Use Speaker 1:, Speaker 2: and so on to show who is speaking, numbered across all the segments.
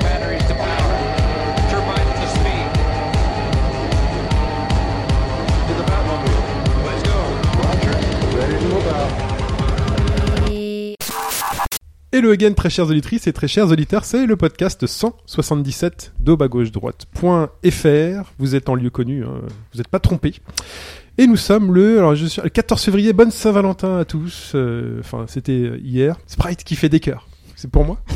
Speaker 1: batteries to power. Turbines to speed. To the Batmobile. Let's go.
Speaker 2: Hello again, très chères auditrices et très chers auditeurs, c'est le podcast 177 d'aube à gauche droite.fr. Vous êtes en lieu connu, hein, vous n'êtes pas trompé. Et nous sommes le, alors je suis, le 14 février, bonne Saint-Valentin à tous. Euh, Enfin, c'était hier. Sprite qui fait des cœurs. C'est pour moi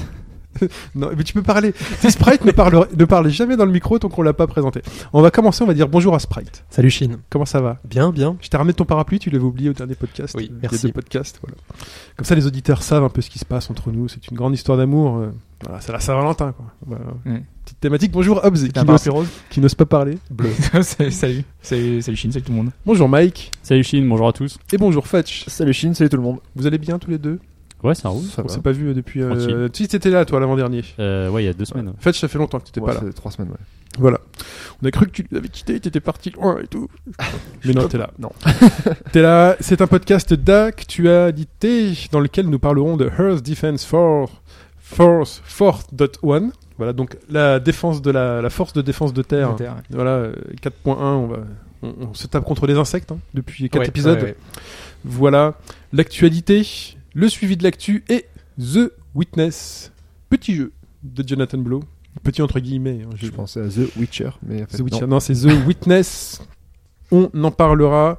Speaker 2: Non, mais tu peux parler. Si Sprite ne parle, ne parle jamais dans le micro tant qu'on l'a pas présenté. On va commencer, on va dire bonjour à Sprite.
Speaker 3: Salut Chine.
Speaker 2: Comment ça va
Speaker 3: Bien, bien.
Speaker 2: je t'ai ramené ton parapluie, tu l'avais oublié au dernier podcast.
Speaker 3: Oui,
Speaker 2: Il y a
Speaker 3: merci.
Speaker 2: deux podcasts, voilà. Comme ça, les auditeurs savent un peu ce qui se passe entre nous. C'est une grande histoire d'amour. euh, Voilà, c'est la Saint-Valentin, quoi. Voilà.
Speaker 4: Ouais.
Speaker 2: Petite thématique. Bonjour Hobbs, qui
Speaker 4: T'as un
Speaker 2: n'ose-
Speaker 4: parapluie rose
Speaker 2: qui n'ose pas parler.
Speaker 4: Salut, salut, salut, salut Chine, salut tout le monde.
Speaker 2: Bonjour Mike
Speaker 5: Salut Chine, bonjour à tous.
Speaker 2: et bonjour Fetch.
Speaker 3: Salut Chine, salut tout le monde.
Speaker 2: Vous allez bien tous les deux
Speaker 5: Ouais, ça roule.
Speaker 2: On s'est pas vu depuis. euh,
Speaker 5: Tranquille.
Speaker 2: Tu étais là, toi, l'avant-dernier.
Speaker 5: Euh, ouais, il y a deux semaines.
Speaker 2: Fetch, ça fait longtemps que tu n'étais pas là.
Speaker 3: trois semaines, ouais.
Speaker 2: Voilà. On a cru que tu l'avais quitté, tu étais parti loin et tout. Mais non, t'es là.
Speaker 3: Non.
Speaker 2: t'es là. C'est un podcast d'actualité dans lequel nous parlerons de Earth Defense Force, Force, Force.one. Voilà, donc la défense de la, la force de défense de terre.
Speaker 4: Terre, ouais.
Speaker 2: Voilà, euh, 4.1, on va. On, on se tape contre les insectes hein, depuis 4 épisodes.
Speaker 3: ouais, ouais.
Speaker 2: Voilà l'actualité, le suivi de l'actu et The Witness, petit jeu de Jonathan Blow, petit entre guillemets. hein,
Speaker 6: Je pensais à The Witcher, mais en fait,
Speaker 2: The Witcher. Non, c'est The Witness. On en parlera.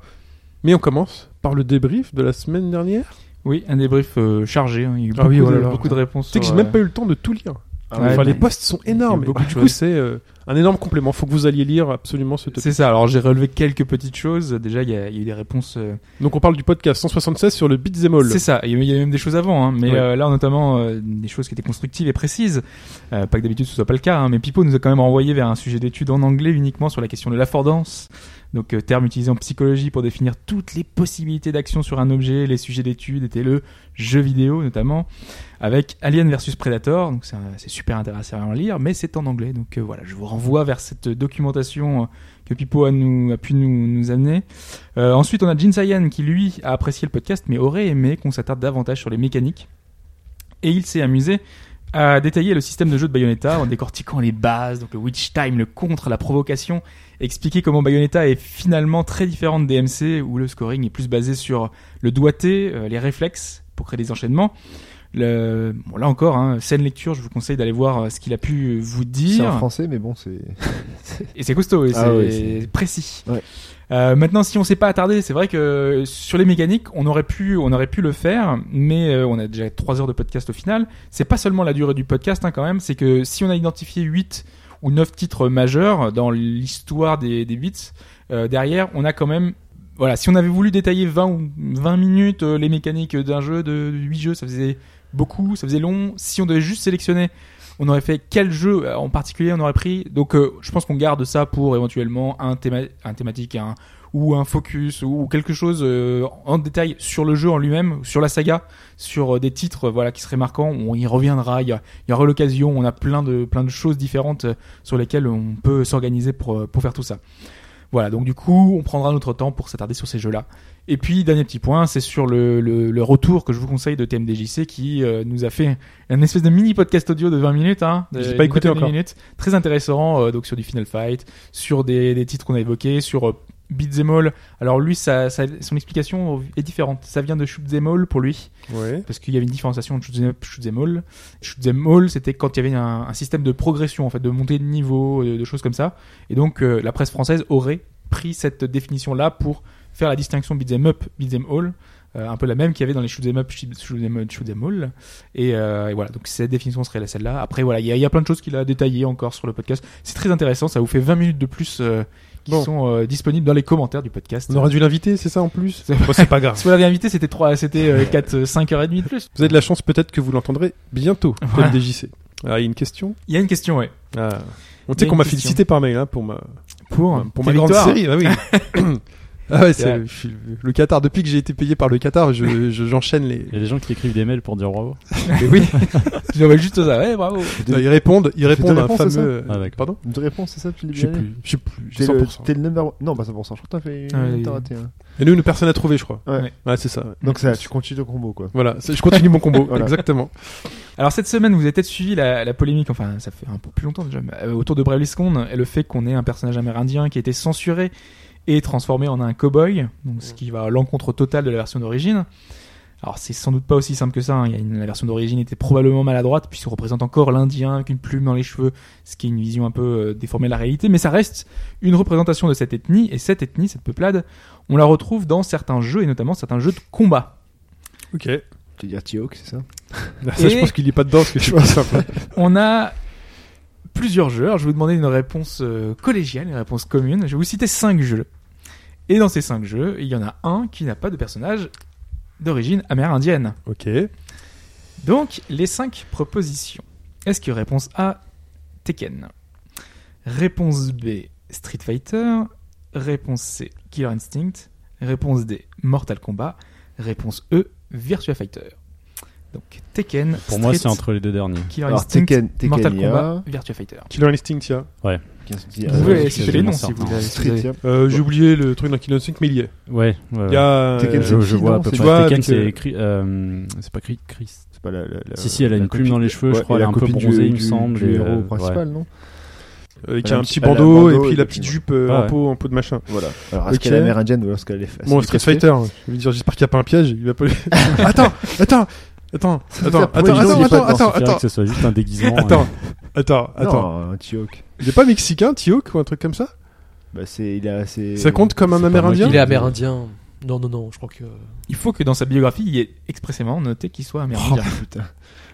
Speaker 2: Mais on commence par le débrief de la semaine dernière.
Speaker 4: Oui, un débrief euh, chargé. hein. Il y a eu
Speaker 2: Ah
Speaker 4: beaucoup,
Speaker 2: oui, oh là
Speaker 4: de,
Speaker 2: là.
Speaker 4: beaucoup de réponses.
Speaker 2: Tu sais que j'ai
Speaker 4: sur,
Speaker 2: même pas
Speaker 4: euh,
Speaker 2: eu le temps de tout lire.
Speaker 6: Ah
Speaker 4: ouais,
Speaker 2: enfin, les
Speaker 4: mais-
Speaker 2: posts sont
Speaker 4: y a
Speaker 2: énormes.
Speaker 4: beaucoup de
Speaker 2: du
Speaker 4: choses.
Speaker 2: coup, c'est euh, un énorme complément. Faut que vous alliez lire absolument ce
Speaker 4: C'est
Speaker 2: topic.
Speaker 4: ça, alors j'ai relevé quelques petites choses. Déjà, il y, a il y a eu des réponses. euh,
Speaker 2: Donc, on parle du podcast 176 sur le Beats
Speaker 4: C'est ça, il y a eu- il y a eu même des choses avant, hein, mais
Speaker 2: Ouais.
Speaker 4: euh, là notamment euh, des choses qui étaient constructives et précises. Euh, pas que d'habitude ce soit pas le cas, hein, mais Pipo nous a quand même renvoyé vers un sujet d'étude en anglais uniquement sur la question de l'affordance. Donc euh, terme utilisé en psychologie pour définir toutes les possibilités d'action sur un objet, les sujets d'étude étaient le jeu vidéo notamment, avec Alien versus Predator, donc c'est un- c'est super intéressant à lire, mais c'est en anglais, donc euh, voilà, je vous renvoie vers cette documentation euh, que Pipo a, nous, a pu nous, nous amener. Euh, ensuite, on a Jin Sayan qui, lui, a apprécié le podcast, mais aurait aimé qu'on s'attarde davantage sur les mécaniques. Et il s'est amusé à détailler le système de jeu de Bayonetta en décortiquant les bases, donc le witch time, le contre, la provocation, expliquer comment Bayonetta est finalement très différente des MC où le scoring est plus basé sur le doigté, euh, les réflexes pour créer des enchaînements. Le... Bon, là encore, hein, scène lecture, je vous conseille d'aller voir euh, ce qu'il a pu vous
Speaker 6: C'est
Speaker 4: dire.
Speaker 6: en français, mais bon, c'est.
Speaker 4: Et c'est costaud, et
Speaker 6: Ah
Speaker 4: c'est
Speaker 6: oui,
Speaker 4: précis.
Speaker 6: Ouais.
Speaker 4: Euh, maintenant, si on s'est pas attardé, c'est vrai que sur les mécaniques, on aurait pu, on aurait pu le faire, mais euh, on a déjà trois heures de podcast au final. C'est pas seulement la durée du podcast, hein, quand même. C'est que si on a identifié huit ou neuf titres majeurs dans l'histoire des, des beats, euh, derrière, on a quand même voilà, si on avait voulu détailler 20, ou 20 minutes euh, les mécaniques d'un jeu, de 8 jeux, ça faisait beaucoup, ça faisait long. Si on devait juste sélectionner, on aurait fait quel jeu euh, en particulier on aurait pris. Donc euh, je pense qu'on garde ça pour éventuellement un, théma, un thématique un- ou un focus ou, ou quelque chose euh, en détail sur le jeu en lui-même, sur la saga, sur euh, des titres euh, voilà, qui seraient marquants. On y reviendra, il y, a- il y aura l'occasion, on a plein de, plein de choses différentes euh, sur lesquelles on peut s'organiser pour, euh, pour faire tout ça. Voilà, donc du coup, on prendra notre temps pour s'attarder sur ces jeux-là. Et puis, dernier petit point, c'est sur le, le, le retour que je vous conseille de TMDJC qui euh, nous a fait un espèce de mini podcast audio de 20 minutes. Hein, de-
Speaker 2: Je l'ai pas
Speaker 4: une
Speaker 2: écouté
Speaker 4: vingtaine de
Speaker 2: encore.
Speaker 4: minutes. Très intéressant, euh, donc sur du Final Fight, sur des, des titres qu'on a évoqués, sur euh, Beat'em All. Alors lui, ça, ça- son explication est différente. Ça vient de Shoot'em All pour lui
Speaker 2: Ouais.
Speaker 4: parce qu'il y avait une différenciation entre shoot'em up, shoot'em all. Shoot'em all, c'était quand il y avait un, un système de progression, en fait, de montée de niveau, euh, de, de choses comme ça. Et donc, euh, la presse française aurait pris cette définition-là pour faire la distinction beat'em up, beat'em all, euh, un peu la même qu'il y avait dans les shoot'em up, shoot- shoot'em up, shoot'em all. Et, euh, et voilà, donc cette définition serait la- celle-là. Après, voilà, il y, a- il y a plein de choses qu'il a détaillées encore sur le podcast. C'est très intéressant, ça vous fait 20 minutes de plus euh, qui
Speaker 2: Bon.
Speaker 4: sont euh, disponibles dans les commentaires du podcast.
Speaker 2: On aurait dû l'inviter, c'est ça en plus
Speaker 4: C'est-
Speaker 2: Bon, C'est pas grave.
Speaker 4: Si vous l'avez invité, c'était 3, c'était euh, 4, 5 heures et demie de plus.
Speaker 2: Vous avez de la chance, peut-être que vous l'entendrez bientôt,
Speaker 4: Voilà.
Speaker 2: TMDJC. Ah, il y a une question
Speaker 4: Il y a une question, ouais.
Speaker 2: ah. On
Speaker 4: Il y
Speaker 2: sait
Speaker 4: a
Speaker 2: qu'on
Speaker 4: une
Speaker 2: m'a
Speaker 4: question.
Speaker 2: félicité par mail hein, pour ma,
Speaker 4: Pour,
Speaker 2: pour
Speaker 4: tes
Speaker 2: ma grande
Speaker 4: victoires.
Speaker 2: série. bah oui. Ah ouais,
Speaker 4: C'est
Speaker 2: c'est
Speaker 4: vrai.
Speaker 2: je suis- le Qatar. Depuis que j'ai été payé par le Qatar, je- je- j'enchaîne les.
Speaker 5: Il y a des gens qui écrivent des mails pour dire bravo.
Speaker 4: Mais oui, j'aurais juste ça. Ouais, bravo.
Speaker 2: Non, ils répondent, ils répondent
Speaker 6: deux
Speaker 2: à un
Speaker 6: réponses, c'est ça
Speaker 2: fameux.
Speaker 5: Ah, d'accord.
Speaker 2: Pardon
Speaker 6: Une réponse, c'est ça, Philippe
Speaker 2: Je sais
Speaker 6: Vianney
Speaker 2: plus. Je sais plus. j'ai
Speaker 6: T'es le,
Speaker 2: 100%.
Speaker 6: t'es le number one. Non, pas 100%. Je crois que t'as fait
Speaker 4: Ah oui.
Speaker 6: t'as raté. hein.
Speaker 2: Et nous, une personne à trouver, je crois.
Speaker 6: Ouais.
Speaker 2: Ouais, c'est ça. ouais.
Speaker 6: Donc ça, tu continues ton combo, quoi.
Speaker 2: Voilà, c'est- je continue mon combo.
Speaker 6: Voilà.
Speaker 2: Exactement.
Speaker 4: Alors cette semaine, vous avez peut-être suivi la, la polémique, enfin ça fait un peu plus longtemps déjà, mais, euh, autour de Bravely Second et le fait qu'on ait un personnage amérindien qui a été censuré et transformé en un cow-boy, donc ce qui va à l'encontre totale de la version d'origine. Alors c'est sans doute pas aussi simple que ça, hein. Il y a une- la version d'origine était probablement maladroite puisqu'on représente encore l'Indien avec une plume dans les cheveux, ce qui est une vision un peu euh, déformée de la réalité, mais ça reste une représentation de cette ethnie, et cette ethnie, cette peuplade, on la retrouve dans certains jeux, et notamment certains jeux de combat.
Speaker 2: Ok.
Speaker 6: Tu dis Tioc, c'est ça
Speaker 2: Ça, je pense qu'il est pas dedans, parce que je pense.
Speaker 4: On a plusieurs jeux. Alors, je vais vous demander une réponse euh, collégiale, une réponse commune. Je vais vous citer cinq jeux. Et dans ces cinq jeux, il y en a un qui n'a pas de personnage d'origine amérindienne.
Speaker 2: Ok.
Speaker 4: Donc, les cinq propositions. Est-ce que réponse A, Tekken Réponse B, Street Fighter Réponse C, Killer Instinct Réponse D, Mortal Kombat Réponse E, Virtua Fighter Donc, Tekken,
Speaker 5: Pour moi,
Speaker 4: Street,
Speaker 5: c'est entre les deux derniers.
Speaker 4: Killer
Speaker 6: Alors,
Speaker 4: Instinct,
Speaker 6: Tekken- Tekken,
Speaker 4: Mortal
Speaker 6: il y a-
Speaker 4: Kombat, Virtua Fighter.
Speaker 2: Killer Instinct, tiens.
Speaker 4: Vous pouvez
Speaker 5: ouais,
Speaker 4: citer
Speaker 5: c'est
Speaker 4: les noms
Speaker 5: certain.
Speaker 4: si vous avez. si vous
Speaker 6: Street,
Speaker 4: avez-
Speaker 6: tiens.
Speaker 2: Euh, j'ai oublié le truc dans Killer Instinct, mais il y est.
Speaker 5: Ouais, ouais,
Speaker 2: Il
Speaker 5: ouais.
Speaker 2: y a.
Speaker 6: Tekken,
Speaker 2: euh,
Speaker 5: Je, je
Speaker 6: Sinon,
Speaker 5: vois à peu
Speaker 6: c'est-
Speaker 2: tu vois,
Speaker 5: près. Tekken,
Speaker 2: avec,
Speaker 5: c'est
Speaker 2: euh,
Speaker 5: écrit. euh, c'est pas écrit Chris.
Speaker 6: C'est pas la, la- la-
Speaker 5: Si, si, elle a
Speaker 6: la
Speaker 5: une plume
Speaker 6: copine-
Speaker 5: dans les cheveux, je
Speaker 6: ouais,
Speaker 5: crois,
Speaker 6: et la
Speaker 5: elle est un peu
Speaker 6: copine du-
Speaker 5: bronzée, il
Speaker 6: du-
Speaker 5: me semble.
Speaker 6: Du
Speaker 5: et,
Speaker 6: héros
Speaker 5: euh, ouais.
Speaker 6: principal, non
Speaker 2: Avec un
Speaker 6: Elle a
Speaker 2: petit
Speaker 6: un
Speaker 2: bandeau,
Speaker 6: bandeau
Speaker 2: et puis
Speaker 6: et
Speaker 2: la
Speaker 6: puis
Speaker 2: petite
Speaker 6: voilà.
Speaker 2: jupe euh,
Speaker 5: Ah
Speaker 2: en,
Speaker 5: ouais.
Speaker 2: peau, en peau de machin.
Speaker 6: Voilà. Alors, est-ce
Speaker 2: Ok.
Speaker 6: qu'elle est amérindienne ou est-ce qu'elle est
Speaker 2: Bon, Street Fighter. Je veux dire, j'espère qu'il n'y a pas un piège. Il va pas. attends, attends, attends,
Speaker 6: veut
Speaker 2: attends,
Speaker 6: dire
Speaker 2: attends,
Speaker 6: pour les gens,
Speaker 2: attends,
Speaker 6: il est pas
Speaker 2: attends,
Speaker 6: dedans,
Speaker 2: attends,
Speaker 5: Suffirait
Speaker 2: attends,
Speaker 5: que ce soit juste un déguisement.
Speaker 2: attends, attends, attends.
Speaker 6: Non, un Tioc.
Speaker 2: Il est pas mexicain, Tioc ou un truc comme ça
Speaker 6: Bah, c'est. Il est assez.
Speaker 2: Ça compte comme un
Speaker 5: c'est pas moi
Speaker 2: Amérindien
Speaker 5: qui
Speaker 3: Il est amérindien. Non, non, non, je crois que.
Speaker 4: Il faut que dans sa biographie, il y ait expressément noté qu'il soit amérindien.
Speaker 6: Oh, Putain.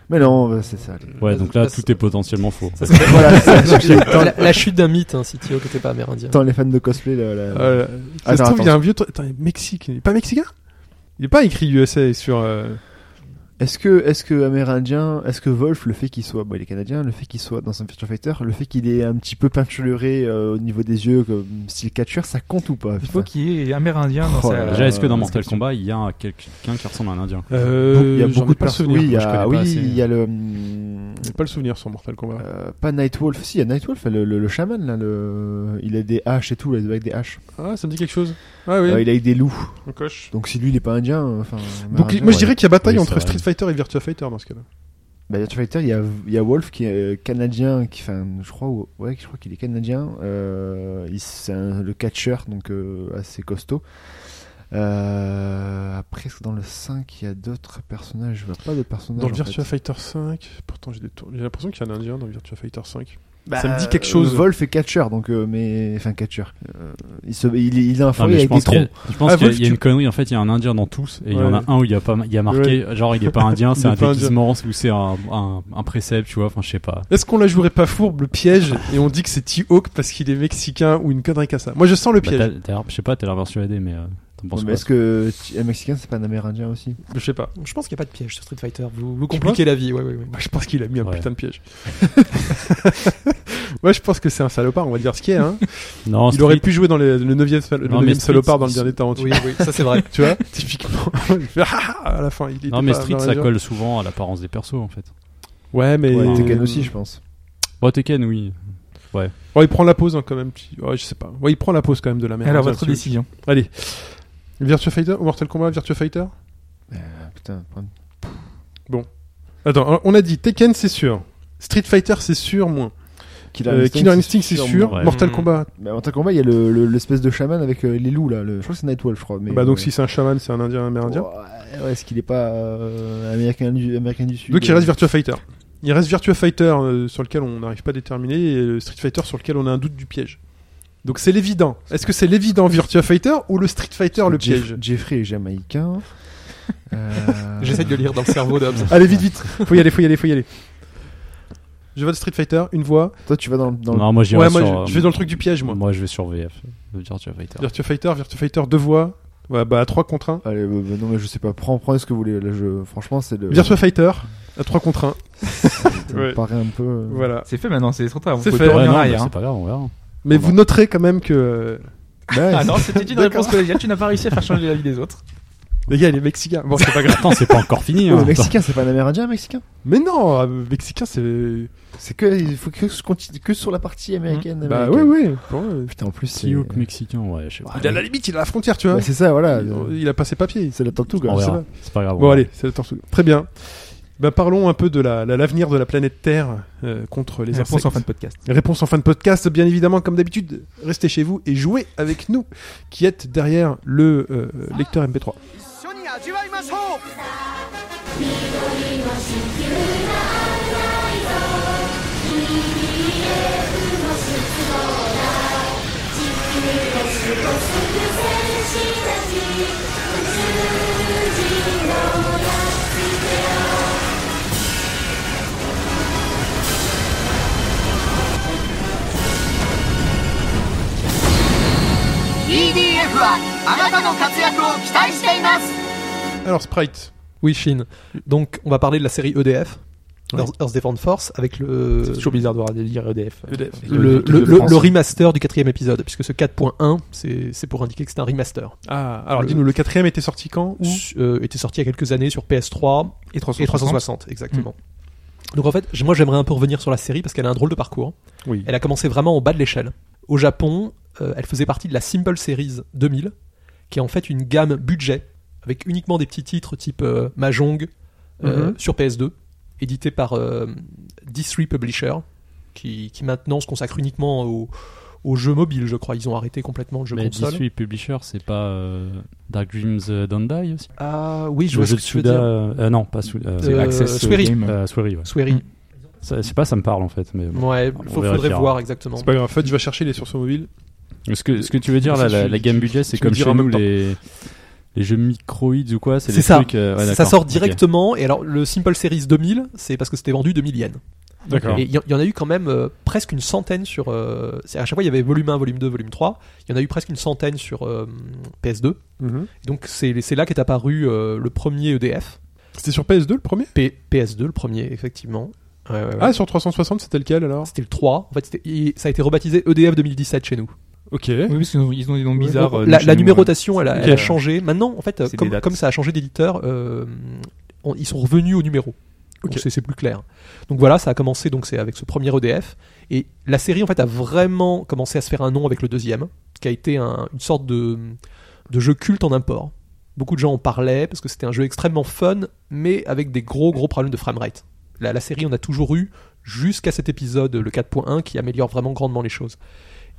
Speaker 6: Mais non, bah, c'est ça.
Speaker 5: euh, Ouais, donc là, tout est potentiellement faux.
Speaker 3: Ça, c'est-
Speaker 6: Voilà, c'est ça.
Speaker 3: la, la chute d'un mythe, hein, si Tio n'était pas amérindien.
Speaker 6: Attends, les fans de cosplay, là. là-
Speaker 2: Euh, Ça
Speaker 6: Ah,
Speaker 2: se
Speaker 6: non,
Speaker 2: trouve, il y a
Speaker 6: attends.
Speaker 2: un vieux truc. Attends, il est Mexique. Il est pas mexicain Il est pas écrit USA sur. euh,
Speaker 6: Est-ce que, est-ce que Amérindien, est-ce que Wolf, le fait qu'il soit, bon, il est canadien, le fait qu'il soit dans un Virtua Fighter, le fait qu'il est un petit peu peinturé euh, au niveau des yeux, comme style catcher, ça compte ou pas
Speaker 4: Il faut qu'il y ait amérindien dans
Speaker 6: Oh
Speaker 4: sa.
Speaker 6: là là.
Speaker 5: Déjà, est-ce que dans
Speaker 6: Euh,
Speaker 5: Mortal
Speaker 6: c'est-
Speaker 5: Kombat, il y a quelqu'un qui ressemble à un indien
Speaker 2: euh,
Speaker 6: Il y a
Speaker 2: j'en
Speaker 6: beaucoup
Speaker 2: ai
Speaker 6: de
Speaker 2: pas le
Speaker 6: personnes.
Speaker 2: souvenir.
Speaker 6: Oui, il y
Speaker 5: je connais
Speaker 6: a,
Speaker 5: pas
Speaker 6: oui,
Speaker 5: assez.
Speaker 6: il y a le. hum,
Speaker 2: J'ai pas le souvenir sur Mortal Kombat.
Speaker 6: euh, pas Nightwolf, si il y a Nightwolf, le, le, le shaman là, le... il a des haches et tout, là, avec des haches.
Speaker 2: Ah, ça me dit quelque chose. Ah oui,
Speaker 6: Euh, il a avec des loups.
Speaker 2: on coche.
Speaker 6: Donc si lui il est pas indien, euh, enfin.
Speaker 2: Donc,
Speaker 6: amérindien,
Speaker 2: moi je
Speaker 6: ouais.
Speaker 2: dirais qu'il y a bataille
Speaker 5: Oui, c'est
Speaker 2: entre
Speaker 5: vrai.
Speaker 2: Street Fighter et Virtua Fighter dans ce cas-là.
Speaker 6: Bah, Virtua Fighter, il y a, il y a Wolf qui est euh, canadien, qui, enfin, je crois, ou- ouais, je crois qu'il est canadien. Euh, il- c'est un- le catcher, donc euh, assez costaud. Euh, après, c'est dans le 5, il y a d'autres personnages. Je vois pas de personnages.
Speaker 2: Dans
Speaker 6: en
Speaker 2: Virtua
Speaker 6: fait.
Speaker 2: Fighter 5, pourtant j'ai des tours- j'ai l'impression qu'il y a un indien dans Virtua Fighter 5.
Speaker 6: Bah,
Speaker 2: Ça me dit quelque chose.
Speaker 6: Wolf est catcher, donc, euh, mais. Enfin, catcher. Euh, il, se, il, il a un
Speaker 5: Non,
Speaker 6: foyer
Speaker 5: mais je
Speaker 6: avec des
Speaker 5: pense qu'il y a,
Speaker 6: troncs.
Speaker 5: je pense
Speaker 2: Ah,
Speaker 5: qu'il y a-
Speaker 2: Wolf,
Speaker 5: il y a
Speaker 2: tu-
Speaker 5: une connerie. En fait, il y a un indien dans tous, et il y en
Speaker 2: Ouais.
Speaker 5: a un où il y a pas, il y a marqué, genre il est pas indien,
Speaker 2: Il
Speaker 5: c'est
Speaker 2: est
Speaker 5: un
Speaker 2: pas indien.
Speaker 5: déguisement ou c'est un, un, un précepte, tu vois. Enfin, je sais pas.
Speaker 2: Est-ce qu'on la jouerait pas fourbe le piège et on dit que c'est T-Hawk parce qu'il est mexicain ou une connerie comme ça Moi je sens le
Speaker 5: Bah,
Speaker 2: piège.
Speaker 5: t'as- t'as l'air- je sais pas, t'as l'air persuadé, mais euh, t'en penses
Speaker 6: Ouais, mais
Speaker 5: quoi
Speaker 6: Est-ce que tu- un Mexicain, c'est pas un Amérindien aussi
Speaker 2: je sais pas.
Speaker 3: Je pense qu'il n'y a pas de piège sur Street Fighter. Vous, vous
Speaker 2: Tu
Speaker 3: compliquez la vie, ouais, ouais, ouais.
Speaker 2: Moi je pense qu'il a mis un
Speaker 5: Ouais.
Speaker 2: putain de piège. Moi je pense que c'est un salopard, on va dire ce qu'il est. Hein.
Speaker 5: Non,
Speaker 2: Il aurait pu jouer dans le, le 9 le
Speaker 5: Non, mais
Speaker 2: neuvième
Speaker 5: Street,
Speaker 2: salopard dans le
Speaker 5: c'est-
Speaker 2: dernier Tarantino.
Speaker 3: Oui, oui, ça c'est vrai.
Speaker 2: Tu vois, typiquement, il fait, ah, ah, à la fin, il était
Speaker 5: Non, mais
Speaker 2: pas
Speaker 5: Street,
Speaker 2: dans
Speaker 5: ça
Speaker 2: la-
Speaker 5: colle souvent à l'apparence des persos, en fait.
Speaker 2: Ouais, mais
Speaker 6: Ouais, Tekken aussi, je pense.
Speaker 5: Bon, Tekken, oui.
Speaker 2: Oh, il prend la pause hein, quand même. petit- Ouais, je sais pas. Ouais, il prend la pause quand même de la merde.
Speaker 4: Alors,
Speaker 2: Ça,
Speaker 4: votre
Speaker 2: tu-
Speaker 4: décision.
Speaker 2: Allez. Virtua Fighter ou Mortal Kombat Virtua Fighter
Speaker 6: Ah, putain, problème.
Speaker 2: Attends, on a dit Tekken, c'est sûr. Street Fighter, c'est sûr, moins.
Speaker 6: Killer
Speaker 2: Euh, Killer Instinct,
Speaker 6: c'est
Speaker 2: c'est sûr.
Speaker 6: sûrement-
Speaker 5: ouais.
Speaker 2: Mortal
Speaker 3: Mm.
Speaker 2: Kombat.
Speaker 6: Mais en tant que combat, il y a le- le- l'espèce de chaman avec euh, les loups là. Le... Je crois que c'est Nightwolf, je crois. Mais, Oh,
Speaker 2: bah, donc,
Speaker 6: euh,
Speaker 2: si c'est un chaman, c'est un indien, amérindien.
Speaker 6: Ouais, ouais, est-ce qu'il est pas euh, américain, du, américain du Sud
Speaker 2: Donc, il
Speaker 6: euh,
Speaker 2: reste Virtua Fighter. Il reste Virtua Fighter euh, sur lequel on n'arrive pas à déterminer et euh, Street Fighter sur lequel on a un doute du piège. Donc, c'est l'évident. Est-ce que c'est l'évident Virtua Fighter ou le Street Fighter le
Speaker 6: Jeff-
Speaker 2: piège
Speaker 6: Jeffrey est jamaïcain. Euh,
Speaker 3: J'essaie de le lire dans le cerveau d'Hobbs.
Speaker 2: Allez, vite, vite. Faut y aller, faut y aller, faut y aller. Je vote Street Fighter, une voix.
Speaker 6: Toi, tu vas dans, le- dans
Speaker 5: Non, moi, j'irais
Speaker 2: Ouais, moi,
Speaker 5: sur, euh,
Speaker 2: je, je vais dans le truc du piège, moi.
Speaker 5: Moi, je vais sur VF. Virtua Fighter.
Speaker 2: Virtua Fighter, Virtua Fighter, deux voix. Ouais, bah, 3 contre 1.
Speaker 6: le. Allez, bah, bah, non, mais je sais pas. Prends, prends ce que vous voulez. Là, je... Franchement, c'est le.
Speaker 2: Virtua Fighter, à 3 contre
Speaker 6: euh,
Speaker 2: 1.
Speaker 6: Ça
Speaker 2: ouais.
Speaker 6: me paraît un peu. euh,
Speaker 2: Voilà.
Speaker 4: C'est fait Ah maintenant, c'est trop tard. Vous
Speaker 2: C'est
Speaker 4: pouvez
Speaker 2: fait.
Speaker 4: pas
Speaker 5: Ouais,
Speaker 4: revenir
Speaker 5: non,
Speaker 4: en
Speaker 5: bah,
Speaker 4: arrière. hein.
Speaker 5: c'est pas grave, on verra.
Speaker 2: Mais vous noterez quand même que euh,
Speaker 6: Bah,
Speaker 4: Ah non, c'était une réponse collégiale, tu n'as pas réussi à faire changer la vie des autres.
Speaker 2: Les gars, il est mexicain. Bon, c'est pas grave.
Speaker 5: Attends, c'est pas encore fini.
Speaker 6: Le
Speaker 5: hein.
Speaker 6: Mexicain, c'est pas un Amérindien, un Mexicain
Speaker 2: Mais non, euh, mexicain, c'est.
Speaker 6: C'est que il faut que je continue que sur la partie américaine.
Speaker 2: Bah oui,
Speaker 6: américaine.
Speaker 2: oui. pour eux.
Speaker 6: Putain, en plus c'est.
Speaker 5: Sioux mexicain, ouais, je sais pas.
Speaker 2: Il a la limite, il a la frontière, tu vois.
Speaker 6: Bah, c'est ça, voilà.
Speaker 2: il, il a passé papier.
Speaker 6: C'est la tortue,
Speaker 5: On
Speaker 6: quoi. je sais
Speaker 5: verra.
Speaker 6: pas.
Speaker 5: C'est pas grave.
Speaker 2: Bon,
Speaker 5: on-
Speaker 2: allez, c'est la tortue. Très bien. Bah, parlons un peu de l'avenir la, l'avenir de la planète Terre euh, contre les
Speaker 4: réponses en
Speaker 2: insectes.
Speaker 4: fin de podcast.
Speaker 2: Réponse en fin de podcast, bien évidemment, comme d'habitude, restez chez vous et jouez avec nous qui êtes derrière le euh, lecteur MP3.
Speaker 7: EDF はあなたの活躍を期待しています
Speaker 2: Alors, Sprite,
Speaker 3: Oui, Shin. Donc, on va parler de la série EDF.
Speaker 2: Ouais.
Speaker 3: Earth, Earth Defense Force avec le
Speaker 4: C'est toujours bizarre de voir des lire E EDF.
Speaker 2: EDF.
Speaker 3: le,
Speaker 6: L'équipe
Speaker 3: le-
Speaker 6: de
Speaker 3: le-
Speaker 6: France.
Speaker 3: le remaster du quatrième épisode puisque ce 4.1 c'est c'est pour indiquer que c'est un remaster
Speaker 2: Ah, alors dis-nous, le quatrième était sorti quand ou
Speaker 3: Su- euh, était sorti il y a quelques années sur PS3
Speaker 4: Et 360.
Speaker 3: et 360 exactement donc en fait j- moi j'aimerais un peu revenir sur la série parce qu'elle a un drôle de parcours
Speaker 2: Oui.
Speaker 3: elle a commencé vraiment en bas de l'échelle au Japon euh, elle faisait partie de la Simple Series 2000 qui est en fait une gamme budget avec uniquement des petits titres type euh, Mahjong euh,
Speaker 2: Mhm.
Speaker 3: sur PS2 édité par euh, D3 Publisher qui, qui maintenant se consacre uniquement au aux jeux mobiles, je crois. Ils ont arrêté complètement le jeu
Speaker 5: Mais
Speaker 3: console.
Speaker 5: Disney Publisher, c'est pas euh, Dark Dreams euh, Don't Die aussi
Speaker 3: Ah oui, je
Speaker 5: Le
Speaker 3: vois ce
Speaker 5: jeu
Speaker 3: que
Speaker 5: de
Speaker 3: tu veux
Speaker 5: Suda.
Speaker 3: dire.
Speaker 5: euh, euh, non, pas Suda. euh,
Speaker 3: Euh,
Speaker 4: Access
Speaker 3: Swery.
Speaker 4: Game.
Speaker 5: euh, Swery, ouais.
Speaker 3: Swery.
Speaker 5: Ça- Je sais pas, ça me parle en fait. Mais bon.
Speaker 3: Ouais,
Speaker 5: on
Speaker 3: faut- faudrait
Speaker 5: vérifiera.
Speaker 3: voir exactement.
Speaker 2: C'est pas grave, en fait, je vais chercher les sur son mobile.
Speaker 5: Ce que, ce que tu veux dire là, la, la gamme budget, c'est
Speaker 2: Tu me
Speaker 5: comme
Speaker 2: diras
Speaker 5: chez
Speaker 2: en même
Speaker 5: nous
Speaker 2: temps.
Speaker 5: les, les jeux microïdes ou quoi, c'est
Speaker 3: C'est
Speaker 5: des
Speaker 3: ça.
Speaker 5: trucs. euh, ouais,
Speaker 3: ça
Speaker 5: d'accord,
Speaker 3: sort
Speaker 5: ok.
Speaker 3: directement. Et alors, le Simple Series 2000, c'est parce que c'était vendu 2000 yens.
Speaker 5: D'accord.
Speaker 3: Et il y, il y en a eu quand même euh, presque une centaine sur. euh, c'est- à chaque fois, il y avait volume 1, volume 2, volume 3. Il y en a eu presque une centaine sur euh, PS2. Et donc, c'est c'est là qu'est apparu euh, le premier EDF.
Speaker 2: C'était sur PS2 le premier
Speaker 3: P- PS2, le premier, effectivement. Ouais, ouais, ouais.
Speaker 2: Ah, sur 360, c'était lequel
Speaker 5: Ah,
Speaker 2: alors
Speaker 3: c'était le 3. En fait, c'était- il- ça a été rebaptisé E EDF 2017 chez nous.
Speaker 2: Ok.
Speaker 4: Oui, parce qu'ils ont, ils ont des noms bizarres. euh,
Speaker 3: la,
Speaker 4: chez
Speaker 3: la
Speaker 4: nous,
Speaker 3: numérotation, elle a,
Speaker 4: Ok.
Speaker 3: elle a changé. Maintenant, en fait, euh,
Speaker 4: C'est des
Speaker 3: comme,
Speaker 4: dates.
Speaker 3: comme ça a changé d'éditeur, euh, on- ils sont revenus au numéro. Donc
Speaker 2: Ok.
Speaker 3: c'est- C'est plus clair. Donc voilà, ça a commencé donc c'est avec ce premier EDF et la série en fait a vraiment commencé à se faire un nom avec le deuxième, qui a été un- une sorte de, de jeu culte en import. Beaucoup de gens en parlaient parce que c'était un jeu extrêmement fun, mais avec des gros gros problèmes de framerate. La, la série, on a toujours eu jusqu'à cet épisode, le 4.1, qui améliore vraiment grandement les choses.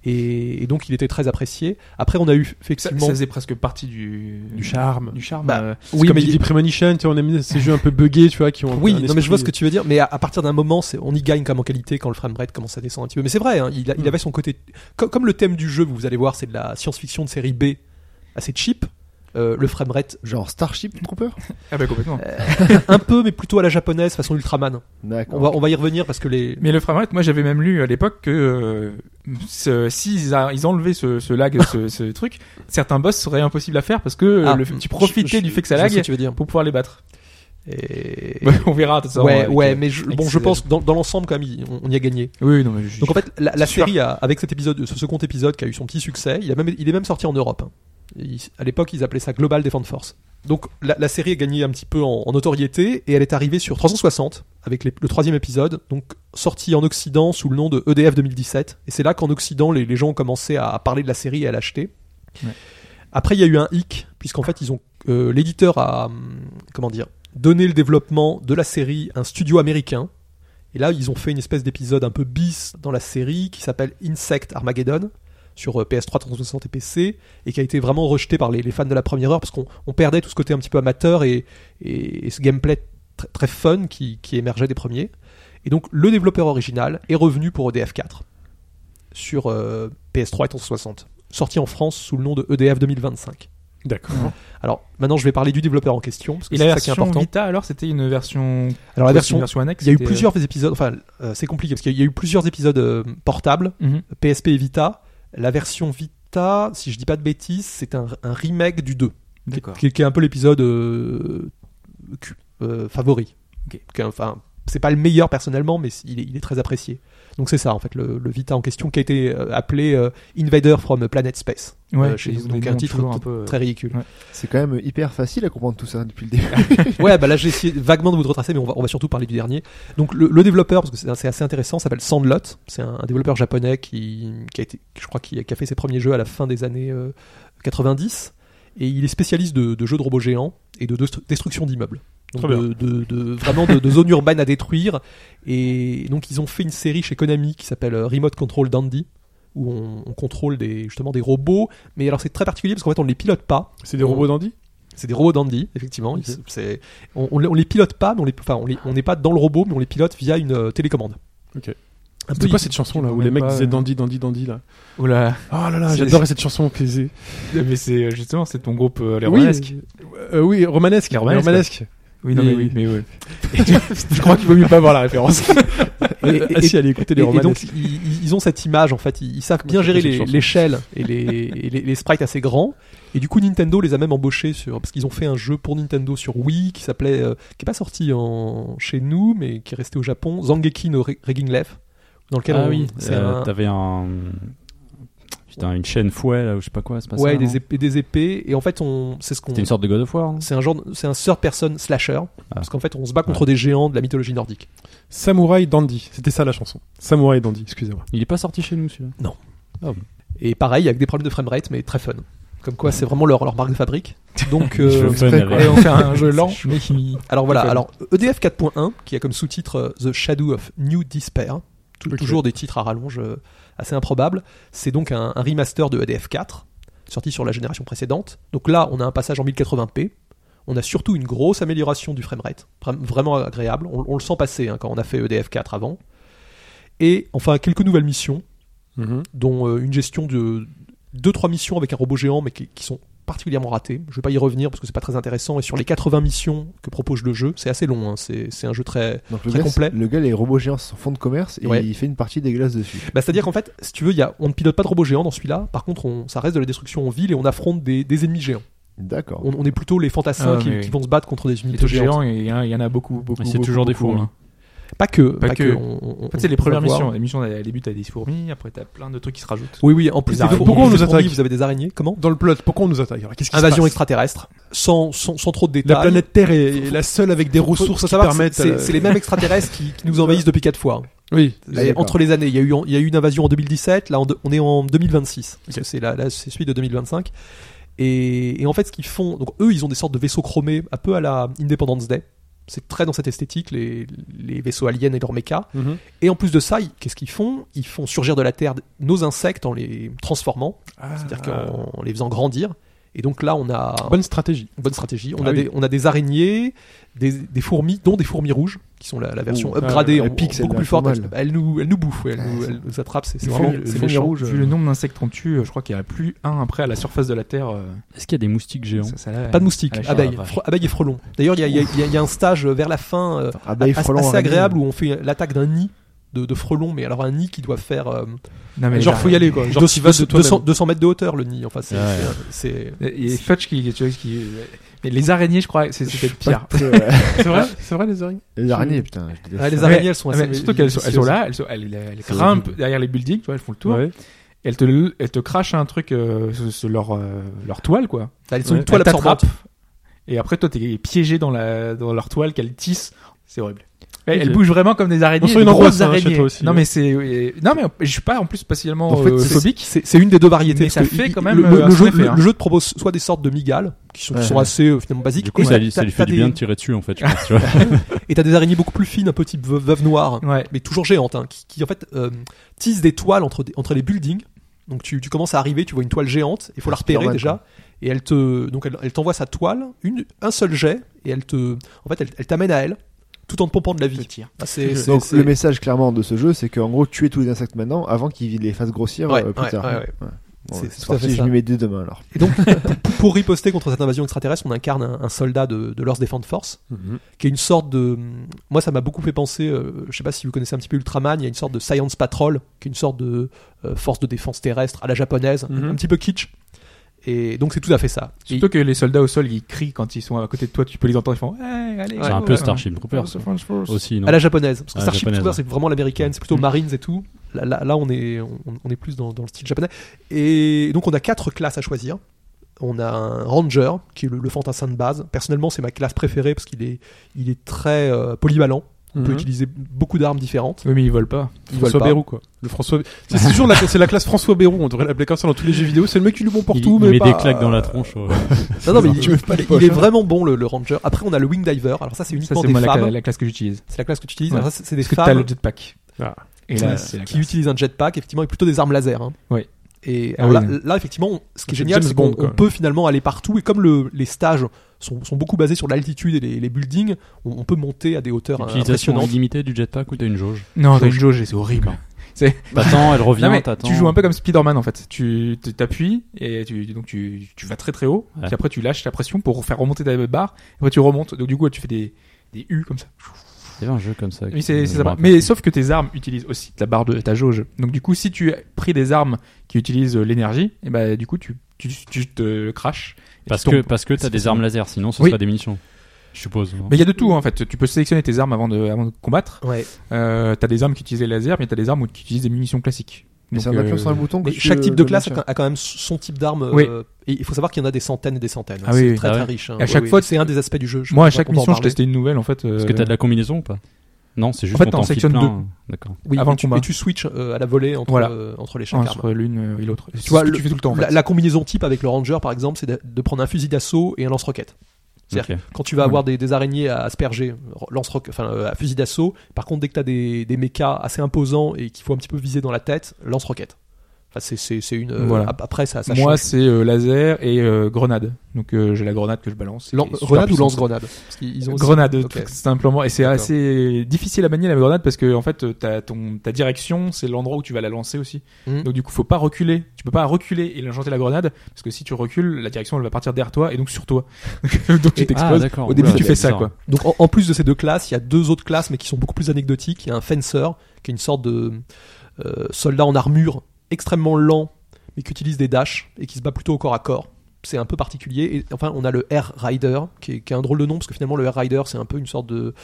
Speaker 3: Et, et donc il était très apprécié. Après, on a eu
Speaker 4: Ça,
Speaker 3: effectivement
Speaker 4: ça faisait presque partie du,
Speaker 2: Du charme.
Speaker 4: du charme.
Speaker 3: Bah,
Speaker 4: euh,
Speaker 2: Oui, comme il dit Premonition, tu vois, on aime ces jeux un peu buggés, tu vois, qui ont.
Speaker 3: Oui,
Speaker 2: un
Speaker 3: non, mais je vois ce que
Speaker 2: esprit-
Speaker 3: tu veux dire. Mais à, à partir d'un moment, c'est- on y gagne comme en qualité quand le framerate commence à descendre un petit peu. Mais c'est vrai, hein, il, a- il
Speaker 2: Mm.
Speaker 3: avait son côté. co- Comme, le thème du jeu, vous allez voir, c'est de la science-fiction de série B assez cheap. Euh, le framerate,
Speaker 6: Genre Starship Trooper
Speaker 4: Ah bah complètement.
Speaker 3: un peu, mais plutôt à la japonaise, façon Ultraman. On
Speaker 6: D'accord.
Speaker 3: va, on va y revenir parce que les.
Speaker 4: Mais le framerate, moi j'avais même lu à l'époque que euh, ce- s'ils a- ils enlevaient ce, ce lag, ce, ce truc, certains boss seraient impossibles à faire parce que euh,
Speaker 3: Ah,
Speaker 4: le-
Speaker 3: je-
Speaker 4: tu profitais
Speaker 3: je-
Speaker 4: du fait que ça
Speaker 3: je vois ce
Speaker 4: lag
Speaker 3: tu veux dire.
Speaker 4: pour pouvoir les battre.
Speaker 3: Et-
Speaker 4: On verra. de toute façon,
Speaker 3: Ouais,
Speaker 4: avec,
Speaker 3: ouais,
Speaker 4: euh,
Speaker 3: mais je,
Speaker 4: avec
Speaker 3: bon,
Speaker 4: ces
Speaker 3: je pense que dans, dans l'ensemble, quand même, il- on, on y a gagné.
Speaker 4: Oui, non, mais je-
Speaker 3: Donc en fait, la, la
Speaker 4: C'est sûr.
Speaker 3: série, a- avec cet épisode, ce second épisode qui a eu son petit succès, il, a même, il est même sorti en Europe. hein. Il- à l'époque, ils appelaient ça Global Defense Force. Donc la, la série a gagné un petit peu en, en notoriété et elle est arrivée sur 360 avec les- le troisième épisode, donc sorti en Occident sous le nom de E EDF 2017. Et c'est là qu'en Occident, les, les gens ont commencé à, à parler de la série et à l'acheter.
Speaker 4: Ouais.
Speaker 3: Après, il y a eu un hic, puisqu'en fait, ils ont euh, l'éditeur a hum, comment dire donné le développement de la série à un studio américain. Et là, ils ont fait une espèce d'épisode un peu bis dans la série qui s'appelle Insect Armageddon sur euh, PS3, 360 et PC, et qui a été vraiment rejeté par les, les fans de la première heure parce qu'on on perdait tout ce côté un petit peu amateur et, et- et ce gameplay tr- très fun qui, qui émergeait des premiers. Et donc, le développeur original est revenu pour E EDF4 sur euh, PS3 et 360, sorti en France sous le nom de E EDF 2025.
Speaker 2: D'accord.
Speaker 3: Alors, maintenant, je vais parler du développeur en question parce que
Speaker 4: Et la
Speaker 3: c'est ça qui est
Speaker 4: version
Speaker 3: important.
Speaker 4: Vita, alors, c'était une version.
Speaker 3: Alors, la
Speaker 4: c'est une
Speaker 3: version.
Speaker 4: version annexe.
Speaker 3: Il y a eu
Speaker 4: c'était-
Speaker 3: plusieurs épisodes, enfin, euh, c'est compliqué parce qu'il y a eu plusieurs épisodes euh, portables
Speaker 4: Mhm.
Speaker 3: PSP et Vita. La version Vita, si je dis pas de bêtises, c'est un, un remake du 2,
Speaker 4: D'accord.
Speaker 3: qui, qui est un peu l'épisode euh, cu- euh, favori.
Speaker 4: Ok.
Speaker 3: Qui est- Enfin, c'est pas le meilleur personnellement, mais il est, il est très apprécié. Donc c'est ça en fait le, le Vita en question qui a été euh, appelé euh, Invader from Planet Space euh, chez
Speaker 4: ils
Speaker 3: nous.
Speaker 4: ont
Speaker 3: Donc
Speaker 4: des
Speaker 3: un
Speaker 4: noms
Speaker 3: titre
Speaker 4: toujours un
Speaker 3: tout-
Speaker 4: peu- euh,
Speaker 3: très ridicule.
Speaker 6: C'est quand même hyper facile à comprendre tout ça depuis le début.
Speaker 3: ouais, bah là j'ai essayé vaguement de vous le retracer, mais on va, on va surtout parler du dernier. Donc le, le développeur, parce que c'est c'est assez intéressant, s'appelle Sandlot. C'est un, un développeur japonais qui, qui a été, je crois, qui, a- qui a fait ses premiers jeux à la fin des années euh, 90. Et il est spécialiste de, de jeux de robots géants et de destru- destruction d'immeubles. Donc
Speaker 2: Très
Speaker 3: de, de- de- vraiment de, de zones urbaines à détruire. Et donc ils ont fait une série chez Konami qui s'appelle euh, Remote Control Dandy où on, on contrôle des, justement des robots. Mais alors c'est très particulier parce qu'en fait on ne les pilote pas.
Speaker 2: C'est des robots dandy
Speaker 3: C'est des robots dandy, effectivement. Ils- c'est- on, on les- on les pilote pas, mais on les, enfin, on les- on n'est pas dans le robot, mais on les pilote via une euh, télécommande.
Speaker 2: Ok.
Speaker 3: Un peu
Speaker 2: C'est quoi cette chanson là où
Speaker 4: même
Speaker 2: les mecs
Speaker 4: pas,
Speaker 2: disaient
Speaker 4: euh,
Speaker 2: dandy, dandy, dandy là
Speaker 4: Oula,
Speaker 2: Oh là là,
Speaker 4: C'est-
Speaker 2: j'adorais cette chanson. que c'est-
Speaker 4: mais c'est euh, justement c'est ton groupe euh, les
Speaker 2: Oui,
Speaker 4: Romanesques.
Speaker 2: euh, oui, romanesque.
Speaker 4: Les romanesques,
Speaker 2: romanesque.
Speaker 4: Oui, non mais
Speaker 2: Et-
Speaker 4: oui, mais oui.
Speaker 2: Je crois qu'il vaut mieux pas avoir la référence.
Speaker 3: Euh, Et- et-
Speaker 2: ah si, allez écouter
Speaker 3: Et,
Speaker 2: les
Speaker 3: et donc
Speaker 2: romanesques.
Speaker 3: ils, ils- ils ont cette image en fait, ils, ils savent
Speaker 2: Comment
Speaker 3: bien
Speaker 2: ça
Speaker 3: gérer
Speaker 2: s'appelle
Speaker 3: les-
Speaker 2: cette chanson
Speaker 3: l'échelle et, les, et les, les sprites assez grands. Et du coup Nintendo les a même embauchés sur parce qu'ils ont fait un jeu pour Nintendo sur Wii qui s'appelait euh, qui est pas sorti en chez nous mais qui est resté au Japon, Zangeki no Re- Rigging Left, dans lequel
Speaker 5: Ah
Speaker 3: on-
Speaker 5: oui,
Speaker 3: c'est
Speaker 5: euh,
Speaker 3: un-
Speaker 5: t'avais un. Putain, une chaîne fouet là, ou je sais pas quoi, c'est pas ça.
Speaker 3: ouais
Speaker 5: non
Speaker 3: des épées, des épées et en fait on c'est ce qu'on
Speaker 5: C'était une sorte de God of War. hein
Speaker 3: C'est un genre, de- c'est un third person slasher, parce qu'en fait on se bat contre des géants de la mythologie nordique.
Speaker 2: Samouraï dandy. C'était ça la chanson. Samouraï dandy, excusez-moi.
Speaker 5: Il est pas sorti chez nous celui-là.
Speaker 3: Et pareil, avec des problèmes de framerate, mais très fun. Comme quoi, c'est vraiment leur, leur marque de fabrique. Donc, euh,
Speaker 5: Je fais
Speaker 6: fait
Speaker 5: avec-
Speaker 4: Allez, on fait un jeu lent mais qui
Speaker 3: alors voilà.
Speaker 4: Très fun.
Speaker 3: Alors E EDF 4.1, qui a comme sous-titre euh, The Shadow of New Despair, Tou-
Speaker 2: Ok.
Speaker 3: toujours des titres à rallonge euh, assez improbables. C'est donc un, un remaster de E EDF 4, sorti sur la génération précédente. Donc là, on a un passage en 1080p. On a surtout une grosse amélioration du framerate, Vra- vraiment agréable. On, on le sent passer hein, quand on a fait EDF 4 avant. Et enfin, quelques nouvelles missions. dont euh, une gestion de 2-3 missions avec un robot géant, mais qui, qui sont particulièrement ratées. Je ne vais pas y revenir parce que c'est pas très intéressant. Et sur les 80 missions que propose le jeu, c'est assez long. hein. C'est c'est un jeu très.
Speaker 6: Donc le
Speaker 3: Très
Speaker 6: gars,
Speaker 3: complet.
Speaker 6: le gars, les robots géants, c'est son fond de commerce et
Speaker 3: Ouais.
Speaker 6: il fait une partie des glaces dessus.
Speaker 3: Bah, C'est-à-dire qu'en fait, si tu veux, il y a, on ne pilote pas de robot géant dans celui-là. Par contre, on, ça reste de la destruction en ville et on affronte des, des ennemis géants.
Speaker 6: D'accord.
Speaker 3: On, on est plutôt les fantassins
Speaker 4: Ah,
Speaker 3: qui,
Speaker 4: mais-
Speaker 3: qui vont se battre contre des
Speaker 4: les
Speaker 3: unités
Speaker 4: taux géants
Speaker 3: géantes.
Speaker 4: et il y en a- il y en a beaucoup beaucoup.
Speaker 5: Mais c'est
Speaker 4: beaucoup,
Speaker 5: toujours des
Speaker 4: beaucoup,
Speaker 5: fourmis.
Speaker 4: hein.
Speaker 3: Pas que.
Speaker 4: Pas que.
Speaker 3: on- on-
Speaker 4: En fait, c'est les
Speaker 3: on va
Speaker 4: premières
Speaker 3: voir.
Speaker 4: missions. Les missions, elle débute à des fourmis, après t'as plein de trucs qui se rajoutent.
Speaker 3: Oui, oui. En plus,
Speaker 4: Les
Speaker 3: des
Speaker 4: araignées.
Speaker 3: fourmis,
Speaker 2: Pourquoi on
Speaker 3: des
Speaker 2: nous
Speaker 3: fourmis,
Speaker 2: attaque
Speaker 3: Vous avez des araignées. Comment
Speaker 2: Dans le plot, pourquoi on nous attaque Alors, Qu'est-ce
Speaker 4: Ah, bah,
Speaker 2: qui se
Speaker 3: Invasion
Speaker 2: passe
Speaker 3: extraterrestre. Sans, sans, sans trop de détails.
Speaker 2: La planète Terre est est la seule avec des
Speaker 3: Faut- faut
Speaker 2: ressources qui
Speaker 3: savoir, c'est-
Speaker 2: permettent.
Speaker 3: c'est
Speaker 2: euh,
Speaker 3: c'est les mêmes extraterrestres qui, qui nous envahissent depuis quatre fois.
Speaker 2: Oui.
Speaker 6: Allez,
Speaker 3: Et entre les années, il y, a eu, il y a eu une invasion en 2017, là on, de- on est en 2026, parce que c'est la, la- c'est celui de 2025. Et, et en fait, ce qu'ils font, donc eux, ils ont des sortes de vaisseaux chromés, un peu à la Independence Day. C'est très dans cette esthétique, les, les vaisseaux aliens et leurs mechas.
Speaker 2: Mhm.
Speaker 3: Et en plus de ça, ils- qu'est-ce qu'ils font Ils font surgir de la Terre nos insectes en les transformant,
Speaker 2: Ah.
Speaker 3: c'est-à-dire
Speaker 2: euh,
Speaker 3: qu'en en les faisant grandir. Et donc là, on a
Speaker 2: Bonne stratégie.
Speaker 3: bonne stratégie. On,
Speaker 2: Ah
Speaker 3: a
Speaker 2: oui.
Speaker 3: des, on a des araignées, des, des fourmis, dont des fourmis rouges, qui sont la, la version
Speaker 6: Ouh,
Speaker 3: upgradée,
Speaker 6: ah,
Speaker 3: en,
Speaker 6: elle pique,
Speaker 3: en
Speaker 6: celle-là,
Speaker 3: beaucoup plus
Speaker 6: faut
Speaker 3: forte. Elle,
Speaker 6: mal.
Speaker 3: elle nous, elle nous bouffe, ouais, elle,
Speaker 6: Ouais,
Speaker 3: nous,
Speaker 6: c'est-
Speaker 3: elle nous attrape, c'est c'est
Speaker 6: Les
Speaker 3: vraiment
Speaker 6: fourmis-
Speaker 3: c'est
Speaker 6: les fourmis
Speaker 3: méchant.
Speaker 6: rouges.
Speaker 4: Vu Ah, le nombre d'insectes qu'on tue, euh, je crois qu'il n'y en a plus un après à la surface de la Terre. euh,
Speaker 5: Est-ce qu'il y a des moustiques géants
Speaker 4: ça- ça, là,
Speaker 3: Pas de
Speaker 4: euh,
Speaker 3: moustiques,
Speaker 4: Ah, la
Speaker 3: abeilles,
Speaker 4: vache.
Speaker 3: fre- abeilles et frelons. D'ailleurs, il y a, il y a- il y a- il y a un stage vers la fin euh,
Speaker 6: Abeille,
Speaker 3: assez
Speaker 6: frelon,
Speaker 3: assez
Speaker 6: araignée.
Speaker 3: agréable où on fait l'attaque d'un nid de, de frelons, mais alors un nid qui doit faire euh,
Speaker 4: Non, Ah, mais
Speaker 3: genre
Speaker 4: là,
Speaker 3: faut y aller quoi, genre
Speaker 2: Deux-
Speaker 3: tu vas de
Speaker 2: deux-
Speaker 3: 200,
Speaker 2: toi-même.
Speaker 3: 200 mètres de hauteur le nid. Enfin, c'est
Speaker 5: Ouais.
Speaker 4: Ah
Speaker 3: c'est- c'est-
Speaker 4: Il y a Fudge qui, tu vois, qui- mais les araignées, je crois, c'est c'est peut-être pire. C'est vrai, c'est vrai les araignées.
Speaker 6: Les araignées, putain, je déteste.
Speaker 3: Ouais, les
Speaker 4: Ouais.
Speaker 3: araignées, elles sont
Speaker 4: Ah,
Speaker 3: assez
Speaker 4: mais surtout qu'elles sont, elles sont là, elles, sont- elles- elles- elles grimpent derrière les buildings, tu vois, elles font le tour.
Speaker 2: Ouais.
Speaker 4: Et Elles te, elles te crachent un truc euh, sur, sur leur euh, leur toile quoi.
Speaker 3: Elles sont
Speaker 2: Ouais.
Speaker 3: une toile
Speaker 4: Elles
Speaker 3: absorbante.
Speaker 4: t'attrapent. Et après toi t'es piégé dans la dans leur toile qu'elles tissent. C'est horrible. Ouais, Elles bougent vraiment comme des araignées.
Speaker 2: On sent une
Speaker 4: des grosses
Speaker 2: angoisse, hein,
Speaker 4: araignées.
Speaker 2: chez toi aussi,
Speaker 4: non
Speaker 2: ouais.
Speaker 4: mais c'est oui, non mais je suis pas en plus spécialement
Speaker 3: En fait,
Speaker 4: euh,
Speaker 3: c'est-
Speaker 4: phobique.
Speaker 3: C'est c'est une des deux variétés.
Speaker 4: Mais
Speaker 3: parce
Speaker 4: ça
Speaker 3: que
Speaker 4: fait
Speaker 3: il-
Speaker 4: quand
Speaker 3: il-
Speaker 4: même,
Speaker 3: Le,
Speaker 4: euh,
Speaker 3: le
Speaker 4: un
Speaker 3: jeu,
Speaker 4: effet,
Speaker 3: le-
Speaker 4: hein.
Speaker 3: le jeu te propose soit des sortes de migales qui sont, qui
Speaker 6: Ouais.
Speaker 3: sont assez euh, finalement basiques.
Speaker 5: Du coup,
Speaker 3: et
Speaker 5: ça,
Speaker 3: t'as-
Speaker 5: lui- ça lui
Speaker 3: t'as
Speaker 5: fait du bien
Speaker 3: des-
Speaker 5: de tirer dessus en fait, je pense. tu vois.
Speaker 3: Et t'as des araignées beaucoup plus fines, un peu type veuve, veuve noire,
Speaker 4: Ouais.
Speaker 3: mais toujours géantes, hein, qui, qui, en fait euh, tissent des toiles entre, des- entre les buildings. Donc tu, tu commences à arriver, tu vois une toile géante, il faut
Speaker 5: Ah,
Speaker 3: la repérer
Speaker 6: Spider-Man,
Speaker 3: déjà. Et elle te, donc elle, elle t'envoie sa toile, une, un seul jet, et elle te, en fait, elle, elle t'amène à elle, tout en te pompant de la vie. Ah, c'est- c'est-
Speaker 6: Donc
Speaker 3: c'est-
Speaker 6: le message clairement de ce jeu, c'est qu'en gros, tuer tous les insectes maintenant, avant qu'ils les fassent grossir
Speaker 3: Ouais,
Speaker 6: euh, plus
Speaker 3: ouais,
Speaker 6: tard.
Speaker 3: ouais, ouais.
Speaker 6: Bon,
Speaker 3: C'est-
Speaker 6: c'est
Speaker 3: tout à fait
Speaker 6: parti, je
Speaker 3: ça.
Speaker 6: lui mets deux demain alors.
Speaker 3: Et donc, pour, pour riposter contre cette invasion extraterrestre, on incarne un, un soldat de, de l'Earth Defense Force,
Speaker 2: Mhm.
Speaker 3: qui est une sorte de. Moi, ça m'a beaucoup fait penser, euh, je sais pas si vous connaissez un petit peu Ultraman, il y a une sorte de Science Patrol, qui est une sorte de euh, force de défense terrestre à la japonaise,
Speaker 2: Mhm.
Speaker 3: un petit peu kitsch. Et donc c'est tout à fait ça. Et-
Speaker 4: Surtout que les soldats au sol, ils crient quand ils sont à côté de toi, tu peux les entendre, ils font hey, allez,
Speaker 5: C'est un
Speaker 4: go,
Speaker 5: peu
Speaker 4: ouais.
Speaker 5: Starship Troopers
Speaker 4: Force, Force, Force.
Speaker 5: aussi, non
Speaker 3: à la japonaise. Parce que
Speaker 2: Ah,
Speaker 5: À la
Speaker 3: Starship
Speaker 5: japonaise,
Speaker 3: Troopers, c'est vraiment l'américaine, c'est
Speaker 2: Mhm.
Speaker 3: plutôt
Speaker 4: Mm.
Speaker 3: Marines et tout. Là, là, là, on, est, on, on est plus dans, dans le style japonais. Et donc, on a quatre classes à choisir. On a un Ranger, qui est le, le fantassin de base. Personnellement, c'est ma classe préférée parce qu'il est, il est très euh, polyvalent. On peut
Speaker 2: Mhm.
Speaker 3: utiliser beaucoup d'armes différentes.
Speaker 4: Oui, mais ils volent pas.
Speaker 3: Ils
Speaker 2: François
Speaker 3: volent pas.
Speaker 2: Bayrou, quoi. Le François. C'est c'est toujours la, c'est la classe François Bayrou. On devrait l'appeler comme ça dans tous les jeux vidéo. C'est le mec qui lui bon pour
Speaker 5: il,
Speaker 2: tout,
Speaker 5: il
Speaker 2: mais
Speaker 5: met
Speaker 2: pas- euh,
Speaker 5: des claques dans la tronche. euh. ouais.
Speaker 3: Non, non, mais il,
Speaker 2: Tu veux pas les
Speaker 3: il
Speaker 2: poches,
Speaker 3: est
Speaker 2: hein.
Speaker 3: vraiment bon, le, le Ranger. Après, on a le Wing Diver. Alors, ça, c'est
Speaker 4: Ça,
Speaker 3: uniquement
Speaker 4: c'est
Speaker 3: des
Speaker 4: moi la,
Speaker 3: femmes.
Speaker 4: la classe que j'utilise.
Speaker 3: C'est la classe que tu utilises.
Speaker 4: Ouais.
Speaker 3: Alors, ça, c'est des
Speaker 4: Parce que t'as
Speaker 3: femmes
Speaker 4: le jetpack.
Speaker 2: Ah.
Speaker 4: Et là,
Speaker 3: Ouais,
Speaker 4: c'est la
Speaker 3: qui
Speaker 4: classe.
Speaker 3: utilisent un jetpack, effectivement, et plutôt des armes laser. hein.
Speaker 4: Oui.
Speaker 3: Et
Speaker 4: Ah
Speaker 3: alors
Speaker 4: oui,
Speaker 3: là, là, effectivement, on- ce qui est
Speaker 2: James
Speaker 3: génial, c'est qu'on
Speaker 2: Bond, quoi.
Speaker 3: on peut finalement aller partout. Et comme le- les stages sont, sont beaucoup basés sur l'altitude et les, les buildings, on, on peut monter à des hauteurs euh,
Speaker 5: Utilisation
Speaker 3: impressionnantes.
Speaker 5: illimitée du jetpack ou t'as une jauge
Speaker 4: Non, t'as une jauge et c'est horrible.
Speaker 5: T'attends, elle revient,
Speaker 4: Non, mais
Speaker 5: hein, t'attends.
Speaker 4: tu joues un peu comme Spider-Man en fait. Tu tu t'appuies et tu, donc tu, tu vas très très haut.
Speaker 5: Ouais.
Speaker 4: Puis après tu lâches la pression pour faire remonter ta barre. Après tu remontes. Donc du coup tu fais des, des U comme ça.
Speaker 5: Il y avait un jeu comme ça.
Speaker 4: Oui,
Speaker 5: que-
Speaker 4: c'est,
Speaker 5: je
Speaker 4: c'est
Speaker 5: me
Speaker 4: sympa.
Speaker 5: rappelle
Speaker 4: Mais
Speaker 5: plus.
Speaker 4: sauf que tes armes utilisent aussi ta barre de ta jauge. Donc du coup, si tu as pris des armes qui utilisent euh, l'énergie, et ben du coup tu tu, tu te crashes. et
Speaker 5: Parce
Speaker 4: tu
Speaker 5: que,
Speaker 4: tombes.
Speaker 5: parce que t'as
Speaker 4: C'est
Speaker 5: des
Speaker 4: possible.
Speaker 5: armes laser, sinon ce
Speaker 4: Oui.
Speaker 5: sera des munitions. Je suppose. non
Speaker 4: Mais il y a de tout en fait. Tu peux sélectionner tes armes avant de avant de combattre.
Speaker 3: Ouais.
Speaker 4: Euh, t'as des armes qui utilisent les lasers, mais t'as des armes où- qui utilisent des munitions classiques.
Speaker 6: Mais
Speaker 4: Donc,
Speaker 6: c'est en appuyant
Speaker 4: euh,
Speaker 6: sur un bouton que
Speaker 3: Mais
Speaker 6: tu,
Speaker 3: chaque
Speaker 6: euh,
Speaker 3: type de
Speaker 6: le
Speaker 3: classe a,
Speaker 6: maintiens.
Speaker 3: quand- a quand même son type d'arme. euh,
Speaker 4: Oui.
Speaker 3: et il faut savoir qu'il y en a des centaines et des centaines. hein.
Speaker 4: Ah
Speaker 3: c'est
Speaker 4: oui,
Speaker 3: très
Speaker 5: ah
Speaker 3: très
Speaker 5: oui.
Speaker 3: riche. hein.
Speaker 4: À chaque
Speaker 3: Oui,
Speaker 4: fois,
Speaker 3: oui, c'est un des aspects du jeu. Je
Speaker 4: Moi, à
Speaker 3: crois
Speaker 4: chaque
Speaker 3: qu'on va en
Speaker 4: mission, je
Speaker 3: parler.
Speaker 4: testais une nouvelle en fait. euh,
Speaker 5: Parce que t'as de la combinaison ou pas Non, c'est juste
Speaker 4: fait,
Speaker 5: qu'on
Speaker 4: t'en
Speaker 5: t'en file
Speaker 4: sectionne
Speaker 5: plein. D'accord.
Speaker 3: Oui,
Speaker 4: avant
Speaker 3: et
Speaker 4: le
Speaker 3: tu,
Speaker 4: combat.
Speaker 3: et tu switches euh, à la volée entre,
Speaker 4: Voilà.
Speaker 3: euh, entre les chaque arme.
Speaker 4: entre l'une et l'autre.
Speaker 3: Tu vois,
Speaker 4: ce que
Speaker 3: le-
Speaker 4: tu fais tout le temps. en
Speaker 3: La,
Speaker 4: fait.
Speaker 3: la combinaison type avec le ranger, par exemple, c'est de, de prendre un fusil d'assaut et un lance-roquette.
Speaker 5: Ok.
Speaker 3: C'est-à-dire que quand tu vas avoir des, des araignées à asperger, lance-roquette, enfin euh, à fusil d'assaut. Par contre, dès que t'as des, des mechas assez imposants et qu'il faut un petit peu viser dans la tête, lance-roquette. Enfin, c'est- c'est c'est une. euh,
Speaker 4: Voilà.
Speaker 3: ap- Après, ça, ça
Speaker 4: Moi,
Speaker 3: change.
Speaker 4: c'est euh, laser et euh, grenade. Donc euh, j'ai la grenade que je balance.
Speaker 3: Lan-
Speaker 4: qui est super
Speaker 3: grenade ou
Speaker 4: puissante.
Speaker 3: lance-grenade Parce qu'ils- ils ont aussi-
Speaker 4: grenade
Speaker 3: Ok.
Speaker 4: tout simplement et c'est
Speaker 3: D'accord.
Speaker 4: assez difficile à manier la grenade parce que en fait euh, t'as ton ta direction c'est l'endroit où tu vas la lancer aussi
Speaker 3: Mm.
Speaker 4: donc du coup faut pas reculer tu peux pas reculer et lancer la grenade parce que si tu recules la direction elle va partir derrière toi et donc sur toi donc tu
Speaker 3: Et-
Speaker 5: Ah,
Speaker 4: t'exploses
Speaker 5: d'accord.
Speaker 4: au début
Speaker 5: Oula,
Speaker 4: tu
Speaker 5: c'est
Speaker 4: fais ça
Speaker 5: bizarre.
Speaker 4: quoi
Speaker 3: Donc en, en plus de ces deux classes, il y a deux autres classes mais qui sont beaucoup plus anecdotiques. Il y a un fencer qui est une sorte de euh, soldat en armure extrêmement lent mais qui utilise des dashs et qui se bat plutôt au corps à corps. C'est un peu particulier. Et enfin, on a le Air Rider qui est, qui est un drôle de nom parce que finalement le Air Rider c'est un peu une sorte de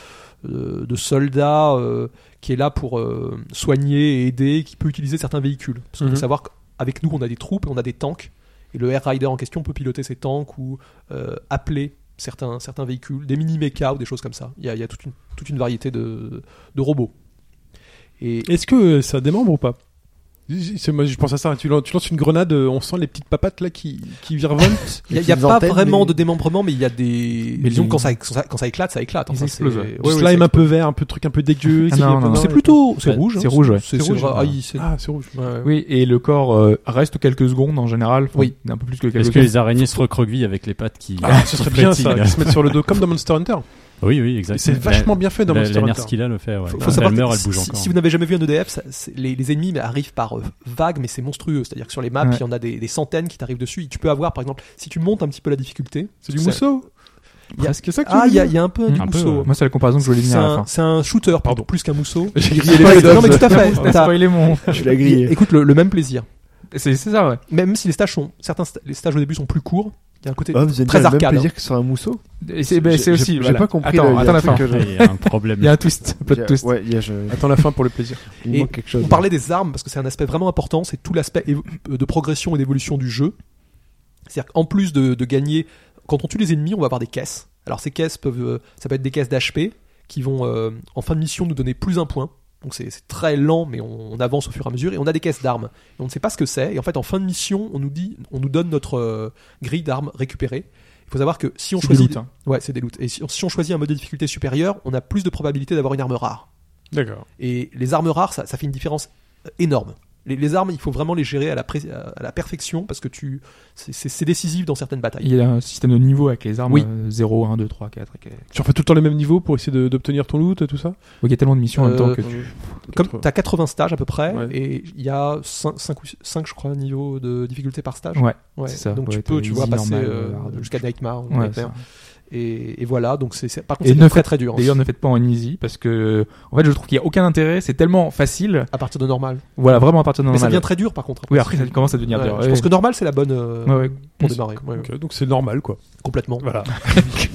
Speaker 3: euh, de soldat euh, qui est là pour euh, soigner et aider, et qui peut utiliser certains véhicules. Parce qu'il
Speaker 2: Mhm.
Speaker 3: faut savoir qu'avec nous on a des troupes et on a des tanks. Et le Air Rider en question peut piloter ses tanks ou euh, appeler certains, certains véhicules, des mini mechas ou des choses comme ça. Il y a, il y a toute, une, toute une variété de, de robots. Et
Speaker 2: Est-ce que euh, ça démembre ou pas C'est- moi, je pense à ça. hein. Tu lan- tu lances une grenade, euh, on sent les petites papates là qui, qui virevoltent.
Speaker 3: il n'y a, il y a
Speaker 6: Des
Speaker 3: pas
Speaker 6: antennes,
Speaker 3: vraiment
Speaker 6: mais-
Speaker 3: de démembrement, mais il y a des.
Speaker 4: Mais
Speaker 3: disons,
Speaker 4: les-
Speaker 3: quand, ça, quand, ça, quand ça éclate, ça éclate.
Speaker 4: Ils
Speaker 3: Enfin,
Speaker 4: explosent,
Speaker 3: c'est-
Speaker 4: ouais.
Speaker 3: ouais,
Speaker 2: du
Speaker 3: ouais,
Speaker 2: slime
Speaker 3: ça
Speaker 2: un peu vert, un peu truc un peu dégueu.
Speaker 4: Ah
Speaker 2: qui
Speaker 4: non,
Speaker 2: vient-
Speaker 4: non, non.
Speaker 3: explose. C'est plutôt. C'est
Speaker 5: Ouais,
Speaker 3: rouge. hein.
Speaker 4: c'est rouge, ouais.
Speaker 3: C'est
Speaker 4: C'est
Speaker 3: c'est
Speaker 4: rouge,
Speaker 3: vrai.
Speaker 4: ouais.
Speaker 3: Ah, il- c'est-
Speaker 2: Ah, c'est rouge.
Speaker 3: ouais, ouais.
Speaker 4: oui et le corps euh, reste quelques secondes en général Enfin,
Speaker 3: Oui.
Speaker 4: un peu plus que quelques
Speaker 5: Est-ce que
Speaker 4: secondes
Speaker 5: les araignées se recroquevillent avec les pattes qui.
Speaker 2: Ah, ce serait bien ça,
Speaker 5: fatiguent.
Speaker 2: qu'ils se mettent sur le dos comme dans Monster Hunter.
Speaker 5: Oui, oui, exactement.
Speaker 2: C'est vachement bien fait dans
Speaker 5: La, la,
Speaker 2: Monster
Speaker 5: la
Speaker 2: Hunter.
Speaker 5: Nerskilla le fait, ouais.
Speaker 3: Faut- faut
Speaker 5: Quand
Speaker 3: savoir
Speaker 5: elle meurt,
Speaker 3: que
Speaker 5: elle bouge
Speaker 3: si,
Speaker 5: encore.
Speaker 3: si vous n'avez jamais vu un EDF, ça- c'est- les, les ennemis mais, arrivent par euh, vagues, mais c'est monstrueux. C'est-à-dire que sur les maps,
Speaker 4: Ouais.
Speaker 3: il y en a des, des centaines qui t'arrivent dessus. Et tu peux avoir, par exemple, si tu montes un petit peu la difficulté.
Speaker 2: C'est du
Speaker 3: ça-
Speaker 2: mousseau.
Speaker 3: Il y a-
Speaker 2: Presque ça que tu
Speaker 3: Ah,
Speaker 2: veux
Speaker 3: il y, a-
Speaker 2: dire
Speaker 3: il y a un peu
Speaker 4: Mm.
Speaker 3: du
Speaker 5: Un peu,
Speaker 3: mousseau.
Speaker 5: ouais.
Speaker 4: moi c'est la comparaison que je voulais
Speaker 3: C'est
Speaker 4: venir à la
Speaker 3: un,
Speaker 4: fin
Speaker 3: c'est un shooter, pardon, plus qu'un mousseau.
Speaker 6: J'ai grillé les
Speaker 3: Ouais,
Speaker 6: Blades.
Speaker 3: non, mais tout à fait.
Speaker 4: T'as
Speaker 3: T'as-
Speaker 4: spoilé mon
Speaker 6: Tu l'as grillé.
Speaker 3: Écoute, le, le même plaisir.
Speaker 4: c'est c'est ça ouais
Speaker 3: Même si les stages sont, certains sta- les stages au début sont plus courts, il y a un côté
Speaker 6: Oh, vous avez
Speaker 3: très
Speaker 6: le même
Speaker 3: arcade. hein.
Speaker 6: plaisir que sur un mousseau
Speaker 4: Et c'est ben,
Speaker 6: J'ai-
Speaker 4: c'est
Speaker 6: j'ai-
Speaker 4: aussi
Speaker 6: J'ai
Speaker 4: voilà.
Speaker 6: pas compris.
Speaker 4: attends
Speaker 6: le-
Speaker 4: attends la fin
Speaker 6: Il y a un truc
Speaker 5: Il y a un
Speaker 4: il y a
Speaker 5: problème.
Speaker 4: un twist un
Speaker 6: que
Speaker 4: peu
Speaker 6: je-
Speaker 4: de twist
Speaker 6: Ouais, il y a- je-
Speaker 2: Attends la fin pour le plaisir.
Speaker 6: il
Speaker 3: Et
Speaker 6: manque quelque chose.
Speaker 3: On parlait des armes parce que c'est un aspect vraiment important, c'est tout l'aspect évo- euh, de progression et d'évolution du jeu. C'est-à-dire qu'en plus de, de gagner, quand on tue les ennemis, on va avoir des caisses. Alors ces caisses peuvent, euh, ça peut être des caisses d'HP qui vont euh, en fin de mission nous donner plus un point. Donc c'est c'est très lent, mais on, on avance au fur et à mesure. Et on a des caisses d'armes. Et on ne sait pas ce que c'est. Et en fait, en fin de mission, on nous dit, on nous donne notre euh, grille d'armes récupérée. Il faut savoir que si on
Speaker 4: C'est du
Speaker 3: choisit,
Speaker 4: loot, hein.
Speaker 3: ouais, c'est des loots. Et si on- si on choisit un mode de difficulté supérieur, on a plus de probabilité d'avoir une arme rare.
Speaker 2: D'accord.
Speaker 3: Et les armes rares, ça, ça fait une différence euh, énorme. Les, les armes, il faut vraiment les gérer à la, pré- à la perfection parce que tu, c'est- c'est c'est décisif dans certaines batailles.
Speaker 4: Il y a un système de niveau avec les armes
Speaker 3: Oui.
Speaker 4: euh, 0, 1, 2, 3, 4. et-
Speaker 2: Tu refais tout le temps les mêmes niveaux pour essayer de- d'obtenir ton loot, tout ça
Speaker 4: Oui, il y a tellement de missions en même temps
Speaker 3: Euh,
Speaker 4: que tu.
Speaker 3: Comme
Speaker 2: 80.
Speaker 3: tu as 80 stages à peu près,
Speaker 2: Ouais.
Speaker 3: et il y a 5, ou 5, je crois, niveaux de difficulté par stage.
Speaker 4: Ouais,
Speaker 3: Ouais.
Speaker 4: c'est ça.
Speaker 3: Donc
Speaker 4: Ouais,
Speaker 3: tu peux,
Speaker 4: t'as
Speaker 3: tu vois,
Speaker 4: easy,
Speaker 3: passer
Speaker 4: normal,
Speaker 3: euh,
Speaker 4: hard.
Speaker 3: jusqu'à Nightmare. ou
Speaker 4: Ouais,
Speaker 3: Nightmare.
Speaker 4: ça.
Speaker 3: Et, et voilà, donc c'est c'est- par contre
Speaker 4: Et
Speaker 3: c'est
Speaker 4: ne
Speaker 3: très
Speaker 4: faites-
Speaker 3: très dur. hein.
Speaker 4: D'ailleurs, ne faites pas en easy parce que, en fait, je trouve qu'il n'y a aucun intérêt. C'est tellement facile.
Speaker 3: à partir de normal.
Speaker 4: Voilà, vraiment à partir de
Speaker 3: Mais ça
Speaker 4: normal.
Speaker 3: devient très dur par contre.
Speaker 4: Oui, après, ça commence à devenir
Speaker 3: Ouais,
Speaker 4: dur.
Speaker 3: Je
Speaker 4: ouais.
Speaker 3: pense que normal c'est la bonne euh,
Speaker 4: Ouais, ouais.
Speaker 3: pour démarrer. Ouais, ouais.
Speaker 2: Ok, donc c'est normal quoi.
Speaker 3: Complètement.
Speaker 2: Voilà.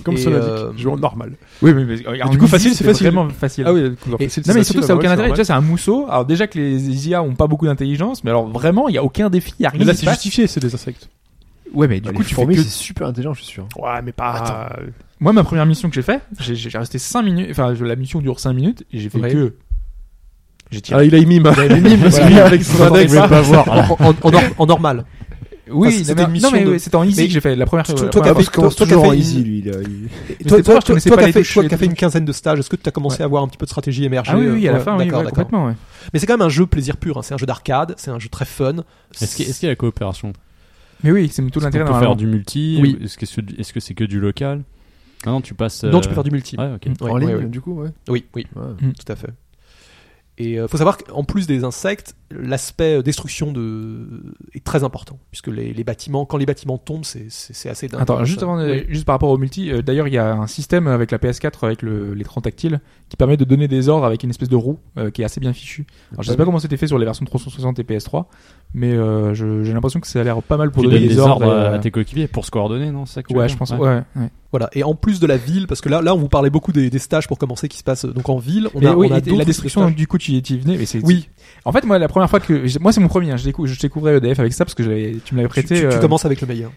Speaker 2: Comme
Speaker 3: Et,
Speaker 2: cela
Speaker 3: euh,
Speaker 2: dit, jouons normal.
Speaker 4: Oui, mais, mais- euh, en
Speaker 2: du coup,
Speaker 4: easy,
Speaker 2: facile, c'est facile.
Speaker 4: Vraiment facile.
Speaker 2: Ah oui,
Speaker 4: Et- non mais surtout ça n'a aucun intérêt. Tu vois, c'est un mousseau. Alors déjà que les IA ont pas beaucoup d'intelligence, mais alors vraiment il y a aucun défi, il y a rien.
Speaker 2: Mais là,
Speaker 4: qui
Speaker 2: c'est
Speaker 4: passe.
Speaker 2: justifié, c'est des insectes.
Speaker 4: Ouais, mais du
Speaker 6: Bah,
Speaker 4: coup
Speaker 6: les
Speaker 4: tu fais
Speaker 6: fourmis,
Speaker 4: que-
Speaker 6: c'est super intelligent, je suis sûr.
Speaker 2: Ouais, mais pas. Attends.
Speaker 4: Ah, Moi ma première mission que j'ai fait, j'ai j'ai resté 5 minutes. Enfin je- la mission dure 5 minutes et j'ai fait
Speaker 3: Ouais.
Speaker 4: que. J'ai tiré.
Speaker 2: Ah, il a mis ma.
Speaker 3: Il a mis mime, parce que-
Speaker 2: avec son index.
Speaker 3: Vous pouvez pas voir. Ah, En, en- en nor- en normal.
Speaker 4: oui,
Speaker 3: c'était
Speaker 4: non, mais-
Speaker 3: une mission
Speaker 4: non, mais
Speaker 3: de-
Speaker 4: ouais, c'était en easy
Speaker 3: Mais
Speaker 4: que j'ai fait la première.
Speaker 3: toi,
Speaker 4: la
Speaker 3: toi,
Speaker 4: première
Speaker 3: t'as fait-
Speaker 6: Parce qu'on
Speaker 3: toi,
Speaker 6: toujours
Speaker 3: t'as
Speaker 6: en
Speaker 3: fait
Speaker 6: easy,
Speaker 3: une-
Speaker 6: lui. il a- il-
Speaker 4: Mais c'était pour ça que je connaissais pas
Speaker 3: qui as
Speaker 4: les
Speaker 3: fait,
Speaker 4: touches
Speaker 3: toi
Speaker 4: et
Speaker 3: qui as
Speaker 4: tout.
Speaker 3: fait une quinzaine de stages, est-ce que tu as commencé à voir un petit peu de stratégie émerger
Speaker 4: Ah oui, oui, à la
Speaker 3: Ouais,
Speaker 4: fin, oui,
Speaker 3: euh, d'accord,
Speaker 4: ouais,
Speaker 3: d'accord.
Speaker 4: complètement. ouais.
Speaker 3: Mais c'est quand même un jeu plaisir pur, hein. c'est un jeu d'arcade, c'est un jeu très fun.
Speaker 5: Est-ce qu'il est-ce qu'il y a la coopération
Speaker 4: Mais oui, c'est tout
Speaker 5: Est-ce qu'on
Speaker 4: l'intérêt.
Speaker 5: peut
Speaker 4: normalement.
Speaker 5: faire du multi
Speaker 4: Oui.
Speaker 5: ou Est-ce que c'est est-ce que c'est que du local Ah non, tu passes. euh,
Speaker 3: Non, tu peux faire du multi.
Speaker 5: Ouais,
Speaker 4: Mm.
Speaker 5: ok.
Speaker 3: Ouais,
Speaker 6: en
Speaker 3: ouais,
Speaker 6: ligne,
Speaker 3: ouais.
Speaker 6: du coup, ouais.
Speaker 3: Oui, oui,
Speaker 6: Ouais.
Speaker 3: tout à fait. Et euh, faut savoir qu'en plus des insectes, l'aspect euh, destruction de... est très important. Puisque les, les bâtiments, quand les bâtiments tombent, c'est- c'est c'est assez dingue.
Speaker 4: Attends, juste
Speaker 3: Ça-
Speaker 4: avant, de-
Speaker 3: Oui.
Speaker 4: juste par rapport au multi, euh, d'ailleurs, il y a un système avec la PS4 avec le- l'écran tactile qui permet de donner des ordres avec une espèce de roue euh, qui est assez bien fichue. Alors, je sais pas comment c'était fait sur les versions 360 et PS3, mais euh, je- j'ai l'impression que ça a l'air pas mal pour
Speaker 5: Tu
Speaker 4: donner
Speaker 5: donnes
Speaker 4: des, ordres.
Speaker 5: à-
Speaker 4: euh,
Speaker 5: à tes coéquipiers pour se coordonner, non C'est ça que tu veux
Speaker 4: Ouais,
Speaker 5: dire
Speaker 4: je pense. Ouais. ouais, ouais.
Speaker 3: Voilà. Et en plus de la ville, parce que là, là, on vous parlait beaucoup des, des stages pour commencer qui se passent euh, donc en ville. On
Speaker 4: Mais
Speaker 3: a,
Speaker 4: oui,
Speaker 3: on a
Speaker 4: et- et
Speaker 3: d'autres
Speaker 4: la destruction,
Speaker 3: stages.
Speaker 4: du coup, tu y tu y venais, mais c'est.
Speaker 3: Oui.
Speaker 4: En fait, moi, la première fois que. Moi, c'est mon premier. hein, Je, découvre, je découvrais EDF avec ça parce que je l'avais- tu me l'avais
Speaker 3: Tu,
Speaker 4: prêté.
Speaker 3: tu- tu
Speaker 4: euh,
Speaker 3: commences avec le meilleur.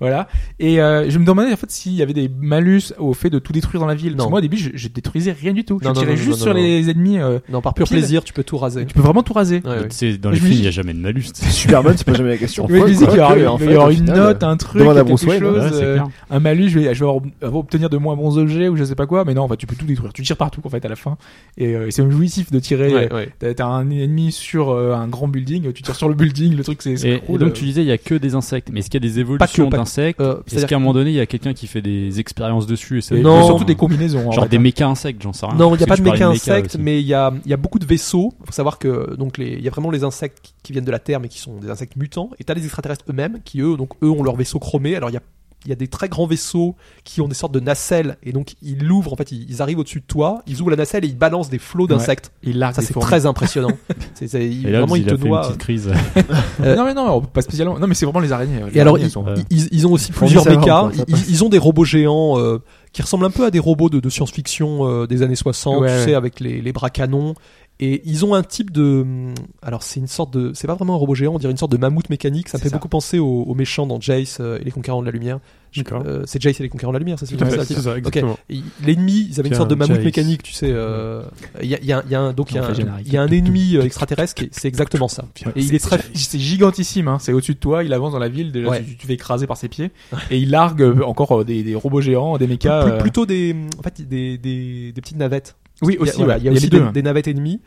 Speaker 4: Voilà. Et euh, je me demandais en fait s'il y avait des malus au fait de tout détruire dans la ville. Parce
Speaker 3: Non.
Speaker 4: que moi au début je, je détruisais rien du tout.
Speaker 3: Non,
Speaker 4: je
Speaker 3: non,
Speaker 4: tirais
Speaker 3: non,
Speaker 4: juste
Speaker 3: non, non,
Speaker 4: sur
Speaker 3: non.
Speaker 4: les ennemis. euh,
Speaker 3: Non, par pur
Speaker 4: Pile.
Speaker 3: plaisir, tu peux tout raser.
Speaker 4: tu peux vraiment tout raser.
Speaker 3: Ouais, ouais.
Speaker 5: Tu sais, dans
Speaker 4: Je
Speaker 5: les
Speaker 4: me
Speaker 5: films, il
Speaker 4: dis-
Speaker 5: n'y a jamais de malus.
Speaker 6: Superman, c'est pas jamais la question.
Speaker 4: Oui, je disais qu'il y aura,
Speaker 6: Ouais,
Speaker 4: il y
Speaker 6: en fait,
Speaker 4: aura
Speaker 6: au
Speaker 4: une
Speaker 6: final,
Speaker 4: note, un truc,
Speaker 6: demande à
Speaker 4: quelque
Speaker 6: Bruce Wayne,
Speaker 4: chose,
Speaker 5: Ouais, c'est
Speaker 4: euh,
Speaker 5: clair.
Speaker 4: un malus, je vais, je vais avoir- avoir obtenir de moins bons objets ou je sais pas quoi, mais non, enfin, tu peux tout détruire, tu tires partout en fait à la fin, et, euh, et c'est jouissif de tirer,
Speaker 3: Ouais, ouais.
Speaker 4: t'as t'as un ennemi sur euh, un grand building, tu tires sur le building, le truc c'est...
Speaker 5: Et, et
Speaker 4: s'écroule,
Speaker 5: donc
Speaker 4: euh.
Speaker 5: tu disais, il y a que des insectes. Mais est-ce qu'il y a des évolutions
Speaker 3: pas que.
Speaker 5: d'insectes
Speaker 3: Euh,
Speaker 5: Est-ce
Speaker 3: c'est-à-dire
Speaker 5: qu'à un moment donné, il y a quelqu'un qui fait des expériences dessus et ça
Speaker 4: Et
Speaker 5: évolue
Speaker 3: Non.
Speaker 4: surtout des combinaisons. en
Speaker 5: Genre
Speaker 4: fait,
Speaker 5: des
Speaker 4: hein.
Speaker 5: méca-insectes, j'en sais rien.
Speaker 3: Non, il n'y a
Speaker 5: Parce
Speaker 3: pas
Speaker 5: que
Speaker 3: de
Speaker 5: tu parlais
Speaker 3: méca insectes,
Speaker 5: aussi.
Speaker 3: mais il y a, il y a beaucoup de vaisseaux. Il faut savoir que donc les- il y a vraiment les insectes qui, qui viennent de la Terre, mais qui sont des insectes mutants. Et t'as les extraterrestres eux-mêmes qui eux, donc eux ont leurs vaisseaux chromés. Alors il y a il y a des très grands vaisseaux qui ont des sortes de nacelles et donc ils l'ouvrent en fait ils, ils arrivent au-dessus de toi ils ouvrent la nacelle et ils balancent des flots d'insectes
Speaker 4: Il largue
Speaker 3: Ah, ça
Speaker 4: des
Speaker 3: c'est
Speaker 4: fourmis.
Speaker 3: très impressionnant c'est, c'est- il-
Speaker 5: Et là,
Speaker 3: vraiment
Speaker 5: il
Speaker 3: ils te
Speaker 5: a fait une
Speaker 3: noient
Speaker 5: petite crise.
Speaker 4: Euh, Non mais non, pas spécialement, non mais c'est vraiment les araignées. Les
Speaker 3: Et alors,
Speaker 4: araignées,
Speaker 3: ils,
Speaker 4: elles sont-
Speaker 5: euh,
Speaker 3: ils- ils- ils ont aussi
Speaker 6: Ils
Speaker 3: plusieurs
Speaker 6: font du
Speaker 3: mechas.
Speaker 6: savant, quoi, ça
Speaker 3: Ils, ils ont des robots géants euh, qui ressemblent un peu à des robots de, de science-fiction euh, des années 60,
Speaker 4: Ouais,
Speaker 3: tu
Speaker 4: ouais.
Speaker 3: sais, avec les, les bras canons. Et ils ont un type de. hum, Alors, c'est une sorte de. C'est pas vraiment un robot géant, on dirait une sorte de mammouth mécanique. Ça me
Speaker 4: C'est
Speaker 3: fait
Speaker 4: ça.
Speaker 3: beaucoup penser aux, aux méchants dans Jace euh, et les Conquérants de la Lumière. Je-
Speaker 2: D'accord.
Speaker 3: euh, c'est Jace et les Conquérants de la Lumière, ça c'est
Speaker 2: Tout à
Speaker 3: ça,
Speaker 2: fait,
Speaker 3: le
Speaker 2: c'est
Speaker 3: titre.
Speaker 2: ça, exactement.
Speaker 3: Et L'ennemi, ils avaient une
Speaker 2: Tiens,
Speaker 3: sorte de mammouth
Speaker 2: Jace.
Speaker 3: mécanique, tu sais. euh, Il y, a, il y a un- il y a un- donc il y a
Speaker 4: On fait
Speaker 3: un-
Speaker 4: générique.
Speaker 3: il y a un ennemi euh, extraterrestre, qui est- c'est exactement ça. Et il est très.
Speaker 4: c'est gigantissime, hein. c'est au-dessus de toi, il avance dans la ville, déjà
Speaker 3: Ouais.
Speaker 4: tu, tu te fais écraser par ses pieds, et il largue euh, encore euh, des, des robots géants, des
Speaker 3: Plus-
Speaker 4: mechas.
Speaker 3: plus-
Speaker 4: euh,
Speaker 3: plutôt des, en fait, des, des, des petites navettes.
Speaker 4: Oui,
Speaker 3: Il y a,
Speaker 4: aussi,
Speaker 3: voilà,
Speaker 4: ouais.
Speaker 3: il y a
Speaker 4: les
Speaker 3: aussi
Speaker 4: deux,
Speaker 3: des,
Speaker 4: hein.
Speaker 3: des navettes ennemies.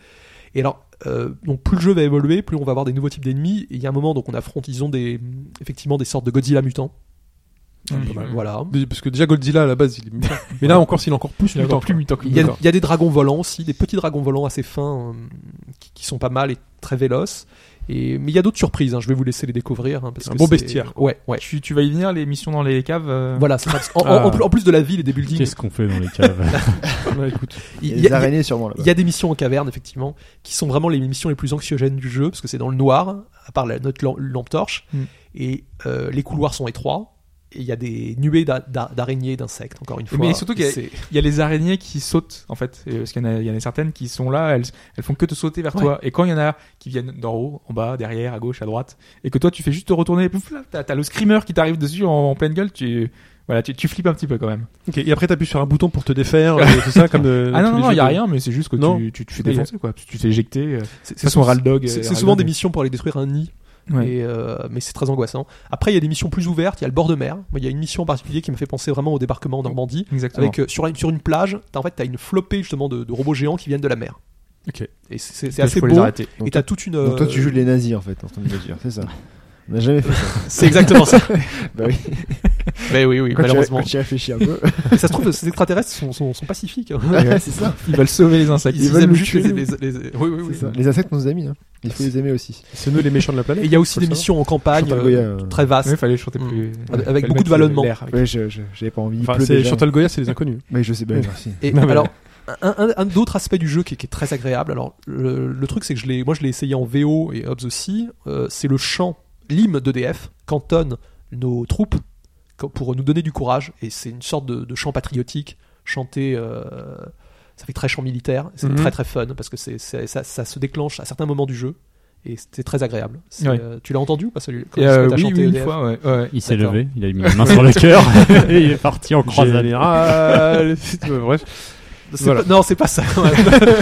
Speaker 3: Et alors, euh, donc plus le jeu va évoluer, plus on va avoir des nouveaux types d'ennemis. Et il y a un moment, donc on affronte, ils ont des, effectivement des sortes de Godzilla mutants. Euh,
Speaker 4: Mm.
Speaker 3: Voilà.
Speaker 2: Parce que déjà Godzilla à la base il est mutant. Mais là encore s'il est encore plus
Speaker 4: Il est
Speaker 2: mutant.
Speaker 4: encore plus mutant que
Speaker 3: Il y, a,
Speaker 4: D'accord.
Speaker 3: il y a des dragons volants aussi, des petits dragons volants assez fins euh, qui, qui sont pas mal et très véloces. Et, mais il y a d'autres surprises, hein, je vais vous laisser les découvrir. hein, parce
Speaker 2: Un
Speaker 3: que
Speaker 2: bon
Speaker 3: c'est-
Speaker 2: bestiaire,
Speaker 3: Ouais, ouais.
Speaker 4: Tu, tu vas y venir, les missions dans les caves euh,
Speaker 3: Voilà, c'est ça. Parce qu'en- en,
Speaker 4: Ah.
Speaker 3: en plus- en plus de la ville et des buildings,
Speaker 5: Qu'est-ce qu'on fait dans les caves
Speaker 2: Ouais, écoute.
Speaker 3: il-
Speaker 6: Il y
Speaker 3: il
Speaker 6: a des
Speaker 3: il
Speaker 6: araignées sûrement là-bas.
Speaker 3: Il y a des missions en caverne, effectivement, qui sont vraiment les missions les plus anxiogènes du jeu, parce que c'est dans le noir, à part la, notre lam- lampe torche,
Speaker 4: Mm.
Speaker 3: et euh, les couloirs sont étroits, et il y a des nuées d'a- d'a- d'araignées et d'insectes, encore une fois.
Speaker 4: Mais surtout qu'il y a-
Speaker 3: C'est-
Speaker 4: Il y a les araignées qui sautent, en fait, euh, parce qu'il y en a, il y en a certaines qui sont là, elles, elles font que te sauter vers
Speaker 3: Ouais.
Speaker 4: toi, et quand il y en a qui viennent d'en haut, en bas, derrière, à gauche, à droite, et que toi tu fais juste te retourner, et pouf, là, t'as t'as le screamer qui t'arrive dessus en, en pleine gueule, tu... Voilà, tu, tu flippes un petit peu quand même.
Speaker 2: Ok, et après t'appuies sur un bouton pour te défaire, euh, c'est ça comme. euh,
Speaker 4: ah non,
Speaker 2: tous
Speaker 4: non,
Speaker 2: les
Speaker 4: non,
Speaker 2: jeux
Speaker 4: il y a
Speaker 2: de-
Speaker 4: rien, mais c'est juste que
Speaker 2: Non.
Speaker 4: tu, tu, tu fais
Speaker 2: Oui.
Speaker 4: défoncer, quoi. Tu t'es éjecté. euh,
Speaker 3: c'est-
Speaker 4: façon, Raldog,
Speaker 3: c'est-
Speaker 4: euh,
Speaker 3: c'est souvent
Speaker 4: Raldog,
Speaker 3: des
Speaker 4: mais-
Speaker 3: missions pour aller détruire un nid,
Speaker 4: ouais.
Speaker 3: et, euh, mais c'est très angoissant. Après, il y a des missions plus ouvertes, il y a le bord de mer. Moi, Il y a une mission en particulier qui m'a fait penser vraiment au débarquement en Normandie,
Speaker 4: Exactement.
Speaker 3: avec, euh, sur, une- sur une plage, t'as en fait, as une flopée justement de, de robots géants qui viennent de la mer.
Speaker 2: Ok.
Speaker 3: Et c'est- c'est c'est
Speaker 4: Il
Speaker 3: assez
Speaker 4: faut
Speaker 3: beau.
Speaker 4: les arrêter.
Speaker 3: Et t'as toute une.
Speaker 6: Donc toi,
Speaker 3: euh,
Speaker 6: tu joues les nazis en fait, en train de me dire, c'est ça. On n'a jamais fait ça.
Speaker 3: C'est exactement ça.
Speaker 6: bah oui.
Speaker 3: Mais oui, oui,
Speaker 6: Quand tu-
Speaker 3: malheureusement.
Speaker 6: quand tu y réfléchis un peu.
Speaker 3: Et ça se trouve, ces extraterrestres sont, sont, sont pacifiques. hein.
Speaker 6: c'est ça.
Speaker 4: Ils veulent sauver les insectes.
Speaker 3: Ils,
Speaker 6: Ils
Speaker 3: ils
Speaker 6: veulent
Speaker 3: aiment
Speaker 6: nous
Speaker 3: juste
Speaker 6: tuer,
Speaker 3: les,
Speaker 6: nous.
Speaker 3: les- les- oui, oui,
Speaker 6: C'est
Speaker 3: oui.
Speaker 6: ça. Les insectes sont nos amis. Hein. Il faut les aimer aussi.
Speaker 2: C'est nous les méchants de la
Speaker 3: Et
Speaker 2: planète.
Speaker 3: il y a aussi
Speaker 2: Faut
Speaker 3: des
Speaker 2: le savoir.
Speaker 3: missions en campagne
Speaker 6: Chantal
Speaker 3: euh,
Speaker 6: Goya, euh,
Speaker 3: très vastes.
Speaker 4: Il fallait chanter plus.
Speaker 3: Avec- avec
Speaker 4: fallait
Speaker 3: beaucoup de
Speaker 4: mettre
Speaker 3: ballonnements.
Speaker 4: l'air avec-
Speaker 6: Ouais, je, je- j'avais pas envie. il
Speaker 2: Enfin,
Speaker 6: pleut
Speaker 2: c'est
Speaker 6: déjà.
Speaker 2: Chantal Goya, c'est les inconnus.
Speaker 6: Mais je sais, bah, merci.
Speaker 3: Et
Speaker 2: Non, mais-
Speaker 3: alors, un, un, un autre aspect du jeu qui est, qui est très agréable, alors le, le truc c'est que je l'ai, moi je l'ai essayé en VO et Hobbs aussi, euh, c'est le chant, l'hymne d'EDF, cantonne nos troupes quand- pour nous donner du courage, et c'est une sorte de, de chant patriotique, chanté, euh, ça fait très chant militaire, c'est
Speaker 2: Mhm.
Speaker 3: très très fun, parce que c'est, c'est- ça, ça se déclenche à certains moments du jeu, et c'est très agréable. C'est,
Speaker 4: Ouais.
Speaker 3: euh, tu l'as entendu ou pas celui
Speaker 4: Et,
Speaker 3: quand-
Speaker 4: euh,
Speaker 3: quand t'as
Speaker 4: oui,
Speaker 3: chanté
Speaker 4: oui, une
Speaker 3: EDF?
Speaker 4: fois, ouais. ouais.
Speaker 5: Il s'est
Speaker 3: D'accord.
Speaker 5: levé, il a mis la main sur le cœur et il est parti en croisade.
Speaker 2: Général. Bref.
Speaker 3: C'est
Speaker 2: Voilà.
Speaker 3: pas- non, c'est pas ça.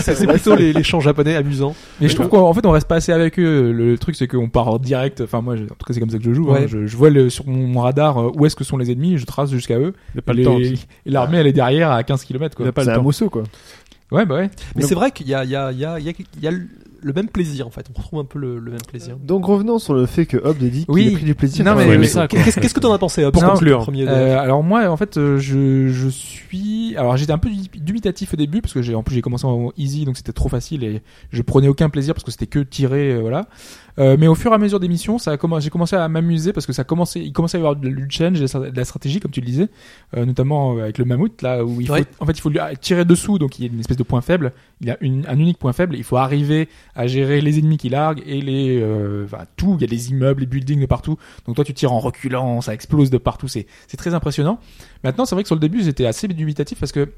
Speaker 3: c'est, c'est plutôt les, les chants japonais amusants.
Speaker 4: Mais je trouve qu'en en fait, on reste pas assez avec eux. Le, le truc, c'est qu'on part en direct. Enfin, moi, je- en tout cas, c'est comme ça que je joue. hein.
Speaker 3: Ouais.
Speaker 4: Je, je vois le, sur mon radar euh, où est-ce que sont les ennemis. Je trace jusqu'à eux.
Speaker 2: Il n'a pas
Speaker 4: Les-
Speaker 2: le temps.
Speaker 4: et L'armée, elle est derrière à 15 km,
Speaker 2: Il
Speaker 4: quoi.
Speaker 2: n'a pas
Speaker 6: C'est
Speaker 2: le
Speaker 6: un
Speaker 2: temps.
Speaker 6: mousseau, quoi.
Speaker 4: Ouais, bah ouais.
Speaker 3: Mais
Speaker 6: Donc-
Speaker 3: c'est vrai qu'il y a, il y, a, il y, a, il y a- il y a le même plaisir en fait. On retrouve un peu le, le même plaisir.
Speaker 6: Donc revenons sur le fait que Hobbes a dit qu'il
Speaker 4: Oui.
Speaker 6: a pris du plaisir.
Speaker 4: Non,
Speaker 6: dans
Speaker 4: mais-
Speaker 6: Ah, le
Speaker 4: mais
Speaker 6: jeu.
Speaker 5: ça, quoi.
Speaker 3: Qu'est-ce qu'est-ce que t'en as pensé Hub,
Speaker 2: Pour
Speaker 3: sur ton
Speaker 2: conclure.
Speaker 3: premier
Speaker 4: Euh, alors moi, en fait, euh, je, je suis. Alors j'étais un peu du- dubitatif au début parce que j'ai en plus j'ai commencé en easy donc c'était trop facile et je prenais aucun plaisir parce que c'était que tirer euh, voilà. Euh, mais au fur et à mesure des missions, ça a commen- j'ai commencé à m'amuser parce que ça commençait, il commençait à y avoir de- du challenge, de la- de la stratégie comme tu le disais, euh, notamment euh, avec le mammouth là où il faut,
Speaker 3: Ouais.
Speaker 4: en fait il faut lui ah, tirer dessous donc il y a une espèce de point faible, il y a une- un unique point faible, il faut arriver à gérer les ennemis qui larguent et les euh, enfin, tout, il y a des immeubles, les buildings de partout. Donc toi tu tires en reculant, ça explose de partout, c'est c'est très impressionnant. Maintenant, c'est vrai que sur le début, j'étais assez dubitatif parce que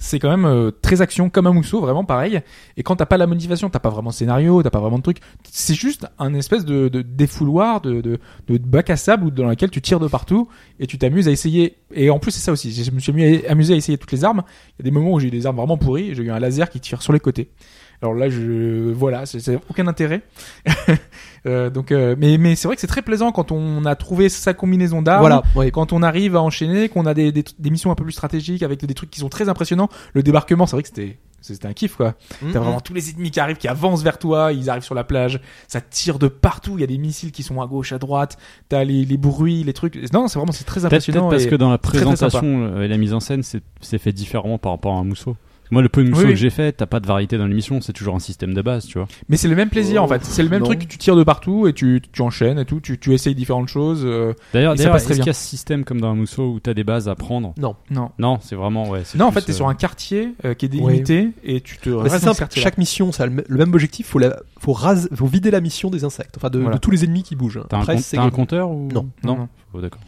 Speaker 4: c'est quand même euh, très action, comme un mousseau, vraiment pareil. Et quand t'as pas la motivation, t'as pas vraiment de scénario, t'as pas vraiment de truc. C'est juste un espèce de, de défouloir, de, de, de bac à sable où- dans lequel tu tires de partout et tu t'amuses à essayer. Et en plus, c'est ça aussi. Je me suis mis- amusé à essayer toutes les armes. Il y a des moments où j'ai eu des armes vraiment pourries. J'ai eu un laser qui tire sur les côtés. Alors là, je voilà, c'est- c'est aucun intérêt. Euh, donc, euh, mais mais c'est vrai que c'est très plaisant quand on a trouvé sa combinaison d'armes.
Speaker 3: Voilà. ouais.
Speaker 4: Et quand on arrive à enchaîner, qu'on a des, des, des missions un peu plus stratégiques avec des trucs qui sont très impressionnants, le débarquement, c'est vrai que c'était c'était un kiff quoi.
Speaker 3: Mm-hmm.
Speaker 4: T'as
Speaker 3: Mmh.
Speaker 4: vraiment tous les ennemis qui arrivent, qui avancent vers toi, ils arrivent sur la plage, ça tire de partout, il y a des missiles qui sont à gauche, à droite, t'as les, les bruits, les trucs. Non, c'est vraiment c'est très
Speaker 5: Peut-être peut-être
Speaker 4: impressionnant.
Speaker 5: parce
Speaker 4: et-
Speaker 5: que dans la
Speaker 4: très, très sympa.
Speaker 5: présentation euh, et la mise en scène, c'est c'est fait différemment par rapport à un mousseau. Moi, le peu de mousseau
Speaker 4: Oui.
Speaker 5: que j'ai fait, t'as pas de variété dans l'émission, c'est toujours un système de base, tu vois.
Speaker 4: Mais c'est le même plaisir
Speaker 6: Oh,
Speaker 4: en fait, c'est le même
Speaker 6: non.
Speaker 4: truc, tu tires de partout et tu, tu enchaînes et tout, tu, tu essayes différentes choses. euh,
Speaker 5: D'ailleurs,
Speaker 4: Et ça
Speaker 5: d'ailleurs,
Speaker 4: passe
Speaker 5: est-ce
Speaker 4: très
Speaker 5: qu'il
Speaker 4: bien.
Speaker 5: y a ce système comme dans un mousseau où t'as des bases à prendre
Speaker 4: non.
Speaker 5: Non, c'est vraiment, ouais. c'est
Speaker 4: Non, en
Speaker 5: plus,
Speaker 4: fait, t'es
Speaker 5: euh,
Speaker 4: sur un quartier euh, qui est délimité et tu te.
Speaker 3: Bah,
Speaker 4: restes
Speaker 3: c'est
Speaker 4: dans ce
Speaker 3: simple.
Speaker 4: quartier-là.
Speaker 3: Chaque mission, ça a le, m- le même objectif. Faut la, faut rase, faut vider la mission des insectes. Enfin, de,
Speaker 4: Voilà.
Speaker 3: de tous les ennemis qui bougent. hein.
Speaker 5: T'as un,
Speaker 3: Après,
Speaker 5: com-
Speaker 3: c'est
Speaker 5: t'as un compteur ou
Speaker 3: Non.
Speaker 5: Non,
Speaker 4: Non, non.
Speaker 5: Oh, d'accord.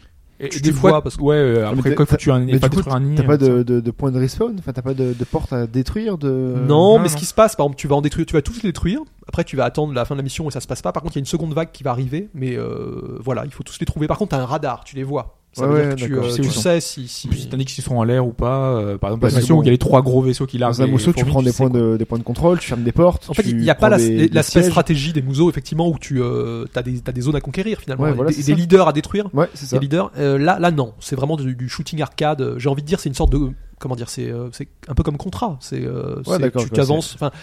Speaker 4: Et, et
Speaker 3: tu- tu
Speaker 4: des
Speaker 3: le
Speaker 4: fois,
Speaker 3: vois parce que-
Speaker 4: ouais, euh,
Speaker 6: mais
Speaker 4: après
Speaker 6: t'as-
Speaker 4: quoi, faut tuer un,
Speaker 6: Mais
Speaker 4: faut
Speaker 6: du coup,
Speaker 4: détruire un nid,
Speaker 6: t'as pas
Speaker 4: euh,
Speaker 6: de, de, de point de respawn, enfin t'as pas de, de porte à détruire, de.
Speaker 3: Non,
Speaker 4: non,
Speaker 3: mais ce
Speaker 4: non.
Speaker 3: qui se passe, par exemple, tu vas en détruire, tu vas tous les détruire. Après, tu vas attendre la fin de la mission et ça se passe pas. Par contre, il y a une seconde vague qui va arriver, mais euh, voilà, il faut tous les trouver. Par contre, t'as un radar, tu les vois. Ça
Speaker 6: Ouais,
Speaker 3: veut
Speaker 6: ouais,
Speaker 3: dire que tu,
Speaker 6: d'accord.
Speaker 3: euh,
Speaker 4: C'est
Speaker 3: tu
Speaker 4: où ils sont.
Speaker 3: sais si, si-
Speaker 4: En plus, t'indiques s'ils sont en l'air ou pas. euh, par exemple,
Speaker 6: Bah,
Speaker 4: la
Speaker 6: c'est
Speaker 4: mission
Speaker 6: bon.
Speaker 4: où il y a les trois gros vaisseaux qui larguent.
Speaker 6: Dans un
Speaker 4: les
Speaker 6: mousseau, tu
Speaker 4: fourmis,
Speaker 6: prends des
Speaker 4: sais
Speaker 6: points, de, des points de contrôle, tu fermes des portes.
Speaker 3: En fait,
Speaker 6: tu
Speaker 3: il n'y a pas
Speaker 6: prends
Speaker 3: la-
Speaker 6: des- des
Speaker 3: l'aspect
Speaker 6: sièges.
Speaker 3: stratégie des museaux, effectivement, où tu as, des, t'as des zones à conquérir finalement,
Speaker 6: Ouais,
Speaker 3: et
Speaker 6: voilà,
Speaker 3: des,
Speaker 6: c'est
Speaker 3: des
Speaker 6: ça.
Speaker 3: leaders à détruire.
Speaker 6: Ouais, c'est
Speaker 3: Des
Speaker 6: ça.
Speaker 3: leaders. Euh, là, là, non, c'est vraiment du, du shooting arcade. Euh, J'ai envie de dire, c'est une sorte de. Comment dire C'est euh, c'est un peu comme contrat. C'est euh, c'est-
Speaker 6: d'accord,
Speaker 3: tu
Speaker 6: je vois,
Speaker 3: t'avances. Enfin,
Speaker 4: quoi.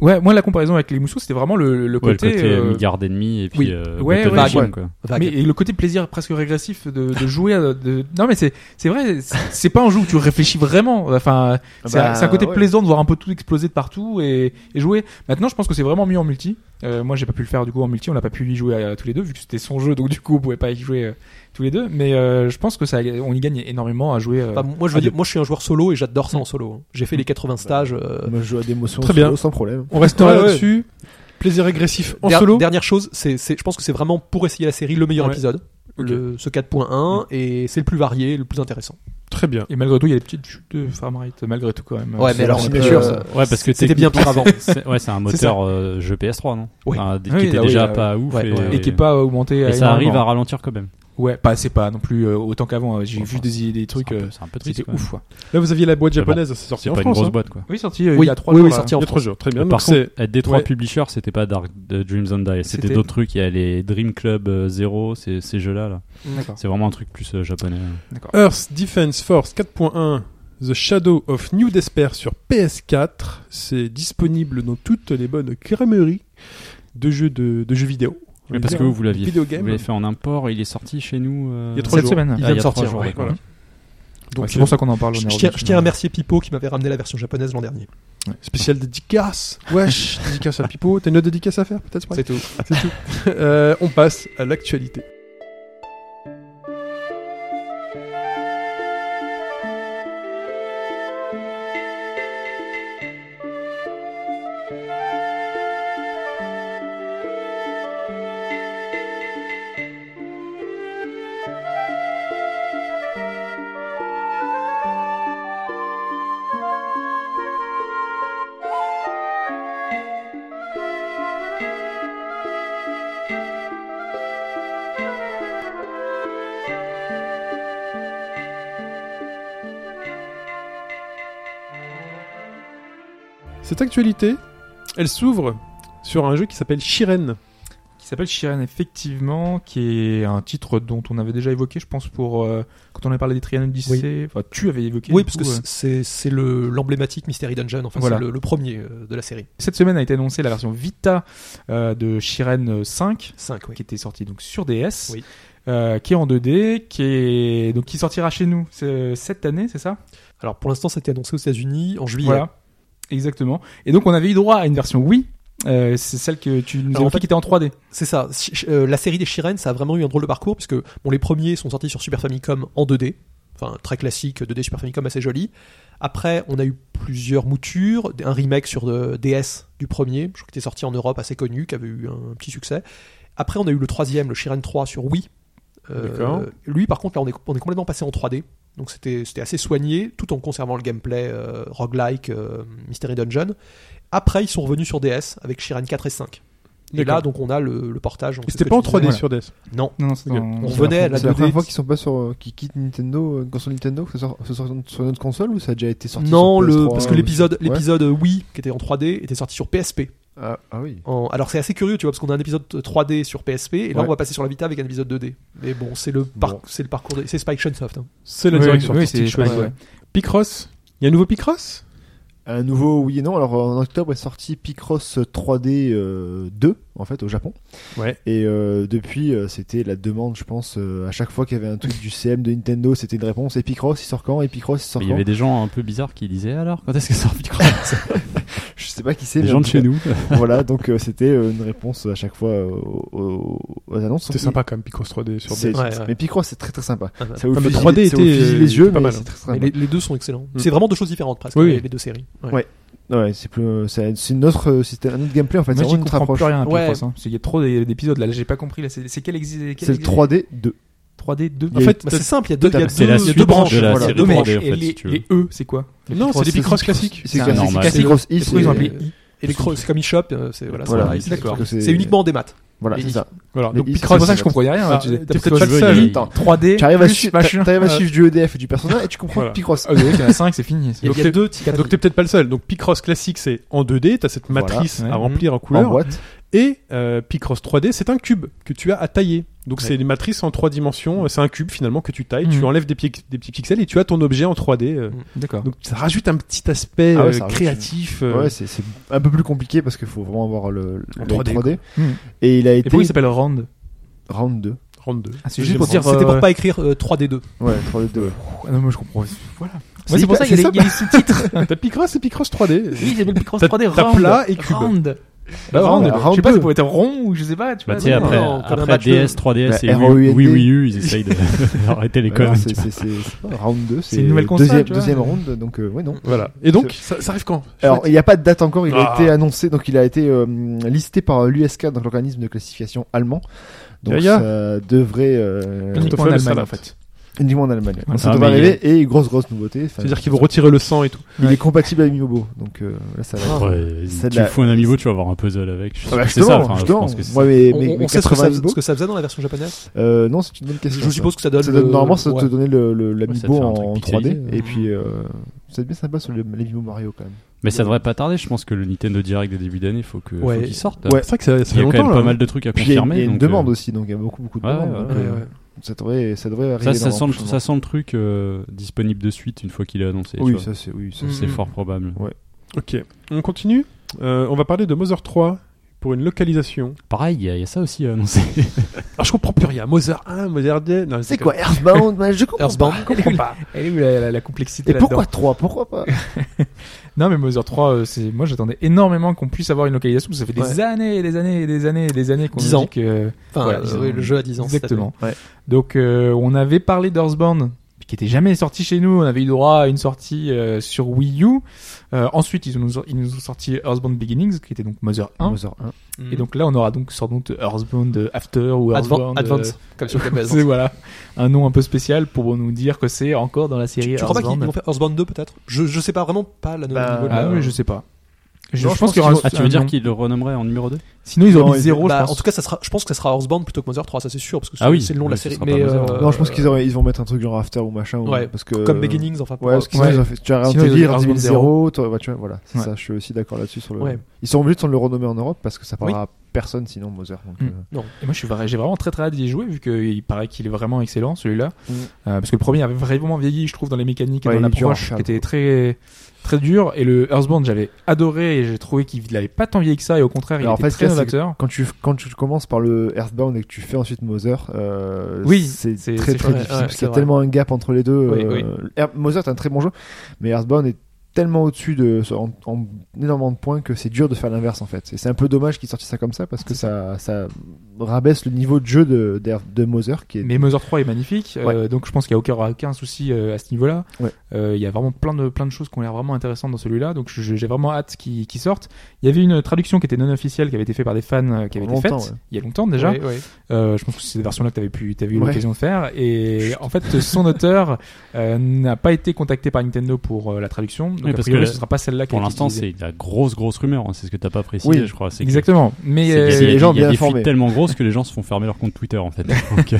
Speaker 4: Ouais, moi la comparaison avec les mousseaux, c'était vraiment le, le
Speaker 5: Ouais, le
Speaker 4: côté.
Speaker 5: côté
Speaker 4: euh,
Speaker 5: milliard d'ennemis et puis
Speaker 4: oui.
Speaker 5: euh,
Speaker 4: Ouais,
Speaker 5: Battle
Speaker 3: ouais,
Speaker 5: Machine,
Speaker 6: ouais.
Speaker 5: quoi.
Speaker 4: mais
Speaker 3: vague.
Speaker 4: et le côté plaisir presque régressif de, de jouer. à- De... Non, mais c'est c'est vrai. c'est- C'est pas un jeu où tu réfléchis vraiment. Enfin, c'est
Speaker 6: Bah,
Speaker 4: un- c'est un côté
Speaker 6: ouais.
Speaker 4: plaisant de voir un peu tout exploser de partout et, et jouer. Maintenant, je pense que c'est vraiment mieux en multi. Euh, moi, j'ai pas pu le faire du coup en multi. On n'a pas pu y jouer euh, tous les deux vu que c'était son jeu. Donc du coup, on pouvait pas y jouer euh, tous les deux. Mais euh, je pense que ça, on y gagne énormément à jouer. euh,
Speaker 3: Enfin,
Speaker 6: ah,
Speaker 3: moi, je veux dire, moi, je suis un joueur solo et j'adore
Speaker 6: Mmh.
Speaker 3: ça en solo. hein. J'ai fait les
Speaker 6: Bah,
Speaker 3: 80 stages. euh,
Speaker 6: Moi, je joue à des motions
Speaker 2: Très
Speaker 6: solo,
Speaker 2: bien.
Speaker 6: sans problème.
Speaker 2: On restera
Speaker 3: Ouais, ouais.
Speaker 2: là-dessus. Plaisir régressif en
Speaker 3: Der-
Speaker 2: solo.
Speaker 3: Dernière chose, c'est, c'est- je pense que c'est vraiment pour essayer la série le meilleur
Speaker 2: Ouais.
Speaker 3: épisode, le, ce 4.1,
Speaker 6: Mmh.
Speaker 3: et c'est le plus varié, le plus intéressant.
Speaker 2: Très bien.
Speaker 4: Et malgré tout, il y a des petites chutes de Fahrenheit, malgré tout quand même.
Speaker 3: Ouais, mais alors,
Speaker 6: c'est
Speaker 3: euh,
Speaker 6: bien sûr, ça.
Speaker 5: Ouais, parce que
Speaker 3: c'était bien pire avant.
Speaker 5: C'est- Ouais, c'est un
Speaker 4: C'est ça.
Speaker 5: moteur euh, jeu PS3, non
Speaker 3: Oui.
Speaker 5: Enfin, d-
Speaker 4: Oui,
Speaker 5: Qui était
Speaker 4: là, oui, euh,
Speaker 5: déjà
Speaker 4: là,
Speaker 5: pas ouf.
Speaker 3: Ouais,
Speaker 5: et,
Speaker 3: ouais.
Speaker 4: Et qui est pas augmenté.
Speaker 5: et ça
Speaker 4: énormément.
Speaker 5: arrive hein. à ralentir quand même.
Speaker 4: Ouais, pas c'est pas non plus euh, autant qu'avant. euh, J'ai
Speaker 5: Enfin,
Speaker 4: vu des, des
Speaker 5: C'est un
Speaker 4: trucs.
Speaker 5: peu-
Speaker 4: euh,
Speaker 5: C'est un peu triste.
Speaker 4: C'était
Speaker 5: quand même.
Speaker 4: ouf. quoi.
Speaker 2: Là, vous aviez la boîte
Speaker 5: C'est pas-
Speaker 2: japoneuse, c'est sorti
Speaker 5: C'est
Speaker 2: en
Speaker 5: pas une
Speaker 2: France.
Speaker 5: grosse
Speaker 2: hein.
Speaker 5: boîte, quoi.
Speaker 4: Oui, sorti euh,
Speaker 3: Oui,
Speaker 4: il y a trois
Speaker 3: oui,
Speaker 4: jours.
Speaker 3: oui,
Speaker 4: là.
Speaker 6: hein.
Speaker 3: sorti en
Speaker 2: Il y a trois
Speaker 3: France.
Speaker 2: jours. Très bien.
Speaker 5: Par
Speaker 2: Donc,
Speaker 5: contre,
Speaker 2: c'est
Speaker 5: être des trois
Speaker 2: ouais.
Speaker 5: publishers, c'était pas Dark euh, Dreams and Die, c'était
Speaker 4: C'était-
Speaker 5: d'autres trucs. Il y a les Dream Club euh, Zero, ces, ces jeux-là. Là.
Speaker 4: D'accord.
Speaker 5: C'est vraiment un truc plus euh, japonais.
Speaker 2: Earth Defense Force 4.1 The Shadow of New Despair sur PS4. C'est disponible dans toutes les bonnes crèmeries de jeux, de, de jeux vidéo.
Speaker 5: Oui, parce que vous, vous l'aviez
Speaker 2: Video
Speaker 5: vous
Speaker 2: game.
Speaker 5: l'avez fait en import, il est sorti chez nous. euh,
Speaker 2: Il y a trois
Speaker 4: Cette
Speaker 2: jours.
Speaker 4: semaine.
Speaker 3: Il
Speaker 5: Ah,
Speaker 3: vient de
Speaker 5: y a trois
Speaker 3: sortir,
Speaker 5: jours,
Speaker 3: ouais,
Speaker 5: d'accord.
Speaker 4: voilà.
Speaker 3: Donc,
Speaker 4: Ouais, c'est pour
Speaker 3: euh,
Speaker 4: ça qu'on en parle. on
Speaker 3: je,
Speaker 4: est
Speaker 3: je tiens,
Speaker 4: revenu
Speaker 3: je
Speaker 4: sur-
Speaker 3: tiens à remercier Pipo qui m'avait ramené la version japonaise l'an dernier.
Speaker 2: Spécial dédicace. Wesh, dédicace à Pipo. T'as une autre dédicace à faire peut-être Sprite
Speaker 3: C'est tout.
Speaker 2: C'est tout. Euh, on passe à l'actualité. Cette actualité, elle s'ouvre sur un jeu qui s'appelle Shiren.
Speaker 4: qui s'appelle Shiren effectivement, qui est un titre dont on avait déjà évoqué, je pense, pour euh, quand on avait parlé des Trianon Odyssey. Enfin, tu avais évoqué.
Speaker 3: Oui,
Speaker 4: du
Speaker 3: parce
Speaker 4: coup,
Speaker 3: que
Speaker 4: euh,
Speaker 3: c'est c'est le- l'emblématique Mystery Dungeon, enfin,
Speaker 4: Voilà.
Speaker 3: c'est le, le premier euh, de la série.
Speaker 4: cette semaine a été annoncée la version Vita euh, de Shiren 5,
Speaker 3: 5, oui.
Speaker 4: qui était sortie donc sur DS,
Speaker 3: Oui.
Speaker 4: euh, qui est en 2D, qui est donc qui sortira chez nous c'est- cette année, c'est ça
Speaker 3: Alors, pour l'instant, ça a été annoncé aux États-Unis en juillet.
Speaker 4: Voilà, exactement. Et donc on avait eu droit à une version Wii. euh, c'est celle que tu nous as
Speaker 3: Alors, en
Speaker 4: évoquée
Speaker 3: fait-
Speaker 4: qui était en 3D.
Speaker 3: C'est ça. Ch- euh, la série des Shiren, ça a vraiment eu un drôle de parcours, puisque bon, les premiers sont sortis sur Super Famicom en 2D. Enfin, très classique, 2D Super Famicom assez joli. Après, on a eu plusieurs moutures, un remake sur euh, DS du premier, je crois qu'il était sorti en Europe, assez connu, qui avait eu un petit succès. Après, on a eu le troisième, le Shiren 3 sur Wii. Euh,
Speaker 2: D'accord.
Speaker 3: lui, par contre, là, on est, on est complètement passé en 3D. Donc, c'était c'était assez soigné, tout en conservant le gameplay euh, roguelike, euh, Mystery Dungeon. Après, ils sont revenus sur DS avec Shiren 4 et 5. Et là, donc, on a le, le portage. donc
Speaker 2: Et
Speaker 3: c'est
Speaker 2: c'était
Speaker 3: ce que
Speaker 2: pas en
Speaker 3: tu
Speaker 2: 3D
Speaker 3: disais.
Speaker 2: sur DS.
Speaker 3: Non.
Speaker 4: Non, non, c'est
Speaker 2: Ok.
Speaker 4: en-
Speaker 3: On revenait à la
Speaker 6: C'est la
Speaker 3: 2D.
Speaker 6: première fois qu'ils sont pas sur, euh, qui quittent Nintendo, euh, console Nintendo, que ça sort, ça sort sur notre console ou ça a déjà été sorti
Speaker 3: Non,
Speaker 6: sur
Speaker 3: le,
Speaker 6: PS3,
Speaker 3: parce que
Speaker 6: ou-
Speaker 3: l'épisode,
Speaker 6: euh, Ouais.
Speaker 3: l'épisode euh, Wii, qui était en 3D, était sorti sur PSP.
Speaker 6: Ah, ah oui.
Speaker 3: En- alors, c'est assez curieux, tu vois, parce qu'on a un épisode 3D sur PSP, et là,
Speaker 6: Ouais.
Speaker 3: on va passer sur la Vita avec un épisode 2D. Mais bon, c'est le, par- c'est le parcours, de- c'est Spike Chunsoft. hein.
Speaker 2: C'est la
Speaker 4: Oui,
Speaker 2: direction
Speaker 4: oui,
Speaker 2: artistique
Speaker 4: c'est-
Speaker 2: choisie.
Speaker 4: ouais.
Speaker 2: Picross. Il y a un nouveau Picross
Speaker 6: Un nouveau oui et non. Alors en octobre est sorti Picross 3D euh, 2 en fait au Japon.
Speaker 2: Ouais.
Speaker 6: Et euh, depuis euh, c'était la demande je pense euh, à chaque fois qu'il y avait un truc du CM de Nintendo c'était une réponse et Picross il sort quand et Picross il sort
Speaker 5: Mais il y
Speaker 6: quand.
Speaker 5: avait des gens un peu bizarres qui disaient alors quand est-ce que sort Picross
Speaker 6: Je sais pas qui c'est.
Speaker 5: Des
Speaker 6: mais
Speaker 5: gens
Speaker 6: en
Speaker 5: de
Speaker 6: tout
Speaker 5: chez
Speaker 6: cas,
Speaker 5: nous.
Speaker 6: voilà donc euh, c'était euh, une réponse à chaque fois euh, aux, aux- aux annonces.
Speaker 2: C'était
Speaker 6: Donc,
Speaker 2: sympa quand même, Picross 3D sur
Speaker 6: C'est-
Speaker 2: DS.
Speaker 3: Ouais, ouais.
Speaker 6: Mais Picross c'est très très sympa.
Speaker 3: Ah, bah.
Speaker 6: Ça vous
Speaker 2: Ah, mais
Speaker 6: fusille-
Speaker 2: 3D
Speaker 6: ça vous
Speaker 2: était,
Speaker 6: fusille
Speaker 2: euh,
Speaker 6: les yeux
Speaker 2: pas
Speaker 6: mais
Speaker 2: mal,
Speaker 6: c'est
Speaker 2: hein.
Speaker 6: très, très
Speaker 3: Mais
Speaker 6: sympa.
Speaker 3: les, les deux sont excellents.
Speaker 2: Mm.
Speaker 3: C'est vraiment deux choses différentes, presque,
Speaker 2: Oui,
Speaker 3: les,
Speaker 2: oui.
Speaker 3: les deux séries. Ouais.
Speaker 6: Ouais. Ouais, c'est plus, euh, c'est c'est une autre, euh, système, un autre gameplay en fait. C'est vraiment
Speaker 4: Moi, j'y
Speaker 6: une autre
Speaker 4: comprends
Speaker 6: approche.
Speaker 4: plus rien à
Speaker 3: Ouais.
Speaker 4: Picross, hein, parce qu'il y a trop d'é- d'épisodes là, j'ai pas compris. là, C'est c'est quel exi- quel
Speaker 6: C'est le
Speaker 4: exi-
Speaker 6: 3D 2.
Speaker 4: 3D 2
Speaker 2: En fait,
Speaker 3: Bah, c'est simple, il y a deux, il y a
Speaker 5: C'est
Speaker 3: deux-
Speaker 5: la
Speaker 3: il y a
Speaker 5: suite
Speaker 3: deux branches.
Speaker 5: de la
Speaker 6: voilà.
Speaker 5: série
Speaker 3: Deux
Speaker 5: 3D,
Speaker 3: branches.
Speaker 5: en
Speaker 3: Et
Speaker 5: fait,
Speaker 3: les-
Speaker 5: si tu veux.
Speaker 4: les E, c'est quoi
Speaker 2: non, c'est des Picross classiques.
Speaker 6: C'est
Speaker 5: un
Speaker 6: classique.
Speaker 5: normal.
Speaker 6: C'est Picross I.
Speaker 4: Et pourquoi ils
Speaker 6: c'est-
Speaker 4: ont appelé I
Speaker 3: Et les cro- c'est comme eShop, euh, c'est voilà.
Speaker 6: Voilà,
Speaker 3: c'est-
Speaker 6: oui,
Speaker 3: c'est-
Speaker 4: d'accord.
Speaker 3: c'est-
Speaker 6: c'est-
Speaker 3: C'est uniquement en démat.
Speaker 6: Voilà,
Speaker 3: Les
Speaker 6: c'est
Speaker 3: I.
Speaker 6: ça.
Speaker 2: Voilà.
Speaker 6: Les
Speaker 2: Donc
Speaker 6: I,
Speaker 4: C'est
Speaker 2: Picross,
Speaker 4: pour ça
Speaker 6: c'est-
Speaker 4: que je comprenais rien.
Speaker 2: Ah,
Speaker 4: tu-
Speaker 2: t'es
Speaker 4: T'es
Speaker 2: peut-être
Speaker 4: peut-être pas
Speaker 2: pas
Speaker 4: le
Speaker 2: le seul.
Speaker 4: seul.
Speaker 6: Attends.
Speaker 4: 3D.
Speaker 6: Tu arrives à
Speaker 4: plus
Speaker 6: suivre,
Speaker 4: machin.
Speaker 6: t'arrives à
Speaker 4: Ah.
Speaker 6: suivre du EDF et du personnage et tu comprends
Speaker 2: Voilà.
Speaker 6: Picross.
Speaker 4: Ah, oui, il y en a 5, c'est fini.
Speaker 3: Il y a-
Speaker 4: Donc,
Speaker 3: il y a deux types.
Speaker 2: donc t'es peut-être pas le seul. Donc Picross classique, c'est en 2D, t'as cette
Speaker 6: Voilà.
Speaker 2: matrice
Speaker 4: Ouais.
Speaker 2: à remplir en
Speaker 6: En
Speaker 2: couleur.
Speaker 6: boîte.
Speaker 2: Et euh, Picross 3D, c'est un cube que tu as à tailler. Donc
Speaker 3: Ouais.
Speaker 2: c'est des matrices en trois dimensions, euh, c'est un cube finalement que tu tailles, tu
Speaker 4: Mhm.
Speaker 2: enlèves des, pi- des petits pixels et tu as ton objet en 3D. euh.
Speaker 4: D'accord.
Speaker 2: Donc ça rajoute un petit aspect
Speaker 6: Ah ouais,
Speaker 2: euh,
Speaker 6: ça rajoute-
Speaker 2: créatif. euh.
Speaker 6: Ouais, c'est c'est un peu plus compliqué parce qu'il faut vraiment avoir le, le-
Speaker 2: En
Speaker 6: le
Speaker 2: 3D,
Speaker 6: 3D.
Speaker 4: quoi. Hmm.
Speaker 6: Et il a
Speaker 4: Et
Speaker 6: été
Speaker 4: pourquoi il s'appelle Rand
Speaker 6: round 2.
Speaker 2: Round 2.
Speaker 4: Ah, C'est
Speaker 2: Deuxième
Speaker 4: juste pour dire.
Speaker 3: C'était pour
Speaker 4: euh,
Speaker 3: pas écrire euh, 3D2.
Speaker 6: Ouais, 3D 2.
Speaker 4: Ah Non, moi je comprends. Voilà.
Speaker 2: Ouais,
Speaker 4: c'est pour ça
Speaker 2: qu'il
Speaker 4: qu'il
Speaker 2: y
Speaker 4: y
Speaker 2: a
Speaker 4: a
Speaker 2: des-
Speaker 4: des sous-titres.
Speaker 2: Ah, T'as Picross et Picross 3D.
Speaker 4: Oui, j'appelle Picross
Speaker 2: T'as-
Speaker 4: 3D
Speaker 2: t'as
Speaker 4: Round.
Speaker 2: plat et cube.
Speaker 4: Round.
Speaker 2: Bah,
Speaker 6: round.
Speaker 4: Round. Je sais pas,
Speaker 6: Round
Speaker 4: ça pouvait être rond ou je sais pas. Tu
Speaker 5: Bah,
Speaker 4: vois,
Speaker 5: tu sais,
Speaker 4: non,
Speaker 5: après,
Speaker 4: non.
Speaker 3: Ah quand un
Speaker 5: après
Speaker 3: match de-
Speaker 5: DS, 3DS
Speaker 6: Bah,
Speaker 5: et
Speaker 6: ROUND.
Speaker 5: Wii, Wii U, ils essayent de- d'arrêter les
Speaker 6: Bah non,
Speaker 5: conneries.
Speaker 6: C'est c'est- c'est- c'est pas round 2.
Speaker 4: C'est une nouvelle console,
Speaker 6: Deuxième,
Speaker 4: tu vois.
Speaker 6: deuxième round, donc euh, ouais, non.
Speaker 2: Voilà. Et donc, ça, ça arrive quand
Speaker 6: Alors, il n'y a pas de date encore, il
Speaker 2: Ah.
Speaker 6: a été annoncé, donc il a été euh, listé par l'USK, donc l'organisme de classification allemand. Donc
Speaker 2: Yaya.
Speaker 6: ça devrait euh,
Speaker 4: Uniquement en
Speaker 2: Toffel,
Speaker 4: Allemagne,
Speaker 2: salade.
Speaker 4: en fait.
Speaker 6: uniquement en Allemagne. Donc, ça
Speaker 5: Ah,
Speaker 6: devrait
Speaker 5: mais
Speaker 6: arriver et grosse grosse nouveauté. enfin,
Speaker 2: C'est-à-dire qu'ils vont retirer le sang et tout.
Speaker 6: il est compatible avec Mimobo, donc euh, là ça va.
Speaker 5: Après,
Speaker 6: C'est de
Speaker 5: tu
Speaker 6: la-
Speaker 5: fous un amiibo, tu vas avoir un puzzle avec. Je
Speaker 6: Ah bah,
Speaker 5: sais pas, c'est ça,
Speaker 6: justement,
Speaker 5: enfin, je
Speaker 6: justement.
Speaker 5: pense que c'est
Speaker 6: Moi, mes-
Speaker 3: On,
Speaker 6: mes-
Speaker 3: on
Speaker 6: mes
Speaker 3: sait ce que, ça,
Speaker 6: 80 Amiibo,
Speaker 3: ce que ça faisait dans la version japonaise
Speaker 6: euh, non, c'est une bonne question.
Speaker 3: Je suppose que ça donne.
Speaker 6: ça donne
Speaker 3: le-
Speaker 6: normalement ça te
Speaker 3: ouais.
Speaker 6: donnait le, le,
Speaker 5: Ouais, ça
Speaker 6: l'amiibo
Speaker 5: te fait un truc
Speaker 6: en 3D
Speaker 5: pixelisé.
Speaker 6: et puis euh, c'est bien sympa sur le- l'amiibo Mario quand même.
Speaker 5: Mais ça devrait pas tarder, je pense que le Nintendo Direct de début d'année, faut que- faut
Speaker 3: Ouais.
Speaker 5: qu'il sorte.
Speaker 6: Ouais.
Speaker 2: C'est vrai que ça, ça
Speaker 5: Il y
Speaker 2: fait
Speaker 5: a
Speaker 2: longtemps.
Speaker 5: quand même
Speaker 2: là.
Speaker 5: pas mal de trucs à
Speaker 6: hein. Puis il y a, une- il y
Speaker 5: confirmer.
Speaker 6: a une
Speaker 5: donc,
Speaker 6: demande
Speaker 5: euh,
Speaker 6: aussi, donc il y a beaucoup beaucoup de
Speaker 5: ouais,
Speaker 6: demandes.
Speaker 5: ouais,
Speaker 6: donc,
Speaker 3: Ouais,
Speaker 6: euh,
Speaker 3: ouais.
Speaker 6: Ça devrait ça devrait arriver.
Speaker 5: Ça, ça
Speaker 6: dans-
Speaker 5: semble,
Speaker 6: prochainement.
Speaker 5: ça semble le truc euh, disponible de suite une fois qu'il est annoncé. tu
Speaker 6: Oui,
Speaker 5: vois.
Speaker 6: ça
Speaker 3: Mhm.
Speaker 6: c'est oui ça
Speaker 5: C'est fort probable.
Speaker 2: Ok. On continue. Euh, on va parler de Mother 3 pour une localisation.
Speaker 5: Pareil, il y, a- il y a ça aussi à annoncer.
Speaker 2: Alors je comprends plus rien. Mozart 1, Mozart 2. Non,
Speaker 6: C'est quoi Earthbound Bah, Je comprends
Speaker 3: Earthbound.
Speaker 6: pas.
Speaker 4: Je comprends pas. Elle est où la, la- la complexité
Speaker 6: Et
Speaker 4: là-dedans
Speaker 6: pourquoi 3 Pourquoi pas
Speaker 4: Non, mais Mother 3, euh, c'est moi j'attendais énormément qu'on puisse avoir une localisation. parce que Ça fait des
Speaker 6: Ouais.
Speaker 4: années et des années et des années et des années qu'on
Speaker 3: Dix
Speaker 4: nous
Speaker 3: ans.
Speaker 4: dit que
Speaker 3: Enfin,
Speaker 4: Voilà,
Speaker 3: euh,
Speaker 4: disons.
Speaker 3: oui, le jeu à 10 ans. c'est
Speaker 4: exactement.
Speaker 6: Ouais.
Speaker 4: Donc euh, on avait parlé d'Earthbound qui était jamais sorti chez nous. On avait eu droit à une sortie euh, sur Wii U. Euh, ensuite ils nous ont, ils nous ont sorti Earthbound Beginnings qui était donc Mother 1.
Speaker 6: Mother 1.
Speaker 3: ça.
Speaker 4: Et donc là on aura donc sans doute Earthbound euh, After ou
Speaker 3: Advan-
Speaker 4: Earthbound
Speaker 3: Advance,
Speaker 4: euh,
Speaker 3: comme sur Game Advance.
Speaker 4: c'est voilà un nom un peu spécial pour nous dire que c'est encore dans la série
Speaker 3: Tu crois pas qu'ils
Speaker 4: Earthbound.
Speaker 3: vont faire Earthbound 2 peut-être je, je sais pas vraiment pas la nouvelle
Speaker 6: Bah,
Speaker 3: niveau de
Speaker 4: Ah
Speaker 3: la-
Speaker 4: oui, je sais pas.
Speaker 6: je pense
Speaker 4: qu'il y
Speaker 6: qu'ils
Speaker 4: aura
Speaker 6: vont-
Speaker 5: ah, tu
Speaker 4: un
Speaker 5: veux dire
Speaker 4: nom.
Speaker 5: qu'il le renommerait en numéro 2
Speaker 4: Sinon, ils auront
Speaker 6: Non,
Speaker 4: mis
Speaker 6: ils-
Speaker 4: zéro,
Speaker 3: Bah,
Speaker 4: je pense.
Speaker 3: En tout cas, ça sera, je pense que ça sera Earthbound plutôt que Mother 3, ça c'est sûr, parce que
Speaker 5: Ah
Speaker 3: c'est-
Speaker 5: oui,
Speaker 3: c'est le nom de la
Speaker 5: oui, ce
Speaker 3: série.
Speaker 5: sera
Speaker 3: Mais
Speaker 5: pas Mother,
Speaker 3: euh,
Speaker 5: ouais.
Speaker 6: Non, je pense qu'ils auraient- ils vont mettre un truc genre After ou machin. ou-
Speaker 3: Ouais,
Speaker 6: parce que.
Speaker 3: comme Beginnings, enfin. pour-
Speaker 6: Ouais, parce qu'ils
Speaker 4: Ouais.
Speaker 6: ils ont fait. Tu as
Speaker 4: Sinon, ils ont fait
Speaker 6: dire
Speaker 4: Earthbound
Speaker 6: 0, toi, ouais, tu vois, voilà, c'est
Speaker 4: Ouais.
Speaker 6: ça, je suis aussi d'accord là-dessus. sur le.
Speaker 3: Ouais.
Speaker 6: Ils sont obligés de le renommer en Europe parce que ça parlera à personne sinon Mother. donc,
Speaker 4: Mm.
Speaker 6: euh,
Speaker 4: Et moi, je suis vrai- j'ai vraiment très très hâte d'y jouer, vu qu'il paraît qu'il est vraiment excellent, celui-là.
Speaker 6: Mm.
Speaker 4: Euh, parce que le premier avait vraiment vieilli, je trouve, dans les mécaniques
Speaker 6: Ouais,
Speaker 4: et dans
Speaker 6: il est dur à
Speaker 4: l'approche,
Speaker 6: faire,
Speaker 4: qui était très très dur. Et le Earthbound, j'avais adoré, et j'ai trouvé qu'il n'avait pas tant vieilli que ça, et au contraire, il
Speaker 6: Alors, en
Speaker 4: était
Speaker 6: fait,
Speaker 4: très
Speaker 6: ce qu'il y a,
Speaker 4: novateur.
Speaker 6: Quand tu, quand tu commences par le Earthbound et que tu fais ensuite Mother, euh,
Speaker 4: Oui,
Speaker 6: c'est
Speaker 4: c'est-
Speaker 6: très
Speaker 4: c'est
Speaker 6: très
Speaker 4: vrai,
Speaker 6: difficile
Speaker 4: ouais,
Speaker 6: parce
Speaker 4: c'est
Speaker 6: qu'il y a
Speaker 4: vrai.
Speaker 6: tellement un gap entre les deux.
Speaker 4: Oui,
Speaker 6: euh,
Speaker 4: oui.
Speaker 6: Air- Mother est un très bon jeu, mais Earthbound est tellement au-dessus de en, en énormément de points que c'est dur de faire l'inverse en fait. Et c'est un peu dommage qu'ils sortissent ça comme ça parce que ça, ça rabaisse le niveau de jeu de, d'Air- de Mother qui est
Speaker 4: Mais Mother 3 est magnifique, euh, donc je pense qu'il n'y a aucun, aucun souci euh, à ce niveau-là. Euh, Il
Speaker 6: Ouais.
Speaker 4: y a vraiment plein de, plein de choses qui ont l'air vraiment intéressantes dans celui-là, donc je- j'ai vraiment hâte qu'il qu'il sorte. Il y avait une traduction qui était non officielle, qui avait été faite par des fans, euh, qui avait été faite
Speaker 6: Longtemps, ouais.
Speaker 4: il y a longtemps déjà.
Speaker 3: Ouais, ouais.
Speaker 4: Euh, je pense que c'est cette version-là que t'avais pu, t'avais eu
Speaker 6: Ouais.
Speaker 4: l'occasion de faire. Et en fait, son auteur euh, n'a pas été contacté par Nintendo pour euh, la traduction. Donc,
Speaker 5: Oui,
Speaker 4: a
Speaker 5: parce
Speaker 4: priori,
Speaker 5: que
Speaker 4: ce sera pas celle-là qui
Speaker 5: Pour
Speaker 4: a été
Speaker 5: l'instant,
Speaker 4: utilisée.
Speaker 5: c'est de la grosse, grosse rumeur. hein. C'est ce que t'as pas précisé,
Speaker 6: Oui,
Speaker 5: je crois. C'est que-
Speaker 4: Exactement. Mais
Speaker 5: c'est-
Speaker 4: euh,
Speaker 5: Il y a,
Speaker 6: Les gens
Speaker 5: il y a
Speaker 6: bien
Speaker 5: des fuites
Speaker 6: informés.
Speaker 5: tellement grosses que les gens se font fermer leur compte Twitter en fait. Donc, euh,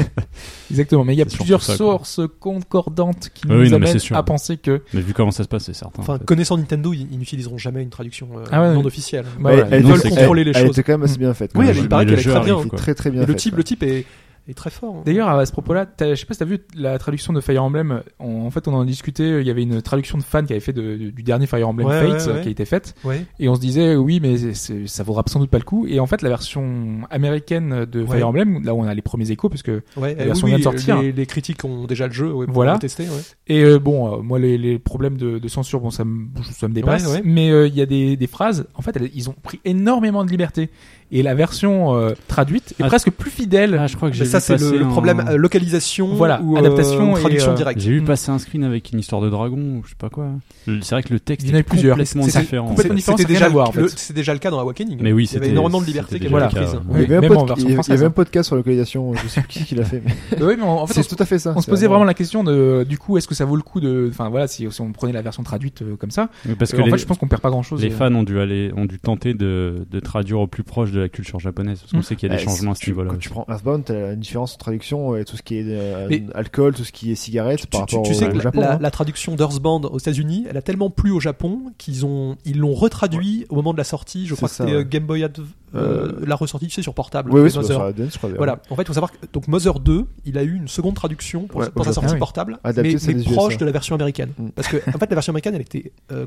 Speaker 4: exactement. Mais il y a
Speaker 5: C'est surtout
Speaker 4: plusieurs
Speaker 5: ça, quoi.
Speaker 4: sources concordantes qui
Speaker 5: Oui,
Speaker 4: nous
Speaker 5: non, mais
Speaker 4: amènent
Speaker 5: c'est sûr.
Speaker 4: à penser que.
Speaker 5: mais vu comment ça se passe, c'est certain.
Speaker 3: Enfin,
Speaker 5: en fait.
Speaker 3: connaissant Nintendo, ils ils n'utiliseront jamais une traduction euh,
Speaker 4: Ah ouais,
Speaker 3: non
Speaker 4: ouais.
Speaker 3: officielle.
Speaker 4: Bah,
Speaker 6: Elle-
Speaker 4: voilà.
Speaker 6: elle
Speaker 5: Ils
Speaker 6: était-
Speaker 5: veulent
Speaker 6: elle-
Speaker 3: contrôler les
Speaker 6: Elle
Speaker 3: choses.
Speaker 6: était quand même assez bien faite.
Speaker 3: Oui, elle-
Speaker 6: elle
Speaker 3: il paraît
Speaker 5: mais
Speaker 3: qu'elle
Speaker 5: le
Speaker 3: est
Speaker 5: jeu
Speaker 3: très bien.
Speaker 5: arrive,
Speaker 6: est
Speaker 5: quoi.
Speaker 6: très très bien
Speaker 3: Et le
Speaker 6: faite.
Speaker 3: type, le type est, est très fort. hein.
Speaker 4: D'ailleurs, à ce propos-là, t'as- je sais pas si t'as vu la traduction de Fire Emblem. On- en fait, on en discutait. Il y avait une traduction de fan qui avait fait de- du dernier Fire Emblem
Speaker 3: Ouais,
Speaker 4: Fates
Speaker 3: ouais,
Speaker 4: euh,
Speaker 3: ouais.
Speaker 4: qui a été faite.
Speaker 3: Ouais.
Speaker 4: Et on se disait, oui, mais c'est- c'est- ça vaudra sans doute pas le coup. Et en fait, la version américaine de Fire
Speaker 3: Ouais.
Speaker 4: Emblem, là où on a les premiers échos, parce que
Speaker 3: Ouais,
Speaker 4: La
Speaker 3: euh,
Speaker 4: version
Speaker 3: oui,
Speaker 4: vient de
Speaker 3: oui,
Speaker 4: sortir.
Speaker 3: Les, les critiques ont déjà le jeu, ouais, pour
Speaker 4: Voilà.
Speaker 3: le tester. Ouais.
Speaker 4: et euh, bon, euh, moi les, les problèmes de, de censure, bon, ça me ça me dépasse.
Speaker 3: Ouais, ouais.
Speaker 4: Mais euh, il y a des, des phrases. En fait, elles- ils ont pris énormément de liberté. Et la version euh, traduite est
Speaker 5: Ah,
Speaker 4: presque plus fidèle.
Speaker 5: Ah, je crois que j'ai
Speaker 3: Mais ça,
Speaker 5: vu
Speaker 3: c'est
Speaker 5: passer
Speaker 3: le, le
Speaker 5: un-
Speaker 3: problème euh, localisation,
Speaker 4: Voilà,
Speaker 3: ou, euh,
Speaker 4: adaptation
Speaker 3: ou
Speaker 4: et,
Speaker 3: traduction
Speaker 4: euh,
Speaker 3: directe.
Speaker 5: J'ai vu passer un screen avec une histoire de dragon ou je sais pas quoi. Le- C'est vrai que le texte
Speaker 4: Il y en a
Speaker 5: est
Speaker 4: eu plusieurs.
Speaker 5: complètement
Speaker 4: C'est- c'est
Speaker 5: différent. en
Speaker 4: complètement
Speaker 5: fait.
Speaker 4: différent,
Speaker 3: C'était
Speaker 4: ça n'a
Speaker 3: déjà,
Speaker 4: rien à voir, en
Speaker 3: le-
Speaker 4: fait.
Speaker 3: c'était déjà le cas dans Awakening.
Speaker 5: Mais oui,
Speaker 3: il y avait
Speaker 5: c'était-
Speaker 3: énormément de liberté
Speaker 5: c'était
Speaker 3: qui était
Speaker 4: déjà le
Speaker 3: prise.
Speaker 5: cas,
Speaker 6: Il y
Speaker 4: Oui,
Speaker 6: avait un
Speaker 4: même
Speaker 6: podca-
Speaker 4: en version
Speaker 6: il y avait- il y avait
Speaker 4: française.
Speaker 6: un podcast sur la localisation, je sais plus qui qui l'a fait, mais
Speaker 4: Euh, oui, mais en, en fait, on
Speaker 6: c'est
Speaker 4: se-
Speaker 6: tout à fait ça.
Speaker 4: on se
Speaker 6: Ah, c'est
Speaker 4: posait vraiment la question de, du coup, est-ce que ça vaut le coup de, enfin voilà, si, si on prenait la version traduite euh, comme ça,
Speaker 5: Mais Parce
Speaker 4: Euh,
Speaker 5: que hein.
Speaker 4: en
Speaker 5: les,
Speaker 4: fait, je pense qu'on perd pas grand-chose.
Speaker 5: les
Speaker 4: Euh,
Speaker 5: fans ont dû aller, ont dû tenter de, de traduire au plus proche de la culture japonaise parce qu'on
Speaker 4: Mm.
Speaker 5: sait qu'il y a des
Speaker 6: Ouais,
Speaker 5: changements à ce
Speaker 6: tu-
Speaker 5: niveau-là.
Speaker 6: Quand tu prends ah, Earthbound, t'as la différence en traduction et tout ce qui est euh,
Speaker 3: Mais-
Speaker 6: alcool, tout ce qui est cigarette
Speaker 3: Tu,
Speaker 6: par
Speaker 3: tu-
Speaker 6: rapport
Speaker 3: tu sais
Speaker 6: au,
Speaker 3: que la,
Speaker 6: Japon.
Speaker 3: la-
Speaker 6: hein.
Speaker 3: la traduction d'Earthbound aux États-Unis, elle a tellement plu au Japon qu'ils ont ils l'ont retraduit au moment de la sortie. Je
Speaker 6: C'est
Speaker 3: crois que
Speaker 6: ça,
Speaker 3: c'était
Speaker 6: ouais.
Speaker 3: euh, Game Boy Advance, la ressortie, tu sais, sur portable.
Speaker 6: Oui, oui,
Speaker 3: Mother.
Speaker 6: c'est sur la DS, je crois. d'ailleurs.
Speaker 3: Voilà. En fait, il faut savoir que donc Mother 2, il a eu une seconde traduction pour,
Speaker 6: Ouais,
Speaker 3: pour sa
Speaker 6: au Japon.
Speaker 3: sortie
Speaker 4: Ah oui.
Speaker 3: portable,
Speaker 6: Adapté,
Speaker 3: mais,
Speaker 6: c'est
Speaker 3: mais
Speaker 6: des USA.
Speaker 3: proche de la version américaine.
Speaker 6: Mm.
Speaker 3: Parce que en fait, la version américaine, elle était euh,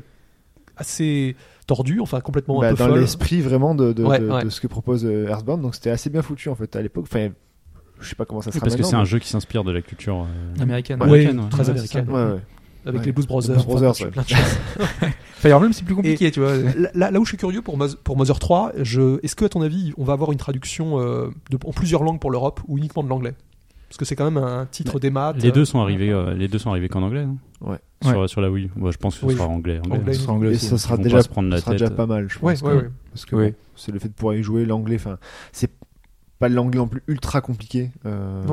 Speaker 3: assez tordue, enfin complètement
Speaker 6: Bah,
Speaker 3: un peu
Speaker 6: dans
Speaker 3: folle.
Speaker 6: l'esprit vraiment de, de,
Speaker 3: Ouais,
Speaker 6: de-
Speaker 3: ouais.
Speaker 6: de ce que propose euh, Earthbound, donc c'était assez bien foutu en fait à l'époque. Enfin, je sais pas comment ça
Speaker 5: Oui,
Speaker 6: sera
Speaker 5: parce que c'est
Speaker 6: maintenant.
Speaker 5: un jeu qui s'inspire de la culture euh,
Speaker 4: américaine.
Speaker 3: Ouais,
Speaker 5: américaine, ouais.
Speaker 3: très
Speaker 5: Ouais,
Speaker 3: américaine.
Speaker 5: c'est ça.
Speaker 6: Ouais, ouais.
Speaker 3: avec
Speaker 6: Ouais.
Speaker 3: les Blues Brothers.
Speaker 6: Blues Brothers,
Speaker 3: enfin,
Speaker 6: ouais.
Speaker 3: plein de choses.
Speaker 4: Fire Emblem, c'est plus compliqué, tu vois.
Speaker 3: là, là- là où je suis curieux pour, Moz- pour Mother 3, je, est-ce que à ton avis on va avoir une traduction euh, de, en plusieurs langues pour l'Europe ou uniquement de l'anglais Parce que c'est quand même un titre des maths.
Speaker 5: Les
Speaker 3: euh,
Speaker 5: deux sont arrivés, euh, les deux sont arrivés qu'en anglais. non
Speaker 6: Ouais.
Speaker 5: Sur, sur la Wii. Moi, je pense que ce
Speaker 3: Oui.
Speaker 5: sera anglais. anglais.
Speaker 3: Anglais.
Speaker 6: Et
Speaker 4: anglais
Speaker 6: ça sera
Speaker 5: vont
Speaker 6: déjà,
Speaker 5: pas se prendre la
Speaker 6: ça sera
Speaker 5: tête.
Speaker 6: déjà pas mal, je
Speaker 3: Ouais,
Speaker 6: pense.
Speaker 3: ouais,
Speaker 6: quand
Speaker 3: ouais.
Speaker 6: même. Parce que
Speaker 4: Ouais.
Speaker 6: bon, c'est le fait de pouvoir y jouer l'anglais. Enfin, c'est pas l'anglais non plus ultra compliqué. euh,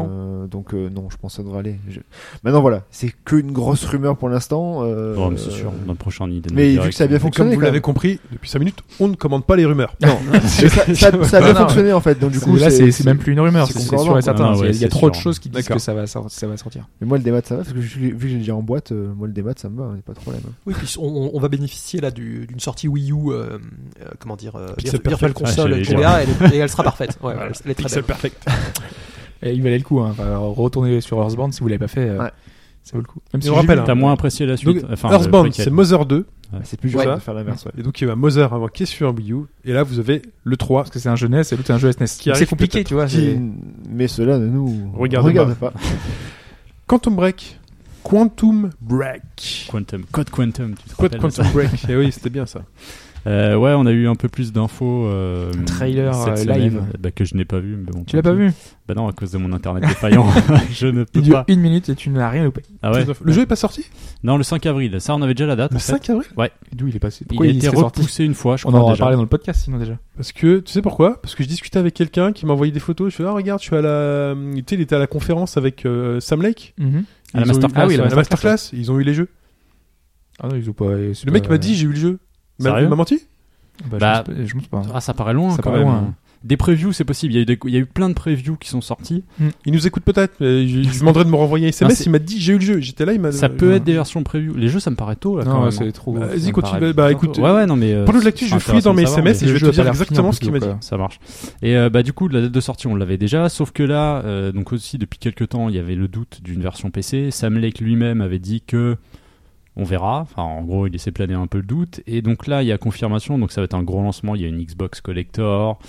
Speaker 6: Donc euh, non, je pense que ça devrait aller. Je- Maintenant voilà, c'est qu'une grosse rumeur pour l'instant. euh,
Speaker 5: Ouais, mais c'est sûr. Dans le prochain hein. idée.
Speaker 6: Mais vu que ça a bien
Speaker 2: Et comme
Speaker 6: fonctionné,
Speaker 2: vous
Speaker 6: quand
Speaker 2: l'avez
Speaker 6: même.
Speaker 2: compris, depuis 5 minutes, on ne commande pas les rumeurs.
Speaker 6: Non, ça, ça- ça a bien
Speaker 4: Non, non,
Speaker 6: fonctionné en fait. Donc du coup,
Speaker 4: là, c'est c'est même plus une rumeur,
Speaker 6: c'est
Speaker 4: c'est c'est
Speaker 6: concordant,
Speaker 4: sûr
Speaker 6: quoi.
Speaker 4: et certain.
Speaker 5: Ah, ouais,
Speaker 4: Il y a- il y a
Speaker 5: c'est
Speaker 4: trop de
Speaker 5: sûr.
Speaker 4: choses qui disent
Speaker 2: D'accord.
Speaker 4: que ça va, sor- ça va sortir.
Speaker 6: Mais moi le démat ça va parce que je- vu que j'ai déjà en boîte, euh, moi le démat ça me va, y a pas de problème. hein.
Speaker 3: Oui, puis on, on- on va bénéficier là du- d'une sortie Wii U, euh, euh, comment dire, euh,
Speaker 2: Pixel
Speaker 3: Vir- Virtual
Speaker 2: Perfect.
Speaker 3: Console,
Speaker 5: Ah, j'allais
Speaker 3: GBA, elle est- et elle sera parfaite. Ouais, elle, elle est très belle.
Speaker 2: perfect.
Speaker 4: Et il valait le coup. Hein. Enfin, retournez sur Earthbound si vous l'avez pas fait. euh,
Speaker 6: Ouais.
Speaker 3: ça vaut le coup.
Speaker 4: Même si
Speaker 2: on
Speaker 4: j'ai
Speaker 2: rappelle,
Speaker 4: vu-
Speaker 2: hein.
Speaker 5: T'as moins apprécié la suite.
Speaker 2: Donc,
Speaker 5: enfin, le
Speaker 2: Earthbound,
Speaker 5: préquel.
Speaker 2: c'est Mother 2.
Speaker 6: C'est plus
Speaker 3: Ouais.
Speaker 6: juste de faire l'inverse. ouais.
Speaker 2: Et donc, il y avait Mother avant qui est sur Wii U. Et là, vous avez le 3.
Speaker 4: Parce que c'est un jeu NES et l'autre c'est un jeu SNES. C'est
Speaker 2: arrive
Speaker 4: compliqué,
Speaker 2: peut-être.
Speaker 4: tu vois.
Speaker 6: Qui-
Speaker 4: c'est-
Speaker 6: Mais cela ne nous
Speaker 2: Regarde
Speaker 6: regarde pas.
Speaker 2: Quantum Break. Quantum Break.
Speaker 5: Quantum. Code Quantum. Tu te
Speaker 2: Quoi de
Speaker 5: rappelles
Speaker 2: Quantum Break Et oui, c'était bien ça.
Speaker 5: Euh, ouais, on a eu un peu plus d'infos. euh,
Speaker 4: trailer,
Speaker 5: cette
Speaker 4: euh,
Speaker 5: semaine,
Speaker 4: live.
Speaker 5: euh, bah, que je n'ai pas vu. Mais bon,
Speaker 4: Tu l'as pas vu
Speaker 5: Bah non, à cause de mon internet défaillant, je ne peux
Speaker 4: Il dure
Speaker 5: pas.
Speaker 4: une minute et tu n'as rien loupé.
Speaker 5: Ah ouais.
Speaker 2: Le jeu est pas sorti
Speaker 5: Non, le 5 avril. Ça, on avait déjà la date.
Speaker 2: Le
Speaker 5: en fait.
Speaker 2: 5 avril
Speaker 4: D'où il est passé
Speaker 5: Il a été repoussé une fois, je
Speaker 4: On
Speaker 5: crois.
Speaker 4: en aura
Speaker 5: déjà.
Speaker 4: parlé dans le podcast sinon déjà.
Speaker 2: Parce que, tu sais pourquoi Parce que je discutais avec quelqu'un qui m'a envoyé des photos. Je fais, ah, regarde, je suis à la. Tu sais, il était à la conférence avec euh, Sam Lake.
Speaker 5: À la
Speaker 2: Ils ont eu-
Speaker 5: masterclass,
Speaker 2: Ah oui, la
Speaker 5: ouais.
Speaker 2: masterclass. Ils ont eu les jeux.
Speaker 4: Ah non, ils ont pas.
Speaker 2: Le mec m'a dit, j'ai eu le jeu. Il m'a
Speaker 5: Sérieux
Speaker 2: il m'a menti
Speaker 4: Bah,
Speaker 5: Bah,
Speaker 4: je pense pas- je pense pas.
Speaker 5: Ah, ça paraît loin
Speaker 4: Ça
Speaker 5: quand
Speaker 4: paraît
Speaker 5: même.
Speaker 4: loin.
Speaker 5: Des previews, c'est possible. Il y, a eu des- il y a eu plein de previews qui sont sorties.
Speaker 2: Il nous écoute peut-être. mais Je je lui demanderai de me renvoyer un
Speaker 5: Non,
Speaker 2: SMS.
Speaker 5: c'est-
Speaker 2: il m'a dit, j'ai eu le jeu. J'étais là, il m'a.
Speaker 5: Ça
Speaker 2: euh,
Speaker 5: peut être des versions preview. Les jeux, ça me paraît tôt là. quand
Speaker 4: Non,
Speaker 5: même. hein.
Speaker 4: c'est trop.
Speaker 2: Bah,
Speaker 4: ça
Speaker 2: vas-y,
Speaker 4: me
Speaker 2: continue.
Speaker 4: paraît
Speaker 2: Bah,
Speaker 4: bizarre.
Speaker 2: écoute,
Speaker 5: Ouais, ouais, non, mais. euh,
Speaker 2: Parle-nous de l'actu,
Speaker 5: c'est
Speaker 2: je vais fouiller dans
Speaker 5: intéressant de
Speaker 2: mes
Speaker 5: savoir,
Speaker 2: SMS
Speaker 5: mais
Speaker 2: et je vais
Speaker 4: jeu a
Speaker 2: te
Speaker 4: pas
Speaker 2: dire
Speaker 4: l'air fini
Speaker 2: exactement
Speaker 4: en plus,
Speaker 2: ce qu'il m'a dit.
Speaker 4: donc,
Speaker 5: Hein, Ça marche. Et euh, bah du coup, la date de sortie, on l'avait déjà, sauf que là, euh, donc aussi depuis quelques temps, il y avait le doute d'une version PC. Sam Lake lui-même avait dit que on verra. Enfin, en gros, il laissait planer un peu le doute. Et donc là, il y a confirmation. Donc ça va être un gros lancement. Il y a une Xbox Collector.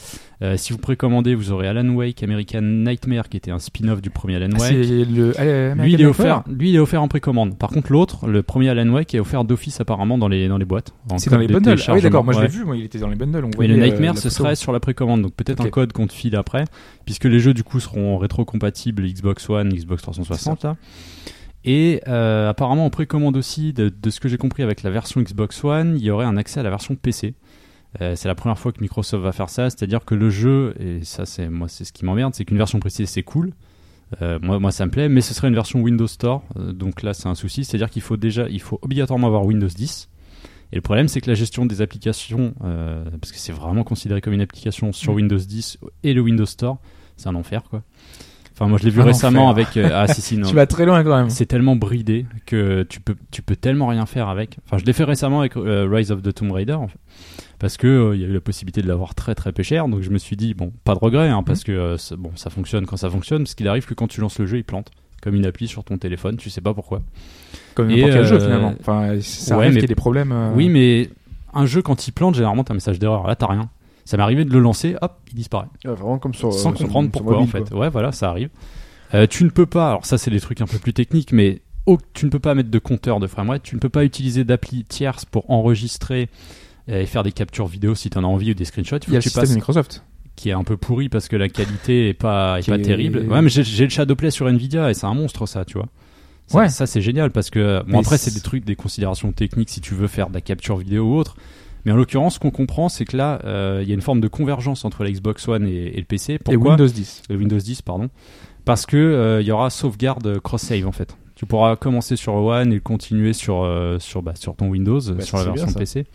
Speaker 5: Euh, si vous précommandez, vous aurez Alan Wake, American Nightmare, qui était un spin-off du premier Alan
Speaker 4: Ah,
Speaker 5: Wake.
Speaker 4: c'est le. allez, American
Speaker 5: Lui il, est
Speaker 4: Nightmare.
Speaker 5: offert, lui, il est offert en précommande. Par contre, l'autre, le premier Alan Wake, est offert d'office apparemment dans les, dans les boîtes. en
Speaker 4: C'est dans
Speaker 5: code
Speaker 4: les
Speaker 5: de
Speaker 4: bundles. Ah oui, d'accord. Moi, je l'ai
Speaker 5: téléchargement.
Speaker 4: vu. Moi, il était dans les bundles. on
Speaker 5: Mais
Speaker 4: voyait,
Speaker 5: le
Speaker 4: euh,
Speaker 5: Nightmare,
Speaker 4: la
Speaker 5: ce
Speaker 4: photo.
Speaker 5: serait sur la précommande, donc peut-être
Speaker 4: Ok.
Speaker 5: un code qu'on te file après, puisque les jeux du coup seront rétro-compatibles Xbox One, Xbox 360. là. Et euh, apparemment, en précommande aussi, de, de ce que j'ai compris avec la version Xbox One, il y aurait un accès à la version PC. Euh, c'est la première fois que Microsoft va faire ça, c'est-à-dire que le jeu, et ça c'est moi c'est ce qui m'emmerde, c'est qu'une version PC c'est cool, euh, moi, moi ça me plaît, mais ce serait une version Windows Store, euh, donc là c'est un souci, c'est-à-dire qu'il faut déjà, il faut obligatoirement avoir Windows 10. Et le problème c'est que la gestion des applications, euh, parce que c'est vraiment considéré comme une application sur
Speaker 4: Mm.
Speaker 5: Windows 10 et le Windows Store, c'est un enfer quoi. Enfin moi je l'ai vu
Speaker 4: Un
Speaker 5: récemment avec euh, ah si si non.
Speaker 4: Tu vas très loin quand même.
Speaker 5: C'est tellement bridé que tu peux, tu peux tellement rien faire avec. Enfin, je l'ai fait récemment avec euh, Rise of the Tomb Raider, en fait. parce que euh, il y a eu la possibilité de l'avoir très très peu cher. Donc je me suis dit bon, pas de regret, hein, parce que euh, c'est- bon, ça fonctionne quand ça fonctionne, parce qu'il arrive que quand tu lances le jeu, il plante comme une appli sur ton téléphone, tu sais pas pourquoi.
Speaker 4: Comme
Speaker 5: Et,
Speaker 4: n'importe quel jeu
Speaker 5: euh,
Speaker 4: finalement. Enfin, ça
Speaker 5: ouais,
Speaker 4: arrive
Speaker 5: mais-
Speaker 4: qu'il y ait des problèmes. euh,
Speaker 5: Oui, mais un jeu quand il plante, généralement t'as un message d'erreur. Là, t'as rien. Ça m'est arrivé de le lancer, hop, il disparaît.
Speaker 6: Ouais, vraiment comme sur.
Speaker 5: sans
Speaker 6: euh, sur-
Speaker 5: comprendre
Speaker 6: sur
Speaker 5: pourquoi
Speaker 6: mobile,
Speaker 5: en fait.
Speaker 6: quoi.
Speaker 5: Ouais, voilà, ça arrive. Euh, tu ne peux pas, alors ça c'est des trucs un peu plus techniques, mais au- tu ne peux pas mettre de compteur de framerate, tu ne peux pas utiliser d'appli tierce pour enregistrer euh, et faire des captures vidéo si tu en as envie ou des screenshots. Il
Speaker 4: Il
Speaker 5: faut
Speaker 4: y a
Speaker 5: que
Speaker 4: le
Speaker 5: tu
Speaker 4: système de
Speaker 5: passes,
Speaker 4: Microsoft.
Speaker 5: qui est un peu pourri parce que la qualité est pas, est
Speaker 4: Qui
Speaker 5: pas
Speaker 4: est-
Speaker 5: terrible. Ouais, mais j'ai- j'ai le Shadowplay sur Nvidia et c'est un monstre ça, tu vois. Ça,
Speaker 4: Ouais.
Speaker 5: ça c'est génial parce que bon
Speaker 4: Mais
Speaker 5: après c'est
Speaker 4: c'est-
Speaker 5: des trucs, des considérations techniques si tu veux faire de la capture vidéo ou autre. Mais en l'occurrence, ce qu'on comprend, c'est que là, euh, il y a une forme de convergence entre la Xbox One et, et le PC.
Speaker 4: Et
Speaker 5: Pourquoi
Speaker 4: Windows 10.
Speaker 5: le Windows 10 pardon parce que euh, il y aura sauvegarde euh, cross-save en fait tu pourras commencer sur One et continuer sur euh, sur bah, sur ton Windows euh, sur la
Speaker 6: c'est bien,
Speaker 5: version
Speaker 6: ça.
Speaker 5: PC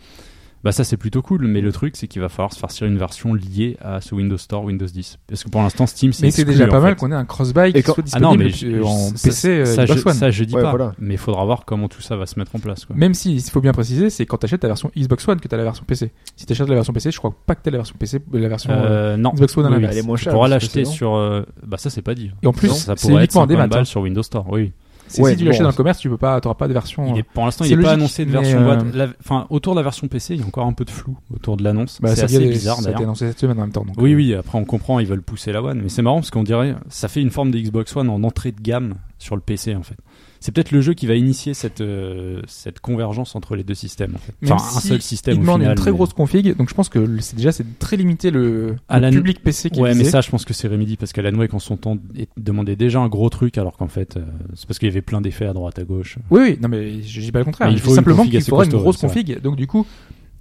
Speaker 5: bah ça c'est plutôt cool mais le truc c'est qu'il va falloir se farcir une version liée à ce Windows Store Windows 10 parce que pour l'instant Steam c'est
Speaker 4: Mais c'est
Speaker 5: exclu,
Speaker 4: déjà
Speaker 5: en
Speaker 4: pas mal
Speaker 5: fait.
Speaker 4: qu'on ait un cross-buy qui
Speaker 6: Et quand-
Speaker 4: soit
Speaker 5: ah
Speaker 4: disponible
Speaker 5: non mais
Speaker 4: euh,
Speaker 5: je-
Speaker 4: en
Speaker 5: ça-
Speaker 4: PC euh,
Speaker 5: ça, je,
Speaker 4: Xbox One.
Speaker 5: ça, je dis
Speaker 6: Ouais,
Speaker 5: pas
Speaker 6: voilà.
Speaker 5: mais il faudra voir comment tout ça va se mettre en place quoi.
Speaker 4: Même si, il faut bien préciser, c'est quand t'achètes la version Xbox One que t'as la version PC. Si t'achètes la version PC, je crois pas que t'as la version PC, euh, la version. euh,
Speaker 5: Euh, non
Speaker 4: Xbox One à
Speaker 5: Oui,
Speaker 4: l'inverse.
Speaker 5: oui.
Speaker 6: Elle est moins
Speaker 5: tu
Speaker 6: chère,
Speaker 5: pourras
Speaker 6: parce que
Speaker 5: l'acheter
Speaker 6: sinon-
Speaker 5: sur euh, bah ça c'est pas dit
Speaker 4: Et en plus,
Speaker 5: Non, ça
Speaker 4: c'est
Speaker 5: pourrait être
Speaker 4: uniquement en
Speaker 5: 50
Speaker 4: démat.
Speaker 5: balles
Speaker 4: hein.
Speaker 5: sur Windows Store oui
Speaker 4: C'est
Speaker 6: Ouais,
Speaker 4: si tu
Speaker 6: bon,
Speaker 4: l'achètes dans le
Speaker 6: c'est-
Speaker 4: commerce, tu peux pas, t'auras pas de version. hein.
Speaker 5: Il est- pour l'instant, il
Speaker 4: c'est
Speaker 5: n'est pas
Speaker 4: logique,
Speaker 5: annoncé de
Speaker 4: mais,
Speaker 5: version
Speaker 4: euh,
Speaker 5: boîte. La- enfin, autour de la version PC, il y a encore un peu de flou autour de l'annonce.
Speaker 4: Bah,
Speaker 5: c'est
Speaker 4: ça
Speaker 5: assez
Speaker 4: vient-
Speaker 5: bizarre
Speaker 4: Ça a été
Speaker 5: d'ailleurs.
Speaker 4: annoncé cette semaine en même temps. donc,
Speaker 5: Oui,
Speaker 4: euh,
Speaker 5: oui, après on comprend, ils veulent pousser la One. Mais c'est marrant parce qu'on dirait, ça fait une forme de Xbox One en entrée de gamme sur le PC en fait. C'est peut-être le jeu qui va initier cette, euh, cette convergence entre les deux systèmes. en fait.
Speaker 4: Même
Speaker 5: Enfin, un
Speaker 4: si
Speaker 5: seul système.
Speaker 4: Il
Speaker 5: au
Speaker 4: demande
Speaker 5: final,
Speaker 4: une très
Speaker 5: mais-
Speaker 4: grosse config, donc je pense que le- c'est déjà c'est très limité le,
Speaker 5: À
Speaker 4: le
Speaker 5: la-
Speaker 4: public PC qui
Speaker 5: Ouais, mais
Speaker 4: visait.
Speaker 5: ça, je pense que c'est Remedy parce qu'Alan Wake en son temps est- demandait déjà un gros truc alors qu'en fait, euh, c'est parce qu'il y avait plein d'effets à droite à gauche.
Speaker 4: Oui, oui, non, mais je dis pas le contraire.
Speaker 5: Mais il
Speaker 4: il
Speaker 5: faut
Speaker 4: faut
Speaker 5: une
Speaker 4: simplement
Speaker 5: config
Speaker 4: qu'il
Speaker 5: assez
Speaker 4: faudra une
Speaker 5: costaud,
Speaker 4: grosse
Speaker 5: ouais, c'est
Speaker 4: config. Donc, du coup,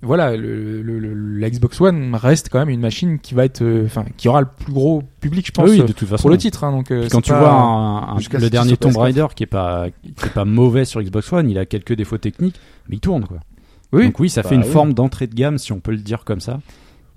Speaker 4: voilà, le, le- le- la Xbox One reste quand même une machine qui va être, euh, enfin, qui aura le plus gros public, je pense,
Speaker 5: oui,
Speaker 4: euh,
Speaker 5: de toute façon.
Speaker 4: pour le titre. hein, donc, euh,
Speaker 5: Puis quand
Speaker 4: c'est
Speaker 5: tu
Speaker 4: pas-
Speaker 5: vois un- un-
Speaker 6: jusqu'à
Speaker 5: le
Speaker 6: ce qu'il
Speaker 5: dernier
Speaker 6: soit
Speaker 5: Tomb
Speaker 6: PS4.
Speaker 5: Raider qui est pas qui est pas mauvais sur Xbox One, il a quelques défauts techniques, mais il tourne quoi.
Speaker 4: Oui.
Speaker 5: Donc oui, ça
Speaker 6: Bah
Speaker 5: fait une
Speaker 6: oui.
Speaker 5: forme d'entrée de gamme si on peut le dire comme ça.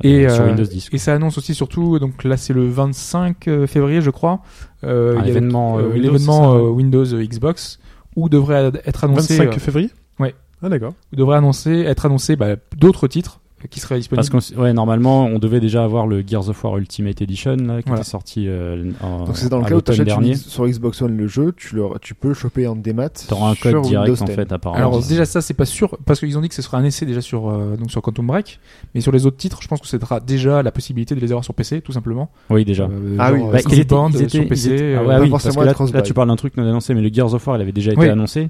Speaker 4: Et,
Speaker 5: euh, sur
Speaker 4: euh,
Speaker 5: Windows 10.
Speaker 4: Et ça annonce aussi surtout, donc là c'est le 25 février je crois, euh, il
Speaker 5: Un
Speaker 4: y a
Speaker 5: événement,
Speaker 4: donc,
Speaker 5: euh,
Speaker 4: euh,
Speaker 5: Windows,
Speaker 4: l'événement
Speaker 5: c'est ça
Speaker 4: euh, Windows euh, Xbox où devrait ad- être annoncé,
Speaker 2: 25
Speaker 4: euh,
Speaker 2: février
Speaker 4: Ouais.
Speaker 2: Ah, d'accord.
Speaker 4: où devrait annoncer, être annoncé bah, d'autres titres qui serait disponible.
Speaker 5: Parce que ouais, normalement, on devait déjà avoir le Gears of War Ultimate Edition là, qui
Speaker 4: Voilà.
Speaker 5: était sorti euh, en,
Speaker 6: Donc c'est dans le
Speaker 5: à
Speaker 6: cas où tu
Speaker 5: l'automne
Speaker 6: achètes
Speaker 5: dernier.
Speaker 6: sur Xbox One le jeu, tu, le, tu peux le choper en démat.
Speaker 5: T'auras un
Speaker 6: sur
Speaker 5: code direct
Speaker 6: Windows
Speaker 5: en
Speaker 6: 10.
Speaker 5: fait, apparemment.
Speaker 4: Alors déjà ça c'est pas sûr parce qu'ils ont dit que ce sera un essai déjà sur euh, donc sur Quantum Break, mais sur les autres titres je pense que ce sera déjà la possibilité de les avoir sur PC tout simplement.
Speaker 5: oui, déjà.
Speaker 4: Euh,
Speaker 6: Ah
Speaker 4: genre,
Speaker 6: oui.
Speaker 4: euh,
Speaker 6: Bah,
Speaker 4: Skull Band, euh, sur PC.
Speaker 5: ils étaient- ah
Speaker 4: euh,
Speaker 5: ouais,
Speaker 6: pas
Speaker 5: oui, parce
Speaker 6: forcément
Speaker 5: que là,
Speaker 6: être cross-buy.
Speaker 5: là, tu parles d'un truc non annoncé, mais le Gears of War, il avait déjà été
Speaker 4: Oui.
Speaker 5: annoncé.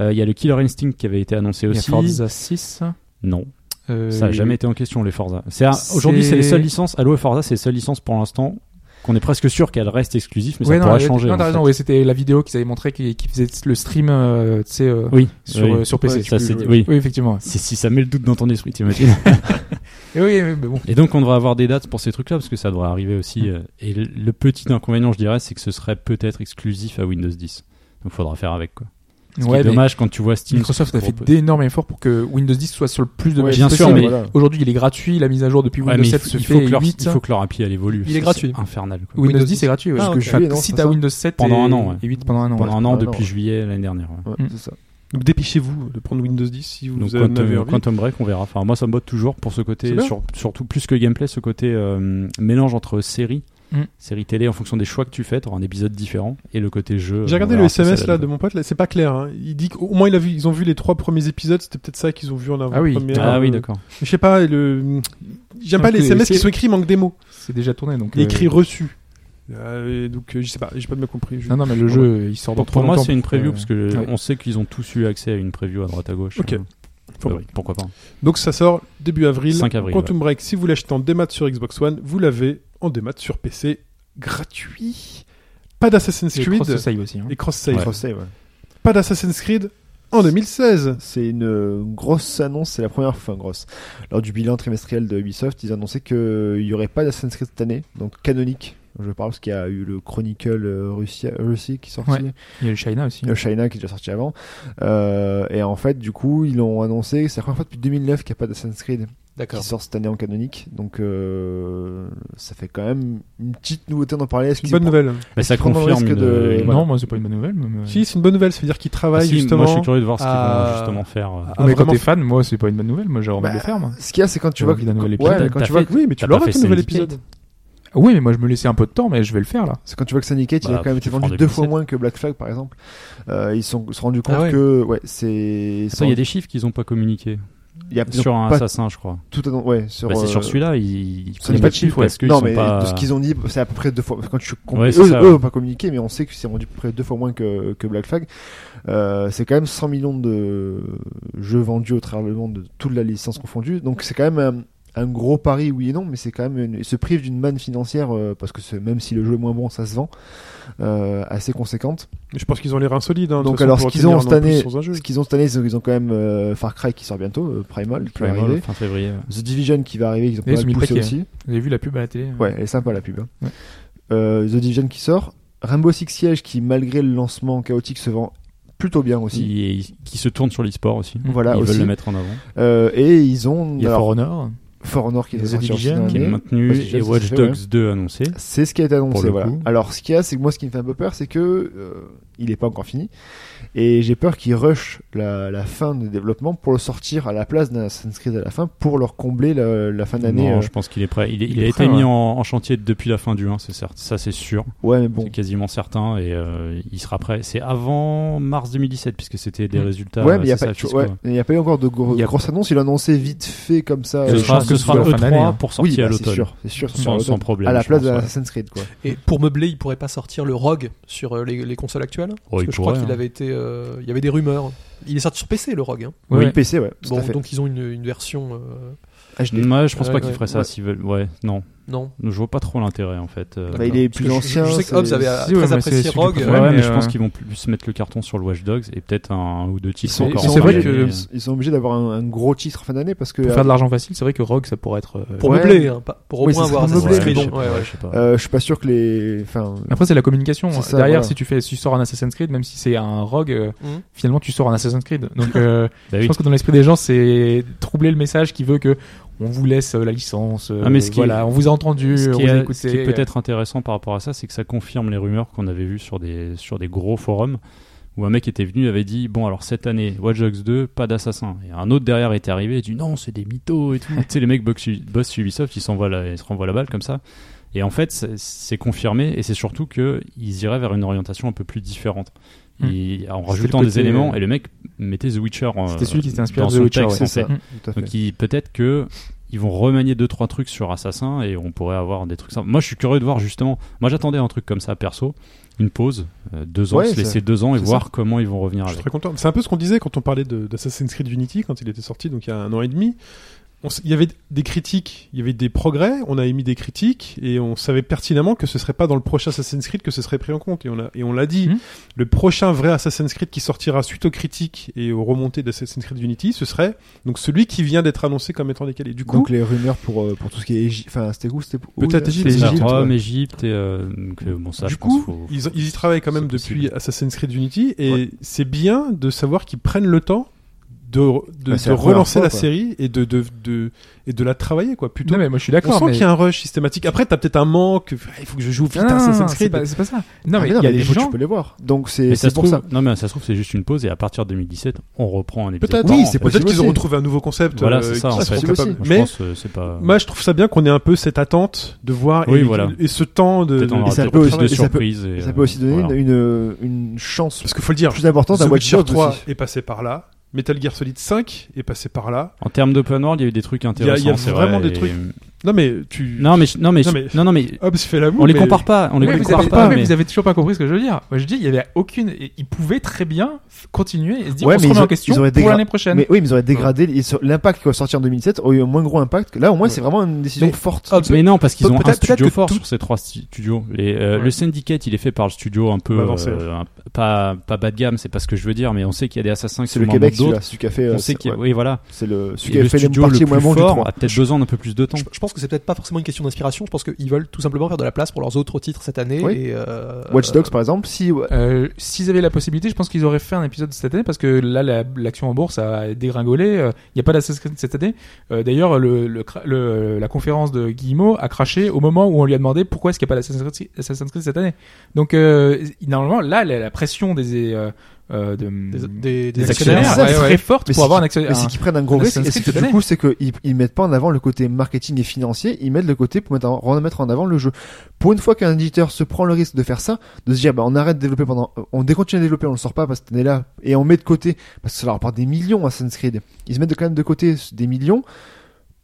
Speaker 5: Euh, Il y a le Killer Instinct qui avait été annoncé
Speaker 4: il y a
Speaker 5: aussi.
Speaker 4: Forza 6.
Speaker 5: Non,
Speaker 4: euh,
Speaker 5: ça n'a jamais été en question, les Forza. C'est un- Aujourd'hui,
Speaker 4: C'est-
Speaker 5: c'est les seules licences. Halo et Forza, c'est les seules licences pour l'instant qu'on est presque sûr qu'elles restent exclusives, mais
Speaker 4: ouais,
Speaker 5: ça
Speaker 4: non,
Speaker 5: pourra
Speaker 4: elle était-
Speaker 5: changer.
Speaker 4: non,
Speaker 5: en
Speaker 4: t'as raison,
Speaker 5: fait.
Speaker 4: ouais, c'était la vidéo qu'ils avaient montré qui, qui faisait le stream euh, tu sais, euh,
Speaker 5: Oui,
Speaker 4: sur,
Speaker 5: oui.
Speaker 4: euh, sur PC.
Speaker 6: Ouais,
Speaker 5: Ça,
Speaker 6: tu peux
Speaker 5: c'est-
Speaker 6: jouer.
Speaker 5: oui.
Speaker 4: Oui, effectivement.
Speaker 5: C'est- Si ça met le doute dans ton esprit, t'imagines.
Speaker 4: Et oui, mais bon.
Speaker 5: Et donc on devrait avoir des dates pour ces trucs-là parce que ça devrait arriver
Speaker 4: Mm.
Speaker 5: aussi. euh, et le, le petit inconvénient, je dirais, c'est que ce serait peut-être exclusif à Windows 10. Donc faudra faire avec quoi. C'est
Speaker 4: Ouais, mais
Speaker 5: dommage quand tu vois Steam.
Speaker 4: Microsoft a fait
Speaker 5: propose-
Speaker 4: d'énormes efforts pour que Windows 10 soit sur le plus de
Speaker 6: Ouais,
Speaker 4: machines
Speaker 5: bien sûr,
Speaker 4: possible.
Speaker 5: mais-
Speaker 6: voilà.
Speaker 4: Aujourd'hui, il est gratuit, la mise à jour depuis
Speaker 5: Ouais,
Speaker 4: Windows
Speaker 5: mais il
Speaker 4: 7
Speaker 5: faut-
Speaker 4: se
Speaker 5: il
Speaker 4: fait
Speaker 5: faut que leur,
Speaker 4: 8.
Speaker 5: il faut que leur appli elle évolue.
Speaker 3: Il est
Speaker 5: parce que
Speaker 3: gratuit.
Speaker 5: C'est infernal. quoi.
Speaker 4: Windows,
Speaker 3: Windows
Speaker 4: 10 est gratuit. ouais.
Speaker 6: Parce
Speaker 4: Enfin,
Speaker 6: que juillet, non,
Speaker 4: si
Speaker 6: c'est
Speaker 4: t'as
Speaker 6: ça
Speaker 4: Windows 7
Speaker 5: Pendant
Speaker 4: et,
Speaker 5: un an, ouais.
Speaker 4: et 8 pendant un an.
Speaker 5: Pendant
Speaker 4: ouais.
Speaker 5: un an
Speaker 6: Ah, non,
Speaker 5: depuis
Speaker 6: ouais.
Speaker 5: juillet l'année dernière. ouais.
Speaker 6: Ouais,
Speaker 4: Mm.
Speaker 6: c'est ça.
Speaker 2: Donc dépêchez-vous de prendre Windows 10 si vous
Speaker 5: Donc euh,
Speaker 2: en avez
Speaker 5: Quantum,
Speaker 2: envie.
Speaker 5: Quantum Break, on verra. Enfin moi ça me botte toujours pour ce
Speaker 2: C'est
Speaker 5: côté,
Speaker 2: bien.
Speaker 5: sur- surtout plus que gameplay, ce côté euh, mélange entre séries,
Speaker 4: Mm.
Speaker 5: séries télé en fonction des choix que tu fais, t'auras un épisode différent et le côté jeu.
Speaker 2: J'ai
Speaker 5: on
Speaker 2: regardé
Speaker 5: verra
Speaker 2: le
Speaker 5: ce que euh, ça
Speaker 2: SMS là
Speaker 5: donne,
Speaker 2: de mon pote, là, c'est pas clair. hein. Il dit qu'au moins il a vu, ils ont vu les trois premiers épisodes, c'était peut-être ça qu'ils ont vu en avant. Euh,
Speaker 4: Ah oui.
Speaker 5: quoi. Ah oui d'accord.
Speaker 2: Je sais pas, le... j'aime pas
Speaker 4: Donc,
Speaker 5: euh,
Speaker 2: les SMS qui
Speaker 4: c'est-
Speaker 2: sont écrits, manque des mots.
Speaker 4: C'est déjà tourné donc.
Speaker 2: Il y a écrit
Speaker 4: euh,
Speaker 2: reçu. Euh, donc euh, je sais pas, j'ai pas bien compris. Je-
Speaker 4: Non, non, mais le jeu, il sort dans
Speaker 5: Pour,
Speaker 4: trop
Speaker 5: pour moi,
Speaker 4: longtemps,
Speaker 5: c'est une
Speaker 4: donc,
Speaker 5: preview
Speaker 4: euh,
Speaker 5: parce que
Speaker 4: ouais.
Speaker 5: on sait qu'ils ont tous eu accès à une preview à droite à gauche.
Speaker 2: Ok.
Speaker 5: Euh,
Speaker 2: Faut
Speaker 5: euh,
Speaker 2: break.
Speaker 5: pourquoi pas
Speaker 2: Donc ça sort début avril.
Speaker 5: 5 avril.
Speaker 2: Quantum Break, si vous l'achetez en démat sur Xbox One, vous l'avez en démat sur PC gratuit. Pas d'Assassin's
Speaker 4: C'est
Speaker 2: Creed.
Speaker 4: Cross Save aussi. hein.
Speaker 2: Et cross-save.
Speaker 5: Ouais.
Speaker 6: Cross-save, ouais.
Speaker 2: Pas d'Assassin's Creed en 2016.
Speaker 6: C'est une euh, grosse annonce, c'est la première fois, enfin, grosse. Lors du bilan trimestriel de Ubisoft, ils annonçaient qu'il n'y aurait pas d'Assassin's Creed cette année, donc canonique. Je parle parce qu'il y a eu le Chronicle euh, Russia, Russie qui est sorti,
Speaker 4: Ouais. Il y a le China aussi.
Speaker 6: le China qui est déjà sorti avant. Euh, et en fait, du coup, ils l'ont annoncé, c'est la première fois depuis 2009 qu'il n'y a pas d'Assassin's Creed qui
Speaker 3: D'accord.
Speaker 6: sort cette année en canonique. Donc euh, ça fait quand même une petite nouveauté d'en parler.
Speaker 2: C'est
Speaker 6: Est-ce
Speaker 2: une
Speaker 6: qu'ils
Speaker 2: bonne
Speaker 6: ont-
Speaker 2: nouvelle.
Speaker 5: Mais ça
Speaker 6: Est-ce qu'on prend le
Speaker 5: confirme.
Speaker 6: risque
Speaker 5: une-
Speaker 6: de-
Speaker 5: une-
Speaker 6: voilà.
Speaker 4: Non, moi, c'est pas une bonne nouvelle. mais-
Speaker 2: Si, c'est une bonne nouvelle, ça veut dire qu'ils
Speaker 5: Ah
Speaker 2: travaillent
Speaker 5: si,
Speaker 2: justement.
Speaker 5: Moi, je suis curieux de voir ce qu'ils
Speaker 2: à-
Speaker 5: vont justement faire. euh.
Speaker 2: Ah,
Speaker 4: mais quand
Speaker 2: vraiment
Speaker 4: t'es fan, moi, c'est pas une bonne nouvelle. Moi, j'ai envie
Speaker 6: Bah,
Speaker 4: de le faire, moi.
Speaker 6: Ce qu'il y a, c'est quand tu
Speaker 4: J'ai
Speaker 6: vois
Speaker 4: envie
Speaker 6: que.
Speaker 4: d'un nouvel
Speaker 6: ouais,
Speaker 4: épisode,
Speaker 6: mais quand
Speaker 5: t'as
Speaker 6: tu vois
Speaker 5: fait-
Speaker 6: que-
Speaker 2: Oui, mais tu
Speaker 5: T'as
Speaker 2: l'auras
Speaker 5: pas fait
Speaker 2: ton nouvel
Speaker 5: Syndicate
Speaker 2: épisode.
Speaker 4: Oui, mais moi, je me laissais un peu de temps, mais je vais le faire là.
Speaker 6: C'est quand tu vois que Syndicate, il
Speaker 5: Bah,
Speaker 6: a quand même été
Speaker 5: tu prends
Speaker 6: vendu
Speaker 5: des
Speaker 6: deux fois
Speaker 5: pincettes.
Speaker 6: moins que Black Flag, par exemple. Euh, ils sont, se sont rendus compte
Speaker 3: Ah ouais.
Speaker 6: que, ouais, c'est.
Speaker 5: Attends, il y a des chiffres qu'ils n'ont pas communiqués
Speaker 6: il y a ils ont
Speaker 5: sur un
Speaker 6: pas
Speaker 5: assassin, je crois.
Speaker 6: tout annon- ouais, sur.
Speaker 5: Bah, c'est
Speaker 6: euh,
Speaker 5: sur celui-là, ils ils
Speaker 6: ça
Speaker 5: prennent
Speaker 6: n'est
Speaker 5: pas
Speaker 6: pas
Speaker 5: de chiffres
Speaker 6: ouais.
Speaker 5: parce qu'ils
Speaker 6: non,
Speaker 5: sont
Speaker 6: mais
Speaker 5: pas.
Speaker 6: de ce qu'ils ont dit, c'est à peu près deux fois. Quand tu comptes,
Speaker 5: Ouais, c'est
Speaker 6: eux,
Speaker 5: ça,
Speaker 6: eux
Speaker 5: ouais.
Speaker 6: ont pas communiqué, mais on sait que c'est rendu à peu près deux fois moins que, que Black Flag. Euh, c'est quand même 100 millions de jeux vendus au travers le monde, de toute la licence confondue. Donc c'est quand même un, un gros pari, oui et non, mais c'est quand même. Une, ils se privent d'une manne financière euh, parce que c'est- même si le jeu est moins bon, ça se vend euh, assez conséquente.
Speaker 2: Je pense qu'ils ont les reins solides. hein, de toute
Speaker 6: Donc
Speaker 2: façon,
Speaker 6: alors ce
Speaker 2: pour
Speaker 6: qu'ils ont
Speaker 2: retenir
Speaker 6: cette
Speaker 2: un an de plus
Speaker 6: année,
Speaker 2: sans un jeu.
Speaker 6: ce qu'ils ont cette année, c'est qu'ils ont quand même euh, Far Cry qui sort bientôt, euh, Primal qui va
Speaker 5: Primal,
Speaker 6: arriver,
Speaker 5: fin février. ouais.
Speaker 6: The Division qui va arriver, ils ont
Speaker 4: Et ils
Speaker 6: pas
Speaker 4: ont
Speaker 6: mal
Speaker 4: mis le
Speaker 6: poussé
Speaker 4: paquet,
Speaker 6: aussi.
Speaker 4: Vous avez vu la pub à la télé
Speaker 6: Ouais, elle est sympa la pub. hein.
Speaker 4: Ouais.
Speaker 6: Euh, The Division qui sort, Rainbow Six Siege qui malgré le lancement chaotique se vend plutôt bien aussi.
Speaker 5: Qui qui se tournent sur l'e-sport aussi.
Speaker 6: Mm. Voilà
Speaker 5: Ils veulent
Speaker 6: aussi.
Speaker 5: le mettre en avant.
Speaker 6: Euh, et ils ont
Speaker 4: Il y a
Speaker 6: alors,
Speaker 4: For Honor.
Speaker 6: For Honor qui
Speaker 4: il y
Speaker 6: est
Speaker 4: a The
Speaker 6: sorti en
Speaker 4: Division,
Speaker 6: fin
Speaker 5: Qui est
Speaker 6: d'année.
Speaker 5: maintenu.
Speaker 6: Parce que
Speaker 5: Et
Speaker 6: ça,
Speaker 5: Watch
Speaker 6: Mm. Bah, c'est fait, ouais.
Speaker 5: Dogs 2 annoncé.
Speaker 6: C'est ce qui a été
Speaker 5: Pour
Speaker 6: annoncé,
Speaker 5: le
Speaker 6: voilà.
Speaker 5: coup.
Speaker 6: Alors, ce qu'il y a, c'est que moi, ce qui me fait un peu peur, c'est que euh, il est pas encore fini, et j'ai peur qu'ils rushent la, la fin de développement pour le sortir à la place d'un Assassin's Creed à la fin pour leur combler la, la fin d'année.
Speaker 5: Non,
Speaker 6: euh.
Speaker 5: je pense qu'il est prêt. Il, est-
Speaker 4: il
Speaker 5: il a
Speaker 4: est
Speaker 5: été
Speaker 4: prêt, ouais.
Speaker 5: mis en, en chantier depuis la fin du 1, c'est certes. Ça, c'est sûr.
Speaker 6: Ouais, mais bon.
Speaker 5: C'est quasiment certain. Et euh, il sera prêt. C'est avant mars 2017, puisque c'était des
Speaker 4: Mm.
Speaker 5: résultats. euh,
Speaker 6: ouais, mais il n'y a,
Speaker 5: c'est
Speaker 6: pas-
Speaker 5: ça, fiscaux,
Speaker 6: ouais,
Speaker 5: ouais.
Speaker 6: mais y a pas eu encore de gros,
Speaker 4: Y a-
Speaker 6: grosses annonces. Il a annoncé vite fait comme ça.
Speaker 4: Ce
Speaker 5: Ce
Speaker 6: euh,
Speaker 5: sera,
Speaker 4: pense que
Speaker 5: ce
Speaker 4: ce
Speaker 5: sera
Speaker 4: sera la fin
Speaker 5: E3
Speaker 4: d'année, hein.
Speaker 5: pour
Speaker 6: oui,
Speaker 5: sortir
Speaker 6: bah,
Speaker 5: à
Speaker 6: c'est
Speaker 5: l'automne.
Speaker 6: sûr, c'est sûr.
Speaker 5: Sans, sans problème.
Speaker 6: à la
Speaker 5: je
Speaker 6: place
Speaker 5: pense,
Speaker 6: d'un
Speaker 5: ouais.
Speaker 6: Assassin's Creed, quoi.
Speaker 3: Et pour meubler, il pourrait pas sortir le Rogue sur euh, les, les consoles actuelles Parce
Speaker 5: il
Speaker 3: que je crois
Speaker 5: pourrait,
Speaker 3: qu'il
Speaker 5: hein.
Speaker 3: avait été, euh, il y avait des rumeurs. Il est sorti sur PC le Rogue. hein.
Speaker 4: Ouais,
Speaker 6: Oui,
Speaker 4: ouais.
Speaker 6: PC, ouais. Tout à
Speaker 3: Bon,
Speaker 6: fait.
Speaker 3: donc ils ont une, une version euh, HD.
Speaker 5: Ouais, je pense
Speaker 3: Ouais,
Speaker 5: pas qu'ils
Speaker 3: ouais,
Speaker 5: feraient ça
Speaker 3: ouais.
Speaker 5: s'ils veulent. Ouais, non.
Speaker 3: Non.
Speaker 5: Je vois pas trop l'intérêt en fait. euh,
Speaker 6: Bah, il est
Speaker 3: Parce
Speaker 6: plus
Speaker 3: que je-
Speaker 6: ancien.
Speaker 3: Je, sais que
Speaker 6: c'est-
Speaker 3: Hobbs avait euh,
Speaker 4: Si, ouais,
Speaker 3: très
Speaker 4: moi, c'est-
Speaker 3: apprécié
Speaker 4: c'est du
Speaker 3: Rogue.
Speaker 4: préféré.
Speaker 5: Ouais,
Speaker 4: mais,
Speaker 5: mais, je
Speaker 4: euh,
Speaker 5: pense qu'ils vont plus mettre le carton sur le Watch Dogs et peut-être un ou deux titres
Speaker 6: Ils sont,
Speaker 4: Mais
Speaker 5: encore. hein,
Speaker 6: ils
Speaker 4: c'est
Speaker 6: sont
Speaker 5: en euh,
Speaker 4: vrai
Speaker 5: fin
Speaker 6: obligés-
Speaker 4: que-
Speaker 5: d'année.
Speaker 6: ils sont obligés d'avoir un, un gros titre en fin d'année parce que
Speaker 4: Pour faire de l'argent facile, c'est vrai que Rogue, ça pourrait être. euh,
Speaker 3: Pour
Speaker 6: Ouais.
Speaker 3: meubler, hein, pas- pour au
Speaker 6: Oui,
Speaker 3: moins
Speaker 6: ça sera
Speaker 3: avoir
Speaker 6: meublé,
Speaker 3: Assassin's
Speaker 5: Ouais,
Speaker 3: Creed.
Speaker 5: je
Speaker 6: mais
Speaker 5: sais
Speaker 3: Ouais,
Speaker 5: pas,
Speaker 3: ouais.
Speaker 5: je sais pas.
Speaker 6: euh, je suis pas sûr que les. Enfin,
Speaker 5: Ah.
Speaker 4: Après, c'est la communication.
Speaker 6: C'est ça,
Speaker 4: Derrière,
Speaker 6: voilà.
Speaker 4: si tu fais, si tu sors un Assassin's Creed, même si c'est un Rogue, euh,
Speaker 3: Mhm.
Speaker 4: finalement, tu sors un Assassin's Creed. Donc, euh,
Speaker 5: Bah
Speaker 4: je
Speaker 5: oui.
Speaker 4: pense que dans l'esprit des gens, c'est troubler le message qui veut que on vous laisse euh, la licence. euh,
Speaker 5: Ah, mais ce qui
Speaker 4: voilà,
Speaker 5: est-
Speaker 4: on vous a entendu,
Speaker 5: Ce
Speaker 4: on
Speaker 5: qui,
Speaker 4: vous a
Speaker 5: est,
Speaker 4: écouté. euh.
Speaker 5: ce qui est peut-être intéressant par rapport à ça, c'est que ça confirme les rumeurs qu'on avait vues sur des, sur des gros forums où un mec était venu avait dit bon alors cette année Watch Dogs 2 pas d'assassin et un autre derrière était arrivé et dit non c'est des mythos et tout tu sais les mecs boss boss Ubisoft ils s'envoient la- ils se renvoient la balle comme ça et en fait c'est- c'est confirmé et c'est surtout que ils iraient vers une orientation un peu plus différente
Speaker 4: Hmm.
Speaker 5: Et en
Speaker 4: le
Speaker 5: rajoutant
Speaker 4: côté- euh,
Speaker 5: des éléments et le mec mettait The Witcher en-
Speaker 4: C'était celui qui s'était inspiré
Speaker 5: dans
Speaker 4: de
Speaker 5: son
Speaker 4: The Witcher,
Speaker 5: texte,
Speaker 4: ouais.
Speaker 5: en fait.
Speaker 6: ça. Tout à fait.
Speaker 5: Donc il- peut-être que ils vont remanier deux trois trucs sur Assassin et on pourrait avoir des trucs simples. Moi je suis curieux de voir justement. Moi j'attendais un truc comme ça perso, une pause, euh, deux ans,
Speaker 6: Ouais,
Speaker 5: se
Speaker 6: ça-
Speaker 5: laisser deux ans et
Speaker 6: c'est
Speaker 5: voir comment ils vont revenir
Speaker 2: Je suis
Speaker 5: avec.
Speaker 2: très content. C'est un peu ce qu'on disait quand on parlait de- d'Assassin's Creed Unity quand il était sorti, donc il y a un an et demi. On s- il y avait des critiques, il y avait des progrès, on a émis des critiques et on savait pertinemment que ce serait pas dans le prochain Assassin's Creed que ce serait pris en compte et on l'a et on l'a dit.
Speaker 4: Mhm.
Speaker 2: Le prochain vrai Assassin's Creed qui sortira suite aux critiques et aux remontées d'Assassin's Creed Unity, ce serait donc celui qui vient d'être annoncé comme étant décalé. Du coup,
Speaker 6: Donc les rumeurs pour, euh, pour tout ce qui est Égypte. Enfin, c'était où C'était où,
Speaker 2: Peut-être
Speaker 6: là
Speaker 2: Égypte,
Speaker 6: C'était
Speaker 2: c'est
Speaker 5: Alors,
Speaker 2: Égypte,
Speaker 5: Rome,
Speaker 6: ouais.
Speaker 5: Égypte et euh, donc, euh, bon ça
Speaker 2: du
Speaker 5: je pense
Speaker 2: coup,
Speaker 5: faut-
Speaker 2: ils, ils y travaillent quand même
Speaker 5: c'est
Speaker 2: depuis
Speaker 5: possible.
Speaker 2: Assassin's Creed Unity et
Speaker 6: Ouais.
Speaker 2: c'est bien de savoir qu'ils prennent le temps de, de,
Speaker 6: Bah, c'est
Speaker 2: de
Speaker 6: la première
Speaker 2: relancer
Speaker 6: fois,
Speaker 2: la
Speaker 6: quoi.
Speaker 2: série et de, de, de- et de la travailler quoi. Plutôt,
Speaker 4: Non, mais moi je suis
Speaker 2: on
Speaker 4: d'accord.
Speaker 2: sent
Speaker 4: mais-
Speaker 2: qu'il y a un rush systématique. Après, t'as peut-être un manque. ah, Il faut que je joue vite
Speaker 4: Non,
Speaker 2: à
Speaker 4: non, non,
Speaker 2: Assassin's
Speaker 4: c'est
Speaker 2: Creed.
Speaker 4: pas, c'est pas ça. Non,
Speaker 6: Ah,
Speaker 4: mais
Speaker 6: mais
Speaker 4: il
Speaker 6: non,
Speaker 4: y a
Speaker 6: mais
Speaker 4: des
Speaker 6: les fois,
Speaker 4: gens.
Speaker 6: tu peux les voir. Donc c'est
Speaker 5: Mais
Speaker 6: c'est
Speaker 5: ça se
Speaker 6: pour
Speaker 5: trouve,
Speaker 6: ça.
Speaker 5: non mais ça se trouve c'est juste une pause et à partir de 2017 on reprend un épisode.
Speaker 6: Peut-être,
Speaker 5: par
Speaker 6: oui,
Speaker 5: an, en
Speaker 6: c'est
Speaker 5: fait.
Speaker 2: Peut-être
Speaker 6: possible
Speaker 2: qu'ils auront
Speaker 6: aussi.
Speaker 2: trouvé un nouveau concept.
Speaker 5: Voilà,
Speaker 2: euh,
Speaker 5: c'est ça,
Speaker 2: qui
Speaker 5: en
Speaker 2: seront
Speaker 6: fait.
Speaker 2: capables.
Speaker 6: C'est
Speaker 5: Moi,
Speaker 2: Mais
Speaker 5: Je pense euh, c'est pas.
Speaker 2: moi, je trouve ça bien qu'on ait un peu cette attente de voir
Speaker 5: Oui,
Speaker 2: et,
Speaker 5: voilà.
Speaker 2: euh, et ce temps de.
Speaker 5: Peut-être on aura
Speaker 6: ça
Speaker 5: des
Speaker 6: peut aussi-
Speaker 5: reprises de
Speaker 6: et ça peut-
Speaker 5: surprise. et,
Speaker 6: Et
Speaker 5: euh,
Speaker 6: ça peut aussi donner
Speaker 5: voilà.
Speaker 6: une, une, une chance
Speaker 2: Parce qu'il faut le dire.
Speaker 6: plus importante à
Speaker 2: The
Speaker 6: Watch
Speaker 2: Witcher
Speaker 6: Dogs
Speaker 2: 3
Speaker 6: aussi.
Speaker 2: est passé par là. Metal Gear Solid 5 est passé par là.
Speaker 5: En termes d'open world, il y a eu des trucs
Speaker 2: y a
Speaker 5: intéressants. c'est vrai,
Speaker 2: vraiment des
Speaker 5: et-
Speaker 2: trucs- Non mais tu.
Speaker 5: Non mais je- non mais
Speaker 2: Non,
Speaker 5: je-
Speaker 2: mais-
Speaker 5: non non mais
Speaker 2: Hobbs fait l'amour.
Speaker 5: on les
Speaker 2: mais-
Speaker 5: compare pas, on les
Speaker 4: Oui, vous,
Speaker 5: compare
Speaker 4: avez,
Speaker 5: pas.
Speaker 4: oui,
Speaker 5: mais-
Speaker 4: vous avez toujours pas compris ce que je veux dire. Moi, je dis, il y avait aucune. Ils pouvaient très bien f- continuer et se dire,
Speaker 6: Ouais,
Speaker 4: on se
Speaker 6: mais
Speaker 4: remet
Speaker 6: ils
Speaker 4: en
Speaker 6: ont-
Speaker 4: question
Speaker 6: ils auraient
Speaker 4: pour
Speaker 6: dégra-
Speaker 4: l'année prochaine.
Speaker 6: Mais oui, mais ils auraient dégradé et sur- l'impact qui va sortir en 2007 aurait eu un moins gros impact. que- Là, au moins,
Speaker 4: Ouais.
Speaker 6: c'est vraiment une décision
Speaker 4: Mais-
Speaker 6: forte.
Speaker 4: Hobbs-
Speaker 5: Mais non, parce qu'ils ont un
Speaker 3: Peut-être- peut-être
Speaker 5: studio
Speaker 3: que
Speaker 5: fort
Speaker 3: tout-
Speaker 5: sur ces trois stu- studios. Les, euh,
Speaker 4: Ouais.
Speaker 5: Le Syndicate, il est fait par le studio un peu
Speaker 2: Bah, avancé,
Speaker 5: euh, un- pas pas bas de gamme, c'est pas ce que je veux dire, mais on sait qu'il y a des assassins qui
Speaker 6: C'est
Speaker 5: sont
Speaker 6: le
Speaker 5: en
Speaker 6: Québec,
Speaker 5: mode
Speaker 6: celui-là.
Speaker 5: d'autres.
Speaker 6: Celui qui a fait, euh,
Speaker 5: On sait
Speaker 6: c'est-
Speaker 5: qu'il y a-
Speaker 6: ouais.
Speaker 5: oui voilà.
Speaker 6: c'est le, celui
Speaker 5: Et
Speaker 6: qui
Speaker 5: le
Speaker 6: a fait les
Speaker 5: studio le
Speaker 6: parties moins
Speaker 5: plus
Speaker 6: bon du 3.
Speaker 5: fort a peut-être besoin d'un peu plus de temps.
Speaker 3: Je, je pense que c'est peut-être pas forcément une question d'inspiration. Je pense qu'ils veulent tout simplement faire de la place pour leurs autres titres cette année.
Speaker 6: Oui.
Speaker 3: Et, euh,
Speaker 6: Watch Dogs, par exemple, si
Speaker 4: Euh, S'ils avaient la possibilité, je pense qu'ils auraient fait un épisode cette année parce que là, la- l'action en bourse a dégringolé. euh, Il n'y a pas d'Assassin's Creed cette année. Euh, D'ailleurs, le, le cra- le- la conférence de Guillemot a craché au moment où on lui a demandé pourquoi est-ce qu'il n'y a pas d'Assassin's Creed, Assassin's Creed cette année. Donc, euh, normalement, là, la, la pression des, euh, euh, de-
Speaker 3: des,
Speaker 4: des
Speaker 3: des, des
Speaker 4: actionnaires,
Speaker 6: actionnaires,
Speaker 4: est
Speaker 6: ouais,
Speaker 4: très
Speaker 6: ouais.
Speaker 4: forte
Speaker 6: Mais
Speaker 4: pour
Speaker 6: c'est
Speaker 4: avoir un
Speaker 6: qui-
Speaker 4: actionnaire.
Speaker 6: Mais c'est qu'ils prennent un gros
Speaker 4: Ah. un
Speaker 6: risque. Et
Speaker 4: Assassin's
Speaker 6: c'est
Speaker 4: Creed
Speaker 6: que
Speaker 4: de
Speaker 6: du coup, c'est qu'ils ils mettent pas en avant le côté marketing et financier, ils mettent le côté pour mettre en, remettre en avant le jeu. Pour une fois qu'un éditeur se prend le risque de faire ça, de se dire, bah, on arrête de développer pendant, euh, on décontinue de développer, on le sort pas parce que cette là et on met de côté, parce que ça leur rapporte des millions à Assassin's Creed. Ils se mettent de- quand même de côté des millions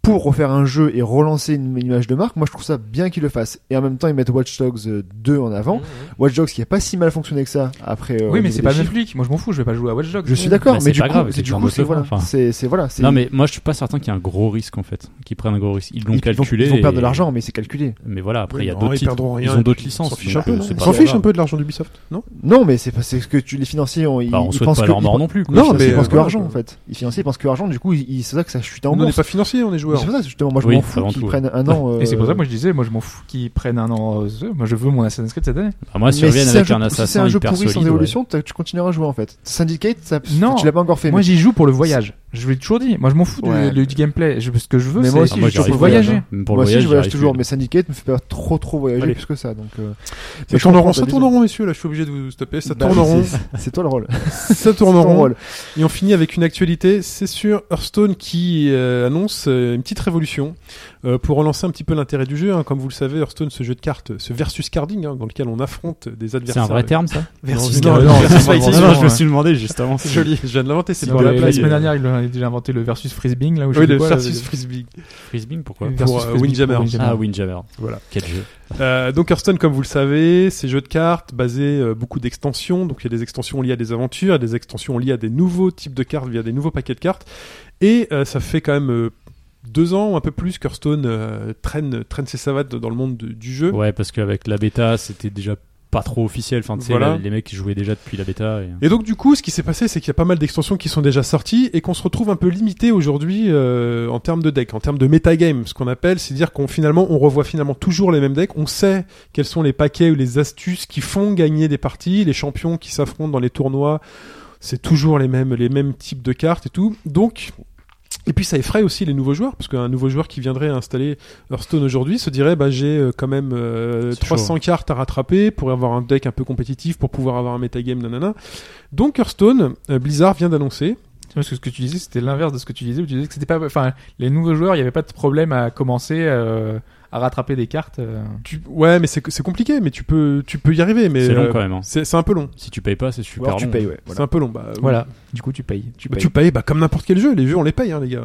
Speaker 6: pour refaire un jeu et relancer une, une image de marque. Moi, je trouve ça bien qu'ils le fassent. Et en même temps, ils mettent Watch Dogs euh, 2 en
Speaker 3: Mmh,
Speaker 6: avant.
Speaker 3: Mm.
Speaker 6: Watch Dogs qui a pas si mal fonctionné que ça après. euh,
Speaker 4: Oui,
Speaker 6: au
Speaker 4: mais
Speaker 6: niveau
Speaker 4: c'est
Speaker 6: des
Speaker 4: pas le même
Speaker 6: chiffres.
Speaker 4: flic. Moi, je m'en fous. Je vais pas jouer à Watch Dogs.
Speaker 6: Je suis d'accord,
Speaker 5: Bah,
Speaker 6: mais,
Speaker 5: c'est
Speaker 6: du
Speaker 5: pas
Speaker 6: coup,
Speaker 5: grave,
Speaker 6: c'est-
Speaker 5: c'est
Speaker 6: du
Speaker 5: un
Speaker 6: coup,
Speaker 5: boss
Speaker 6: c'est
Speaker 5: de fin,
Speaker 6: voilà,
Speaker 5: enfin.
Speaker 6: c'est c'est- voilà, c'est-
Speaker 5: Non mais moi je suis pas certain qu'il y ait un gros risque en fait, qu'ils prennent un gros risque. Ils l'ont
Speaker 6: ils,
Speaker 5: calculé.
Speaker 6: Ils vont, ils vont perdre de
Speaker 5: et-
Speaker 6: l'argent, mais c'est calculé.
Speaker 5: Mais voilà, après il y a
Speaker 2: Non,
Speaker 5: d'autres
Speaker 2: ils
Speaker 5: titres.
Speaker 2: perdront
Speaker 5: Ils
Speaker 2: rien.
Speaker 5: ont d'autres
Speaker 2: Ils
Speaker 5: licences.
Speaker 2: s'en fichent
Speaker 5: donc,
Speaker 2: un peu.
Speaker 5: euh,
Speaker 2: non
Speaker 5: c'est
Speaker 2: Ils
Speaker 5: pas
Speaker 2: s'en
Speaker 5: grave.
Speaker 2: fichent un peu de l'argent d'Ubisoft, non
Speaker 6: Non, mais c'est parce c'est que tu, les financiers, ont, ils,
Speaker 5: Bah, on
Speaker 6: ils
Speaker 5: souhaite
Speaker 6: pensent
Speaker 5: pas
Speaker 6: que,
Speaker 5: leur
Speaker 6: ils
Speaker 5: mort
Speaker 6: pen-
Speaker 5: non plus. quoi.
Speaker 2: Non,
Speaker 6: ils pensent-
Speaker 2: mais,
Speaker 6: ils pensent que
Speaker 2: euh,
Speaker 6: argent
Speaker 2: voilà,
Speaker 6: en fait. Les financiers ils pensent que argent, du coup, ils- ils- c'est ça que ça chute en
Speaker 2: On n'est
Speaker 6: bourse.
Speaker 2: pas financier, on est
Speaker 6: C'est
Speaker 2: joueurs.
Speaker 6: pour ça justement, moi je
Speaker 5: Oui,
Speaker 6: m'en fous
Speaker 5: avant
Speaker 6: qu'ils
Speaker 5: tout,
Speaker 6: prennent un an.
Speaker 4: Et c'est pour ça
Speaker 6: euh,
Speaker 4: que moi je disais, moi je m'en fous qu'ils prennent un an. euh, Moi je veux mon Assassin's Creed cette année.
Speaker 5: Bah, Moi si
Speaker 6: mais
Speaker 5: ils reviennent
Speaker 6: si c'est
Speaker 5: avec
Speaker 6: jeu-
Speaker 5: un
Speaker 6: si c'est
Speaker 5: assassin
Speaker 6: un jeu
Speaker 5: hyper
Speaker 6: pourri sans
Speaker 5: solide. ouais.
Speaker 6: évolution, t'as- tu continueras à jouer en fait. Syndicate, ça,
Speaker 4: Non.
Speaker 6: tu l'as pas encore fait.
Speaker 4: Moi
Speaker 6: mais-
Speaker 4: j'y joue pour le voyage. Je l'ai toujours dit. Moi je m'en fous du,
Speaker 6: Ouais.
Speaker 4: du- du gameplay. Je- ce que je veux,
Speaker 6: Mais
Speaker 4: c'est
Speaker 6: moi aussi,
Speaker 5: Ah, moi,
Speaker 6: je suis
Speaker 5: j'arrive
Speaker 6: pour
Speaker 4: voyager.
Speaker 6: voyage, hein.
Speaker 5: Pour le
Speaker 6: moi aussi je voyage
Speaker 5: j'arrive
Speaker 6: toujours,
Speaker 5: plus.
Speaker 6: mais Syndicate me fait pas trop trop voyager
Speaker 2: Allez.
Speaker 6: plus que ça. Donc, euh,
Speaker 2: Ça
Speaker 6: mais je
Speaker 2: tourne en
Speaker 6: comprends
Speaker 2: rond,
Speaker 6: ta
Speaker 2: ça
Speaker 6: vision.
Speaker 2: tourne en rond, messieurs. Là, je suis obligé de vous stopper. Ça
Speaker 6: Bah,
Speaker 2: tourne en
Speaker 6: c'est-
Speaker 2: rond.
Speaker 6: c'est- C'est toi le rôle.
Speaker 2: Ça tourne en
Speaker 6: Ton
Speaker 2: rond.
Speaker 6: rôle.
Speaker 2: Et on finit avec une actualité, c'est sur Hearthstone qui euh, annonce euh, une petite révolution euh, pour relancer un petit peu l'intérêt du jeu. hein. Comme vous le savez, Hearthstone, ce jeu de cartes, ce versus carding, hein, dans lequel on affronte des
Speaker 5: C'est
Speaker 2: adversaires.
Speaker 5: un vrai terme ça
Speaker 2: Versus
Speaker 4: Non,
Speaker 2: carding.
Speaker 4: non,
Speaker 2: Versus
Speaker 4: c'est pas
Speaker 2: fighting.
Speaker 4: vrai.
Speaker 2: Non,
Speaker 4: Non,
Speaker 2: je-
Speaker 5: hein.
Speaker 4: ouais.
Speaker 5: demandé justement.
Speaker 2: C'est joli. Je viens de l'inventer. C'est
Speaker 4: C'est
Speaker 2: dans
Speaker 4: pour
Speaker 2: la
Speaker 4: la,
Speaker 2: play,
Speaker 4: semaine
Speaker 2: euh,
Speaker 4: dernière, il avait déjà inventé le versus frisbing là où je
Speaker 2: Oui,
Speaker 4: sais
Speaker 2: le
Speaker 4: quoi, là,
Speaker 2: versus
Speaker 4: le-
Speaker 2: frisbee.
Speaker 5: Frisbing pourquoi
Speaker 4: le versus
Speaker 2: Pour, euh,
Speaker 4: frisbee
Speaker 2: Windjammer.
Speaker 4: pour
Speaker 5: Ah Windjammer.
Speaker 2: Voilà.
Speaker 5: Quel jeu.
Speaker 2: Euh, donc Hearthstone, comme vous le savez, c'est jeu de cartes basé euh, beaucoup d'extensions. Donc il y a des extensions liées à des aventures, des extensions liées à des nouveaux types de cartes via des nouveaux paquets de cartes. Et euh, ça fait quand même euh, deux ans ou un peu plus qu'Hearthstone euh, traîne, traîne ses savates dans le monde de- du jeu.
Speaker 5: Ouais, parce qu'avec la bêta, c'était déjà pas trop officiel. Enfin, tu sais,
Speaker 2: Voilà.
Speaker 5: la- les mecs qui jouaient déjà depuis la bêta. et-
Speaker 2: Et donc du coup, ce qui s'est passé, c'est qu'il y a pas mal d'extensions qui sont déjà sorties et qu'on se retrouve un peu limité aujourd'hui euh, en termes de deck, en termes de metagame, ce qu'on appelle, c'est dire qu'on finalement, on revoit finalement toujours les mêmes decks. On sait quels sont les paquets ou les astuces qui font gagner des parties, les champions qui s'affrontent dans les tournois. C'est toujours les mêmes, les mêmes types de cartes et tout. Donc Et puis ça effraie aussi les nouveaux joueurs, parce qu'un nouveau joueur qui viendrait installer Hearthstone aujourd'hui se dirait bah, j'ai euh, quand même euh,
Speaker 5: C'est
Speaker 2: 300 cartes à rattraper pour avoir un deck un peu compétitif, pour pouvoir avoir un metagame, nanana. Donc Hearthstone, euh, Blizzard vient d'annoncer.
Speaker 4: Tu vois, Parce que ce que tu disais, c'était l'inverse de ce que tu disais. où Tu disais que c'était pas, enfin, les nouveaux joueurs, il n'y avait pas de problème à commencer euh, à rattraper des cartes. euh.
Speaker 2: Tu... Ouais, mais c'est c'est compliqué, mais tu peux, tu peux y arriver. mais
Speaker 5: C'est long
Speaker 2: euh,
Speaker 5: quand même. hein.
Speaker 2: C'est c'est un peu long.
Speaker 5: Si tu payes pas, c'est
Speaker 6: Ou alors
Speaker 5: super
Speaker 6: tu
Speaker 5: long.
Speaker 6: payes, ouais.
Speaker 2: C'est
Speaker 6: Voilà.
Speaker 2: un peu long. Bah, oui.
Speaker 4: Voilà. Du coup, tu payes.
Speaker 2: Bah, tu payes bah, comme n'importe quel jeu. Les jeux, on les paye, hein, les gars.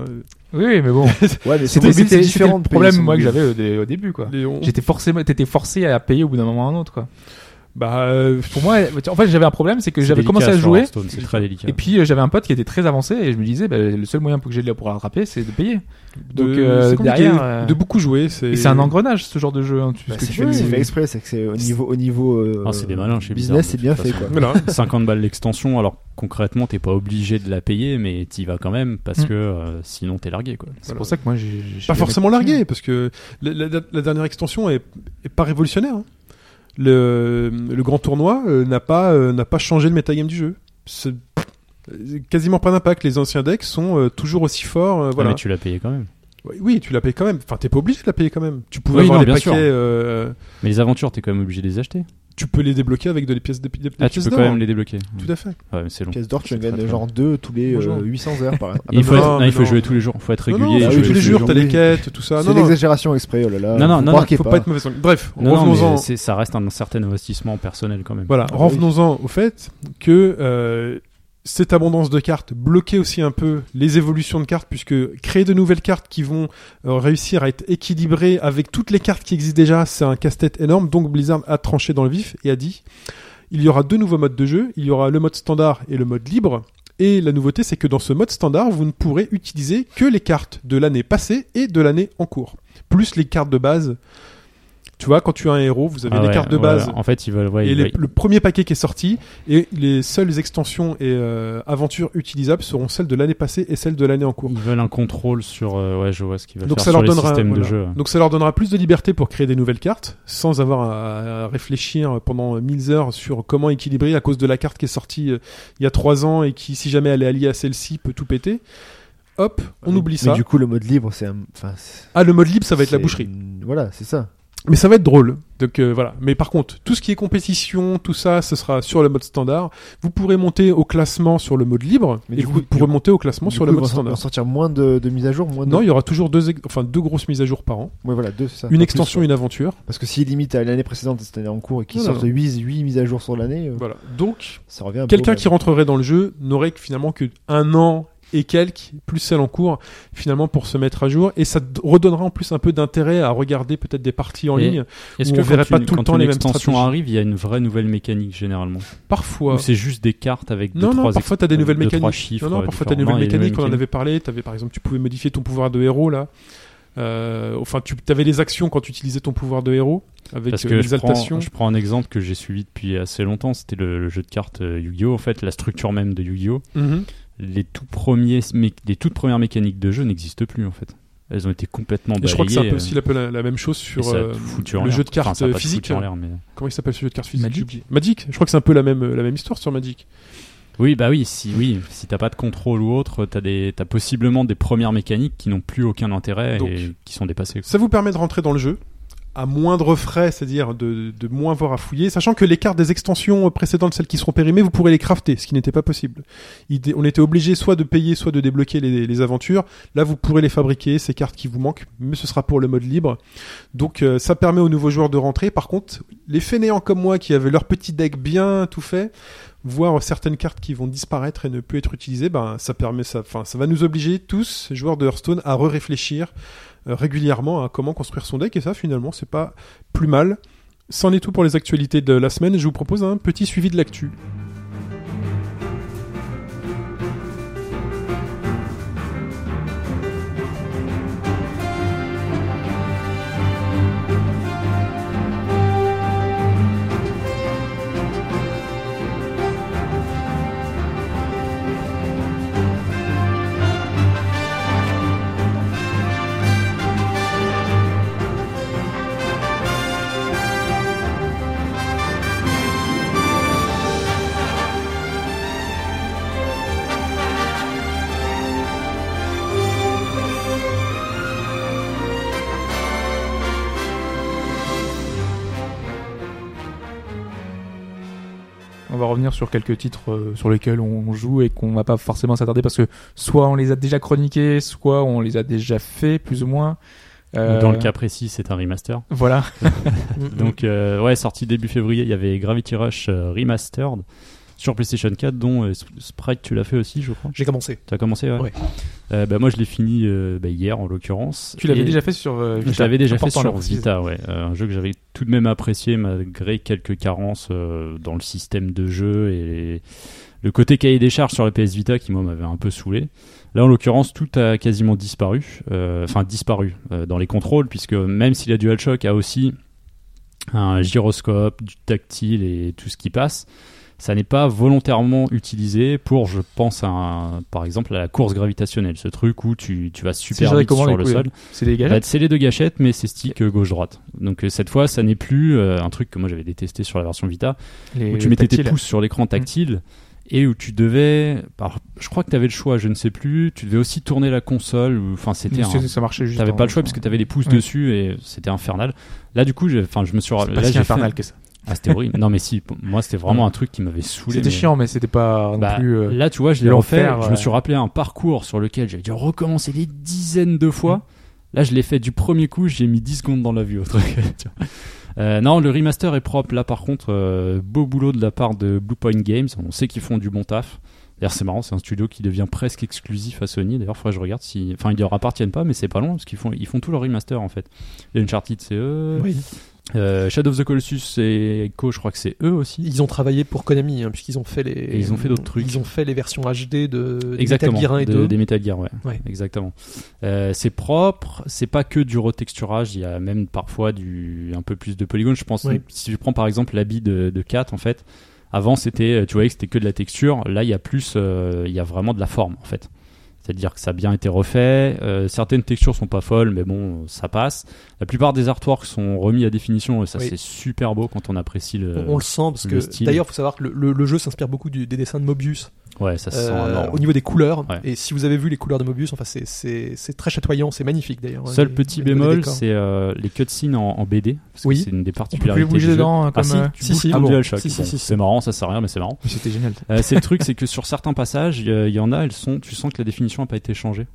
Speaker 4: Oui, oui, mais bon.
Speaker 6: Ouais, mais sur
Speaker 4: C'était
Speaker 6: mobile, c'est
Speaker 4: c'était- c'était
Speaker 6: différent
Speaker 4: le
Speaker 6: de payer
Speaker 4: problème
Speaker 6: sur
Speaker 4: moi que
Speaker 6: mobile.
Speaker 4: j'avais au, dé- au début quoi.
Speaker 2: Les- on-
Speaker 4: J'étais forcé, t'étais forcé à payer au bout d'un moment ou à un autre quoi.
Speaker 2: Bah, euh,
Speaker 4: Pour moi, en fait, j'avais un problème, c'est que
Speaker 5: C'est
Speaker 4: j'avais
Speaker 5: délicat
Speaker 4: commencé à
Speaker 5: sur
Speaker 4: jouer.
Speaker 5: Hearthstone, C'est très délicat.
Speaker 4: Et puis euh, j'avais un pote qui était très avancé et je me disais bah, le seul moyen pour que j'aille là pour rattraper c'est de payer.
Speaker 2: de,
Speaker 4: Donc, euh,
Speaker 2: c'est compliqué
Speaker 4: derrière, euh,
Speaker 2: de beaucoup jouer. C'est
Speaker 4: Et c'est un engrenage ce genre de jeu. hein, tu-
Speaker 6: Bah,
Speaker 4: parce
Speaker 6: C'est
Speaker 4: que tu
Speaker 6: fait-
Speaker 4: fais-
Speaker 6: c'est fait exprès, c'est que c'est au niveau. Au niveau euh,
Speaker 5: Ah, c'est des malins chez Blizzard,
Speaker 6: Business, c'est
Speaker 5: de
Speaker 6: bien
Speaker 5: toute
Speaker 6: fait,
Speaker 5: façon.
Speaker 6: quoi.
Speaker 2: Voilà.
Speaker 5: 50 balles l'extension, alors concrètement, t'es pas obligé de la payer, mais t'y vas quand même parce
Speaker 4: Mm.
Speaker 5: que euh, sinon t'es largué quoi.
Speaker 4: C'est pour ça que moi j'ai- j'ai
Speaker 2: pas
Speaker 4: jamais-
Speaker 2: forcément largué parce que la, la- la dernière extension est, est pas révolutionnaire. hein. Le, le grand tournoi euh, n'a pas euh, n'a pas changé le metagame du jeu. C'est euh, quasiment pas d'impact. Les anciens decks sont euh, toujours aussi forts. euh,
Speaker 5: Ah,
Speaker 2: voilà.
Speaker 5: mais tu l'as payé quand même.
Speaker 2: Oui, Oui, tu la payes quand même. Enfin, t'es pas obligé de la payer quand même. Tu pouvais
Speaker 5: Oui,
Speaker 2: avoir les
Speaker 5: non, bien
Speaker 2: paquets.
Speaker 5: sûr.
Speaker 2: euh,
Speaker 5: Mais les aventures, t'es quand même obligé de les acheter.
Speaker 2: tu peux les débloquer avec de les pièces de, des
Speaker 5: Ah, tu
Speaker 2: pièces
Speaker 5: peux quand
Speaker 2: d'or. hein.
Speaker 5: même les débloquer.
Speaker 2: Tout à fait.
Speaker 5: Ouais, mais c'est long.
Speaker 6: Pièce d'or, tu en
Speaker 5: C'est très,
Speaker 6: gagnes
Speaker 5: très
Speaker 6: genre 2 tous les euh,
Speaker 2: Bonjour.
Speaker 6: 800 heures, par exemple.
Speaker 5: Et il faut,
Speaker 2: non,
Speaker 5: être- non,
Speaker 2: mais
Speaker 5: il faut
Speaker 2: non.
Speaker 5: jouer tous les jours. Il faut être régulier.
Speaker 2: non, non,
Speaker 5: et
Speaker 2: bah
Speaker 6: faut
Speaker 2: oui,
Speaker 5: ah jouer
Speaker 2: tous les jours, t'as les
Speaker 5: jours.
Speaker 2: quêtes, tout ça.
Speaker 6: C'est
Speaker 2: Non, non,
Speaker 6: l'exagération exprès, oh là là. faut
Speaker 5: Non, non, non,
Speaker 6: croire
Speaker 5: non,
Speaker 6: qu'il y ait
Speaker 2: faut pas être mauvais sanglier. Bref,
Speaker 5: Non, non, mais
Speaker 2: revenons-en.
Speaker 5: c'est- ça reste un certain investissement personnel quand même.
Speaker 2: Voilà,
Speaker 6: Ah oui.
Speaker 2: revenons-en au fait que euh, cette abondance de cartes bloquait aussi un peu les évolutions de cartes, puisque créer de nouvelles cartes qui vont euh, réussir à être équilibrées avec toutes les cartes qui existent déjà, c'est un casse-tête énorme. Donc Blizzard a tranché dans le vif et a dit il y aura deux nouveaux modes de jeu, il y aura le mode standard et le mode libre. Et la nouveauté, c'est que dans ce mode standard, vous ne pourrez utiliser que les cartes de l'année passée et de l'année en cours, plus les cartes de base. Tu vois, quand tu as un héros, vous avez
Speaker 5: Ah
Speaker 2: les
Speaker 5: ouais,
Speaker 2: cartes de
Speaker 5: ouais,
Speaker 2: base
Speaker 5: En fait, ils veulent. ouais,
Speaker 2: et
Speaker 5: ils
Speaker 2: les-
Speaker 5: veulent-
Speaker 2: le premier paquet qui est sorti, et les seules extensions et euh, aventures utilisables seront celles de l'année passée et celles de l'année en cours.
Speaker 5: Ils veulent un contrôle sur. euh, ouais, je vois ce qu'ils veulent
Speaker 2: Donc
Speaker 5: faire
Speaker 2: ça, leur
Speaker 5: sur les
Speaker 2: donnera,
Speaker 5: systèmes de
Speaker 2: voilà.
Speaker 5: jeu.
Speaker 2: Donc ça leur donnera plus de liberté pour créer des nouvelles cartes, sans avoir à, à réfléchir pendant 1000 heures sur comment équilibrer à cause de la carte qui est sortie euh, il y a 3 ans et qui, si jamais elle est alliée à celle-ci, peut tout péter. Hop, on
Speaker 6: Mais-
Speaker 2: oublie
Speaker 6: Euh, mais
Speaker 2: ça.
Speaker 6: du coup, le mode libre, c'est un. Enfin, c'est-
Speaker 2: Ah, le mode libre, ça va être la
Speaker 6: c'est-
Speaker 2: boucherie.
Speaker 6: Voilà, c'est ça.
Speaker 2: Mais ça va être drôle. Donc euh, voilà. Mais par contre, tout ce qui est compétition, tout ça, ce sera sur le mode standard. Vous pourrez monter au classement sur le mode libre
Speaker 6: Mais
Speaker 2: et
Speaker 6: du
Speaker 2: vous
Speaker 6: coup-
Speaker 2: pourrez monter au classement
Speaker 6: Du
Speaker 2: sur
Speaker 6: coup,
Speaker 2: le
Speaker 6: ils
Speaker 2: mode
Speaker 6: vont sor- vont
Speaker 2: standard.
Speaker 6: sortir moins de, de mises à jour, moins de.
Speaker 2: Non, il y aura toujours deux, ex- enfin deux grosses mises à jour par an.
Speaker 6: Ouais, voilà, deux, c'est ça.
Speaker 2: Une
Speaker 6: Pas
Speaker 2: extension,
Speaker 6: plus,
Speaker 2: une aventure.
Speaker 6: ouais. Parce que s'ils limitent à l'année précédente et cette année en cours et qu'ils
Speaker 2: Non, non,
Speaker 6: sortent 8, mises à jour sur l'année, euh,
Speaker 2: Voilà. Donc,
Speaker 6: ça revient un peu.
Speaker 2: quelqu'un
Speaker 6: au
Speaker 2: qui
Speaker 6: même.
Speaker 2: rentrerait dans le jeu n'aurait que finalement que un an et quelques, plus celle en cours, finalement pour se mettre à jour. Et ça d- redonnera en plus un peu d'intérêt à regarder peut-être des parties en
Speaker 5: Et-
Speaker 2: ligne.
Speaker 5: Est-ce
Speaker 2: Où
Speaker 5: que
Speaker 2: on
Speaker 5: quand
Speaker 2: verrait pas
Speaker 5: une-
Speaker 2: tout le
Speaker 5: quand
Speaker 2: temps
Speaker 5: une
Speaker 2: les mêmes
Speaker 5: extension
Speaker 2: stratégies
Speaker 5: arrive, il y a une vraie nouvelle mécanique généralement
Speaker 2: Parfois.
Speaker 5: Ou c'est juste des cartes avec deux,
Speaker 2: Non, non,
Speaker 5: trois
Speaker 2: parfois t'as des
Speaker 5: ex-
Speaker 2: nouvelles
Speaker 5: deux, trois
Speaker 2: mécaniques.
Speaker 5: chiffres,
Speaker 2: non, non,
Speaker 5: euh,
Speaker 2: parfois t'as des
Speaker 5: différents.
Speaker 2: nouvelles
Speaker 5: Non, il y a des
Speaker 2: mécaniques, on en
Speaker 5: mécaniques.
Speaker 2: avait parlé. T'avais, par exemple, tu pouvais modifier ton pouvoir de héros, là. Euh, enfin, tu avais des actions quand tu utilisais ton pouvoir de héros, avec
Speaker 5: Parce
Speaker 2: euh,
Speaker 5: que je
Speaker 2: l'exaltation.
Speaker 5: prends, je prends un exemple que j'ai suivi depuis assez longtemps, c'était le, le jeu de cartes euh, Yu-Gi-Oh! En fait, la structure même de Yu-Gi-Oh!
Speaker 2: Mhm.
Speaker 5: Les, tout premiers, mé- les toutes premières mécaniques de jeu n'existent plus en fait. Elles ont été complètement
Speaker 2: Et
Speaker 5: balayées.
Speaker 2: je crois que c'est un peu
Speaker 5: euh,
Speaker 2: aussi un peu la, la même chose
Speaker 5: et
Speaker 2: sur
Speaker 5: ça a
Speaker 2: euh,
Speaker 5: tout foutu en
Speaker 2: le
Speaker 5: l'air.
Speaker 2: jeu de
Speaker 5: Enfin,
Speaker 2: cartes
Speaker 5: ça a
Speaker 2: euh,
Speaker 5: pas tout foutu
Speaker 2: physique.
Speaker 5: en l'air, mais-
Speaker 2: Comment il s'appelle ce jeu de cartes physique
Speaker 4: Magic.
Speaker 2: J'ai oublié. Magic. Je crois que c'est un peu la même, la même histoire sur Magic.
Speaker 5: Oui, bah oui, si, oui, si t'as pas de contrôle ou autre, t'as des, t'as possiblement des premières mécaniques qui n'ont plus aucun intérêt
Speaker 2: Donc.
Speaker 5: et qui sont dépassées.
Speaker 2: Ça vous permet de rentrer dans le jeu à moindre frais, c'est-à-dire de, de moins voir à fouiller, sachant que les cartes des extensions précédentes, celles qui seront périmées, vous pourrez les crafter, ce qui n'était pas possible. Il était- on était obligé soit de payer, soit de débloquer les, les aventures. Là, vous pourrez les fabriquer, ces cartes qui vous manquent, mais ce sera pour le mode libre. Donc, euh, ça permet aux nouveaux joueurs de rentrer. Par contre, les fainéants comme moi, qui avaient leur petit deck bien tout fait, voir certaines cartes qui vont disparaître et ne plus être utilisées, ben, ça permet, ça, enfin, ça va nous obliger tous, joueurs de Hearthstone, à re-réfléchir euh, régulièrement à comment construire son deck et ça finalement c'est pas plus mal. C'en est tout pour les actualités de la semaine. Je vous propose un petit suivi de l'actu.
Speaker 4: On va revenir sur quelques titres euh, sur lesquels on joue et qu'on va pas forcément s'attarder parce que soit on les a déjà chroniqués, soit on les a déjà fait plus ou moins. Euh,
Speaker 5: Dans le cas précis, c'est un remaster.
Speaker 2: mm.
Speaker 4: Voilà.
Speaker 5: Donc, euh, ouais, sorti début février, il y avait Gravity Rush euh, Remastered sur PlayStation 4, dont euh, Sp- Sprite, tu l'as fait aussi, je crois.
Speaker 3: J'ai commencé.
Speaker 5: Tu as commencé, ouais.
Speaker 3: Ouais.
Speaker 5: Euh, bah, moi, je l'ai fini euh, bah, hier, en l'occurrence.
Speaker 4: Tu l'avais
Speaker 5: Et
Speaker 4: déjà fait sur. euh,
Speaker 5: Je
Speaker 4: Vita.
Speaker 5: l'avais déjà fait
Speaker 4: Important de le
Speaker 5: sur
Speaker 4: préciser.
Speaker 5: Vita, ouais. Euh, un jeu que j'avais tout de même apprécié malgré quelques carences euh, dans le système de jeu et le côté cahier des charges sur la PS Vita qui moi m'avait un peu saoulé. Là en l'occurrence tout a quasiment disparu, euh, enfin disparu euh, dans les contrôles puisque même si la DualShock a aussi un gyroscope, du tactile et tout ce qui passe, ça n'est pas volontairement utilisé pour, je pense, à un- par exemple à la course gravitationnelle, ce truc où tu, tu vas super
Speaker 4: géré
Speaker 5: vite
Speaker 4: comment,
Speaker 5: sur
Speaker 4: du
Speaker 5: le
Speaker 4: coup,
Speaker 5: sol.
Speaker 4: C'est des
Speaker 5: Bah,
Speaker 4: gadgets.
Speaker 5: c'est les deux gâchettes, mais c'est stick euh, gauche-droite. Donc euh, cette fois, ça n'est plus euh, un truc que moi j'avais détesté sur la version Vita,
Speaker 4: les-
Speaker 5: où tu
Speaker 4: les
Speaker 5: mettais tes
Speaker 4: tactiles.
Speaker 5: pouces sur l'écran
Speaker 4: Mm.
Speaker 5: tactile et où tu devais. par- je crois que tu avais le choix, je ne sais plus. Tu devais aussi tourner la console. ou- Enfin, c'était. un-
Speaker 4: Ça marchait juste.
Speaker 5: T'avais
Speaker 4: en-
Speaker 5: pas le choix puisque t'avais les pouces
Speaker 4: Ouais.
Speaker 5: dessus et c'était infernal. Là du coup, j'ai- enfin, je me suis.
Speaker 4: C'est
Speaker 5: là,
Speaker 4: pas
Speaker 5: j'ai
Speaker 4: si
Speaker 5: fait-
Speaker 4: infernal que ça.
Speaker 5: Ah, c'était horrible. Non mais si, pour moi c'était vraiment un truc qui m'avait saoulé.
Speaker 4: C'était
Speaker 5: mais-
Speaker 4: chiant, mais c'était pas non
Speaker 5: bah,
Speaker 4: plus. euh,
Speaker 5: là, tu vois, je l'ai refait.
Speaker 4: l'enfer, euh.
Speaker 5: Je me
Speaker 4: ouais.
Speaker 5: suis rappelé un parcours sur lequel j'ai dû recommencer des dizaines de fois. Là, je l'ai fait du premier coup. J'ai mis 10 secondes dans la vue au truc. tu vois. Euh, non, le remaster est propre. Là, par contre, euh, beau boulot de la part de Blue Point Games. On sait qu'ils font du bon taf. D'ailleurs, c'est marrant, c'est un studio qui devient presque exclusif à Sony. D'ailleurs, faudrait que je regarde si. Enfin, ils leur appartiennent pas, mais c'est pas long parce qu'ils font, ils font tout leur remaster en fait. Il y a Uncharted, c'est eux.
Speaker 3: Oui.
Speaker 5: Euh, Shadow of the Colossus et Echo, je crois que c'est eux aussi.
Speaker 3: Ils ont travaillé pour Konami, hein, puisqu'ils ont fait les.
Speaker 5: Et ils ont fait d'autres trucs.
Speaker 3: Ils ont fait les versions HD de des
Speaker 5: Exactement,
Speaker 3: Metal Gear 1 et
Speaker 5: de-
Speaker 3: 2.
Speaker 5: des Metal Gear, ouais.
Speaker 3: Ouais.
Speaker 5: Exactement. Euh, c'est propre, c'est pas que du retexturage, il y a même parfois du un peu plus de polygones. Je pense
Speaker 3: Oui.
Speaker 5: si je prends par exemple l'habit de, de Kat en fait, avant c'était euh, tu voyais que c'était que de la texture, là il y a plus euh, il y a vraiment de la forme en fait. C'est-à-dire que ça a bien été refait. euh, certaines textures sont pas folles, mais bon, ça passe. La plupart des artworks sont remis à définition et ça
Speaker 3: Oui.
Speaker 5: c'est super beau quand on apprécie le.
Speaker 3: On le sent parce
Speaker 5: euh, le
Speaker 3: que
Speaker 5: style.
Speaker 3: d'ailleurs, faut savoir que le, le- le jeu s'inspire beaucoup du- des dessins de Mobius
Speaker 5: Ouais, ça se sent.
Speaker 3: euh,
Speaker 5: énorme.
Speaker 3: au niveau des couleurs.
Speaker 5: Ouais.
Speaker 3: Et si vous avez vu les couleurs de Mobius, enfin c'est- c'est c'est très chatoyant, c'est magnifique d'ailleurs. hein,
Speaker 5: Seul
Speaker 3: les-
Speaker 5: petit
Speaker 3: les- les
Speaker 5: bémol,
Speaker 3: décors.
Speaker 5: c'est euh, les cutscenes en, en BD. Parce que
Speaker 3: Oui.
Speaker 5: c'est une des
Speaker 4: On peut
Speaker 5: particularités.
Speaker 4: plus
Speaker 5: du
Speaker 4: bouger
Speaker 5: jeu.
Speaker 4: dedans hein,
Speaker 5: Ah
Speaker 4: comme.
Speaker 5: si,
Speaker 4: euh,
Speaker 5: tu
Speaker 3: si,
Speaker 5: bouges
Speaker 3: si,
Speaker 5: comme
Speaker 3: bon.
Speaker 5: DualShock.
Speaker 3: Si, si,
Speaker 5: Bon,
Speaker 3: si, si.
Speaker 5: C'est marrant, ça sert à rien, mais c'est marrant.
Speaker 4: mais C'était génial.
Speaker 5: Euh, c'est le truc, c'est que sur certains passages, il y, a- il y en a, elles sont, tu sens que la définition n'a pas été changée.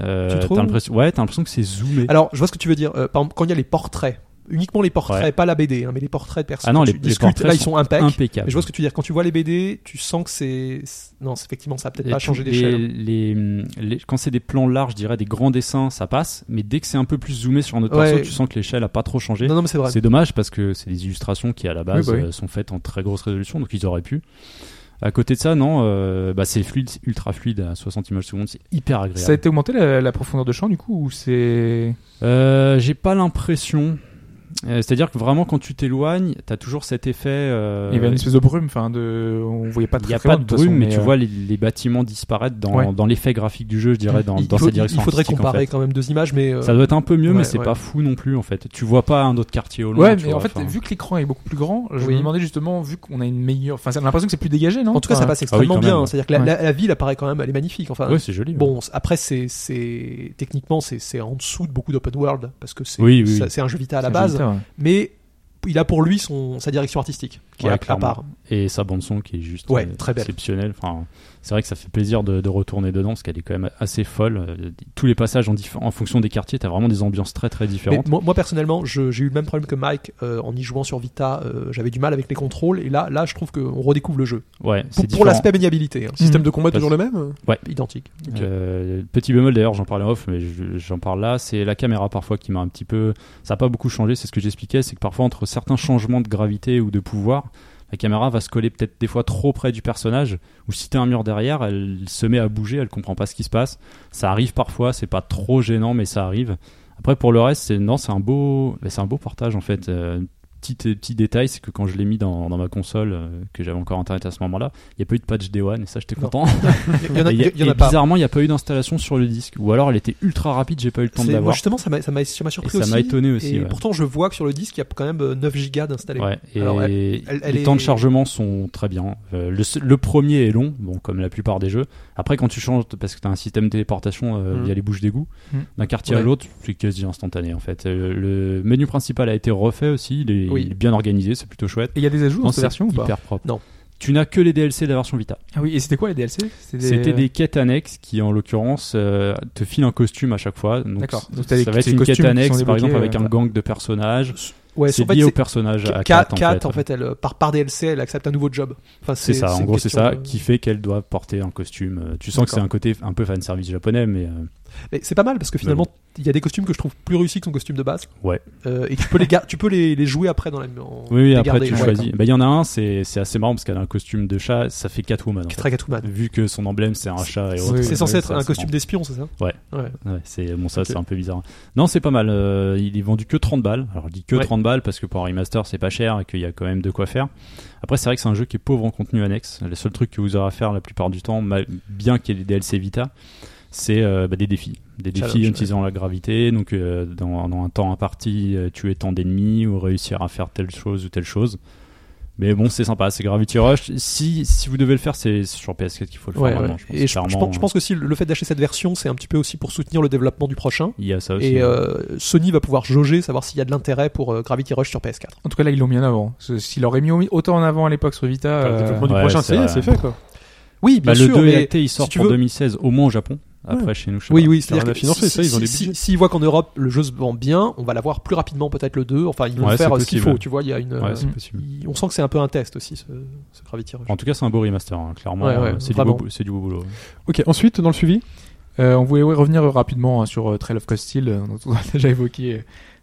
Speaker 5: Euh,
Speaker 3: Tu
Speaker 5: t'as
Speaker 3: trouves
Speaker 5: l'impression- Ouais, t'as l'impression que c'est zoomé.
Speaker 3: Alors, je vois ce que tu veux dire. Euh, par exemple, quand il y a les portraits, uniquement les portraits,
Speaker 5: Ouais.
Speaker 3: pas la BD, hein, mais les portraits de personnes.
Speaker 5: Ah non,
Speaker 3: que
Speaker 5: les-
Speaker 3: tu
Speaker 5: les
Speaker 3: discutes,
Speaker 5: portraits
Speaker 3: là ils sont impec.
Speaker 5: Impeccable.
Speaker 3: Mais je vois ce que tu veux dire. Quand tu vois les BD, tu sens que c'est c'est- non, c'est- effectivement, ça a peut-être
Speaker 5: Et
Speaker 3: pas
Speaker 5: tu-
Speaker 3: changé
Speaker 5: les-
Speaker 3: d'échelle.
Speaker 5: les- les- quand c'est des plans larges, je dirais des grands dessins, ça passe. Mais dès que c'est un peu plus zoomé sur un autre
Speaker 3: Ouais.
Speaker 5: perso, tu sens que l'échelle a pas trop changé.
Speaker 3: Non, non, mais c'est vrai.
Speaker 5: C'est dommage parce que c'est des illustrations qui à la base
Speaker 4: Oui, bah oui.
Speaker 5: euh, sont faites en très grosse résolution, donc ils auraient pu. À côté de ça, non, euh, bah, c'est fluide, c'est ultra fluide à 60 images secondes, c'est hyper
Speaker 4: Ça a
Speaker 5: agréable.
Speaker 4: été augmenté la, la profondeur de champ du coup ou c'est
Speaker 5: Euh, J'ai pas l'impression. euh, C'est-à-dire que vraiment quand tu t'éloignes, t'as toujours cet effet. euh,
Speaker 4: il y avait une espèce de brume enfin de on voyait pas
Speaker 5: il
Speaker 4: très
Speaker 5: y a
Speaker 4: très
Speaker 5: pas
Speaker 4: loin,
Speaker 5: de
Speaker 4: toute façon,
Speaker 5: brume, mais tu
Speaker 4: euh,
Speaker 5: vois les, les bâtiments disparaître dans,
Speaker 4: Ouais.
Speaker 5: dans l'effet graphique du jeu, je dirais, dans,
Speaker 3: il,
Speaker 5: dans
Speaker 3: faut-
Speaker 5: cette direction.
Speaker 3: il faudrait
Speaker 5: artistique, en
Speaker 3: comparer
Speaker 5: fait.
Speaker 3: quand même deux images, mais euh,
Speaker 5: Ça doit être un peu mieux, mais
Speaker 3: Ouais,
Speaker 5: c'est
Speaker 3: ouais.
Speaker 5: pas fou non plus en fait. Tu vois pas un autre quartier au loin.
Speaker 4: Ouais,
Speaker 5: tu
Speaker 4: mais en
Speaker 5: vois,
Speaker 4: fait,
Speaker 5: enfin.
Speaker 4: vu que l'écran est beaucoup plus grand, je
Speaker 3: Mhm.
Speaker 4: me demandais justement, vu qu'on a une meilleure. Enfin, j'ai l'impression que c'est plus dégagé, non
Speaker 3: en tout cas, ça
Speaker 4: Enfin,
Speaker 3: passe
Speaker 5: Ah quand
Speaker 3: extrêmement
Speaker 5: même,
Speaker 3: bien.
Speaker 5: ouais.
Speaker 3: C'est-à-dire que la,
Speaker 4: Ouais.
Speaker 3: la- la ville apparaît quand même, elle est magnifique. Enfin,
Speaker 5: Ouais, c'est joli. ouais.
Speaker 3: Bon, c- après, c'est, c'est techniquement, c'est, c'est en dessous de beaucoup d'open world parce que c'est,
Speaker 5: Oui, oui,
Speaker 3: ça-
Speaker 5: oui.
Speaker 3: c'est un jeu Vita à la
Speaker 4: c'est
Speaker 3: base,
Speaker 4: joli, ça, ouais.
Speaker 3: mais il a pour lui son, sa direction artistique qui
Speaker 5: Ouais,
Speaker 3: est à- à,
Speaker 5: clairement.
Speaker 3: part.
Speaker 5: et sa bande son qui est juste
Speaker 3: Ouais,
Speaker 5: euh,
Speaker 3: très belle.
Speaker 5: exceptionnelle. Enfin, c'est vrai que ça fait plaisir de, de retourner dedans parce qu'elle est quand même assez folle. Euh, Tous les passages en, diff- en fonction des quartiers, t'as vraiment des ambiances très très
Speaker 3: Mais
Speaker 5: différentes.
Speaker 3: moi, moi, personnellement, je- j'ai eu le même problème que Mike euh, en y jouant sur Vita. euh, j'avais du mal avec les contrôles et là, là, je trouve qu'on redécouvre le jeu
Speaker 5: ouais,
Speaker 3: pour,
Speaker 5: c'est
Speaker 3: pour
Speaker 5: différent.
Speaker 3: l'aspect maniabilité, hein,
Speaker 4: Hmm.
Speaker 2: Système de combat
Speaker 5: Parce-
Speaker 2: toujours le même
Speaker 3: identique.
Speaker 5: Euh, petit bémol d'ailleurs, j'en parlais en off, mais je- j'en parle là. C'est la caméra parfois qui m'a un petit peu. Ça n'a pas beaucoup changé. C'est ce que j'expliquais, c'est que parfois entre certains changements de gravité ou de pouvoir. La caméra va se coller peut-être des fois trop près du personnage, ou si t'as un mur derrière, elle se met à bouger, elle comprend pas ce qui se passe. Ça arrive parfois, c'est pas trop gênant, mais ça arrive. Après, pour le reste, c'est non, c'est un beau, mais c'est un beau portage en fait. Euh, petit petit détail, c'est que quand je l'ai mis dans, dans ma console, euh, que j'avais encore internet à ce moment-là, il n'y a pas eu de patch Day One et ça, j'étais
Speaker 3: Non.
Speaker 5: content.
Speaker 3: Il y en a,
Speaker 5: Et y a-
Speaker 3: il y en a
Speaker 5: et
Speaker 3: pas.
Speaker 5: Bizarrement, il n'y a pas eu d'installation sur le disque. Ou alors elle était ultra rapide, j'ai pas eu le temps
Speaker 3: C'est-
Speaker 5: de
Speaker 3: moi,
Speaker 5: l'avoir.
Speaker 3: justement, ça m'a, ça m'a, ça m'a surpris
Speaker 5: Et ça
Speaker 3: aussi.
Speaker 5: m'a étonné aussi,
Speaker 3: Et
Speaker 5: ouais.
Speaker 3: pourtant, je vois que sur le disque, il y a quand même euh, 9 gigas d'installés.
Speaker 5: Ouais, et
Speaker 3: Alors, elle- elle
Speaker 5: les
Speaker 3: est-
Speaker 5: temps de chargement sont très bien. Euh, le, se- le premier est long, bon, comme la plupart des jeux. Après, quand tu changes, parce que tu as un système de téléportation euh,
Speaker 3: Mhm.
Speaker 5: via les bouches d'égout,
Speaker 4: Mhm.
Speaker 5: d'un quartier à
Speaker 3: Ouais.
Speaker 5: l'autre, c'est quasi instantané en fait. Euh, le menu principal a été refait aussi, il est,
Speaker 3: Oui.
Speaker 5: il est bien organisé, c'est plutôt chouette.
Speaker 4: Et il y a des ajouts
Speaker 5: Non,
Speaker 4: dans cette
Speaker 5: c'est
Speaker 4: version ou pas
Speaker 5: hyper propre.
Speaker 3: Non.
Speaker 5: tu n'as que les DLC de la version Vita.
Speaker 4: Ah oui, et c'était quoi les DLC C'était
Speaker 5: C'était des quêtes annexes qui, en l'occurrence, euh, te filent un costume à chaque fois. Donc,
Speaker 4: D'accord.
Speaker 5: c-
Speaker 4: Donc, t'as
Speaker 5: ça
Speaker 4: des-
Speaker 5: va être
Speaker 4: ces
Speaker 5: une quête
Speaker 4: costumes qui sont
Speaker 5: annexe, par
Speaker 4: débloqués,
Speaker 5: exemple, avec
Speaker 4: euh,
Speaker 5: un gang de personnages.
Speaker 3: Ouais,
Speaker 5: c'est
Speaker 3: en fait,
Speaker 5: lié au
Speaker 3: c'est-
Speaker 5: personnage à
Speaker 3: Kat,
Speaker 5: quatre, en
Speaker 3: Kat,
Speaker 5: fait. hein.
Speaker 3: en fait, elle, euh, par, par DLC, elle accepte un nouveau job. Enfin,
Speaker 5: C'est ça, en
Speaker 3: une
Speaker 5: gros, c'est
Speaker 3: question
Speaker 5: ça
Speaker 3: de-
Speaker 5: qui fait qu'elle doit porter un costume. Euh, Tu sens que
Speaker 3: D'accord.
Speaker 5: c'est un côté un peu fanservice japonais, mais euh,
Speaker 3: Mais c'est pas mal parce que finalement, il y a des costumes que je trouve plus réussis que son costume de base.
Speaker 5: Ouais.
Speaker 3: Euh, et tu peux les, gar- tu peux les, les jouer après dans la. en-
Speaker 5: oui, oui,
Speaker 3: les
Speaker 5: après
Speaker 3: garder,
Speaker 5: tu
Speaker 3: ouais,
Speaker 5: choisis.
Speaker 3: d'accord.
Speaker 5: Bah, Il y en a un, c'est c'est assez marrant parce qu'elle a un costume de chat, ça fait Catwoman. en
Speaker 3: Qui est
Speaker 5: fait.
Speaker 3: très Catwoman.
Speaker 5: Vu que son emblème c'est un chat et
Speaker 3: C'est
Speaker 5: autres.
Speaker 3: c'est censé
Speaker 5: euh,
Speaker 3: être
Speaker 5: ça,
Speaker 3: un
Speaker 5: c'est
Speaker 3: costume
Speaker 5: marrant.
Speaker 3: d'espion, c'est ça
Speaker 5: Ouais.
Speaker 3: ouais.
Speaker 5: Ouais, c'est bon ça
Speaker 3: Ok.
Speaker 5: c'est un peu bizarre. Non, c'est pas mal. Euh, il est vendu que 30 balles. Alors je dis que
Speaker 3: Ouais.
Speaker 5: 30 balles parce que pour un remaster, c'est pas cher et qu'il y a quand même de quoi faire. Après c'est vrai que c'est un jeu qui est pauvre en contenu annexe. Le seul truc que vous aurez à faire la plupart du temps, mal- bien qu'il y ait des DLC Vita, c'est euh, bah, des défis. Des défis
Speaker 3: Challenge, ouais.
Speaker 5: utilisant la gravité, donc euh, dans, dans un temps imparti, euh, tuer tant d'ennemis ou réussir à faire telle chose ou telle chose. Mais bon, c'est sympa, c'est Gravity Rush. Si, si vous devez le faire, c'est sur PS4 qu'il faut le faire.
Speaker 3: Ouais,
Speaker 5: vraiment,
Speaker 3: ouais.
Speaker 5: je pense,
Speaker 3: Et je, je
Speaker 5: clairement.
Speaker 3: pense, je pense que si le le fait d'acheter cette version, c'est un petit peu aussi pour soutenir le développement du prochain.
Speaker 5: il y a ça aussi.
Speaker 3: Et euh, Sony va pouvoir jauger, savoir s'il y a de l'intérêt pour euh, Gravity Rush sur PS4.
Speaker 4: En tout cas, là, ils l'ont mis en avant. Ce- S'ils l'auraient mis au- autant en avant à l'époque sur Vita,
Speaker 2: Enfin, le
Speaker 4: euh,
Speaker 2: développement du
Speaker 5: ouais,
Speaker 2: prochain, ça
Speaker 5: c'est
Speaker 2: y est, c'est
Speaker 5: vrai.
Speaker 2: fait quoi.
Speaker 3: Oui, bien
Speaker 5: Bah,
Speaker 3: sûr.
Speaker 5: le 2
Speaker 3: mais
Speaker 5: est acté, il sort
Speaker 3: si tu
Speaker 5: pour
Speaker 3: veux-
Speaker 5: 2016, au moins au Japon. Après, chez nous, je sais
Speaker 3: Oui,
Speaker 5: pas.
Speaker 3: oui,
Speaker 2: Ça a
Speaker 3: c'est-à-dire
Speaker 2: rien à
Speaker 3: que
Speaker 2: financer,
Speaker 3: si-
Speaker 2: ça, ils ont
Speaker 3: si-
Speaker 2: les
Speaker 3: si-
Speaker 2: budgets.
Speaker 3: S'ils voient qu'en Europe, le jeu se vend bien, on va l'avoir plus rapidement peut-être le 2. Enfin, ils vont
Speaker 5: Ouais,
Speaker 3: faire
Speaker 5: c'est
Speaker 3: euh, ce qu'il
Speaker 5: possible.
Speaker 3: faut, tu vois. Il y a une,
Speaker 5: Ouais,
Speaker 3: euh,
Speaker 5: c'est possible.
Speaker 3: il- on sent que c'est un peu un test aussi, ce, ce Gravity Rush.
Speaker 5: En tout cas, c'est un beau remaster, hein, clairement.
Speaker 3: Ouais, ouais,
Speaker 5: euh, c'est, du
Speaker 3: vraiment.
Speaker 5: beau, c'est du beau boulot.
Speaker 2: Ok, ensuite dans le suivi,
Speaker 4: Euh, on voulait ouais, revenir euh, rapidement hein, sur euh, Trail of Cold Steel, euh, dont on a déjà évoqué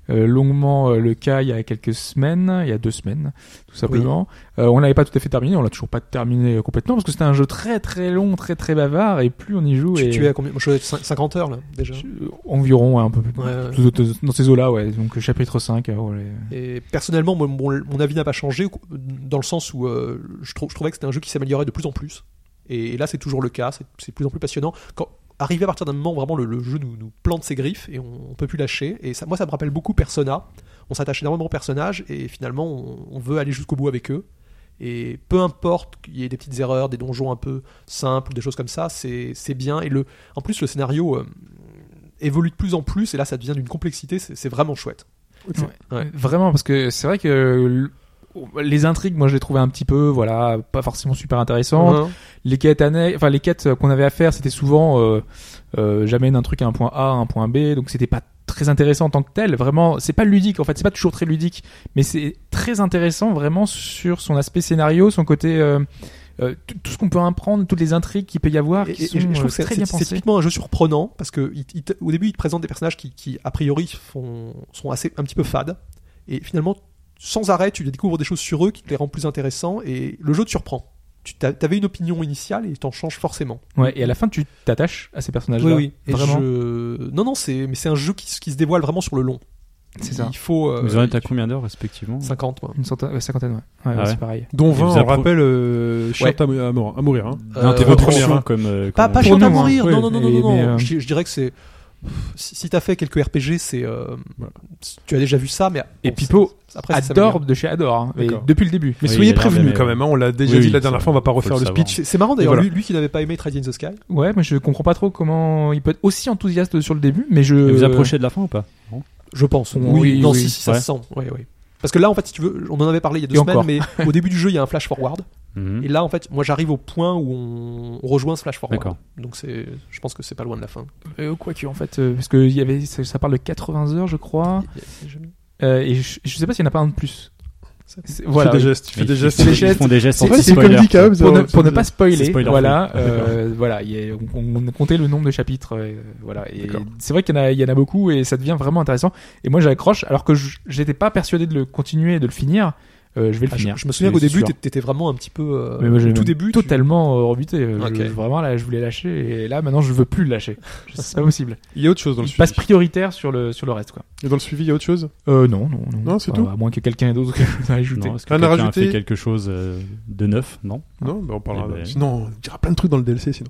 Speaker 4: euh, longuement euh, le cas il y a quelques semaines, il y a deux semaines, tout simplement. Euh, on l'avait pas tout à fait terminé, on l'a toujours pas terminé euh, complètement parce que c'était un jeu très très long, très très bavard et plus on y joue
Speaker 3: Tu,
Speaker 4: et
Speaker 3: tu es à combien Moi, je suis à cin- 50 heures là déjà.
Speaker 4: Euh, environ ouais, un peu plus
Speaker 3: Ouais, ouais.
Speaker 4: tout- tout- dans ces eaux-là, ouais. Donc euh, chapitre 5, euh, ouais, les-
Speaker 3: Et personnellement, moi, mon, mon avis n'a pas changé dans le sens où euh, je, trou- je trouvais que c'était un jeu qui s'améliorait de plus en plus. Et, là, c'est toujours le cas. C'est c'est de plus en plus passionnant. Quand arrivé à partir d'un moment, vraiment le, le jeu nous, nous plante ses griffes et on, on peut plus lâcher. Et ça, moi, ça me rappelle beaucoup Persona. On s'attache énormément aux personnages et finalement, on, on veut aller jusqu'au bout avec eux. Et peu importe qu'il y ait des petites erreurs, des donjons un peu simples, des choses comme ça, c'est c'est bien. Et le, en plus, le scénario euh, évolue de plus en plus. Et là, ça devient d'une complexité. C'est c'est vraiment chouette. Ouais.
Speaker 4: Vraiment, parce que c'est vrai que euh, le- les intrigues, moi, je les trouvais un petit peu, voilà, pas forcément super intéressantes.
Speaker 3: Hein
Speaker 4: les quêtes annexes- enfin les quêtes euh, qu'on avait à faire, c'était souvent euh, euh, j'amène un truc à un point A, à un point B, donc c'était pas très intéressant en tant que tel. Vraiment, c'est pas ludique en fait, c'est pas toujours très ludique, mais c'est très intéressant vraiment sur son aspect scénario, son côté euh, euh, tout tout ce qu'on peut apprendre, toutes les intrigues qu'il peut y avoir,
Speaker 3: Et-
Speaker 4: qui
Speaker 3: et-
Speaker 4: sont
Speaker 3: et je
Speaker 4: euh,
Speaker 3: trouve que c'est-
Speaker 4: très
Speaker 3: c'est
Speaker 4: bien
Speaker 3: c'est
Speaker 4: pensées.
Speaker 3: typiquement un jeu surprenant parce que il- il te- au début, il te présente des personnages qui, qui, a priori, font, sont assez un petit peu fades. Et finalement, sans arrêt, tu découvres des choses sur eux qui te les rendent plus intéressants et le jeu te surprend. Tu t'a- t'avais une opinion initiale et t'en changes forcément.
Speaker 4: Ouais, et à la fin, tu t'attaches à ces personnages-là.
Speaker 3: Et
Speaker 4: Ah, vraiment.
Speaker 3: je- Non, non, c'est mais c'est un jeu qui, se- qui se dévoile vraiment sur le long.
Speaker 4: C'est ça.
Speaker 3: Il faut euh,
Speaker 5: Vous en êtes à combien d'heures, respectivement
Speaker 3: 50. moi.
Speaker 4: Une centaine, ouais, cinquantaine, ouais. Ouais, ouais,
Speaker 5: Ah ouais.
Speaker 4: c'est pareil.
Speaker 2: dont 20,
Speaker 5: vous
Speaker 2: on
Speaker 5: appro-
Speaker 2: rappelle, euh, chiant
Speaker 3: Ouais.
Speaker 2: à, mou- à mort- à mourir. Hein.
Speaker 5: Non, t'es
Speaker 3: Euh,
Speaker 5: votre
Speaker 3: pour-
Speaker 2: première, hein.
Speaker 5: comme. euh,
Speaker 3: Pas,
Speaker 5: comme-
Speaker 3: pas
Speaker 4: Pour
Speaker 3: chiant à
Speaker 4: nous, hein.
Speaker 3: mourir,
Speaker 4: Oui,
Speaker 3: non, non, non, non,
Speaker 4: mais,
Speaker 3: non, non.
Speaker 4: euh,
Speaker 3: Je, dis- je dirais que c'est. Si, si t'as fait quelques RPG, c'est. euh,
Speaker 2: Voilà.
Speaker 3: Tu as déjà vu ça, mais.
Speaker 4: Et
Speaker 3: bon,
Speaker 4: Pipo
Speaker 3: c'est- après, ça s'améliore.
Speaker 4: Adore de chez Adore, hein, mais
Speaker 2: D'accord.
Speaker 4: depuis le début.
Speaker 2: Mais
Speaker 5: Oui, il
Speaker 2: soyez
Speaker 5: a l'air
Speaker 2: prévenus
Speaker 5: d'aimer,
Speaker 2: quand
Speaker 5: ouais.
Speaker 2: même, hein, on l'a déjà
Speaker 5: Oui,
Speaker 2: dit
Speaker 5: oui,
Speaker 2: la dernière
Speaker 5: ça-
Speaker 2: fois, on va pas
Speaker 5: faut
Speaker 2: refaire
Speaker 5: le
Speaker 2: le
Speaker 5: savoir.
Speaker 2: speech.
Speaker 3: C'est c'est marrant d'ailleurs,
Speaker 2: voilà.
Speaker 3: lui, lui qui n'avait pas aimé Trade in the Sky.
Speaker 4: Ouais, moi je comprends pas trop comment il peut être aussi enthousiaste sur le début, mais je.
Speaker 5: Et Vous approchez de la fin ou pas
Speaker 3: Je pense.
Speaker 4: Oui, oui,
Speaker 3: non,
Speaker 4: oui.
Speaker 3: si, si, ça
Speaker 5: Ouais.
Speaker 3: se sent. Oui, oui. Parce que là, en fait, si tu veux, on en avait parlé il y a deux
Speaker 4: Et
Speaker 3: semaines,
Speaker 4: encore. Hmm.
Speaker 3: mais au début du jeu, il y a un flash forward.
Speaker 5: Mhm.
Speaker 3: Et là, en fait, moi, j'arrive au point où on, on rejoint ce flash forward.
Speaker 5: D'accord.
Speaker 3: Donc, c'est, je pense que c'est pas loin de la fin.
Speaker 4: Euh, quoi que en fait, euh, parce que il y avait, ça, ça parle de 80 heures, je crois.
Speaker 3: Il y a- il y a jamais-
Speaker 4: Euh, et je, je sais pas s'il y en a pas un de plus.
Speaker 3: ça-
Speaker 4: C'est-
Speaker 2: Tu fais
Speaker 4: Voilà.
Speaker 2: des gestes, tu fais
Speaker 5: Ils-
Speaker 2: des
Speaker 5: ils
Speaker 2: gestes.
Speaker 5: font-
Speaker 4: des
Speaker 5: Ils font des gestes
Speaker 4: C'est-
Speaker 5: anti-
Speaker 4: c'est une
Speaker 5: spoiler.
Speaker 2: comédie quand même,
Speaker 4: Pour ne,
Speaker 2: ça-
Speaker 4: pour ne
Speaker 2: ça-
Speaker 4: pas spoiler,
Speaker 5: c'est spoiler-free.
Speaker 4: voilà, euh, voilà, il y a- on, on a compté le nombre de chapitres, euh, voilà. Et
Speaker 2: D'accord.
Speaker 4: c'est vrai qu'il y en a, il y en a beaucoup et ça devient vraiment intéressant. Et moi, j'accroche, alors que je- j'étais pas persuadé de le continuer, et de le finir. euh, je vais le
Speaker 3: Ah, je,
Speaker 4: finir.
Speaker 3: je me souviens
Speaker 4: c'est
Speaker 3: qu'au début,
Speaker 4: sûr.
Speaker 3: t'é- t'étais vraiment un petit peu. euh,
Speaker 4: Mais moi, j'ai
Speaker 3: au tout
Speaker 4: même
Speaker 3: début. tu-
Speaker 4: totalement euh, rebuté. Je-
Speaker 3: Ok.
Speaker 4: vraiment, là, je voulais lâcher et là, maintenant, je veux plus le lâcher. C'est pas possible.
Speaker 2: Il y a autre chose dans le
Speaker 4: Il
Speaker 2: suivi.
Speaker 4: passe prioritaire sur le sur le reste, quoi.
Speaker 2: Et dans le suivi, il y a autre chose
Speaker 4: Euh, non, non, non.
Speaker 2: Non, c'est
Speaker 4: Enfin,
Speaker 2: tout.
Speaker 4: À moins que quelqu'un d'autre ait ajouté.
Speaker 5: Non, est-ce que
Speaker 2: Un à
Speaker 5: quelqu'un a
Speaker 2: rajouter
Speaker 5: fait quelque chose euh, de neuf Non
Speaker 2: Non, mais on parlera.
Speaker 5: Eh ben.
Speaker 2: Sinon, on dira plein de trucs dans le DLC sinon.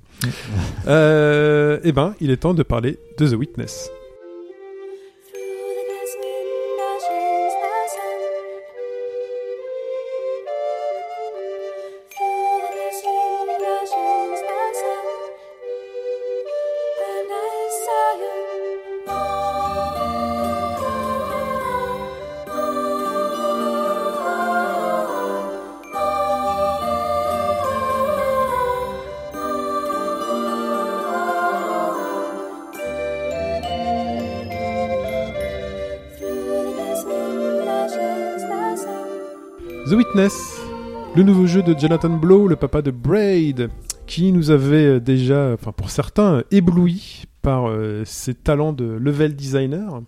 Speaker 2: euh, eh ben, il est temps de parler de The Witness.
Speaker 8: Through the glass window shines the sun. Through the glass window shines the sun. And I saw you.
Speaker 2: The Witness, le nouveau jeu de Jonathan Blow, le papa de Braid, qui nous avait euh, déjà, enfin pour certains, ébloui par euh, ses talents de level designer.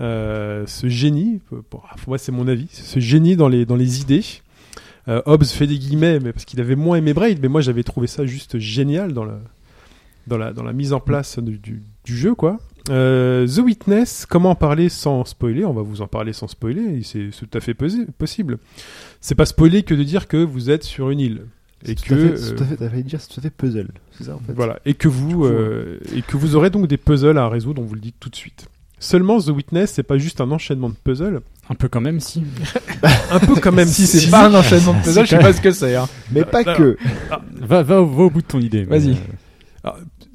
Speaker 2: Euh, ce génie, euh, bon, pour moi c'est mon avis, ce génie dans les, dans les idées. Euh, Hobbes fait des guillemets mais parce qu'il avait moins aimé Braid, mais moi j'avais trouvé ça juste génial dans la, dans la, dans la mise en place du, du- du jeu. quoi. Euh, The Witness, comment en parler sans spoiler On va vous en parler sans spoiler, et c'est c'est tout à fait posi- possible. C'est pas spoiler que de dire que vous êtes sur une île. Et
Speaker 6: C'est
Speaker 2: que,
Speaker 6: tout à fait- c'est
Speaker 2: euh,
Speaker 6: tout à fait, t'avais dit, c'est tout à fait puzzle. C'est ça en fait.
Speaker 2: voilà, et que vous euh, et que vous aurez donc des puzzles à résoudre, on vous le dit tout de suite. Seulement, The Witness, c'est pas juste un enchaînement de puzzles,
Speaker 5: Un peu quand même, si.
Speaker 2: un peu quand même.
Speaker 4: Si c'est pas un enchaînement de puzzles, je sais pas ce que c'est. hein.
Speaker 6: Mais pas
Speaker 4: Voilà.
Speaker 6: que.
Speaker 5: Va, va, au- va au bout de ton idée. mais,
Speaker 4: Vas-y.
Speaker 5: euh,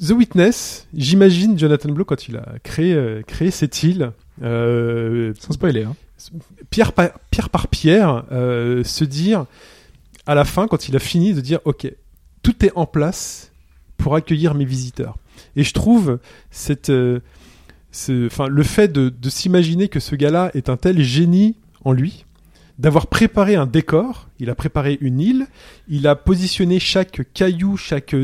Speaker 2: The Witness, j'imagine Jonathan Blow quand il a créé euh, créé cette île. euh,
Speaker 4: Sans spoiler. hein.
Speaker 2: pierre par pierre, par pierre euh, se dire à la fin quand il a fini de dire ok tout est en place pour accueillir mes visiteurs et je trouve cette euh, ce- enfin le fait de, de s'imaginer que ce gars-là est un tel génie en lui d'avoir préparé un décor il a préparé une île il a positionné chaque caillou chaque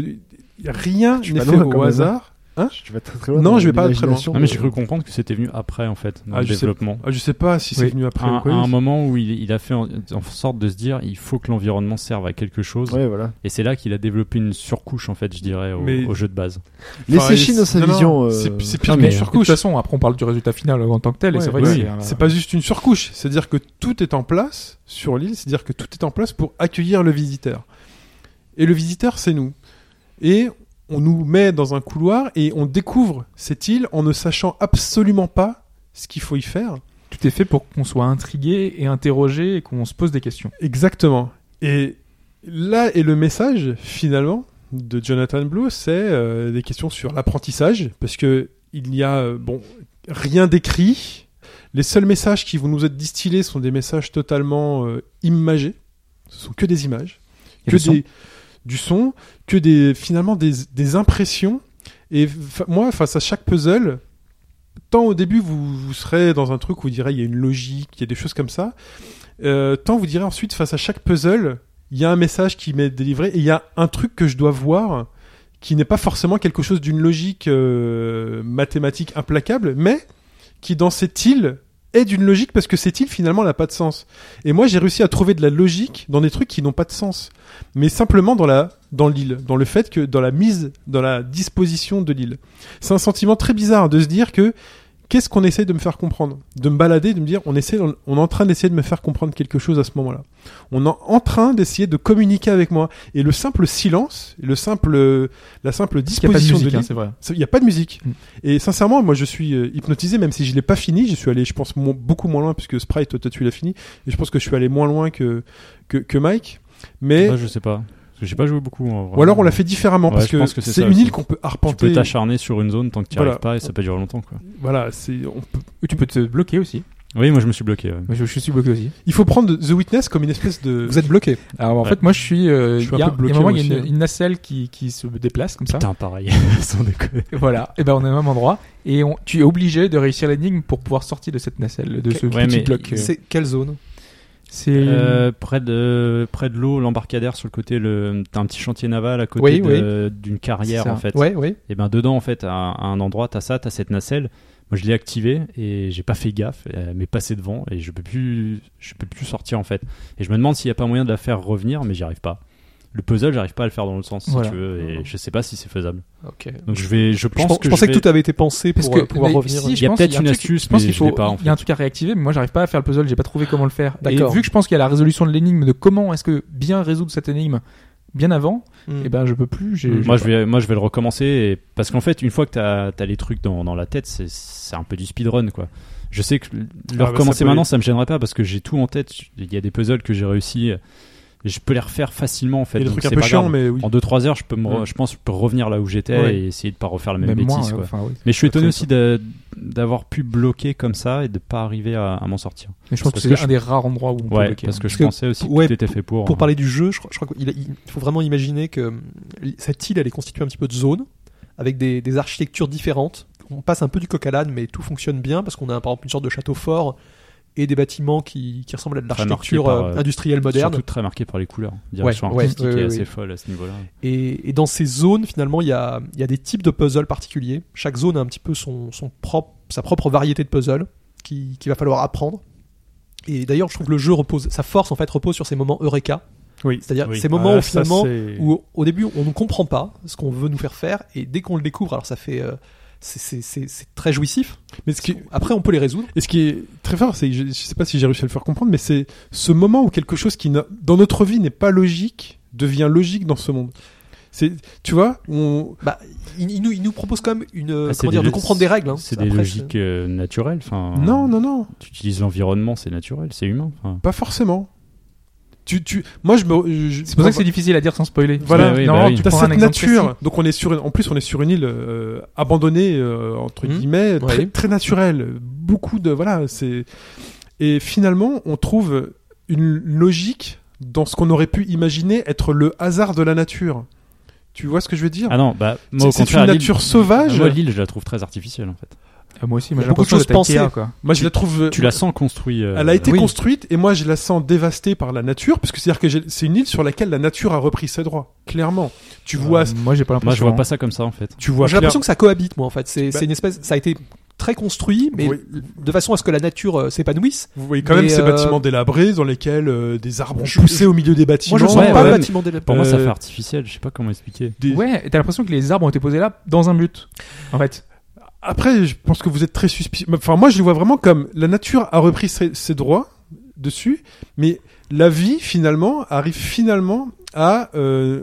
Speaker 2: rien
Speaker 6: Tu
Speaker 2: n'est
Speaker 6: vas
Speaker 2: fait
Speaker 6: loin quand
Speaker 2: au
Speaker 6: même,
Speaker 2: hasard hein
Speaker 6: Tu vas très très loin.
Speaker 2: Non,
Speaker 6: dans
Speaker 2: je vais pas très loin.
Speaker 6: l'imagination
Speaker 5: Non, mais
Speaker 6: de-
Speaker 5: j'ai cru comprendre que c'était venu après, en fait, dans
Speaker 2: Ah,
Speaker 5: le
Speaker 2: je sais-
Speaker 5: développement.
Speaker 2: Ah, je sais pas si c'est
Speaker 4: Oui.
Speaker 2: venu après
Speaker 5: À,
Speaker 2: ou quoi
Speaker 5: à un moment où il, il a fait en, en sorte de se dire il faut que l'environnement serve à quelque chose.
Speaker 6: Ouais, voilà.
Speaker 5: Et c'est là qu'il a développé une surcouche, en fait, je dirais, au,
Speaker 2: Mais-
Speaker 5: au jeu de base.
Speaker 6: Laissez
Speaker 2: Enfin,
Speaker 6: Chine dans sa
Speaker 2: non, non,
Speaker 6: vision. euh,
Speaker 2: c'est- c'est pire
Speaker 5: Non,
Speaker 2: qu'une
Speaker 5: mais-
Speaker 4: De toute
Speaker 2: surcouche
Speaker 4: façon, après on parle du résultat final en tant que tel, et
Speaker 2: Ouais,
Speaker 4: c'est euh, vrai
Speaker 2: oui,
Speaker 4: que c'est.
Speaker 2: C'est pas juste une surcouche, c'est-à-dire que tout est en place sur l'île, c'est-à-dire que tout est en place pour accueillir le visiteur. Et le visiteur, c'est nous. Et on nous met dans un couloir et on découvre cette île en ne sachant absolument pas ce qu'il faut y faire.
Speaker 4: Tout est fait pour qu'on soit intrigué et interrogé et qu'on se pose des questions.
Speaker 2: Exactement. Et là est le message finalement de Jonathan Blow, c'est euh, des questions sur l'apprentissage, parce que il n'y a euh, bon rien d'écrit. Les seuls messages qui vont nous être distillés sont des messages totalement euh, imagés. Ce sont que des images,
Speaker 4: Et
Speaker 2: que
Speaker 4: du son.
Speaker 2: des du son, que des finalement des, des impressions. Et fa- moi, face à chaque puzzle, tant au début vous, vous serez dans un truc où vous direz il y a une logique, il y a des choses comme ça, euh, tant vous direz ensuite face à chaque puzzle, il y a un message qui m'est délivré et il y a un truc que je dois voir qui n'est pas forcément quelque chose d'une logique euh, mathématique implacable, mais qui dans cette île est d'une logique parce que cette île finalement n'a pas de sens. Et moi j'ai réussi à trouver de la logique dans des trucs qui n'ont pas de sens, mais simplement dans la dans l'île, dans le fait que dans la mise, dans la disposition de l'île. C'est un sentiment très bizarre de se dire que qu'est-ce qu'on essaie de me faire comprendre De me balader, de me dire, on, essaie, on est en train d'essayer de me faire comprendre quelque chose à ce moment-là. On est en train d'essayer de communiquer avec moi. Et le simple silence, le simple, la simple
Speaker 4: Il n'y a pas de
Speaker 2: disposition
Speaker 4: musique,
Speaker 2: de
Speaker 4: hein,
Speaker 2: l'île,
Speaker 4: c'est vrai.
Speaker 2: il n'y a pas de musique.
Speaker 4: Mm.
Speaker 2: Et sincèrement, moi, je suis euh, hypnotisé, même si je l'ai pas fini. Je suis allé, je pense, mo- beaucoup moins loin, puisque Sprite, toi, toi, tu l'as fini. Et je pense que je suis allé moins loin que, que, que Mike. Mais,
Speaker 5: Ouais, Ah, je sais pas. Parce que j'ai pas joué beaucoup. en vrai.
Speaker 2: ou alors on l'a fait différemment,
Speaker 5: Ouais,
Speaker 2: parce
Speaker 5: je pense
Speaker 2: que,
Speaker 5: que c'est
Speaker 2: c'est
Speaker 5: ça
Speaker 2: une
Speaker 5: aussi.
Speaker 2: île qu'on peut
Speaker 5: Tu peux
Speaker 2: arpenter.
Speaker 5: t'acharner sur une zone tant que tu n'y
Speaker 2: Voilà.
Speaker 5: arrives pas et ça peut durer longtemps. Quoi.
Speaker 2: voilà, c'est, on peut-
Speaker 4: Ou tu peux te bloquer aussi.
Speaker 5: Oui, moi je me suis bloqué. ouais.
Speaker 4: Moi, je, je suis bloqué aussi.
Speaker 2: il faut prendre The Witness comme une espèce de.
Speaker 3: Vous êtes bloqué.
Speaker 4: Alors en
Speaker 5: Ouais.
Speaker 4: fait, moi je suis. euh,
Speaker 2: Je suis un
Speaker 4: Il y a
Speaker 2: peu bloqué,
Speaker 4: il y a un moment,
Speaker 2: moi
Speaker 4: il y a une,
Speaker 2: aussi, hein.
Speaker 4: une nacelle qui, qui se déplace
Speaker 2: Ah.
Speaker 4: comme ça.
Speaker 5: Putain, pareil. Sans déconner.
Speaker 4: Voilà. Et ben on est au même endroit. Et on, tu es obligé de réussir l'énigme pour pouvoir sortir de cette nacelle, de ce
Speaker 5: Ouais,
Speaker 4: petit
Speaker 5: mais
Speaker 4: bloc. euh.
Speaker 3: C'est quelle zone
Speaker 4: C'est.
Speaker 5: Euh, près de près de l'eau, l'embarcadère sur le côté, le t'as un petit chantier naval à côté
Speaker 3: Oui,
Speaker 5: de- d'une carrière
Speaker 4: C'est ça.
Speaker 5: en fait.
Speaker 3: Ouais, ouais.
Speaker 5: Et ben dedans en fait, à, un- à un endroit, t'as ça, t'as cette nacelle. Moi je l'ai activée et j'ai pas fait gaffe, elle m'est passée devant et je peux plus je peux plus sortir en fait. Et je me demande s'il y a pas moyen de la faire revenir, mais j'y arrive pas. Le puzzle, j'arrive pas à le faire dans le sens
Speaker 4: Voilà.
Speaker 5: si tu veux, et je sais pas si c'est faisable.
Speaker 3: Ok.
Speaker 5: Donc je vais, je
Speaker 3: Je,
Speaker 5: pense
Speaker 3: pense-
Speaker 5: que
Speaker 3: je pensais
Speaker 5: je
Speaker 3: que,
Speaker 5: vais-
Speaker 3: tout avait été pensé
Speaker 4: Parce
Speaker 3: pour
Speaker 4: que
Speaker 3: euh, pouvoir
Speaker 4: mais
Speaker 3: revenir.
Speaker 4: si,
Speaker 5: Il
Speaker 4: je
Speaker 5: y a
Speaker 4: pense
Speaker 5: peut-être
Speaker 4: qu'il un
Speaker 5: une
Speaker 4: truc-
Speaker 5: astuce,
Speaker 4: Je pense
Speaker 5: mais
Speaker 4: qu'il
Speaker 5: je l'ai
Speaker 4: faut.
Speaker 5: pas, en
Speaker 4: Il y a un truc à réactiver, mais moi j'arrive pas à faire le puzzle, j'ai pas trouvé comment le faire. Et
Speaker 3: D'accord.
Speaker 4: vu que je pense qu'il y a la résolution de l'énigme, de comment est-ce que bien résoudre cette énigme bien avant,
Speaker 3: Hmm.
Speaker 4: et ben je peux plus. j'ai-
Speaker 5: Moi je, vais, moi je vais le recommencer et- parce qu'en fait une fois que t'as as les trucs dans, dans la tête c'est- c'est un peu du speedrun quoi. Je sais que le le
Speaker 2: bah, ça
Speaker 5: recommencer
Speaker 2: peut
Speaker 5: maintenant ça me gênerait pas parce que j'ai tout en tête. Il y a des puzzles que j'ai réussi, je peux les refaire facilement en fait.
Speaker 2: Il y a des
Speaker 5: donc
Speaker 2: trucs un
Speaker 5: c'est
Speaker 2: peu
Speaker 5: pas
Speaker 2: chiants,
Speaker 5: grave.
Speaker 2: mais oui.
Speaker 5: En 2-3 heures je peux me re-
Speaker 4: Ouais.
Speaker 5: je pense que je peux revenir là où j'étais
Speaker 4: Ouais.
Speaker 5: et essayer de pas refaire la même,
Speaker 4: Même
Speaker 5: bêtise
Speaker 4: moi, hein,
Speaker 5: quoi.
Speaker 4: enfin, oui.
Speaker 5: Mais je suis
Speaker 4: Très
Speaker 5: étonné aussi d'a- d'avoir pu bloquer comme ça et de pas arriver à, à m'en sortir.
Speaker 4: Mais je pense que
Speaker 5: Parce
Speaker 4: c'est
Speaker 5: que
Speaker 4: un
Speaker 5: je-
Speaker 4: des rares endroits où on peut
Speaker 5: Ouais,
Speaker 4: bloquer. hein.
Speaker 5: parce que je
Speaker 3: Parce que
Speaker 5: pensais aussi que
Speaker 3: ouais,
Speaker 5: tout était fait pour. hein.
Speaker 3: Pour parler du jeu, je, crois- je crois qu'il a- il faut vraiment imaginer que hum, cette île, elle est constituée un petit peu de zones, avec des, des architectures différentes. On passe un peu du coq à l'âne, mais tout fonctionne bien, parce qu'on a par exemple une sorte de château fort et des bâtiments qui, qui ressemblent à de
Speaker 5: Très
Speaker 3: l'architecture
Speaker 5: marqué par,
Speaker 3: euh,
Speaker 5: euh,
Speaker 3: industrielle moderne.
Speaker 5: Surtout très marqué par les couleurs. Direction
Speaker 3: ouais,
Speaker 5: artistique
Speaker 3: ouais,
Speaker 5: est
Speaker 3: ouais,
Speaker 5: assez
Speaker 3: ouais.
Speaker 5: folle à ce niveau-là.
Speaker 3: Et, et dans ces zones, finalement, il y a, il y a des types de puzzles particuliers. Chaque zone a un petit peu son, son propre, sa propre variété de puzzles qui- qu'il va falloir apprendre. Et d'ailleurs, je trouve que le jeu repose, sa force en fait repose sur ces moments eureka.
Speaker 2: Oui.
Speaker 3: C'est-à-dire
Speaker 5: Oui.
Speaker 3: ces moments
Speaker 2: Ah,
Speaker 3: où
Speaker 2: ça,
Speaker 3: finalement,
Speaker 2: c'est-
Speaker 3: où au début on ne comprend pas ce qu'on veut nous faire faire, et dès qu'on le découvre, alors ça fait, euh, c'est- c'est c'est- c'est très jouissif.
Speaker 2: Mais ce qui,
Speaker 3: Après, on peut les résoudre.
Speaker 2: Et ce qui est très fort, c'est, que je, je sais pas si j'ai réussi à le faire comprendre, mais c'est ce moment où quelque chose qui, n'a- dans notre vie, n'est pas logique, devient logique dans ce monde. C'est, tu vois, on,
Speaker 3: Bah, il, il nous, il nous propose quand même une,
Speaker 5: Ah, c'est
Speaker 3: comment
Speaker 5: des
Speaker 3: dire, de
Speaker 5: lo-
Speaker 3: comprendre des règles. hein.
Speaker 5: C'est
Speaker 3: Après,
Speaker 5: des logiques euh, naturelles. Enfin, euh,
Speaker 2: non, non, non,
Speaker 5: Tu utilises l'environnement, c'est naturel, c'est humain. Enfin,
Speaker 2: pas forcément. Tu, tu, moi, je me, je-
Speaker 4: C'est pour ça que c'est difficile à dire sans spoiler.
Speaker 2: Voilà.
Speaker 5: Ouais, ouais,
Speaker 4: Normalement,
Speaker 5: bah oui.
Speaker 4: tu
Speaker 2: T'as
Speaker 4: prends un
Speaker 2: cette
Speaker 4: exemple
Speaker 2: nature,
Speaker 4: précis.
Speaker 2: donc on est sur, une- en plus on est sur une île euh, abandonnée euh, entre
Speaker 3: Mhm.
Speaker 2: guillemets, très,
Speaker 3: Ouais.
Speaker 2: très naturelle, beaucoup de voilà, c'est et finalement on trouve une logique dans ce qu'on aurait pu imaginer être le hasard de la nature. Tu vois ce que je veux dire
Speaker 5: Ah non, bah, moi,
Speaker 2: C'est-
Speaker 5: au
Speaker 2: c'est une
Speaker 5: contraire, l'île-
Speaker 2: nature sauvage.
Speaker 5: Moi, l'île, je la trouve très artificielle, en fait.
Speaker 4: Ah, moi aussi,
Speaker 3: Il y
Speaker 4: moi
Speaker 3: a
Speaker 4: j'ai
Speaker 3: beaucoup de
Speaker 4: l'impression
Speaker 3: choses
Speaker 4: d'être à Ikea,
Speaker 3: pensées.
Speaker 4: quoi.
Speaker 2: Moi je la trouve. euh,
Speaker 5: Tu la sens construite. euh,
Speaker 2: elle a été
Speaker 3: oui.
Speaker 2: construite et moi je la sens dévastée par la nature parce que c'est-à-dire que j'ai- c'est une île sur laquelle la nature a repris ses droits. Clairement, tu vois,
Speaker 4: Euh, Moi, j'ai pas l'impression.
Speaker 5: Moi, je vois pas ça comme ça, en fait.
Speaker 2: tu vois.
Speaker 3: J'ai l'impression que ça cohabite, moi, en fait. C'est
Speaker 2: Bah-
Speaker 3: c'est une espèce. Ça a été très construit, mais
Speaker 2: Oui.
Speaker 3: de façon à ce que la nature euh, s'épanouisse.
Speaker 2: Vous voyez quand
Speaker 3: Mais,
Speaker 2: même ces
Speaker 3: euh,
Speaker 2: bâtiments délabrés dans lesquels euh, des arbres ont
Speaker 3: Je-
Speaker 2: poussé au milieu des bâtiments.
Speaker 3: Moi, je sens
Speaker 5: ouais,
Speaker 3: pas
Speaker 5: ouais,
Speaker 3: le
Speaker 5: mais-
Speaker 3: bâtiment des
Speaker 5: Pour moi, ça
Speaker 2: Euh,
Speaker 5: fait artificiel, je sais pas comment expliquer.
Speaker 2: Des-
Speaker 4: Ouais, et t'as l'impression que les arbres ont été posés là dans un but. En fait,
Speaker 2: Après, je pense que vous êtes très suspicieux. Enfin, moi, je le vois vraiment comme la nature a repris ses, ses droits dessus, mais la vie, finalement, arrive finalement à euh,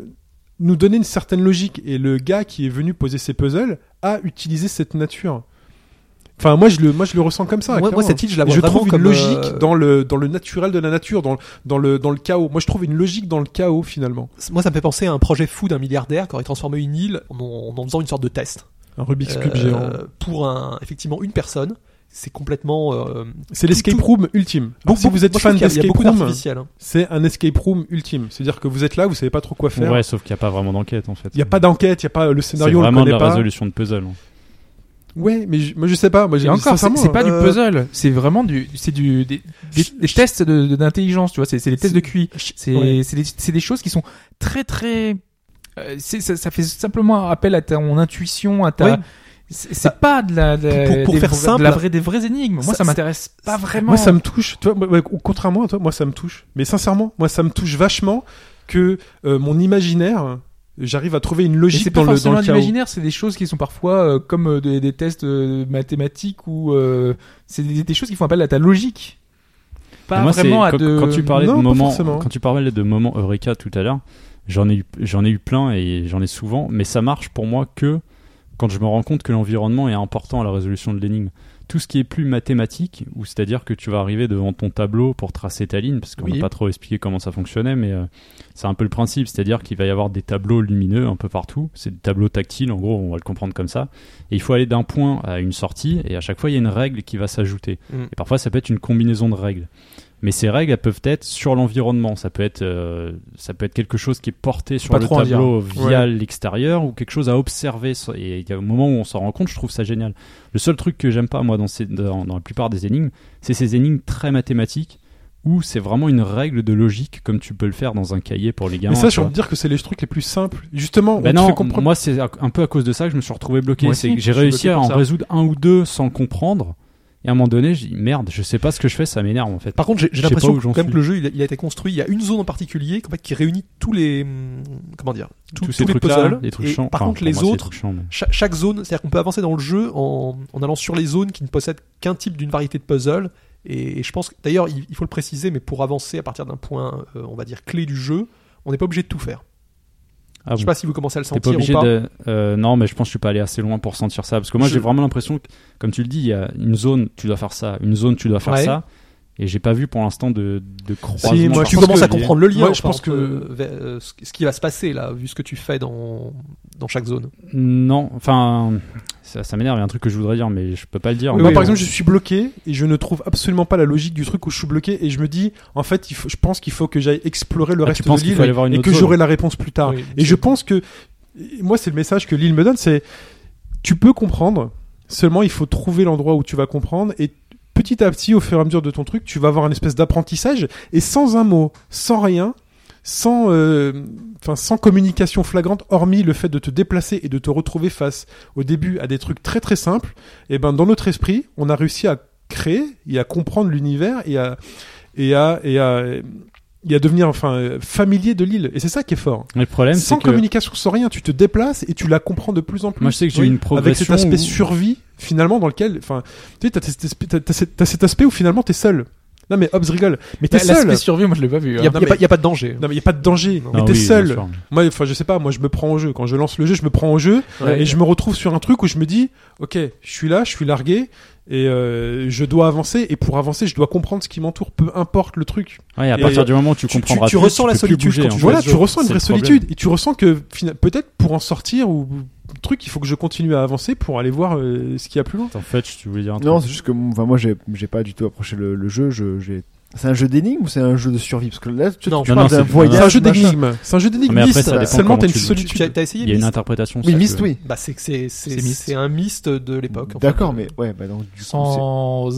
Speaker 2: nous donner une certaine logique. Et le gars qui est venu poser ses puzzles a utilisé cette nature. Enfin, moi, je le, moi, je le ressens comme ça.
Speaker 3: Moi, moi,
Speaker 2: clairement.
Speaker 3: cette île, je la
Speaker 2: Et
Speaker 3: vois
Speaker 2: je
Speaker 3: vraiment
Speaker 2: trouve
Speaker 3: comme
Speaker 2: une logique
Speaker 3: euh,
Speaker 2: dans le dans le naturel de la nature, dans dans le dans le chaos. Moi, je trouve une logique dans le chaos finalement.
Speaker 3: Moi, ça me fait penser à un projet fou d'un milliardaire qui aurait transformé une île en, en en faisant une sorte de test
Speaker 2: Un Rubik's
Speaker 3: Euh,
Speaker 2: cube géant.
Speaker 3: pour un, effectivement une personne. C'est complètement. euh,
Speaker 2: C'est l'escape
Speaker 3: tout-
Speaker 2: room ultime.
Speaker 3: beaucoup-
Speaker 2: Donc si vous êtes
Speaker 3: moi, je trouve
Speaker 2: fan
Speaker 3: qu'il y a- il y a
Speaker 2: d'escape
Speaker 3: beaucoup
Speaker 2: room,
Speaker 3: d'artificiel, hein.
Speaker 2: c'est un escape room ultime. C'est-à-dire que vous êtes là, vous savez pas trop quoi faire.
Speaker 5: Ouais, sauf qu'il n'y a pas vraiment d'enquête, en fait.
Speaker 2: Il y a pas d'enquête, il y a pas le
Speaker 5: C'est
Speaker 2: scénario, on le
Speaker 5: vraiment de
Speaker 2: connaît
Speaker 5: la
Speaker 2: pas.
Speaker 5: résolution de puzzle.
Speaker 2: Ouais, mais je, moi je sais pas, moi j'ai
Speaker 4: et encore, c'est
Speaker 2: sincèrement,
Speaker 4: c'est pas du
Speaker 3: euh,
Speaker 4: puzzle, c'est vraiment du, c'est du des, des- des tests de- d'intelligence, tu vois, c'est c'est des tests de QI, c'est
Speaker 2: ouais.
Speaker 4: c'est des, c'est des choses qui sont très très, euh, c'est- ça, ça fait simplement appel à ton intuition, à ta,
Speaker 3: Oui.
Speaker 4: c'est c'est pas de la, de la-
Speaker 3: Pour- pour
Speaker 4: des,
Speaker 3: faire
Speaker 4: vra-
Speaker 3: simple,
Speaker 4: de la vraie, des vraies énigmes. Moi,
Speaker 3: ça-
Speaker 4: ça, m'intéresse pas vraiment.
Speaker 2: Moi ça me touche. Toi, moi, ouais, contrairement à toi, moi ça me touche. Mais sincèrement, moi ça me touche vachement que euh, mon imaginaire, j'arrive à trouver une
Speaker 4: Mais c'est
Speaker 2: logique
Speaker 4: pas
Speaker 2: dans le dans
Speaker 4: forcément
Speaker 2: le chaos.
Speaker 4: l'imaginaire, c'est des choses qui sont parfois euh, comme euh, des, des tests euh, mathématiques ou euh, c'est des, des choses qui font appel à ta logique. Pas
Speaker 5: Mais moi, c'est-
Speaker 4: vraiment à
Speaker 5: quand,
Speaker 4: de...
Speaker 5: quand tu parlais
Speaker 2: Non,
Speaker 5: de
Speaker 2: pas
Speaker 5: moments,
Speaker 2: forcément.
Speaker 5: quand tu parlais de moments eureka tout à l'heure, j'en ai eu, j'en ai eu plein et j'en ai souvent, mais ça marche pour moi que quand je me rends compte que l'environnement est important à la résolution de l'énigme. Tout ce qui est plus mathématique, ou c'est-à-dire que tu vas arriver devant ton tableau pour tracer ta ligne, parce qu'on n'a
Speaker 3: Oui.
Speaker 5: pas trop expliqué comment ça fonctionnait, mais euh, c'est un peu le principe, c'est-à-dire qu'il va y avoir des tableaux lumineux un peu partout, c'est des tableaux tactiles, en gros, on va le comprendre comme ça, et il faut aller d'un point à une sortie, et à chaque fois il y a une règle qui va s'ajouter.
Speaker 3: Mm.
Speaker 5: Et parfois ça peut être une combinaison de règles. Mais ces règles, elles peuvent être sur l'environnement. Ça peut être, euh, ça peut être quelque chose qui est porté sur
Speaker 4: Pas
Speaker 5: le
Speaker 4: trop à dire.
Speaker 5: tableau via l'extérieur ou quelque chose à observer. Et il y a- au moment où on s'en rend compte, je trouve ça génial. Le seul truc que j'aime pas moi dans, ces- dans- dans la plupart des énigmes, c'est ces énigmes très mathématiques où c'est vraiment une règle de logique comme tu peux le faire dans un cahier pour les gamins.
Speaker 2: Mais ça,
Speaker 5: tu
Speaker 2: j'ai
Speaker 5: vois.
Speaker 2: envie de dire que c'est les trucs les plus simples. Justement,
Speaker 5: Bah
Speaker 2: on te
Speaker 5: non,
Speaker 2: fait comprendre.
Speaker 5: moi c'est un peu à cause de ça que je me suis retrouvé bloqué.
Speaker 4: Moi
Speaker 5: C'est
Speaker 4: aussi,
Speaker 5: que j'ai
Speaker 4: je suis
Speaker 5: réussi
Speaker 4: bloqué
Speaker 5: à
Speaker 4: pour
Speaker 5: en
Speaker 4: ça.
Speaker 5: résoudre un ou deux sans comprendre. Et à un moment donné, j'ai dit merde, je sais pas ce que je fais, ça m'énerve en fait.
Speaker 3: Par contre, j'ai-
Speaker 5: Je sais
Speaker 3: j'ai l'impression
Speaker 5: pas où
Speaker 3: que,
Speaker 5: j'en
Speaker 3: quand même
Speaker 5: suis.
Speaker 3: que le jeu il a, il a été construit. Il y a une zone en particulier qu'en fait, qui réunit tous les hum, comment dire tous, tous les
Speaker 5: trucs-là,
Speaker 3: puzzles.
Speaker 5: les trucs
Speaker 3: et
Speaker 5: chiants.
Speaker 3: par
Speaker 5: Enfin,
Speaker 3: contre,
Speaker 5: pour
Speaker 3: les
Speaker 5: moi, c'est
Speaker 3: autres,
Speaker 5: trucs chiants, mais-
Speaker 3: cha- chaque zone, c'est-à-dire qu'on peut avancer dans le jeu en, en allant sur les zones qui ne possèdent qu'un type d'une variété de puzzle. Et, et je pense que- d'ailleurs, il, il faut le préciser, mais pour avancer à partir d'un point, euh, on va dire clé du jeu, on n'est pas obligé de tout faire.
Speaker 5: Ah
Speaker 3: je sais
Speaker 5: bon.
Speaker 3: pas si vous commencez à le
Speaker 5: T'es pas
Speaker 3: sentir
Speaker 5: obligé
Speaker 3: ou pas.
Speaker 5: de. euh, non, mais je pense que je suis pas allé assez loin pour sentir ça. Parce que moi,
Speaker 3: Je-
Speaker 5: j'ai vraiment l'impression que, comme tu le dis, il y a une zone, tu dois faire ça, une zone, tu dois faire
Speaker 3: Ouais.
Speaker 5: ça. Et j'ai pas vu pour l'instant de, de croisement.
Speaker 2: moi,
Speaker 5: Enfin,
Speaker 2: je
Speaker 3: tu
Speaker 2: pense
Speaker 3: commences
Speaker 2: que-
Speaker 3: à comprendre le lien.
Speaker 2: moi,
Speaker 3: enfin,
Speaker 2: je pense
Speaker 3: entre,
Speaker 2: que-
Speaker 3: euh, ve- euh, ce ce qui va se passer là, vu ce que tu fais dans dans chaque zone.
Speaker 5: Non, enfin, ça, ça m'énerve. Il y a un truc que je voudrais dire, mais je peux pas le dire.
Speaker 2: moi,
Speaker 5: Mais-
Speaker 2: par exemple, je suis bloqué et je ne trouve absolument pas la logique du truc où je suis bloqué et je me dis, en fait, il faut, je pense qu'il faut que j'aille explorer le
Speaker 5: Ah, tu
Speaker 2: reste de
Speaker 5: penses qu'il
Speaker 2: l'île
Speaker 5: faut aller voir une
Speaker 2: et
Speaker 5: autre
Speaker 2: que
Speaker 5: zone.
Speaker 2: j'aurai la réponse plus tard.
Speaker 3: Oui,
Speaker 2: et je pense que, et moi, c'est le message que l'île me donne, c'est, tu peux comprendre, seulement il faut trouver l'endroit où tu vas comprendre et petit à petit, au fur et à mesure de ton truc, tu vas avoir une espèce d'apprentissage et sans un mot, sans rien, sans, euh, enfin, sans communication flagrante, hormis le fait de te déplacer et de te retrouver face au début à des trucs très très simples, et ben dans notre esprit, on a réussi à créer et à comprendre l'univers et à et à et à et à devenir enfin euh, familier de l'île. Et c'est ça qui est fort.
Speaker 5: Mais le problème, c'est
Speaker 2: Sans
Speaker 5: que
Speaker 2: communication, sans rien, tu te déplaces et tu la comprends de plus en plus
Speaker 5: moi, je sais que j'ai eu une
Speaker 2: avec cet
Speaker 5: progression.
Speaker 2: aspect
Speaker 5: où-
Speaker 2: survie finalement dans lequel enfin tu sais t'as cet aspect, t'as- t'as cet- t'as cet aspect où finalement t'es seul non mais Hobbes rigole mais t'es
Speaker 4: Bah, L'aspect
Speaker 2: seul
Speaker 4: survie, moi je l'ai pas vu.
Speaker 3: Il
Speaker 4: hein.
Speaker 3: n'y a,
Speaker 2: Non,
Speaker 3: y a
Speaker 2: mais-
Speaker 3: pas- y a pas de danger.
Speaker 2: non mais y a pas de danger
Speaker 3: Non.
Speaker 2: mais
Speaker 5: Ah
Speaker 2: t'es
Speaker 5: oui, bien
Speaker 2: seul
Speaker 5: sûr.
Speaker 2: moi enfin je sais pas moi je me prends au jeu quand je lance le jeu je me prends au jeu
Speaker 3: Ouais.
Speaker 2: et je me retrouve sur un truc où je me dis ok je suis là je suis largué et euh, je dois avancer et pour avancer je dois comprendre ce qui m'entoure peu importe le truc
Speaker 5: Ouais, à
Speaker 2: Et
Speaker 5: partir du moment où tu
Speaker 2: tu-
Speaker 5: comprendras,
Speaker 3: tu
Speaker 5: plus,
Speaker 3: ressens la
Speaker 5: peux plus
Speaker 3: solitude
Speaker 5: bouger,
Speaker 3: quand
Speaker 5: en
Speaker 3: tu
Speaker 5: fait.
Speaker 3: joues à
Speaker 2: voilà
Speaker 3: ce
Speaker 2: tu
Speaker 3: jeu,
Speaker 2: ressens une
Speaker 5: c'est
Speaker 2: vraie
Speaker 5: le problème.
Speaker 2: solitude et tu ressens que fina- peut-être pour en sortir ou truc il faut que je continue à avancer pour aller voir euh, ce qu'il y a plus loin
Speaker 5: En fait, tu voulais dire un
Speaker 6: Non,
Speaker 5: truc.
Speaker 6: c'est juste que enfin, moi, j'ai j'ai pas du tout approché le, le jeu. Je, j'ai- c'est un jeu d'énigme ou c'est un jeu de survie Parce que là, tu,
Speaker 3: Non,
Speaker 6: tu
Speaker 5: non,
Speaker 6: parles
Speaker 5: non,
Speaker 6: d'un
Speaker 5: c'est-
Speaker 6: voyage.
Speaker 2: C'est un jeu
Speaker 6: machin.
Speaker 2: d'énigmes. C'est un jeu d'énigmes.
Speaker 5: Mais après,
Speaker 6: ça dépend
Speaker 2: Seulement,
Speaker 5: comment
Speaker 2: t'as une
Speaker 5: tu le-
Speaker 3: Tu, tu as,
Speaker 2: solitude.
Speaker 3: t'as essayé
Speaker 5: Il y a une
Speaker 3: Myst
Speaker 5: interprétation.
Speaker 6: Oui,
Speaker 5: ça,
Speaker 6: Myst,
Speaker 5: que-
Speaker 6: oui.
Speaker 3: Bah, c'est que c'est c'est-
Speaker 4: C'est Myst.
Speaker 3: c'est un mist de l'époque. euh, enfin,
Speaker 6: D'accord,
Speaker 3: de-
Speaker 6: mais ouais, bah donc du coup,
Speaker 4: Sans,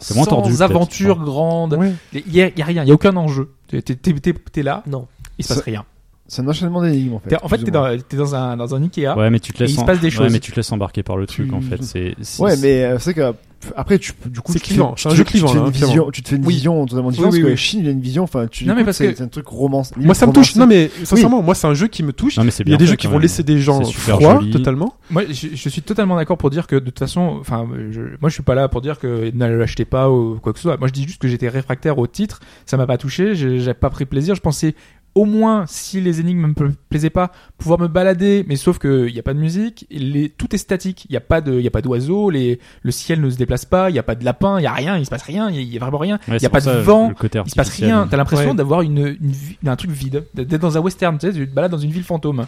Speaker 5: C'est moins tordu,
Speaker 4: sans
Speaker 5: peut-être.
Speaker 4: aventure grande.
Speaker 2: Ouais.
Speaker 4: Il n'y a, y a rien, il n'y a aucun enjeu. T'es t'es- t'es- t'es- t'es là,
Speaker 3: Non.
Speaker 4: il se passe
Speaker 6: Ça-
Speaker 4: rien.
Speaker 6: c'est un enchaînement d'énigmes en fait.
Speaker 4: T'es- En fait,
Speaker 6: plus
Speaker 4: t'es
Speaker 6: ou moins.
Speaker 4: dans, t'es dans un, dans un Ikea.
Speaker 5: Ouais, mais tu te
Speaker 4: Et
Speaker 5: laisses.
Speaker 4: il se
Speaker 5: en-
Speaker 4: passe des
Speaker 5: ouais,
Speaker 4: choses.
Speaker 5: mais tu te laisses embarquer par le truc,
Speaker 2: Tu-
Speaker 5: en fait. C'est. c'est-
Speaker 6: Ouais, mais euh, c'est que après, tu, du coup,
Speaker 2: C'est
Speaker 6: tu te
Speaker 2: clivant,
Speaker 6: fais-
Speaker 2: c'est un
Speaker 6: tu te-
Speaker 2: jeu
Speaker 6: tu te fais
Speaker 2: clivant, là,
Speaker 6: une
Speaker 2: hein, clairement.
Speaker 6: vision, tu te fais une
Speaker 4: Oui.
Speaker 6: vision totalement
Speaker 4: Oui,
Speaker 6: différente
Speaker 4: oui,
Speaker 6: parce que
Speaker 4: oui.
Speaker 6: la Chine, il y a une vision. Enfin, tu
Speaker 4: Non, mais
Speaker 6: écoutes,
Speaker 4: parce
Speaker 6: c'est
Speaker 4: que-
Speaker 6: c'est un truc romance.
Speaker 2: Moi, ça me touche. Non, mais sincèrement, moi, c'est un jeu qui me touche.
Speaker 5: Non, mais c'est
Speaker 2: Il y a
Speaker 5: bien
Speaker 2: des
Speaker 5: fait,
Speaker 2: jeux qui
Speaker 5: quand
Speaker 2: vont
Speaker 5: même.
Speaker 2: laisser des gens
Speaker 5: C'est super
Speaker 2: froids
Speaker 5: joli.
Speaker 2: totalement.
Speaker 4: Moi, je, je suis totalement d'accord pour dire que de toute façon, enfin, je, moi, je suis pas là pour dire que n'allez l'achetez pas ou quoi que ce soit. Moi, je dis juste que j'étais réfractaire au titre, ça m'a pas touché, j'ai j'ai pas pris plaisir. Je pensais au moins, si les énigmes me pla- plaisaient pas, pouvoir me balader, mais sauf que il y a pas de musique, les, tout est statique, il y a pas de, il y a pas d'oiseaux, les, le ciel ne se déplace pas, il y a pas de lapin, il y a rien, il se passe rien, il y, a- il y a vraiment rien, il
Speaker 5: Ouais,
Speaker 4: y
Speaker 5: c'est
Speaker 4: a pas
Speaker 5: pour
Speaker 4: de
Speaker 5: ça,
Speaker 4: vent,
Speaker 5: le côté
Speaker 4: il se passe
Speaker 5: artificiel.
Speaker 4: rien. T'as l'impression
Speaker 3: Ouais.
Speaker 4: d'avoir une, une vi- un truc vide, d'être dans un western, tu sais, tu te balades dans une ville fantôme.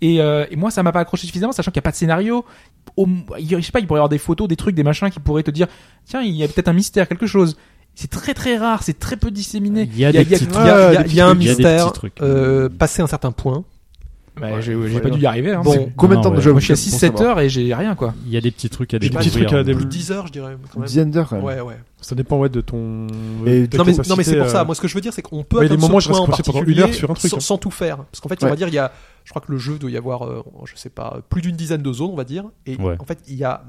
Speaker 4: Et, euh, et moi, ça m'a pas accroché suffisamment, sachant qu'il n'y a pas de scénario. Au- il- je sais pas, il pourrait y avoir des photos, des trucs, des machins qui pourraient te dire, tiens, il y a peut-être un mystère, quelque chose. C'est très très rare, c'est très peu disséminé.
Speaker 5: Il y a
Speaker 3: Il y a,
Speaker 5: des
Speaker 3: il y a-
Speaker 5: petits
Speaker 3: il y a- il y a- il y a un
Speaker 5: trucs, il y a des
Speaker 3: mystère.
Speaker 5: petits trucs.
Speaker 3: euh, Passer un certain point.
Speaker 4: Bah,
Speaker 6: Ouais,
Speaker 4: j'ai
Speaker 6: faut
Speaker 4: j'ai
Speaker 6: y
Speaker 4: pas dû y arriver. Hein.
Speaker 3: Bon,
Speaker 4: C'est-
Speaker 6: Combien de
Speaker 5: Non,
Speaker 6: temps de
Speaker 5: ouais.
Speaker 6: jeu
Speaker 4: moi, je suis à
Speaker 6: pour
Speaker 4: 6-7
Speaker 6: savoir
Speaker 4: heures et j'ai rien quoi.
Speaker 5: Il y a des petits trucs à
Speaker 2: Des petits
Speaker 5: découvrir.
Speaker 2: trucs à
Speaker 5: en-
Speaker 2: dé-
Speaker 3: 10 heures, je dirais. quand
Speaker 6: Une
Speaker 3: même.
Speaker 6: dizaine d'heures quand même.
Speaker 3: Ouais, ouais.
Speaker 2: Ça dépend, ouais, de ton.
Speaker 6: Et-
Speaker 2: de ta
Speaker 3: Non mais,
Speaker 2: capacité,
Speaker 3: non, mais c'est pour ça.
Speaker 2: euh,
Speaker 3: Moi, ce que je veux dire, c'est qu'on peut
Speaker 2: ouais, il y a
Speaker 3: atteindre
Speaker 2: des moments,
Speaker 3: ce
Speaker 2: je reste
Speaker 3: point en
Speaker 2: coincé pendant
Speaker 3: particulier
Speaker 2: une heure sur un truc,
Speaker 3: sans,
Speaker 2: hein.
Speaker 3: sans tout faire. Parce qu'en fait, on
Speaker 6: Ouais.
Speaker 3: va dire, il y a, je crois que le jeu doit y avoir, euh, je sais pas, plus d'une dizaine de zones, on va dire. Et
Speaker 5: Ouais.
Speaker 3: en fait, il y a,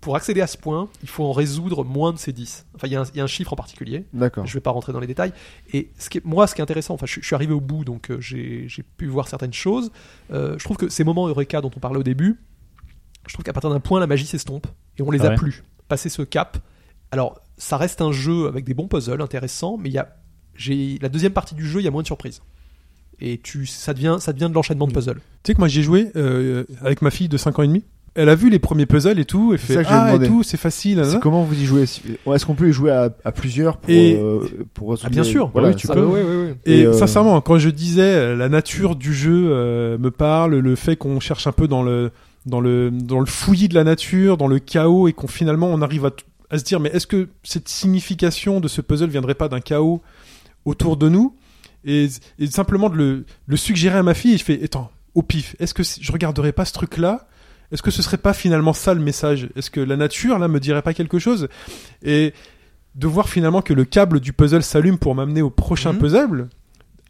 Speaker 3: pour accéder à ce point, il faut en résoudre moins de ces 10. Enfin, il y a un- il y a un chiffre en particulier.
Speaker 6: D'accord.
Speaker 3: Je vais pas rentrer dans les détails. Et ce qui est- moi, ce qui est intéressant, enfin, je, suis- je suis arrivé au bout, donc euh, j'ai j'ai pu voir certaines choses. Euh, je trouve que ces moments Eureka dont on parlait au début, je trouve qu'à partir d'un point, la magie s'estompe et on les a
Speaker 5: Ouais.
Speaker 3: plus. Passer ce cap. Alors, ça reste un jeu avec des bons puzzles intéressants, mais il y a, j'ai la deuxième partie du jeu, il y a moins de surprises. Et tu, ça devient, ça devient de l'enchaînement de puzzles.
Speaker 2: Tu sais que moi, j'ai joué euh, avec ma fille de 5 ans et demi. Elle a vu les premiers puzzles et tout, et
Speaker 6: C'est
Speaker 2: fait
Speaker 6: ça que j'ai
Speaker 2: ah et
Speaker 6: demandé.
Speaker 2: tout, c'est facile.
Speaker 6: C'est
Speaker 2: nanana.
Speaker 6: comment vous y jouez si- Est-ce qu'on peut y jouer à, à plusieurs pour,
Speaker 2: Et-
Speaker 6: euh, pour résoudre
Speaker 3: Ah, bien
Speaker 6: les-
Speaker 3: sûr.
Speaker 6: voilà,
Speaker 3: Ouais,
Speaker 6: tu
Speaker 3: ça-
Speaker 6: peux.
Speaker 3: ouais, ouais, ouais.
Speaker 2: Et,
Speaker 6: Et, euh,
Speaker 2: sincèrement, quand je disais euh, la nature du jeu euh, me parle, le fait qu'on cherche un peu dans le dans le dans le fouillis de la nature, dans le chaos, et qu'on finalement on arrive à, t- à se dire mais est-ce que cette signification de ce puzzle viendrait pas d'un chaos autour de nous et, et simplement de le, le suggérer à ma fille, je fais attends au pif, est-ce que si- je regarderais pas ce truc là Est-ce que ce serait pas finalement ça le message Est-ce que la nature là me dirait pas quelque chose Et de voir finalement que le câble du puzzle s'allume pour m'amener au prochain
Speaker 3: Mhm.
Speaker 2: puzzle.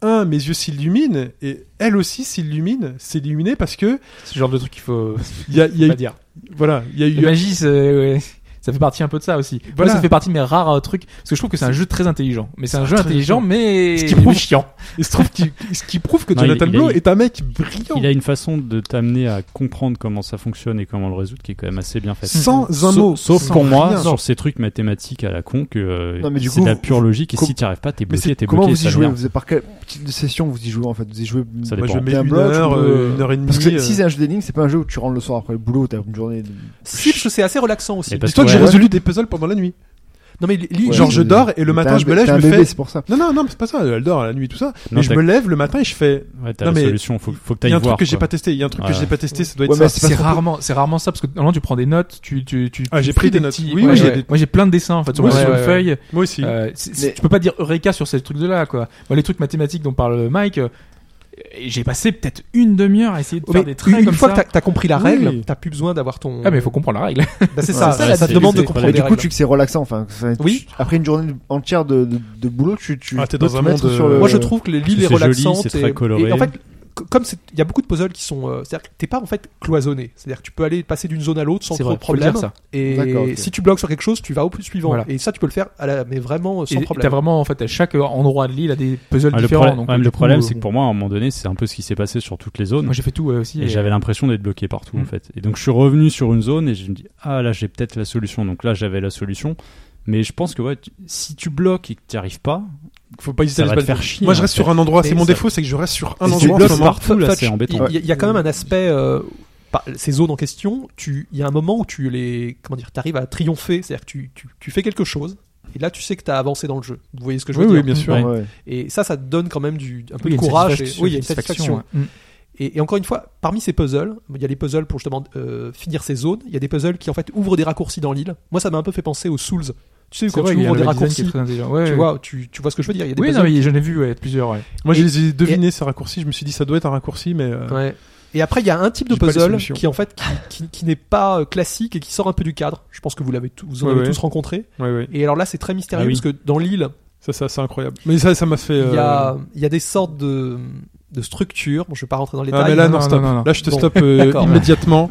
Speaker 2: Un, mes yeux s'illuminent et elle aussi s'illumine, s'illuminer parce que
Speaker 4: C'est le genre de truc qu'il faut
Speaker 2: il y a, il y a
Speaker 4: pas
Speaker 2: eu-
Speaker 4: dire.
Speaker 2: voilà, il y a
Speaker 4: La
Speaker 2: eu
Speaker 4: magie, c'est- ouais, ça fait partie un peu de ça aussi. Moi,
Speaker 2: Voilà.
Speaker 4: ça fait partie de mes rares euh, trucs parce que je trouve que c'est un jeu très intelligent. Mais c'est un jeu
Speaker 2: très
Speaker 4: intelligent, mais
Speaker 2: Ce qui prouve-
Speaker 4: mais chiant.
Speaker 2: il se trouve qu'il- ce qui prouve que
Speaker 5: Non, il-
Speaker 2: Jonathan
Speaker 5: il a-
Speaker 2: Blow
Speaker 5: il-
Speaker 2: est un mec brillant
Speaker 5: Il a une façon de t'amener à comprendre comment ça fonctionne et comment le résoudre qui est quand même assez bien faite.
Speaker 2: sans un
Speaker 5: Sauf-
Speaker 2: mot,
Speaker 5: Sauf
Speaker 2: sans
Speaker 5: pour moi,
Speaker 2: rien.
Speaker 5: sur ces trucs mathématiques à la con, que euh,
Speaker 6: Non, mais du
Speaker 5: c'est
Speaker 6: coup,
Speaker 5: de la
Speaker 6: vous-
Speaker 5: pure logique. Et
Speaker 6: com-
Speaker 5: si t'y arrives pas, t'es
Speaker 2: Mais c'est-
Speaker 5: bloqué, t'es
Speaker 6: Comment
Speaker 5: bloqué.
Speaker 6: vous
Speaker 5: ça
Speaker 6: y jouez
Speaker 5: m'énerve.
Speaker 6: Vous êtes par quelle petite session vous y jouez en fait Vous y jouez
Speaker 5: Ça
Speaker 2: Moi, Bah, je
Speaker 5: dépend.
Speaker 2: mets
Speaker 6: D'un
Speaker 2: une
Speaker 6: bloc,
Speaker 2: heure,
Speaker 6: je peux-
Speaker 2: euh, une heure et demie.
Speaker 6: Parce que si
Speaker 2: euh.
Speaker 6: c'est un jeu d'énigmes, c'est pas un jeu où tu rentres le soir après le boulot, t'as une journée. de-
Speaker 3: Silch, c'est assez relaxant aussi.
Speaker 5: Mais parce
Speaker 2: Dis-toi que j'ai
Speaker 5: ouais.
Speaker 2: résolu des puzzles pendant la nuit.
Speaker 3: Non mais li-
Speaker 6: Ouais,
Speaker 2: Genre, je
Speaker 6: mais-
Speaker 2: dors et le
Speaker 6: mais
Speaker 2: matin,
Speaker 6: t'as un
Speaker 2: je me
Speaker 6: bé-
Speaker 2: lève,
Speaker 6: t'as
Speaker 2: je
Speaker 6: un
Speaker 2: me
Speaker 6: bébé,
Speaker 2: fais-
Speaker 6: c'est pour ça.
Speaker 2: Non, non, non, c'est pas ça. Elle dort à la nuit, tout ça.
Speaker 5: Non,
Speaker 2: mais je
Speaker 5: t'as-
Speaker 2: me lève le matin et je fais.
Speaker 5: Ouais, t'as
Speaker 2: Non,
Speaker 5: la
Speaker 2: mais
Speaker 5: solution, faut, faut que
Speaker 2: Il
Speaker 5: t'ailles
Speaker 2: y a un
Speaker 5: voir.
Speaker 2: truc que j'ai
Speaker 5: quoi.
Speaker 2: pas testé. Il y a un truc que
Speaker 5: Ouais.
Speaker 2: j'ai pas testé. Ça doit être
Speaker 6: Ouais, mais
Speaker 2: ça.
Speaker 4: C'est
Speaker 6: trop-
Speaker 4: rarement, c'est rarement ça parce que normalement tu prends des notes, tu tu tu.
Speaker 2: Ah,
Speaker 4: tu
Speaker 2: j'ai
Speaker 4: fais
Speaker 2: pris des notes.
Speaker 4: petits-
Speaker 2: Oui,
Speaker 4: moi,
Speaker 2: oui,
Speaker 4: j'ai-
Speaker 2: j'ai des-
Speaker 4: moi j'ai plein de dessins en fait sur,
Speaker 2: Ouais,
Speaker 4: sur
Speaker 3: ouais,
Speaker 4: une
Speaker 3: ouais.
Speaker 4: feuille.
Speaker 2: Moi aussi.
Speaker 4: Euh, c'est- c'est-
Speaker 6: Mais-
Speaker 4: Tu peux pas dire Eureka sur ces trucs de là quoi. Bon, les trucs mathématiques dont parle Mike, euh, et j'ai passé peut-être une demi-heure à essayer de
Speaker 3: Oh,
Speaker 4: faire
Speaker 3: mais
Speaker 4: des traits
Speaker 3: une
Speaker 4: comme
Speaker 3: fois
Speaker 4: ça.
Speaker 3: que t'as- t'as compris la
Speaker 2: Oui.
Speaker 3: règle, t'as plus besoin d'avoir ton.
Speaker 4: Ah mais il faut comprendre la règle.
Speaker 3: Bah, c'est
Speaker 5: Ouais,
Speaker 3: ça,
Speaker 5: c'est
Speaker 3: ça,
Speaker 5: ça,
Speaker 3: te
Speaker 5: c'est-
Speaker 3: demande de
Speaker 5: c'est-
Speaker 3: comprendre
Speaker 6: Mais
Speaker 3: les
Speaker 6: du coup,
Speaker 3: règles.
Speaker 6: tu que c'est relaxant. Enfin, ça- tu-
Speaker 3: Oui.
Speaker 6: Après une journée entière de, de, de boulot, tu, tu
Speaker 2: Ah,
Speaker 6: tu
Speaker 2: t'es
Speaker 6: dois
Speaker 2: dans un
Speaker 6: te mettre
Speaker 2: monde,
Speaker 6: sur
Speaker 2: euh,
Speaker 6: le.
Speaker 3: Moi, je trouve que les
Speaker 5: Parce que
Speaker 3: lignes est
Speaker 5: c'est joli,
Speaker 3: relaxante.
Speaker 5: c'est
Speaker 3: et-
Speaker 5: très coloré.
Speaker 3: Et en fait, c- comme c'est- il y a beaucoup de puzzles qui sont, euh, c'est-à-dire que t'es pas en fait cloisonné. C'est-à-dire que tu peux aller passer d'une zone à l'autre sans
Speaker 4: C'est
Speaker 3: trop
Speaker 4: vrai,
Speaker 3: de
Speaker 4: faut le
Speaker 3: problème.
Speaker 4: dire, ça.
Speaker 3: Et
Speaker 6: D'accord, ok.
Speaker 3: si tu bloques sur quelque chose, tu vas au plus suivant.
Speaker 4: Voilà.
Speaker 3: Et ça, tu peux le faire, à la... mais vraiment euh, sans
Speaker 4: Et
Speaker 3: problème.
Speaker 4: t'as vraiment en fait à chaque endroit de l'île a des puzzles
Speaker 5: Ah, le
Speaker 4: différents.
Speaker 5: problème,
Speaker 4: donc,
Speaker 5: ouais, mais
Speaker 4: du
Speaker 5: le
Speaker 4: coup,
Speaker 5: problème,
Speaker 4: euh,
Speaker 5: c'est que pour moi, à un moment donné, c'est un peu ce qui s'est passé sur toutes les zones.
Speaker 4: moi j'ai fait tout euh, aussi.
Speaker 5: Et
Speaker 4: et-
Speaker 5: j'avais l'impression d'être bloqué partout
Speaker 4: Mm.
Speaker 5: en fait. Et donc je suis revenu sur une zone et je me dis ah là j'ai peut-être la solution. Donc là j'avais la solution, mais je pense que ouais, tu- si tu bloques et que tu arrives pas,
Speaker 3: faut pas
Speaker 5: ça va te faire chier.
Speaker 4: hein.
Speaker 2: Moi, je
Speaker 5: en
Speaker 2: reste
Speaker 5: fait.
Speaker 2: sur un endroit.
Speaker 3: Mais
Speaker 2: C'est mon
Speaker 3: ça-
Speaker 2: défaut, c'est que je reste sur un
Speaker 5: Et
Speaker 2: endroit. en
Speaker 5: tu
Speaker 2: ce
Speaker 5: bloques
Speaker 2: moment.
Speaker 5: partout là,
Speaker 3: Fudge,
Speaker 5: c'est embêtant.
Speaker 3: Il y, a- il y a quand même un aspect. euh, pas- ces zones en question, tu, il y a un moment où tu les, comment dire, t'arrives à triompher, c'est-à-dire que tu, tu, tu fais quelque chose, et là tu sais que t'as avancé dans le jeu. Vous voyez ce que je veux
Speaker 2: Oui, oui,
Speaker 3: dire
Speaker 2: bien sûr.
Speaker 5: Ouais.
Speaker 6: Ouais.
Speaker 3: Et ça, ça te donne quand même du, un peu
Speaker 4: Oui, il y a
Speaker 3: de
Speaker 4: une
Speaker 3: courage. et-
Speaker 4: satisfaction,
Speaker 3: oui, il y a une satisfaction.
Speaker 4: ouais. Mm.
Speaker 3: Et, et encore une fois, parmi ces puzzles, il y a les puzzles pour justement euh, finir ces zones. Il y a des puzzles qui en fait ouvrent des raccourcis dans l'île. Moi, ça m'a un peu fait penser aux Souls. Tu sais,
Speaker 4: C'est
Speaker 3: quand
Speaker 4: vrai,
Speaker 3: tu
Speaker 4: il y a un
Speaker 3: ouvres des
Speaker 4: level design qui est
Speaker 3: raccourcis,
Speaker 4: très intelligent. Ouais,
Speaker 3: tu
Speaker 4: ouais.
Speaker 3: vois, tu, tu vois ce que je veux dire. Il y a des
Speaker 4: Oui, non,
Speaker 3: puzzles.
Speaker 4: mais j'en ai vu ouais, plusieurs. ouais.
Speaker 2: Moi, je
Speaker 3: Et-
Speaker 2: les ai devinés ces raccourcis. Je me suis dit, ça doit être un raccourci, mais euh,
Speaker 3: Ouais. Et après, il y a un type de
Speaker 2: J'ai pas les
Speaker 3: puzzle
Speaker 2: solutions.
Speaker 3: qui en fait qui, qui- qui n'est pas euh, classique et qui sort un peu du cadre. Je pense que vous l'avez tous, vous en
Speaker 2: Ouais,
Speaker 3: avez
Speaker 2: ouais.
Speaker 3: tous rencontré.
Speaker 2: ouais, ouais.
Speaker 3: Et alors là, c'est très mystérieux
Speaker 5: Ah oui.
Speaker 3: parce que dans l'île,
Speaker 2: Ça, ça, c'est incroyable. Mais ça, ça m'a fait.
Speaker 3: il y a
Speaker 2: euh,
Speaker 3: il y a des sortes de de structures. Bon, je vais pas rentrer dans les
Speaker 2: Ah,
Speaker 3: détails. hein.
Speaker 2: mais là, non,
Speaker 4: non, non,
Speaker 2: stop.
Speaker 4: non, non.
Speaker 2: Là, je te
Speaker 3: Bon,
Speaker 2: stoppe euh,
Speaker 3: d'accord.
Speaker 2: immédiatement.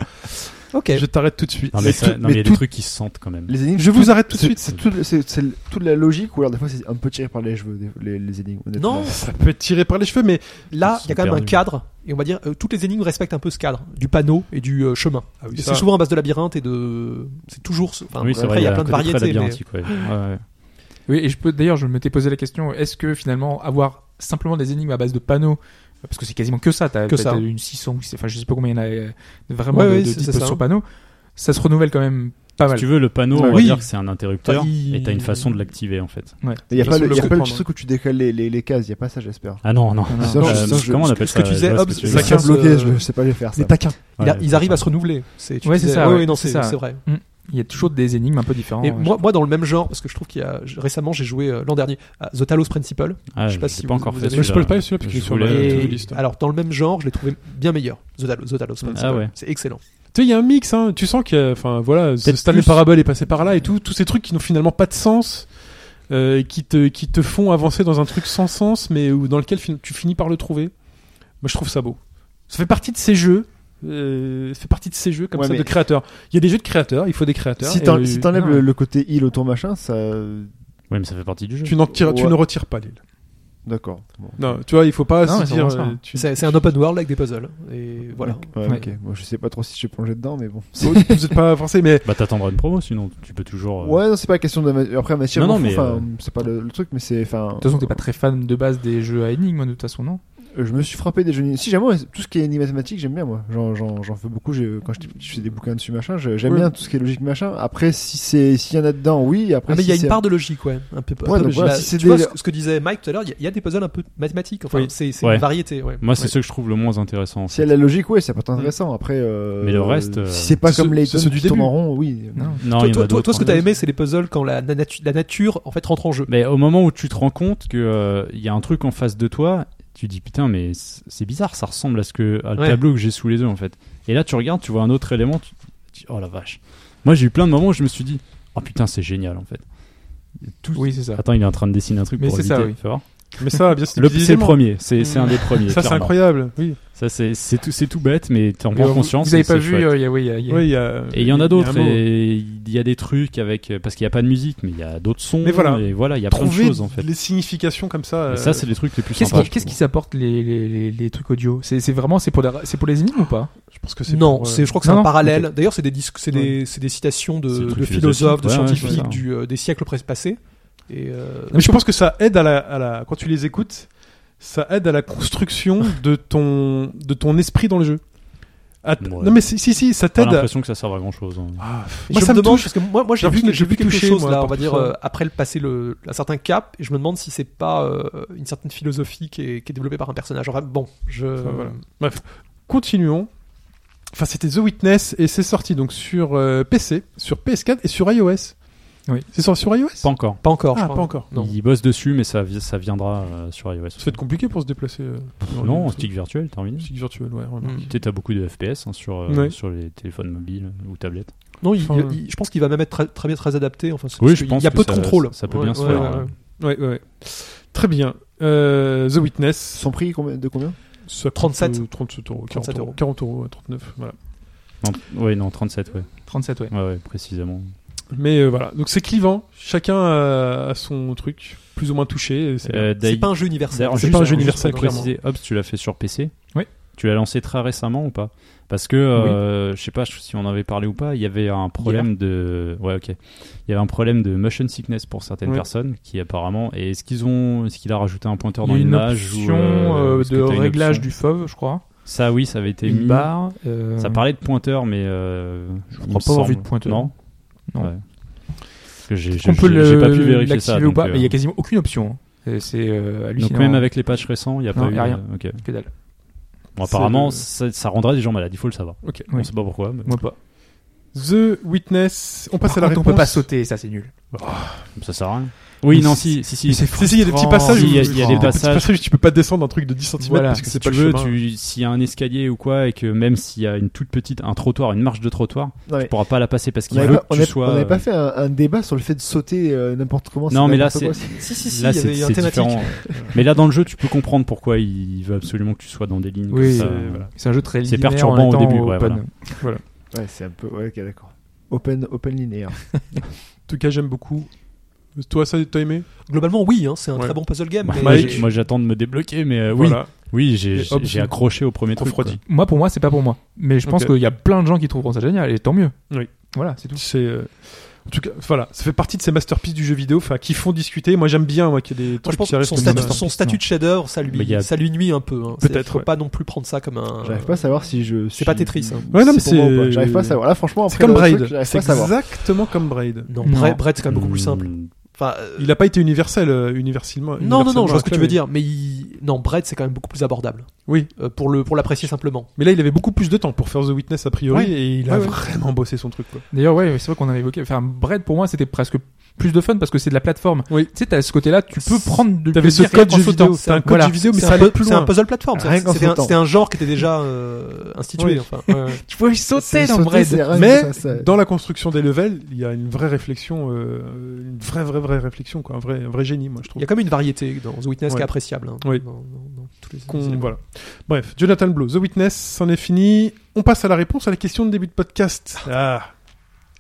Speaker 3: Ok.
Speaker 2: Je t'arrête tout de suite.
Speaker 5: Non mais ça-
Speaker 6: tout-
Speaker 5: non, mais il y a
Speaker 6: mais
Speaker 5: des
Speaker 6: tout-
Speaker 5: trucs qui se sentent quand même.
Speaker 6: Les énigmes,
Speaker 2: Je vous arrête tout de suite.
Speaker 6: C'est tout- c'est- c'est toute la logique ou alors des fois c'est un peu tiré par les cheveux des- les, les énigmes. honnêtement.
Speaker 3: Non,
Speaker 2: Ça peut être tiré par les cheveux, mais
Speaker 3: Là,
Speaker 5: Ils
Speaker 3: il y a
Speaker 5: sont
Speaker 3: quand même un
Speaker 5: perdus.
Speaker 3: cadre, et on va dire, euh, toutes les énigmes respectent un peu ce cadre, du panneau et du euh, chemin.
Speaker 2: Ah oui,
Speaker 3: Et
Speaker 2: ça.
Speaker 3: c'est souvent à base de labyrinthe et de. C'est toujours. ce- Enfin,
Speaker 5: Ah Oui c'est
Speaker 3: après,
Speaker 5: vrai,
Speaker 3: il y a plein de
Speaker 5: côté très
Speaker 3: variétés. mais-
Speaker 5: labyrinthique, ouais. Ouais, ouais.
Speaker 4: Oui, et je peux d'ailleurs, je m'étais posé la question est-ce que finalement avoir simplement des énigmes à base de panneaux euh, parce que c'est quasiment que ça, t'as
Speaker 3: Que
Speaker 4: t'as-
Speaker 3: ça.
Speaker 4: t'as une 600 ou c'est- enfin je sais pas combien il y en a euh, vraiment
Speaker 3: Ouais,
Speaker 4: de,
Speaker 3: ouais,
Speaker 4: de
Speaker 3: c'est-
Speaker 4: types
Speaker 3: c'est ça.
Speaker 4: sur panneaux, ça se renouvelle quand même pas
Speaker 5: Si
Speaker 4: mal.
Speaker 5: tu veux le panneau, on va
Speaker 6: Oui.
Speaker 5: dire que c'est un interrupteur
Speaker 3: Enfin, il-
Speaker 5: et t'as une façon de l'activer en fait.
Speaker 6: Il n'y a
Speaker 2: Ils
Speaker 6: pas
Speaker 2: sont
Speaker 6: le,
Speaker 2: le
Speaker 6: il y a pas le
Speaker 2: comprendre.
Speaker 6: petit truc où tu décales les, les, les cases, il n'y a pas ça, j'espère.
Speaker 5: Ah non non.
Speaker 4: Non,
Speaker 6: Ça,
Speaker 3: non,
Speaker 5: Euh,
Speaker 6: je- ça, je-
Speaker 5: comment on
Speaker 6: ce
Speaker 5: appelle
Speaker 3: ce
Speaker 5: ça
Speaker 3: que tu disais,
Speaker 5: Je vois ce
Speaker 3: Hobbes,
Speaker 5: que tu veux
Speaker 6: Ça
Speaker 5: dire.
Speaker 2: Chacun
Speaker 6: casse bloqué,
Speaker 3: se-
Speaker 6: je, je sais pas les faire.
Speaker 3: C'est
Speaker 6: Ça.
Speaker 3: taquin. Il a-
Speaker 5: Ouais,
Speaker 3: ils
Speaker 5: c'est
Speaker 3: arrivent
Speaker 5: ça.
Speaker 3: à se renouveler. C'est, tu
Speaker 4: Ouais,
Speaker 3: disais-
Speaker 4: c'est ça, ouais.
Speaker 3: ouais, non, c'est,
Speaker 4: C'est ça.
Speaker 3: c'est vrai.
Speaker 4: Il y a toujours des énigmes un peu euh, différentes.
Speaker 3: Et moi, moi, dans le même genre, parce que je trouve qu'il y a. je- Récemment, j'ai joué euh, l'an dernier à The Talos Principle.
Speaker 5: Ah,
Speaker 3: je sais pas
Speaker 5: l'ai
Speaker 3: si
Speaker 5: pas
Speaker 3: vous-
Speaker 5: encore
Speaker 3: vous
Speaker 5: fait.
Speaker 3: avez-
Speaker 2: je spoil pas celui-là parce qu'il est
Speaker 5: Je
Speaker 2: sur la
Speaker 5: voulais-
Speaker 2: to-do
Speaker 3: Et
Speaker 2: list.
Speaker 3: alors, dans le même genre, je l'ai trouvé bien meilleur. The Talos, The Talos Principle.
Speaker 5: ouais.
Speaker 3: C'est excellent.
Speaker 2: Tu sais, il y a un mix, hein. tu sens que enfin, voilà, The
Speaker 5: Peut-être
Speaker 2: Stanley
Speaker 5: plus.
Speaker 2: Parable est passé par là et tout, tous ces trucs qui n'ont finalement pas de sens, euh, qui, te, qui te font avancer dans un truc sans sens, mais où, dans lequel fin- tu finis par le trouver. Moi, je trouve ça beau. Ça fait partie de ces jeux. Euh, ça fait partie de ces jeux comme
Speaker 6: Ouais,
Speaker 2: ça
Speaker 6: mais-
Speaker 2: de créateurs. Il y a des jeux de créateurs, il faut des créateurs.
Speaker 6: Si
Speaker 2: et,
Speaker 6: t'en-
Speaker 2: euh,
Speaker 6: si t'enlèves
Speaker 2: non,
Speaker 6: le, le côté île autour machin, ça.
Speaker 5: Ouais mais ça fait partie du jeu.
Speaker 2: tu, n'en tires- tu
Speaker 6: Ouais.
Speaker 2: ne retires pas l'île.
Speaker 6: D'accord. Bon.
Speaker 2: Non, tu vois, il faut pas
Speaker 4: Non,
Speaker 2: se
Speaker 4: mais c'est
Speaker 2: dire.
Speaker 4: vraiment ça.
Speaker 2: euh, tu-
Speaker 3: C'est, c'est un open world avec des puzzles. Et voilà.
Speaker 6: Ouais,
Speaker 4: Ouais.
Speaker 6: ok. Moi, je sais pas trop si je suis plongé dedans, mais bon.
Speaker 2: vous n'êtes pas avancé, mais
Speaker 5: Bah t'attendras une promo sinon tu peux toujours. euh,
Speaker 6: Ouais, non, c'est pas la question de. Après, mais
Speaker 5: Non, non,
Speaker 6: non,
Speaker 5: mais, euh,
Speaker 6: c'est pas le, le truc, mais c'est. Enfin,
Speaker 4: De toute façon, t'es pas très fan de base des jeux à énigmes, de toute façon, non
Speaker 6: Euh, Je me suis frappé des jeux. Si j'aime ouais, tout ce qui est énigme mathématique, j'aime bien moi. J'en, j'en, j'en fais beaucoup. J'ai, quand j'étais petit, je fais des bouquins dessus machin. je- J'aime
Speaker 2: Ouais.
Speaker 6: bien tout ce qui est logique machin. Après, si c'est s'il y en a dedans, oui. Après,
Speaker 3: Ah, mais il
Speaker 6: si
Speaker 3: y a une
Speaker 6: c'est-
Speaker 3: part de logique, ouais. Un peu, un peu
Speaker 6: donc
Speaker 3: logique.
Speaker 6: voilà,
Speaker 3: Bah,
Speaker 6: si c'est
Speaker 3: tu vois
Speaker 6: des-
Speaker 3: ce, ce que disait Mike tout à l'heure, il y, a- il y a des puzzles un peu mathématiques. Enfin,
Speaker 2: Oui.
Speaker 3: c'est, c'est
Speaker 5: Ouais.
Speaker 3: une variété, ouais.
Speaker 5: Moi c'est
Speaker 3: Ouais.
Speaker 5: ceux que je trouve le moins intéressant. en
Speaker 6: Si elle
Speaker 5: fait.
Speaker 6: a la logique, ouais, ça peut être intéressant. Après, euh,
Speaker 5: Mais le reste, euh,
Speaker 6: si c'est pas
Speaker 2: c'est
Speaker 6: comme
Speaker 2: ceux-
Speaker 6: les
Speaker 2: c'est ceux du
Speaker 6: qui tournent
Speaker 2: début.
Speaker 6: en rond, oui.
Speaker 4: Non.
Speaker 5: Non,
Speaker 3: Toi,
Speaker 5: il y en
Speaker 3: toi,
Speaker 5: a
Speaker 3: toi, toi,
Speaker 5: d'autres,
Speaker 3: ce que
Speaker 5: hein.
Speaker 3: t'as aimé, c'est les puzzles quand la, la natu- la nature en fait rentre en jeu.
Speaker 5: Mais au moment où tu te rends compte que euh, il y a un truc en face de toi, tu dis putain mais c- c'est bizarre, ça ressemble à ce que à le
Speaker 3: Ouais.
Speaker 5: tableau que j'ai sous les yeux en fait. Et là tu regardes, tu vois un autre élément, tu tu dis oh la vache. Moi j'ai eu plein de moments où je me suis dit oh putain c'est génial en fait. Tout-
Speaker 4: Oui, c'est ça.
Speaker 5: Attends il est en train de dessiner un truc
Speaker 4: Mais
Speaker 5: pour
Speaker 4: c'est ça,
Speaker 5: éviter,
Speaker 4: oui.
Speaker 5: fais voir.
Speaker 2: mais ça, bien
Speaker 5: Le- C'est le premier, c'est c'est un des premiers.
Speaker 2: Ça, c'est
Speaker 5: clairement.
Speaker 2: incroyable. Oui,
Speaker 5: Ça c'est c'est tout c'est tout bête mais t'en
Speaker 4: Et, euh,
Speaker 5: prends
Speaker 4: vous-
Speaker 5: conscience.
Speaker 4: Vous avez
Speaker 5: et
Speaker 4: pas
Speaker 5: c'est
Speaker 4: vu
Speaker 5: chouette.
Speaker 4: euh, il y a- oui, il y a- il y a-
Speaker 2: Oui, euh, il y a-
Speaker 5: Et il y en a d'autres,
Speaker 2: un mot.
Speaker 5: et il y a des trucs avec. euh, Parce qu'il n'y a pas de musique, mais il y a d'autres sons.
Speaker 2: Mais voilà.
Speaker 5: Et voilà, il y a plein de
Speaker 2: Trouver
Speaker 5: choses en fait.
Speaker 2: les significations comme ça.
Speaker 5: Et
Speaker 2: euh,
Speaker 5: ça, c'est les trucs les plus
Speaker 4: Qu'est-ce
Speaker 5: sympas.
Speaker 4: qui, qu'est-ce qui s'apporte les, les, les, les trucs audio C'est c'est vraiment c'est pour, la- c'est pour les énigmes ou pas
Speaker 2: Je pense que c'est
Speaker 3: Non,
Speaker 2: pour, euh,
Speaker 3: c'est, je crois que c'est
Speaker 4: non,
Speaker 3: un
Speaker 4: non,
Speaker 3: parallèle. D'ailleurs, c'est des, disques, c'est des, c'est des citations de,
Speaker 5: C'est des
Speaker 3: de
Speaker 5: trucs
Speaker 3: philosophes, de
Speaker 5: philosophiques, ouais, ouais,
Speaker 3: scientifiques
Speaker 5: c'est ça.
Speaker 3: du, euh, des siècles pré- passés. Et, euh,
Speaker 2: Mais je pense que ça aide à la, à la quand tu les écoutes, ça aide à la construction de ton de ton esprit dans le jeu. À-
Speaker 5: Ouais.
Speaker 2: Non mais si si, si, ça
Speaker 5: T'as
Speaker 2: t'aide. à-
Speaker 5: l'impression que ça sert à hein. grand chose.
Speaker 2: Ah, pff,
Speaker 3: Et
Speaker 2: moi
Speaker 3: je
Speaker 2: ça
Speaker 3: me
Speaker 2: me
Speaker 3: demande
Speaker 2: touche.
Speaker 3: parce que moi, moi j'ai
Speaker 2: J'ai
Speaker 3: vu,
Speaker 2: envie de-
Speaker 3: j'ai vu
Speaker 2: j'ai
Speaker 3: quelque
Speaker 2: touché,
Speaker 3: chose
Speaker 2: moi,
Speaker 3: là, on
Speaker 2: par
Speaker 3: va
Speaker 2: tout
Speaker 3: dire
Speaker 2: ça.
Speaker 3: euh, après le passer le un certain cap et je me demande si c'est pas euh, une certaine philosophie qui est, qui est développée par un personnage. Enfin bon, je
Speaker 2: Enfin, voilà. Bref, continuons. Enfin, c'était The Witness et c'est sorti donc sur euh, PC, sur PS4 et sur iOS. C'est sur, sur iOS
Speaker 5: Pas encore.
Speaker 3: Pas encore, je
Speaker 2: Ah,
Speaker 3: crois.
Speaker 2: pas encore.
Speaker 3: Non.
Speaker 5: Ils bossent dessus, mais ça, vi- ça viendra euh, sur iOS.
Speaker 2: Ça fait compliqué pour se déplacer. euh, dans
Speaker 5: non,
Speaker 2: les-
Speaker 5: en stick virtuel, terminé.
Speaker 2: stick virtuel, ouais. remarque.
Speaker 3: Mm.
Speaker 5: Tu as beaucoup de FPS hein, sur, euh,
Speaker 2: Ouais.
Speaker 5: sur les téléphones mobiles ou tablettes.
Speaker 3: Non, il-
Speaker 2: Enfin,
Speaker 3: il- il- je pense qu'il va même être très, très bien très adapté. Enfin, c'est-
Speaker 5: Oui,
Speaker 3: parce
Speaker 5: je
Speaker 3: qu'il
Speaker 5: pense
Speaker 3: y a
Speaker 5: que
Speaker 3: peu de
Speaker 5: ça-
Speaker 3: contrôle.
Speaker 5: ça peut bien se faire, ouais.
Speaker 3: Mm.
Speaker 2: Ouais, ouais, ouais. Très bien. Euh, The Witness.
Speaker 6: Son prix combien- de combien
Speaker 2: ça coûte,
Speaker 3: 37.
Speaker 2: euh, 37 euros. 40
Speaker 3: 37
Speaker 2: euros.
Speaker 3: euros.
Speaker 2: 40 euros, ouais, 39. Voilà.
Speaker 5: Oui, non, 37, ouais.
Speaker 4: 37, ouais.
Speaker 5: Ouais, ouais, précisément.
Speaker 2: Mais euh, voilà. Donc c'est clivant. Chacun a, a son truc, plus ou moins touché. et c'est bien.
Speaker 5: Euh,
Speaker 3: C'est
Speaker 5: d'ailleurs-
Speaker 3: pas un jeu universel.
Speaker 5: D'ailleurs,
Speaker 2: C'est
Speaker 5: juste-
Speaker 2: pas un jeu
Speaker 5: juste
Speaker 2: universel,
Speaker 5: pour
Speaker 2: clairement.
Speaker 5: préciser, Hobbs, tu l'as fait sur PC.
Speaker 4: Oui.
Speaker 5: Tu l'as lancé très récemment ou pas Parce que euh, je sais pas si on en avait parlé ou pas. Il y avait un problème de ouais ok. Il y avait un problème de motion sickness pour certaines
Speaker 2: Ouais.
Speaker 5: personnes qui apparemment. Et est-ce qu'ils ont est-ce qu'il a rajouté un pointeur
Speaker 4: Il y
Speaker 5: dans
Speaker 4: a une
Speaker 5: l'image ou,
Speaker 4: option
Speaker 5: euh,
Speaker 4: euh,
Speaker 5: est-ce que
Speaker 4: de
Speaker 5: t'as une
Speaker 4: réglage
Speaker 5: option
Speaker 4: du FOV, je crois.
Speaker 5: Ça oui, ça avait été
Speaker 4: Une
Speaker 5: mis.
Speaker 4: barre. euh,
Speaker 5: Ça parlait de pointeur, mais euh, je
Speaker 4: crois pas avoir vu de pointeur.
Speaker 5: Non.
Speaker 4: Non.
Speaker 5: Ouais. Parce que j'ai
Speaker 4: qu'on
Speaker 5: j'ai-
Speaker 4: peut
Speaker 5: j'ai pas pu
Speaker 4: le-
Speaker 5: vérifier ça.
Speaker 4: l'activer ou
Speaker 5: donc,
Speaker 4: pas,
Speaker 5: euh,
Speaker 4: mais il y a quasiment aucune option. hein. C'est- C'est euh, hallucinant.
Speaker 5: donc même avec les patchs récents, il n'y a
Speaker 4: Non,
Speaker 5: pas
Speaker 4: il
Speaker 5: eu.
Speaker 4: y a rien.
Speaker 5: euh, ok.
Speaker 4: que dalle.
Speaker 5: Bon,
Speaker 2: C'est
Speaker 5: apparemment,
Speaker 2: le-
Speaker 5: ça, ça rendra des gens malades. Il faut le savoir.
Speaker 2: Ok.
Speaker 5: On
Speaker 4: Oui.
Speaker 5: sait pas pourquoi. mais-
Speaker 4: Moi pas.
Speaker 2: The Witness. On passe
Speaker 4: Par
Speaker 2: à la
Speaker 4: contre,
Speaker 2: réponse.
Speaker 4: on peut pas sauter, ça c'est nul.
Speaker 5: Ça sert à rien. Oui,
Speaker 4: Mais
Speaker 5: non,
Speaker 4: c'est-
Speaker 5: si, si, si.
Speaker 4: Mais c'est
Speaker 2: Si, si, il y a des petits
Speaker 4: frustrant.
Speaker 2: passages.
Speaker 5: Si, il y a-
Speaker 2: où-
Speaker 5: il y a
Speaker 2: des
Speaker 5: des
Speaker 2: petits
Speaker 5: passages.
Speaker 2: passages où tu peux pas descendre un truc de 10 cm
Speaker 4: Voilà,
Speaker 2: parce que c'est
Speaker 5: Si
Speaker 2: pas
Speaker 5: tu
Speaker 2: le
Speaker 5: veux,
Speaker 2: chemin.
Speaker 5: tu- s'il y a un escalier ou quoi, et que même s'il y a une toute petite, un trottoir, une marche de trottoir,
Speaker 6: Non, mais
Speaker 5: tu pourras pas la passer parce
Speaker 6: On
Speaker 5: qu'il
Speaker 6: n'avait
Speaker 5: veut
Speaker 6: pas,
Speaker 5: que
Speaker 6: on
Speaker 5: tu
Speaker 6: avait-
Speaker 5: sois.
Speaker 6: on avait pas
Speaker 5: euh,
Speaker 6: fait un, un débat sur le fait de sauter euh, n'importe comment.
Speaker 5: Non, mais là,
Speaker 6: n'importe quoi,
Speaker 5: c'est-
Speaker 3: Si, si, si,
Speaker 5: Là,
Speaker 3: il y
Speaker 5: c'est
Speaker 3: avait il y a un
Speaker 5: c'est
Speaker 3: thématique.
Speaker 5: différent. mais là, dans le jeu, tu peux comprendre pourquoi il veut absolument que tu sois dans des lignes. comme
Speaker 4: Oui,
Speaker 5: ça,
Speaker 4: euh,
Speaker 5: voilà.
Speaker 4: c'est un jeu très
Speaker 5: C'est
Speaker 4: linéaire en
Speaker 5: perturbant au
Speaker 4: étant
Speaker 5: début, ouais,
Speaker 4: open.
Speaker 5: voilà.
Speaker 6: Ouais, c'est un peu. Ouais, ok, d'accord. Open, open linéaire.
Speaker 2: En tout cas, j'aime beaucoup. Toi, ça, t'as aimé
Speaker 3: Globalement, oui, hein, c'est un
Speaker 2: Ouais.
Speaker 3: très bon puzzle game.
Speaker 5: Moi,
Speaker 3: mais
Speaker 5: moi,
Speaker 3: j'ai-
Speaker 5: j'- moi, j'attends de me débloquer, mais euh, oui,
Speaker 2: Voilà.
Speaker 5: oui, j'ai-
Speaker 2: Et
Speaker 5: j'ai
Speaker 2: hop,
Speaker 5: j'ai accroché au premier truc.
Speaker 2: refroidi.
Speaker 5: quoi.
Speaker 4: Moi, pour moi, c'est pas pour moi. Mais je pense
Speaker 2: Ok.
Speaker 4: qu'il y a plein de gens qui trouveront ça génial, et tant mieux.
Speaker 2: Oui.
Speaker 4: Voilà, c'est tout.
Speaker 2: C'est euh, en tout cas, voilà, ça fait partie de ces masterpieces du jeu vidéo, enfin qui font discuter. Moi, j'aime bien moi qu'il y ait des
Speaker 3: Moi,
Speaker 2: trucs
Speaker 3: je pense
Speaker 2: qui
Speaker 3: que
Speaker 2: arrivent
Speaker 3: son
Speaker 2: comme euh,
Speaker 3: statut,
Speaker 2: ça.
Speaker 3: son statut de shader, ça
Speaker 5: Mais il y
Speaker 3: lui,
Speaker 5: a-
Speaker 3: ça lui nuit un peu. hein.
Speaker 2: Peut-être,
Speaker 3: C'est- Faut
Speaker 2: ouais.
Speaker 3: pas non plus prendre ça comme un.
Speaker 6: J'arrive pas à savoir si je.
Speaker 3: C'est pas
Speaker 6: si-
Speaker 3: Tetris. hein.
Speaker 2: Ouais, non, mais
Speaker 6: c'est. pour moi ou
Speaker 2: c'est-
Speaker 6: pas. J'arrive pas à savoir. Là, franchement,
Speaker 2: C'est
Speaker 6: après
Speaker 2: comme
Speaker 6: le truc,
Speaker 2: Braid.
Speaker 6: j'arrive
Speaker 2: C'est
Speaker 6: pas à savoir.
Speaker 2: exactement comme Braid.
Speaker 3: Non,
Speaker 4: Non.
Speaker 3: Braid, Braid, c'est quand même beaucoup plus simple.
Speaker 5: Mm,
Speaker 3: Enfin, euh,
Speaker 2: Il n'a pas été universel, euh, universellement.
Speaker 3: Non, non, non, je vois ce que tu veux
Speaker 2: mais-
Speaker 3: dire, mais il- non, Braid, c'est quand même beaucoup plus abordable.
Speaker 2: Oui.
Speaker 3: Euh, pour le pour l'apprécier simplement.
Speaker 2: Mais là, il avait beaucoup plus de temps pour faire The Witness a priori,
Speaker 3: Ouais.
Speaker 2: et il a
Speaker 3: Ouais, ouais.
Speaker 2: vraiment bossé son truc. Quoi.
Speaker 4: D'ailleurs, ouais, c'est vrai qu'on avait évoqué. Enfin, Bread, pour moi, c'était presque plus de fun parce que c'est de la plateforme.
Speaker 2: Oui.
Speaker 4: Tu sais, t'as ce côté-là, tu peux prendre de.
Speaker 2: T'avais ce
Speaker 4: plaisir
Speaker 2: code
Speaker 4: en
Speaker 2: jeu
Speaker 4: sautant.
Speaker 2: vidéo, t'as un code
Speaker 4: Voilà.
Speaker 2: jeu vidéo, mais
Speaker 3: C'est
Speaker 2: ça
Speaker 3: un
Speaker 2: allait
Speaker 3: pu-
Speaker 2: plus
Speaker 3: C'est un
Speaker 2: loin.
Speaker 3: puzzle plateforme.
Speaker 6: Rien qu'en
Speaker 3: C'était un,
Speaker 6: sautant.
Speaker 3: c'était un genre qui était déjà euh,
Speaker 2: Oui.
Speaker 3: institué. Enfin,
Speaker 4: Tu pouvais sauter dans
Speaker 6: Sauter,
Speaker 4: Bread.
Speaker 6: c'est rien que
Speaker 2: Mais
Speaker 6: ça, ça-
Speaker 2: Dans la construction des levels, il y a une vraie réflexion, euh, une vraie, vraie, vraie réflexion, quoi, un vrai, un vrai génie, moi je
Speaker 3: il
Speaker 2: trouve.
Speaker 3: y a quand même une variété dans The Witness qui
Speaker 2: Ouais.
Speaker 3: est appréciable. hein,
Speaker 2: Oui.
Speaker 3: dans- dans- dans tous les-
Speaker 2: Qu'on-
Speaker 3: les éléments.
Speaker 2: voilà. Bref, Jonathan Blow, The Witness, c'en est fini. On passe à la réponse à la question de début de podcast. Ah,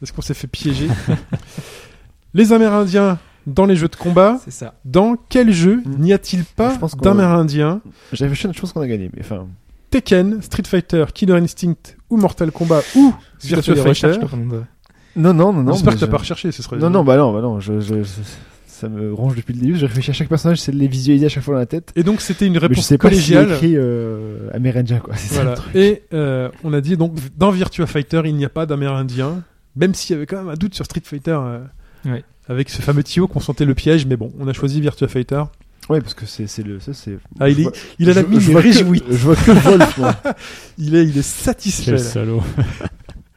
Speaker 2: est-ce qu'on s'est fait piéger Les Amérindiens dans les jeux de combat,
Speaker 4: C'est ça.
Speaker 2: dans quel jeu
Speaker 6: Mm.
Speaker 2: n'y a-t-il pas
Speaker 6: Je pense qu'on-
Speaker 2: d'Amérindiens
Speaker 6: J'avais fait une chose qu'on a gagné, mais enfin.
Speaker 2: Tekken, Street Fighter, Killer Instinct ou Mortal Kombat ou Virtua Fighter
Speaker 6: Non, non, non, non.
Speaker 2: J'espère
Speaker 6: mais
Speaker 2: que t'as
Speaker 6: je-
Speaker 2: pas recherché, ce serait.
Speaker 6: Non, non, bah non, bah non. Je, je- je- ça me ronge depuis le début. J'ai réfléchi à chaque personnage, c'est de les visualiser à chaque fois dans la tête.
Speaker 2: Et donc c'était une
Speaker 6: Mais je
Speaker 2: réponse
Speaker 6: sais pas si
Speaker 2: collégiale.
Speaker 6: écrit euh, Amérindien, quoi. C'est ça,
Speaker 2: Voilà.
Speaker 6: le truc.
Speaker 2: Et euh, on a dit donc dans Virtua Fighter il n'y a pas d'Amérindien, même s'il y avait quand même un doute sur Street Fighter euh,
Speaker 4: Ouais.
Speaker 2: avec ce fameux Tio qu'on sentait le piège, mais bon, on a choisi Virtua Fighter.
Speaker 6: Ouais, parce que c'est c'est le. Ça, c'est.
Speaker 2: Ah, il,
Speaker 6: Je
Speaker 2: est,
Speaker 6: vois-
Speaker 2: il en a
Speaker 6: je-
Speaker 2: mis,
Speaker 6: je
Speaker 2: il est
Speaker 6: vois que-
Speaker 2: réjoui.
Speaker 6: Je vois que Wolf, moi.
Speaker 2: Il est, il est satisfait.
Speaker 5: Quel
Speaker 2: là.
Speaker 5: salaud.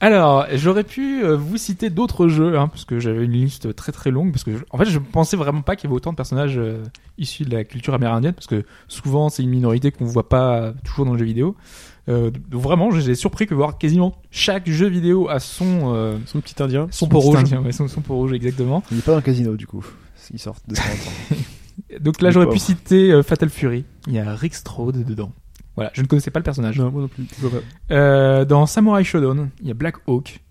Speaker 4: Alors, j'aurais pu euh, vous citer d'autres jeux, hein, parce que j'avais une liste très très longue, parce que je- en fait, je pensais vraiment pas qu'il y avait autant de personnages euh, issus de la culture amérindienne, parce que souvent c'est une minorité qu'on voit pas toujours dans le jeu vidéo. Euh, donc vraiment, j'ai surpris que voir quasiment chaque jeu vidéo a son euh,
Speaker 2: Son petit indien.
Speaker 4: son
Speaker 3: pot
Speaker 4: petit
Speaker 3: rouge.
Speaker 4: indien, ouais, son, son pot rouge exactement.
Speaker 6: Il est pas dans le casino, du coup. Ils sortent de temps en temps.
Speaker 4: Donc là,
Speaker 6: Le
Speaker 4: j'aurais pu
Speaker 6: pauvre.
Speaker 4: citer euh, Fatal Fury. Il y a Rick Strode dedans. Voilà, je ne connaissais pas le personnage.
Speaker 2: Non, moi non plus. Je vois pas.
Speaker 4: Euh, dans Samurai Shodown, il y a Black Hawk.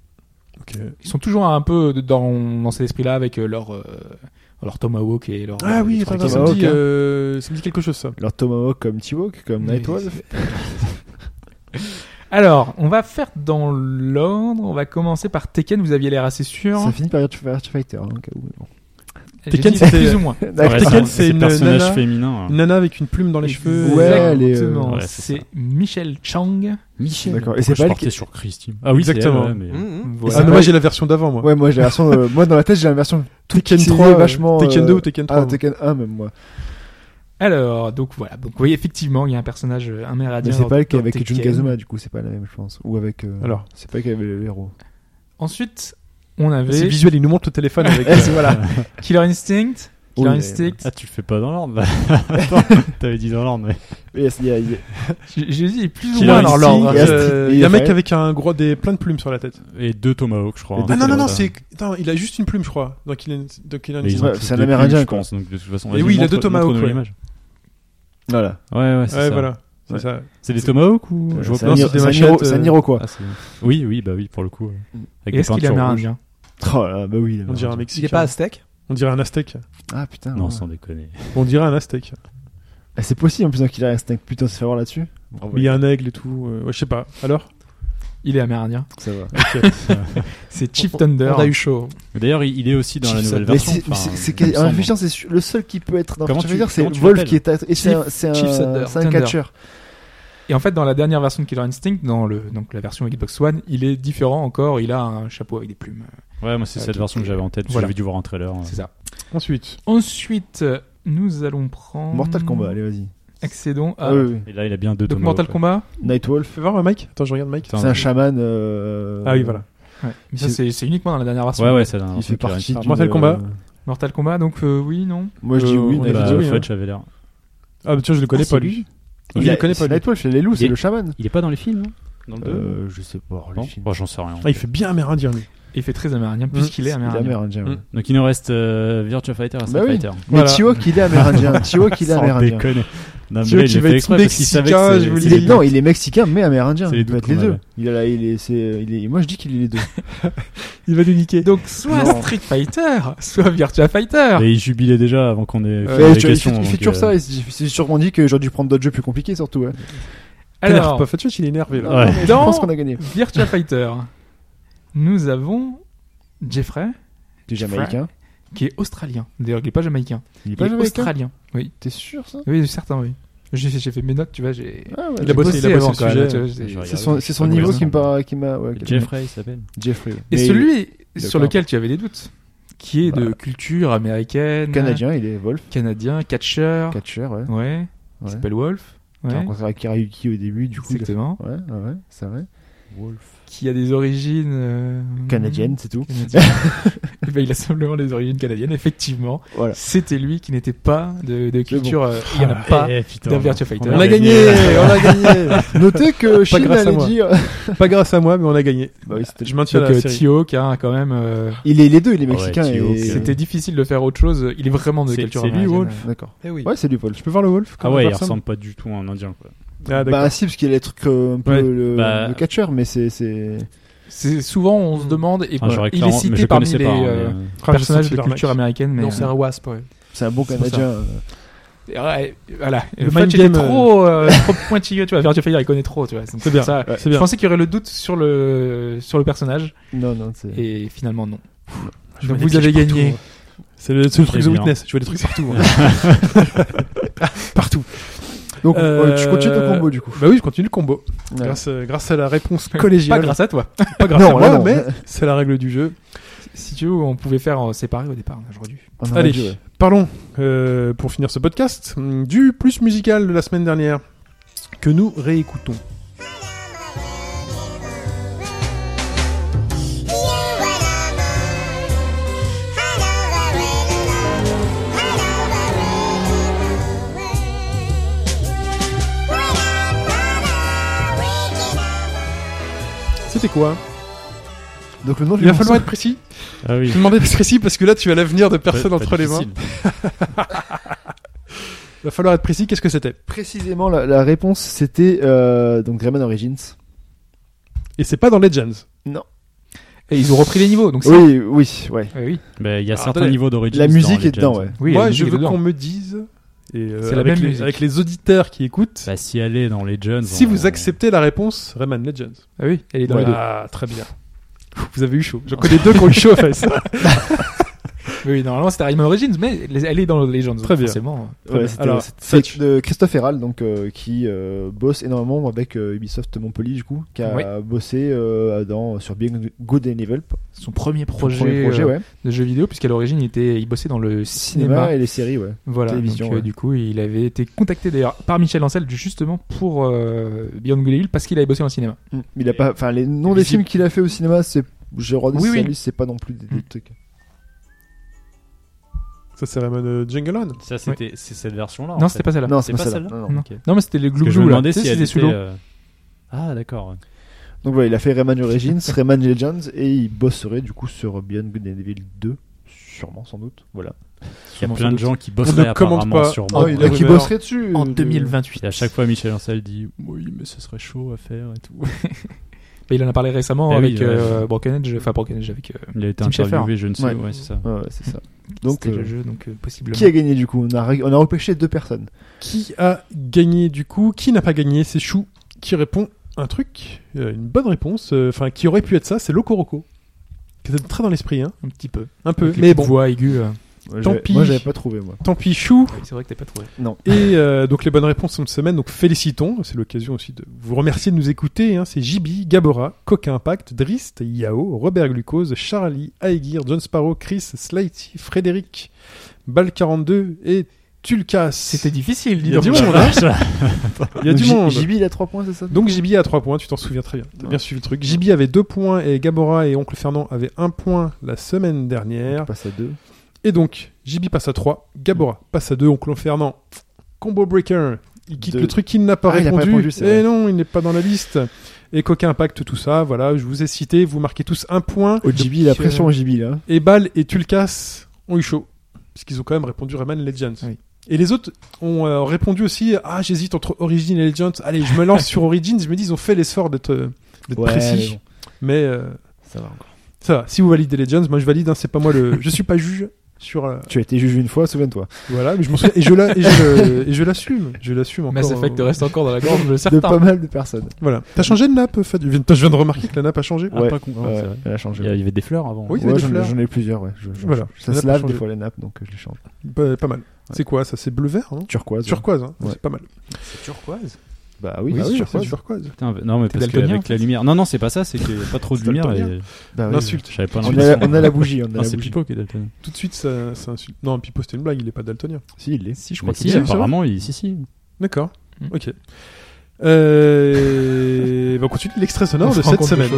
Speaker 2: Ok.
Speaker 4: Ils sont toujours un peu de- dans, dans cet esprit-là avec euh, leur, euh, leur Tomahawk et leur.
Speaker 2: Ah oui, attends,
Speaker 4: leur-
Speaker 2: attends, ça, me
Speaker 6: Tomahawk,
Speaker 2: dit,
Speaker 6: hein.
Speaker 2: euh, ça me dit quelque chose ça.
Speaker 6: Alors Tomahawk comme T-Walk, comme
Speaker 4: Mais
Speaker 6: Nightwolf.
Speaker 4: Alors, on va faire dans l'ordre. On va commencer par Tekken. Vous aviez l'air assez sûr.
Speaker 6: Ça finit par Virtua Virtua Fighter, hein, au cas où.
Speaker 4: J'ai
Speaker 2: Tekken,
Speaker 4: dit
Speaker 2: c'était-
Speaker 4: plus ou moins.
Speaker 5: Ouais,
Speaker 2: Tekken,
Speaker 5: c'est un-
Speaker 2: c'est
Speaker 5: c'est
Speaker 2: une
Speaker 5: personnage
Speaker 2: nana.
Speaker 5: féminin. hein.
Speaker 2: Une nana avec une plume dans les cheveux.
Speaker 6: Ouais, elle est, euh,
Speaker 4: Exactement.
Speaker 5: ouais, c'est
Speaker 4: c'est
Speaker 5: ça.
Speaker 4: Michel Chang.
Speaker 5: Michel.
Speaker 6: D'accord,
Speaker 5: Et
Speaker 6: et
Speaker 5: c'est
Speaker 6: c'est
Speaker 5: je
Speaker 6: pas elle
Speaker 5: portais
Speaker 6: qui-
Speaker 5: sur Christine. Ah oui, c'est elle,
Speaker 2: Exactement.
Speaker 5: ouais,
Speaker 3: Hum,
Speaker 5: mais-
Speaker 4: Voilà.
Speaker 2: Ah non, moi j'ai la version d'avant moi.
Speaker 6: Ouais, moi j'ai la version, euh, moi dans la tête j'ai la version
Speaker 2: Tekken
Speaker 6: pixelée,
Speaker 2: 3, euh,
Speaker 6: vachement.
Speaker 2: Tekken
Speaker 6: euh,
Speaker 2: 2 ou Tekken 3.
Speaker 6: Ah,
Speaker 2: vous
Speaker 6: Tekken 1 même moi.
Speaker 4: Alors, donc voilà. Donc, oui, effectivement, il y a un personnage euh,
Speaker 6: Mais
Speaker 4: amérindien.
Speaker 6: c'est
Speaker 4: dans-
Speaker 6: pas elle qui est
Speaker 4: dans
Speaker 6: avec Jun
Speaker 4: Tekken.
Speaker 6: Kazuma, du coup c'est pas la même je pense. Ou avec. euh,
Speaker 2: Alors.
Speaker 6: C'est pas elle qui avait le héros.
Speaker 4: Ensuite, on
Speaker 2: C'est
Speaker 4: avait
Speaker 2: visuel, il nous montre le téléphone avec. euh,
Speaker 4: voilà. Killer Instinct, Killer
Speaker 6: Oui, mais-
Speaker 4: Instinct.
Speaker 5: Ah, tu le fais pas dans l'ordre. Attends, T'avais dit dans l'ordre, mais.
Speaker 6: Oui, il y a- il y a-
Speaker 4: J'ai j'ai dit plus ou
Speaker 5: Killer
Speaker 4: moins dans
Speaker 5: Instinct,
Speaker 4: l'ordre.
Speaker 6: Yes.
Speaker 4: Euh,
Speaker 2: Il y a un
Speaker 6: Ouais.
Speaker 2: mec avec un gros, des, plein de plumes sur la tête.
Speaker 5: Et deux Tomahawk, je crois.
Speaker 6: Et
Speaker 5: hein.
Speaker 6: deux
Speaker 2: Ah non, non, non,
Speaker 5: ça.
Speaker 2: c'est. Attends, il a juste une plume, je crois. Donc il a une. Donc il a une-
Speaker 5: Mais ils ont
Speaker 6: Ouais,
Speaker 5: tous
Speaker 6: c'est un
Speaker 5: deux plumes,
Speaker 6: Amérindien,
Speaker 5: je
Speaker 6: quoi.
Speaker 5: pense. Donc, de toute façon,
Speaker 2: Et
Speaker 5: vas-y,
Speaker 2: oui, il a deux
Speaker 5: montre-
Speaker 2: Tomahawk,
Speaker 5: montre-nous
Speaker 2: ouais.
Speaker 5: l'image.
Speaker 6: Voilà.
Speaker 5: Ouais, ouais, c'est
Speaker 2: Ouais,
Speaker 5: ça.
Speaker 2: voilà. C'est
Speaker 6: Ouais.
Speaker 2: ça.
Speaker 5: C'est des Tomahawk ou je vois
Speaker 6: C'est
Speaker 5: pas
Speaker 6: un
Speaker 2: c'est
Speaker 6: Iro-
Speaker 2: des
Speaker 6: c'est un
Speaker 2: machettes,
Speaker 6: Iro- c'est un
Speaker 2: euh,
Speaker 6: Iro, quoi.
Speaker 5: Ah, c'est- Oui, oui, bah oui, pour le coup. euh, Avec
Speaker 4: Et
Speaker 5: des
Speaker 4: Est-ce qu'il est
Speaker 5: peintures rouges.
Speaker 4: amérindien
Speaker 6: Oh là là, bah oui. il a
Speaker 2: On dirait un
Speaker 6: raison.
Speaker 3: Il est
Speaker 2: Mexicain.
Speaker 3: pas aztèque
Speaker 2: On dirait un Aztèque.
Speaker 6: Ah putain.
Speaker 5: Non,
Speaker 6: ouais.
Speaker 5: sans déconner.
Speaker 2: On dirait un Aztèque.
Speaker 6: Ah, C'est possible en plus hein, qu'il a un instinct. Putain, c'est voir là-dessus. Bravo.
Speaker 2: Il y a un aigle et tout. euh, ouais, je sais pas. Alors
Speaker 4: Il est amérindien.
Speaker 6: Ça va.
Speaker 4: C'est Chip Thunder.
Speaker 3: On a eu chaud.
Speaker 5: D'ailleurs, il il est aussi dans la nouvelle
Speaker 6: Mais
Speaker 5: version.
Speaker 6: c'est-
Speaker 5: enfin,
Speaker 6: c'est-
Speaker 5: il me
Speaker 6: c'est- En
Speaker 5: semble.
Speaker 6: réfléchissant, c'est su- le seul qui peut être dans
Speaker 5: Comment
Speaker 6: je
Speaker 5: tu-
Speaker 6: veux dire, c'est
Speaker 5: comment tu
Speaker 6: Wolf
Speaker 5: l'appelles
Speaker 6: qui est. et c'est un- C'est un
Speaker 3: Chief Thunder.
Speaker 6: c'est un
Speaker 4: Thunder.
Speaker 6: catcheur.
Speaker 4: Et en fait, dans la dernière version de Killer Instinct, dans le, donc la version Xbox One, il est différent encore. Il a un chapeau avec des plumes.
Speaker 5: Ouais, moi, c'est
Speaker 4: Euh,
Speaker 5: cette
Speaker 4: qui-
Speaker 5: version que j'avais en tête. parce que
Speaker 4: Voilà.
Speaker 5: J'avais dû voir en trailer. euh.
Speaker 4: C'est ça.
Speaker 2: Ah, Ensuite.
Speaker 4: Ensuite, euh, nous allons prendre.
Speaker 5: Mm.
Speaker 6: Mortal Kombat, allez, vas-y.
Speaker 4: Accédons à.
Speaker 6: Ah oui, oui.
Speaker 5: Et là, il a bien deux
Speaker 4: Donc
Speaker 5: Tomahawk.
Speaker 4: Mortal Kombat.
Speaker 6: Nightwolf.
Speaker 2: Fais voir euh, Mike. Attends, je regarde Mike.
Speaker 6: C'est un chaman. euh,
Speaker 2: Ah oui, voilà.
Speaker 4: Ouais. Mais ça, c'est c'est uniquement dans la dernière version.
Speaker 5: Ouais, ouais, c'est la
Speaker 6: Il fait partie.
Speaker 2: Alors,
Speaker 6: d'une-
Speaker 2: Mortal Kombat.
Speaker 4: Mortal Kombat, donc euh, oui, non.
Speaker 6: Moi, je dis
Speaker 2: Euh,
Speaker 6: oui.
Speaker 2: on
Speaker 6: mais-
Speaker 2: avait
Speaker 6: Bah,
Speaker 2: dit oui, hein.
Speaker 5: Fudge avait l'air.
Speaker 2: Ah, bah, tiens, je le connais
Speaker 5: Ah,
Speaker 2: pas,
Speaker 5: c'est
Speaker 2: lui.
Speaker 6: il
Speaker 2: Je
Speaker 6: a-
Speaker 2: le connais
Speaker 6: c'est
Speaker 2: pas, lui.
Speaker 6: Nightwolf, c'est les loups,
Speaker 5: Il
Speaker 6: c'est
Speaker 5: est-
Speaker 6: le chaman.
Speaker 5: Il est pas dans les films hein Dans le deux
Speaker 6: Euh, Je sais pas. les
Speaker 5: Non
Speaker 6: films.
Speaker 5: Bon, Oh, j'en sais rien.
Speaker 2: Ah, il fait bien amérindien, lui.
Speaker 4: Et il fait très amérindien puisqu'il
Speaker 6: Mm. Il
Speaker 4: est
Speaker 6: est
Speaker 4: amérindien.
Speaker 6: amérindien, ouais.
Speaker 2: Mm.
Speaker 5: Donc, il nous reste euh, Virtua Fighter et Street
Speaker 6: Bah oui.
Speaker 5: Fighter.
Speaker 6: Mais
Speaker 2: Voilà.
Speaker 6: Tio qu'il est amérindien. Tio qu'il est
Speaker 5: Sans
Speaker 6: amérindien.
Speaker 5: déconner. Non,
Speaker 2: Tio
Speaker 5: mais là,
Speaker 2: qui
Speaker 5: il l'a
Speaker 2: va
Speaker 5: fait
Speaker 2: être
Speaker 5: exprès parce qu'il savait
Speaker 2: mexicain,
Speaker 5: que
Speaker 2: je
Speaker 5: c'est-
Speaker 2: vous le
Speaker 5: c'est
Speaker 6: Il est,
Speaker 5: les-
Speaker 6: non, il est mexicain mais amérindien.
Speaker 5: C'est les
Speaker 6: Il peut
Speaker 5: deux
Speaker 6: être les
Speaker 5: qu'on
Speaker 6: deux.
Speaker 5: avait.
Speaker 6: Il a, la- il est, c'est, il est, moi je dis qu'il est les deux.
Speaker 4: Il va nous niquer. Donc soit
Speaker 6: Non.
Speaker 4: Street Fighter, soit Virtua Fighter.
Speaker 5: Et il jubilait déjà avant qu'on
Speaker 6: Ouais,
Speaker 5: ait fait
Speaker 6: tu-
Speaker 5: Euh, les
Speaker 6: il, fait,
Speaker 5: questions.
Speaker 6: il fait
Speaker 5: donc,
Speaker 6: toujours
Speaker 5: euh,
Speaker 6: ça. il s- C'est sûrement dit que j'aurais dû prendre d'autres jeux plus compliqués surtout. hein.
Speaker 4: Alors,
Speaker 2: Pas Fatchouch, il est énervé, là.
Speaker 6: Non, mais Je
Speaker 4: Dans-
Speaker 6: pense qu'on a gagné.
Speaker 4: Virtua Fighter. Nous avons Jeffrey,
Speaker 6: T'es jamaïcain.
Speaker 4: qui est australien. D'ailleurs, il n'est pas jamaïcain.
Speaker 6: Il est
Speaker 4: Il
Speaker 6: pas
Speaker 4: est
Speaker 6: jamaïcain.
Speaker 4: australien. Oui,
Speaker 6: T'es sûr ça
Speaker 4: oui, certain, oui. J'ai j'ai fait mes notes, tu vois, j'ai...
Speaker 6: Ah ouais,
Speaker 2: Il a
Speaker 6: j'ai
Speaker 2: bossé, il a bossé
Speaker 4: avant,
Speaker 2: le
Speaker 4: quand même,
Speaker 2: sujet.
Speaker 4: tu vois, j'ai-
Speaker 5: Je
Speaker 6: C'est
Speaker 5: regarde.
Speaker 6: son, c'est son
Speaker 5: Ah,
Speaker 6: niveau
Speaker 5: oui,
Speaker 6: qui me
Speaker 5: non.
Speaker 6: paraît, qui m'a, ouais, qui m'a-
Speaker 5: Jeffrey, il s'appelle.
Speaker 6: Jeffrey.
Speaker 4: Et
Speaker 6: Mais
Speaker 4: celui
Speaker 6: D'accord.
Speaker 4: sur lequel tu avais des doutes, qui est de culture
Speaker 6: il
Speaker 4: américaine,
Speaker 6: est canadien, il est Wolf,
Speaker 4: canadien catcheur,
Speaker 6: catcheur, Ah. ouais.
Speaker 4: ouais, il
Speaker 6: ouais.
Speaker 4: s'appelle Wolf,
Speaker 6: T'as
Speaker 4: ouais,
Speaker 6: rencontré Akira Yuki au début, du coup. il a-
Speaker 4: exactement,
Speaker 6: Ouais, ouais, ouais, c'est vrai.
Speaker 4: qui a des origines euh,
Speaker 6: Canadienne, c'est tout.
Speaker 4: canadienne. Eh ben, il a simplement les origines canadiennes, effectivement.
Speaker 6: Voilà.
Speaker 4: C'était lui qui n'était pas de, de
Speaker 6: C'est bon.
Speaker 4: culture. euh, il n'y en a pas
Speaker 5: Eh,
Speaker 4: d'un Virtua Fighter.
Speaker 5: Ah, On
Speaker 2: On a gagné On a gagné
Speaker 6: Notez que Shin
Speaker 2: grâce à
Speaker 6: allait
Speaker 2: moi.
Speaker 6: dire.
Speaker 2: Pas grâce à moi, mais on a gagné.
Speaker 6: Bah oui, c'était-
Speaker 2: Je maintiens
Speaker 4: Donc,
Speaker 2: la
Speaker 4: euh,
Speaker 2: série.
Speaker 4: Tio, qui a quand même. euh,
Speaker 6: Il est les deux, il est
Speaker 5: Ouais,
Speaker 6: mexicain
Speaker 5: Tio,
Speaker 6: et euh,
Speaker 5: c'est-
Speaker 4: C'était difficile de faire autre chose. Il est vraiment de
Speaker 5: C'est-
Speaker 4: culture
Speaker 5: c'est lui,
Speaker 4: américaine.
Speaker 5: Wolf
Speaker 6: D'accord.
Speaker 3: Eh oui.
Speaker 6: Ouais, c'est du Paul.
Speaker 2: Je peux voir le wolf
Speaker 5: Ah
Speaker 2: comme
Speaker 5: ouais, il
Speaker 2: personne
Speaker 5: ressemble pas du tout à un Indien. Quoi.
Speaker 2: Ah, d'accord.
Speaker 6: Bah si, parce qu'il y a les trucs euh, un peu
Speaker 2: Ouais.
Speaker 6: le,
Speaker 5: Bah-
Speaker 6: le catcheur, mais c'est c'est.
Speaker 4: C'est souvent on se demande et
Speaker 5: Hmm. Enfin,
Speaker 4: voilà,
Speaker 5: j'aurais
Speaker 4: il est
Speaker 5: clairement- mais je
Speaker 4: cité
Speaker 5: le
Speaker 4: parmi
Speaker 5: connaissais
Speaker 4: les
Speaker 5: pas, hein,
Speaker 4: euh,
Speaker 5: mais, euh,
Speaker 2: Ah, je sens
Speaker 4: personnages
Speaker 2: qu'il
Speaker 4: de
Speaker 2: l'arnaque.
Speaker 4: culture américaine. Mais
Speaker 3: Non, c'est
Speaker 4: euh,
Speaker 3: un wasp. ouais.
Speaker 6: C'est un bon
Speaker 4: C'est pour ça.
Speaker 6: Canadien. euh.
Speaker 4: Et ouais, voilà.
Speaker 2: Le
Speaker 4: Le, fait
Speaker 2: mind
Speaker 4: qu'il est
Speaker 2: game, euh,
Speaker 4: trop, euh, trop pointilleux, tu vois. Virtua Fighter, il connaît trop, tu vois. C'est pour
Speaker 2: bien,
Speaker 4: ça.
Speaker 2: C'est
Speaker 4: Je
Speaker 2: bien.
Speaker 4: pensais qu'il y aurait le doute sur le, sur le personnage.
Speaker 6: Non, non, c'est.
Speaker 4: Et finalement, non.
Speaker 2: Je
Speaker 4: Donc
Speaker 2: mets des
Speaker 4: vous avez
Speaker 2: pièges
Speaker 4: gagné.
Speaker 2: partout, hein. C'est le, c'est le truc The
Speaker 5: C'est bien.
Speaker 2: Witness. Je vois des trucs partout. hein. partout.
Speaker 6: Donc
Speaker 2: Euh,
Speaker 6: ouais, tu continues ton combo du coup.
Speaker 2: Bah oui, je continue le combo.
Speaker 6: Ouais.
Speaker 2: Grâce, euh, grâce à la réponse
Speaker 4: Pas
Speaker 2: collégiale.
Speaker 4: grâce à toi.
Speaker 2: Pas grâce
Speaker 6: Non,
Speaker 2: à moi,
Speaker 6: là, non.
Speaker 2: mais c'est la règle du jeu.
Speaker 4: Si tu veux, on pouvait faire euh, séparer au départ, j'aurais dû.
Speaker 6: On en a
Speaker 2: Allez,
Speaker 6: dit, ouais.
Speaker 2: parlons, euh, pour finir ce podcast, hum, du plus musical de la semaine dernière que nous réécoutons. C'était quoi
Speaker 6: Donc le nom du
Speaker 2: Il va
Speaker 6: morceau-
Speaker 2: falloir être précis.
Speaker 5: Ah oui.
Speaker 2: Je te demandais d'être précis parce que là, tu as l'avenir de personne
Speaker 5: Pas-
Speaker 2: entre
Speaker 5: pas
Speaker 2: les mains.
Speaker 5: difficile.
Speaker 2: Il va falloir être précis. Qu'est-ce que c'était
Speaker 6: précisément la, la réponse, c'était euh, donc Rayman Origins.
Speaker 2: Et c'est pas dans Legends.
Speaker 4: Et ils ont repris les niveaux, donc c'est.
Speaker 6: Oui, oui, ouais.
Speaker 4: Eh oui.
Speaker 5: Mais il y a
Speaker 2: Alors,
Speaker 5: certains
Speaker 2: attendez.
Speaker 5: niveaux d'origine.
Speaker 6: La musique est dedans, ouais.
Speaker 4: Oui,
Speaker 2: Moi,
Speaker 4: la
Speaker 2: je
Speaker 4: musique
Speaker 2: veux
Speaker 4: est dedans.
Speaker 2: qu'on me dise, et euh,
Speaker 4: C'est la
Speaker 2: avec,
Speaker 4: même
Speaker 2: les,
Speaker 4: musique.
Speaker 2: avec les auditeurs qui écoutent,
Speaker 5: Bah, si elle est dans Legends.
Speaker 2: si
Speaker 5: on-
Speaker 2: vous acceptez la réponse Rayman Legends.
Speaker 4: Ah oui, elle est dans les deux.
Speaker 2: Voilà, très bien. Vous avez eu chaud. J'en connais deux qui ont eu chaud aux fesses.
Speaker 4: Mais oui, normalement c'était Rayman Origins, mais les- elle est dans Legends.
Speaker 2: Très bien.
Speaker 4: Forcément. euh,
Speaker 6: Ouais, c'était-
Speaker 2: Alors,
Speaker 6: c'était-
Speaker 2: Fetch.
Speaker 6: c'est de Christophe Herral, donc euh, qui euh, bosse énormément avec euh, Ubisoft Montpellier du coup, qui a
Speaker 4: Oui.
Speaker 6: bossé euh, dans sur Being Good and Evil,
Speaker 4: Son premier
Speaker 6: son
Speaker 4: projet,
Speaker 6: premier projet,
Speaker 4: euh,
Speaker 6: ouais.
Speaker 4: de jeu vidéo, puisqu'à l'origine il, était, il bossait dans le
Speaker 6: Cinéma,
Speaker 4: cinéma.
Speaker 6: et les séries, ouais.
Speaker 4: Voilà,
Speaker 6: télévision,
Speaker 4: donc, euh,
Speaker 6: ouais.
Speaker 4: du coup, il avait été contacté d'ailleurs par Michel Ancel justement pour euh, Beyond Good and Evil parce qu'il avait bossé dans le cinéma.
Speaker 6: Il a pas, enfin les noms
Speaker 5: Visible.
Speaker 6: des films qu'il a fait au cinéma, c'est J'ai rendu
Speaker 4: Oui, oui.
Speaker 6: service, c'est pas non plus des, des
Speaker 4: Mm.
Speaker 6: trucs.
Speaker 2: Ça, c'est vraiment euh, Jungle On.
Speaker 5: Ça, c'était c'est cette version-là.
Speaker 4: Non, c'était Ah, pas celle-là.
Speaker 6: Non, c'est
Speaker 5: C'est
Speaker 6: pas,
Speaker 5: pas
Speaker 6: celle-là.
Speaker 5: celle-là
Speaker 6: non, non.
Speaker 4: Non.
Speaker 5: ok.
Speaker 4: Non, mais c'était les
Speaker 5: Parce que
Speaker 4: Glou
Speaker 5: je me
Speaker 4: Glou là.
Speaker 5: demandais
Speaker 4: Tu sais,
Speaker 5: si elle
Speaker 4: c'était sous
Speaker 5: était.
Speaker 4: l'eau.
Speaker 5: euh, Ah, d'accord.
Speaker 6: Donc voilà, il a fait Rayman Origins, Rayman Legends et il bosserait du coup sur Beyond Good and Evil 2, sûrement sans doute. Voilà.
Speaker 5: Il y a
Speaker 6: Sûrement,
Speaker 5: plein
Speaker 6: sans
Speaker 5: de
Speaker 6: doute.
Speaker 5: gens qui
Speaker 2: On
Speaker 5: bosseraient
Speaker 2: ne commande
Speaker 5: apparemment
Speaker 2: pas.
Speaker 5: sur
Speaker 2: Oh,
Speaker 5: moi.
Speaker 2: il
Speaker 6: Ah,
Speaker 2: a
Speaker 6: qui
Speaker 2: rumeur.
Speaker 6: bosserait dessus
Speaker 9: En
Speaker 6: euh,
Speaker 9: 2028.
Speaker 5: Et à chaque fois, Michel Ancel dit Oui, mais ce serait chaud à faire et tout.
Speaker 4: Mais Il en a parlé récemment
Speaker 5: Bah oui,
Speaker 4: avec
Speaker 5: ouais.
Speaker 4: euh, Broken Edge, enfin Broken Edge avec euh,
Speaker 5: Il a été
Speaker 4: Tim Schafer.
Speaker 5: interviewé, je ne sais,
Speaker 6: Ouais.
Speaker 5: ouais, c'est ça.
Speaker 6: Ouais, ouais, c'est ça. Donc,
Speaker 4: c'était le
Speaker 6: euh,
Speaker 4: jeu, donc euh, possiblement.
Speaker 6: qui a gagné du coup on a, ré- on a repêché deux personnes.
Speaker 2: Qui a gagné du coup Qui n'a pas gagné C'est Chou qui répond un truc, euh, une bonne réponse, euh, enfin qui aurait pu être ça, c'est Locoroco. Qui était très dans l'esprit, hein,
Speaker 4: Un petit peu.
Speaker 2: un peu.
Speaker 4: Avec les
Speaker 2: Mais
Speaker 4: petites
Speaker 2: bon,
Speaker 4: Voix aiguë. euh.
Speaker 6: Ouais,
Speaker 2: Tant
Speaker 6: j'avais-
Speaker 2: pis.
Speaker 6: Moi, j'avais pas trouvé moi.
Speaker 2: tant pis Chou.
Speaker 4: Oui, C'est vrai que t'as pas trouvé.
Speaker 6: Non.
Speaker 2: Et euh, donc les bonnes réponses sont de semaine, donc félicitons, c'est l'occasion aussi de vous remercier de nous écouter, hein. c'est Jibi, Gabora, Coca Impact, Drist, Yao, Robert Glucose, Charlie, Aegir, John Sparrow, Chris, Slighty, Frédéric, Bal42 et Tulkas.
Speaker 4: C'était difficile,
Speaker 2: Il
Speaker 4: dis
Speaker 2: y a
Speaker 4: donc.
Speaker 2: du monde, hein. Il y a
Speaker 6: Donc,
Speaker 2: du
Speaker 6: J-
Speaker 2: monde.
Speaker 6: JB, il a 3 points, c'est ça
Speaker 2: Donc Jibi a 3 points, tu t'en souviens très bien. T'as
Speaker 6: Ouais.
Speaker 2: bien suivi le truc. Jibi avait 2 points et Gabora et Oncle Fernand avaient 1 point la semaine dernière.
Speaker 6: On passe à 2.
Speaker 2: Et donc, JB passe à 3, Gabora passe à 2, Oncle Fernand, combo breaker, il quitte
Speaker 6: Deux.
Speaker 2: le truc qu'il n'a pas,
Speaker 6: Ah, il a pas répondu,
Speaker 2: répondu.
Speaker 6: c'est vrai.
Speaker 2: Et non, il n'est pas dans la liste. Et Coquin Impact, tout ça, voilà, je vous ai cité, vous marquez tous un point.
Speaker 6: Au JB, Oh, la
Speaker 2: que-
Speaker 6: pression au JB là.
Speaker 2: Et Bal et Tulkas ont eu chaud, parce qu'ils ont quand même répondu Rayman Legends.
Speaker 4: Oui.
Speaker 2: Et les autres ont euh, répondu aussi, ah j'hésite entre Origin et Legends, allez, je me lance sur Origins, je me dis, ils ont fait l'effort d'être euh, d'être
Speaker 6: Ouais,
Speaker 2: précis,
Speaker 6: bon,
Speaker 2: mais... euh,
Speaker 6: ça va encore.
Speaker 2: ça va, si vous validez Legends, moi je valide, hein, c'est pas moi le. je suis pas juge sur, euh,
Speaker 6: Tu as été jugé une fois, souviens-toi.
Speaker 2: voilà, mais je m'en souviens. Et je la- et je le- et je l'assume. Je l'assume encore.
Speaker 4: Mass Effect
Speaker 2: euh,
Speaker 4: reste encore dans la gorge, je le
Speaker 6: De pas
Speaker 4: certain.
Speaker 6: mal de personnes.
Speaker 2: Voilà. T'as changé de nappe, Fad Je viens de- je viens de remarquer que la nappe a changé.
Speaker 5: Ah,
Speaker 6: Ouais,
Speaker 5: pas con- ah,
Speaker 6: ouais,
Speaker 5: c'est vrai.
Speaker 6: elle a changé.
Speaker 5: Il y a- il y avait des fleurs avant.
Speaker 2: Oui, il y avait
Speaker 6: Ouais,
Speaker 2: des
Speaker 6: j'en ai-
Speaker 2: fleurs.
Speaker 6: j'en ai plusieurs, ouais. je- je-
Speaker 2: Voilà.
Speaker 6: Ça
Speaker 2: La nappe
Speaker 6: se
Speaker 2: a
Speaker 6: lave des
Speaker 2: changé.
Speaker 6: fois les nappes, donc euh, je les change.
Speaker 2: Pas, pas mal. C'est quoi ça C'est bleu vert, non
Speaker 6: Turquoise. ouais.
Speaker 2: Turquoise, hein.
Speaker 6: Ouais.
Speaker 2: c'est pas mal.
Speaker 4: C'est turquoise.
Speaker 6: Bah oui,
Speaker 2: c'est
Speaker 6: bah oui,
Speaker 2: turquoise.
Speaker 6: turquoise.
Speaker 5: Putain, non, mais
Speaker 4: T'es
Speaker 5: parce
Speaker 4: daltonien, en
Speaker 5: qu'avec la lumière. Non, non, c'est pas ça, c'est qu'il n'y a pas trop de
Speaker 2: C'est
Speaker 5: lumière.
Speaker 2: daltonien.
Speaker 5: et-
Speaker 6: Bah oui.
Speaker 2: L'insulte.
Speaker 5: J'avais pas
Speaker 6: On a, la,
Speaker 5: l'impression.
Speaker 6: on a la bougie, on a
Speaker 5: Non,
Speaker 6: la
Speaker 5: c'est
Speaker 6: bougie.
Speaker 5: Pipo qui est daltonien.
Speaker 2: Tout de suite, ça, ça insulte. Non, Pipo, c'était une blague, il est pas daltonien.
Speaker 6: Si, il l'est.
Speaker 5: Si, je
Speaker 2: crois
Speaker 5: si,
Speaker 2: qu'il est, ça va
Speaker 5: apparemment, il... si, si.
Speaker 2: D'accord.
Speaker 4: Mm.
Speaker 2: Ok. Euh... bah, on continue l'extrait sonore de cette semaine.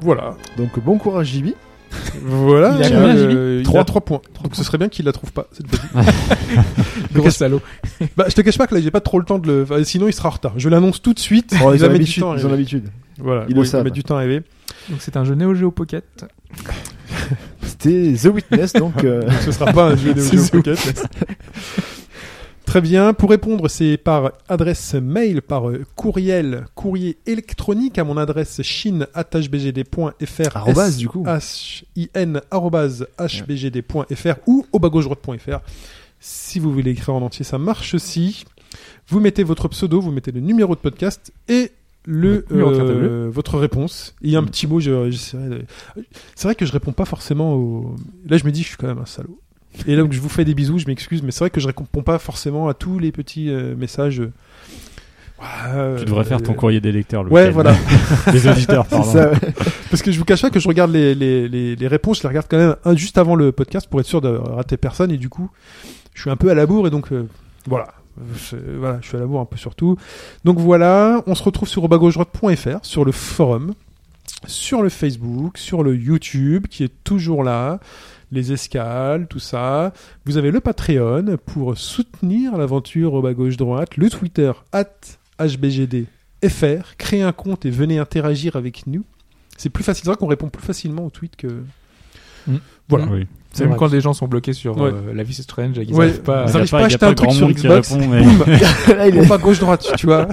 Speaker 2: Voilà.
Speaker 6: Donc bon courage, JB.
Speaker 2: Voilà.
Speaker 4: Il a
Speaker 2: euh,
Speaker 4: combien,
Speaker 2: il
Speaker 5: Trois.
Speaker 2: a 3 points. Donc ce serait bien qu'il la trouve pas. cette fois-ci.
Speaker 4: Gros salaud.
Speaker 2: bah, je te cache pas que là, j'ai pas trop le temps de le. enfin, sinon, il sera en retard. Je l'annonce tout de suite.
Speaker 6: Oh,
Speaker 2: il
Speaker 6: ils,
Speaker 2: va
Speaker 6: ont
Speaker 2: mettre du
Speaker 6: l'habitude,
Speaker 2: temps. à
Speaker 6: ils
Speaker 2: arriver.
Speaker 6: ont l'habitude.
Speaker 2: Voilà.
Speaker 6: Ils le
Speaker 2: Oui, va
Speaker 6: savent.
Speaker 2: mettre du temps à arriver.
Speaker 4: Donc c'est un jeu Neo Geo Pocket.
Speaker 6: C'était The Witness, donc euh,
Speaker 2: ce sera pas un jeu de
Speaker 6: C'est
Speaker 2: Geo
Speaker 6: ça.
Speaker 2: Pocket. Très bien. Pour répondre, c'est par adresse mail, par euh, courriel, courrier électronique à mon adresse chine@hbgd.fr.
Speaker 6: Arrobase, du coup.
Speaker 2: H-I-N arrobase hbgd.fr ou au bas-gauche-droite.fr. Si vous voulez écrire en entier, ça marche aussi. Vous mettez votre pseudo, vous mettez le numéro de podcast et le,
Speaker 4: Le numéro de carte
Speaker 2: euh,
Speaker 4: bleue.
Speaker 2: votre réponse. Il y a un petit mot, je- j'essaierai de- c'est vrai que je réponds pas forcément au. Là, je me dis, je suis quand même un salaud. Et là, donc, je vous fais des bisous, je m'excuse, mais c'est vrai que je réponds pas forcément à tous les petits euh, messages. euh, ouais,
Speaker 5: Tu devrais faire ton
Speaker 2: euh,
Speaker 5: courrier des lecteurs. le
Speaker 2: Ouais,
Speaker 5: week-end.
Speaker 2: voilà.
Speaker 5: Des auditeurs,
Speaker 6: c'est
Speaker 5: pardon.
Speaker 6: ça.
Speaker 2: Parce que je vous cache pas que je regarde les, les, les, les réponses, je les regarde quand même hein, juste avant le podcast pour être sûr de rater personne. Et du coup, je suis un peu à la bourre et donc euh, voilà. Je, voilà, je suis à la bourre un peu surtout. Donc voilà, on se retrouve sur robagaugedroite.fr, sur le forum, sur le Facebook, sur le YouTube qui est toujours là, les escales, tout ça. Vous avez le Patreon pour soutenir l'aventure Roba Gauche Droite, le Twitter at HBGDFR, créez un compte et venez interagir avec nous. C'est plus facile, c'est vrai qu'on répond plus facilement aux tweets que.
Speaker 4: Mm.
Speaker 2: Voilà.
Speaker 5: Oui.
Speaker 4: C'est même quand les gens sont bloqués sur
Speaker 2: Ouais.
Speaker 4: euh, La vie c'est strange, ils
Speaker 2: Ouais.
Speaker 4: arrivent pas. à-
Speaker 2: Ils
Speaker 5: Il y a
Speaker 2: arrivent pas
Speaker 5: pas-
Speaker 2: à
Speaker 5: il y a
Speaker 2: acheter
Speaker 5: pas
Speaker 2: un truc
Speaker 5: grand
Speaker 2: sur
Speaker 5: monde qui
Speaker 2: Xbox.
Speaker 5: répond, mais-
Speaker 6: Là, il est-
Speaker 2: Roba Gauche Droite, tu vois.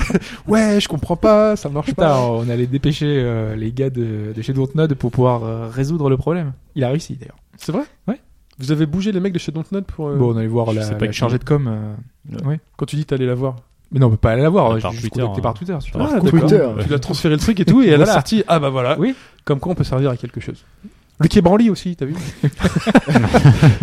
Speaker 2: ouais, je comprends pas, ça marche
Speaker 4: Putain,
Speaker 2: pas.
Speaker 4: on allait dépêcher euh, les gars de, de chez Dontnod pour pouvoir euh, résoudre le problème. Il a réussi d'ailleurs.
Speaker 2: C'est vrai
Speaker 4: Ouais.
Speaker 2: Vous avez bougé les mecs de chez Dontnod pour. euh,
Speaker 4: Bon, on allait voir
Speaker 5: je
Speaker 4: la,
Speaker 5: sais pas
Speaker 4: la
Speaker 5: qui.
Speaker 4: chargée de com. euh,
Speaker 2: Quand tu dis t'allais la voir.
Speaker 4: Mais non, on peut pas aller la voir.
Speaker 5: Par
Speaker 4: J'ai juste
Speaker 5: Twitter,
Speaker 4: contacté
Speaker 5: hein.
Speaker 4: par Twitter. sur
Speaker 2: Ah,
Speaker 6: Par
Speaker 2: d'accord.
Speaker 6: Twitter.
Speaker 2: Tu dois transférer le truc et tout, et à la
Speaker 4: Voilà.
Speaker 2: sortie, ah bah voilà.
Speaker 4: Oui.
Speaker 2: Comme quoi on peut servir à quelque chose. Luc Branly aussi, t'as vu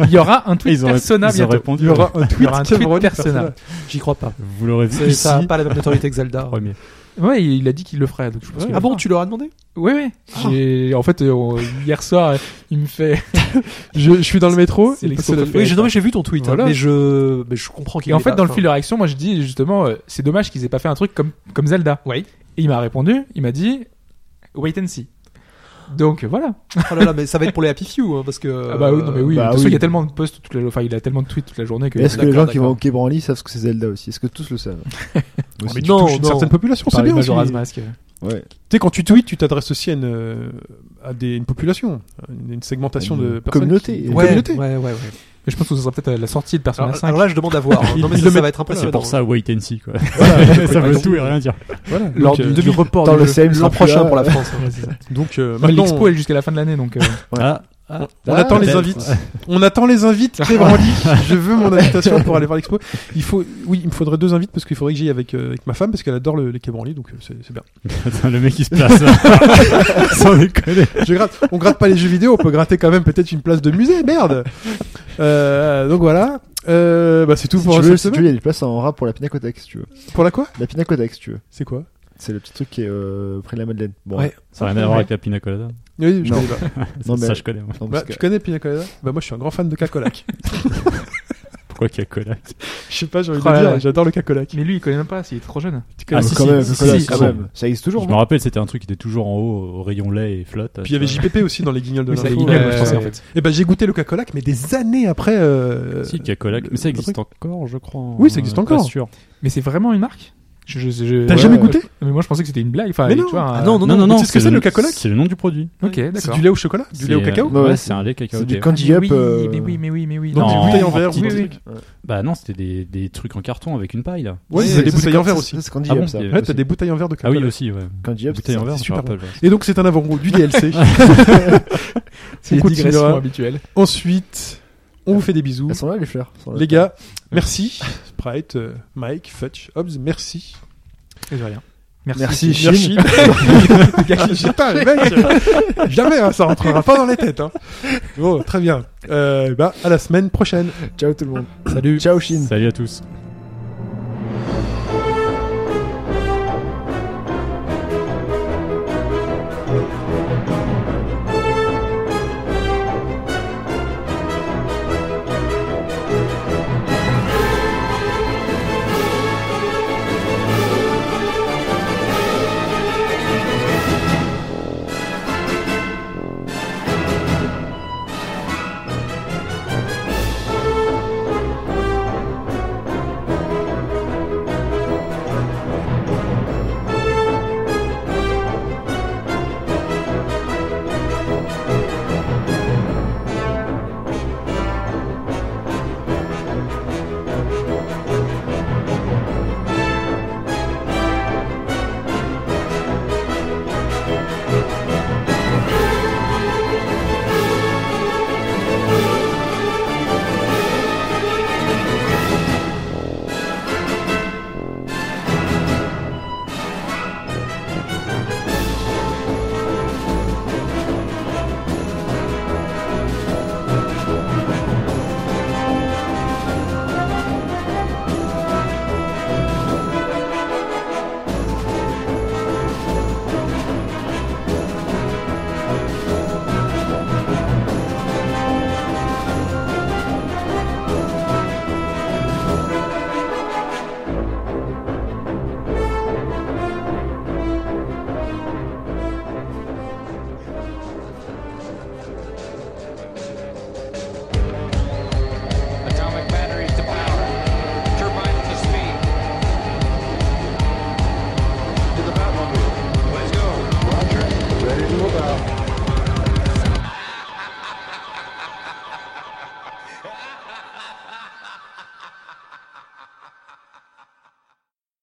Speaker 4: Il y aura un tweet
Speaker 5: Ils ont-
Speaker 4: persona
Speaker 5: ils ont
Speaker 4: bientôt.
Speaker 5: répondu.
Speaker 4: Il y aura un tweet,
Speaker 2: Il y aura un tweet
Speaker 4: persona.
Speaker 3: J'y crois pas.
Speaker 5: Vous l'aurez vu Oh,
Speaker 3: C'est-
Speaker 5: ici.
Speaker 3: Ça n'a pas la même notoriété que Zelda.
Speaker 5: Premier.
Speaker 4: Ouais, il a dit qu'il le ferait. Donc je pense que-
Speaker 3: Ah bon, tu leur as demandé
Speaker 4: Ouais, ouais. J'ai- En fait, euh, hier soir, il me fait.
Speaker 2: je, je suis dans le métro.
Speaker 4: C'est
Speaker 2: il
Speaker 4: l'expo
Speaker 2: passe à la-
Speaker 4: préférée.
Speaker 3: Oui, j'ai non, mais j'ai vu ton tweet, hein,
Speaker 4: Voilà.
Speaker 3: mais je, mais je comprends qu'il.
Speaker 4: Et en
Speaker 3: est
Speaker 4: fait,
Speaker 3: pas-
Speaker 4: dans le
Speaker 3: enfin,
Speaker 4: fil de réaction, moi, je dis justement, euh, c'est dommage qu'ils aient pas fait un truc comme comme Zelda.
Speaker 3: Ouais.
Speaker 4: Et il m'a répondu, il m'a dit, wait and see. Donc voilà.
Speaker 3: Oh là là, mais ça va être pour les Happy Few, hein, parce que.
Speaker 4: Ah bah oui, non mais oui.
Speaker 6: bah
Speaker 4: de toute façon,
Speaker 6: oui.
Speaker 4: il y a tellement de posts toute la, enfin, il a tellement de tweets toute la journée que.
Speaker 6: Et Est-ce que les
Speaker 3: D'accord,
Speaker 6: gens qui vont
Speaker 3: d'accord.
Speaker 6: au Quai Branly savent ce que c'est Zelda aussi Est-ce que tous le savent Aussi.
Speaker 3: mais
Speaker 2: Tu
Speaker 3: euh, non,
Speaker 2: touches une
Speaker 3: non.
Speaker 2: certaine population, c'est
Speaker 4: Pareil,
Speaker 2: bien. aussi.
Speaker 4: Majora's
Speaker 2: Tu
Speaker 4: Mask.
Speaker 6: Ouais.
Speaker 2: sais, quand tu tweets, tu t'adresses aussi à une, euh, à des, une population, à une, une segmentation
Speaker 6: Une
Speaker 2: de personnes.
Speaker 6: communauté.
Speaker 2: qui-
Speaker 6: Ouais,
Speaker 2: une
Speaker 3: Ouais,
Speaker 2: communauté.
Speaker 3: ouais, ouais, ouais.
Speaker 4: Mais je pense que ce sera peut-être à la sortie de Persona
Speaker 3: Alors,
Speaker 4: 5.
Speaker 3: alors là, je demande à voir. hein. Non mais
Speaker 5: Ils
Speaker 3: ça,
Speaker 5: le
Speaker 3: ça va
Speaker 5: mettent-
Speaker 3: être impressionnant.
Speaker 5: C'est pour ça wait and see quoi. ça
Speaker 2: par
Speaker 5: veut
Speaker 2: exemple.
Speaker 5: tout et rien dire.
Speaker 2: Voilà.
Speaker 4: Lors
Speaker 2: Donc,
Speaker 4: du,
Speaker 2: euh,
Speaker 4: du report
Speaker 6: dans
Speaker 4: du
Speaker 6: le
Speaker 4: jeu.
Speaker 6: CM sera
Speaker 3: L'an
Speaker 6: plus
Speaker 3: prochain
Speaker 6: là.
Speaker 3: pour la France. hein.
Speaker 2: donc euh,
Speaker 4: Mais
Speaker 2: maintenant,
Speaker 4: Bah, L'expo elle est jusqu'à la fin de l'année, donc. euh,
Speaker 6: Ouais.
Speaker 5: Ah,
Speaker 2: on attend les
Speaker 5: peut-être.
Speaker 2: invites. On attend les invites. Quai Branly, je veux mon invitation pour aller voir l'expo. Il faut, oui, il me faudrait deux invites parce qu'il faudrait que j'y aille avec, euh, avec ma femme parce qu'elle adore le, les Quai Branly, donc euh, c'est c'est bien.
Speaker 5: Attends, le mec il se place là. sans déconner.
Speaker 2: Je gratte. On gratte pas les jeux vidéo, on peut gratter quand même peut-être une place de musée, merde. Euh, donc voilà. Euh, bah c'est tout
Speaker 6: Si
Speaker 2: pour
Speaker 6: tu
Speaker 2: cette
Speaker 6: veux, si tu
Speaker 2: semaine.
Speaker 6: veux, il y a des places en rap pour la Pinacothèque, si tu veux.
Speaker 2: Pour la quoi
Speaker 6: La Pinacothèque, si tu veux.
Speaker 2: C'est quoi
Speaker 6: C'est le petit truc qui est euh, près de la Madeleine. Bon,
Speaker 3: Ouais.
Speaker 5: Ça n'a rien à voir avec la pina colada.
Speaker 2: Oui, je
Speaker 6: Non.
Speaker 2: connais pas.
Speaker 6: Non, mais-
Speaker 5: Ça je connais. moi.
Speaker 6: non,
Speaker 2: Bah,
Speaker 6: parce que-
Speaker 2: tu connais Pina Colada Bah moi je suis un grand fan de Cacolac.
Speaker 5: Pourquoi qu'il y a cola
Speaker 2: je sais pas, j'ai envie
Speaker 4: Oh
Speaker 2: de
Speaker 4: là
Speaker 2: dire,
Speaker 4: là.
Speaker 2: j'adore le Cacolac.
Speaker 4: Mais lui, il connaît même pas, il est trop jeune.
Speaker 5: Ah,
Speaker 6: Ah,
Speaker 5: si,
Speaker 6: quand
Speaker 5: si,
Speaker 6: même,
Speaker 5: si,
Speaker 6: Coca-Cola,
Speaker 5: si, hein.
Speaker 6: quand
Speaker 5: si.
Speaker 6: même. Ça existe toujours,
Speaker 5: Je me
Speaker 6: non
Speaker 5: rappelle, c'était un truc qui était toujours en haut au rayon lait et flotte. Euh,
Speaker 2: Puis il y avait JPP aussi dans les guignols de
Speaker 4: Oui, ça,
Speaker 2: l'info.
Speaker 4: il gueule,
Speaker 2: Euh,
Speaker 4: je pensais, en fait.
Speaker 2: Et ben j'ai goûté le Cacolac, mais des années après. euh,
Speaker 5: Si, Cacolac.
Speaker 2: le-
Speaker 5: Mais ça
Speaker 2: le
Speaker 5: existe
Speaker 2: truc.
Speaker 5: encore, je crois. hein,
Speaker 2: Oui, ça existe
Speaker 5: Pas
Speaker 2: encore.
Speaker 5: sûr.
Speaker 4: Mais c'est vraiment une marque je, je- je-
Speaker 2: T'as
Speaker 4: Ouais.
Speaker 2: jamais goûté
Speaker 4: Mais moi, je pensais que c'était une blague. Enfin,
Speaker 2: Mais
Speaker 4: tu
Speaker 2: non.
Speaker 4: vois,
Speaker 3: Ah
Speaker 4: un-
Speaker 3: non, non, non, non.
Speaker 2: tu sais ce que c'est, le Cacolac
Speaker 5: C'est le nom du produit.
Speaker 4: Ok,
Speaker 2: C'est
Speaker 4: d'accord. Ah,
Speaker 2: du lait au chocolat Du
Speaker 5: C'est,
Speaker 2: lait au
Speaker 5: euh,
Speaker 2: cacao
Speaker 6: Ouais,
Speaker 5: Ouais,
Speaker 6: ouais,
Speaker 5: c'est un lait cacao.
Speaker 6: C'est du
Speaker 5: thé.
Speaker 6: candy up.
Speaker 4: oui,
Speaker 6: euh,
Speaker 4: mais oui, mais oui, mais oui.
Speaker 2: Non,
Speaker 5: Non,
Speaker 2: des bouteilles en
Speaker 5: en
Speaker 2: verre,
Speaker 5: petit
Speaker 2: ou des
Speaker 4: truc.
Speaker 2: trucs.
Speaker 5: Bah non, c'était des, des trucs en carton avec une paille là.
Speaker 2: Ouais,
Speaker 6: c'est-
Speaker 2: c'est des
Speaker 6: ça,
Speaker 2: bouteilles
Speaker 6: c'est
Speaker 2: en verre
Speaker 6: ça,
Speaker 2: aussi.
Speaker 6: ça, C'est candy
Speaker 5: Ah
Speaker 6: up,
Speaker 5: bon,
Speaker 6: ça.
Speaker 5: il y a-
Speaker 2: Ouais, t'as des bouteilles en verre de
Speaker 5: Ah oui,
Speaker 2: Cacolac.
Speaker 5: aussi, ouais.
Speaker 6: Candy up,
Speaker 5: Bouteille en verre,
Speaker 6: c'est
Speaker 5: je me
Speaker 6: super bon.
Speaker 5: rappelle. ouais.
Speaker 2: Et donc c'est un avant-goût du DLC.
Speaker 4: C'est une
Speaker 2: On continuera.
Speaker 4: digression habituelle.
Speaker 2: Ensuite, on vous fait des bisous.
Speaker 6: Elles sont là, les fleurs. Elles sont là.
Speaker 2: Les gars, merci. Sprite, euh, Mike, Fetch, Hobbs, merci.
Speaker 4: Et j'ai rien. Merci.
Speaker 6: Merci, Chine.
Speaker 2: Merci. Putain, les mecs, Jamais, hein, ça rentrera pas dans les têtes. hein. Bon, très bien. Euh, bah, à la semaine prochaine.
Speaker 6: Ciao tout le monde.
Speaker 2: Salut.
Speaker 6: Ciao Chine.
Speaker 5: Salut à tous.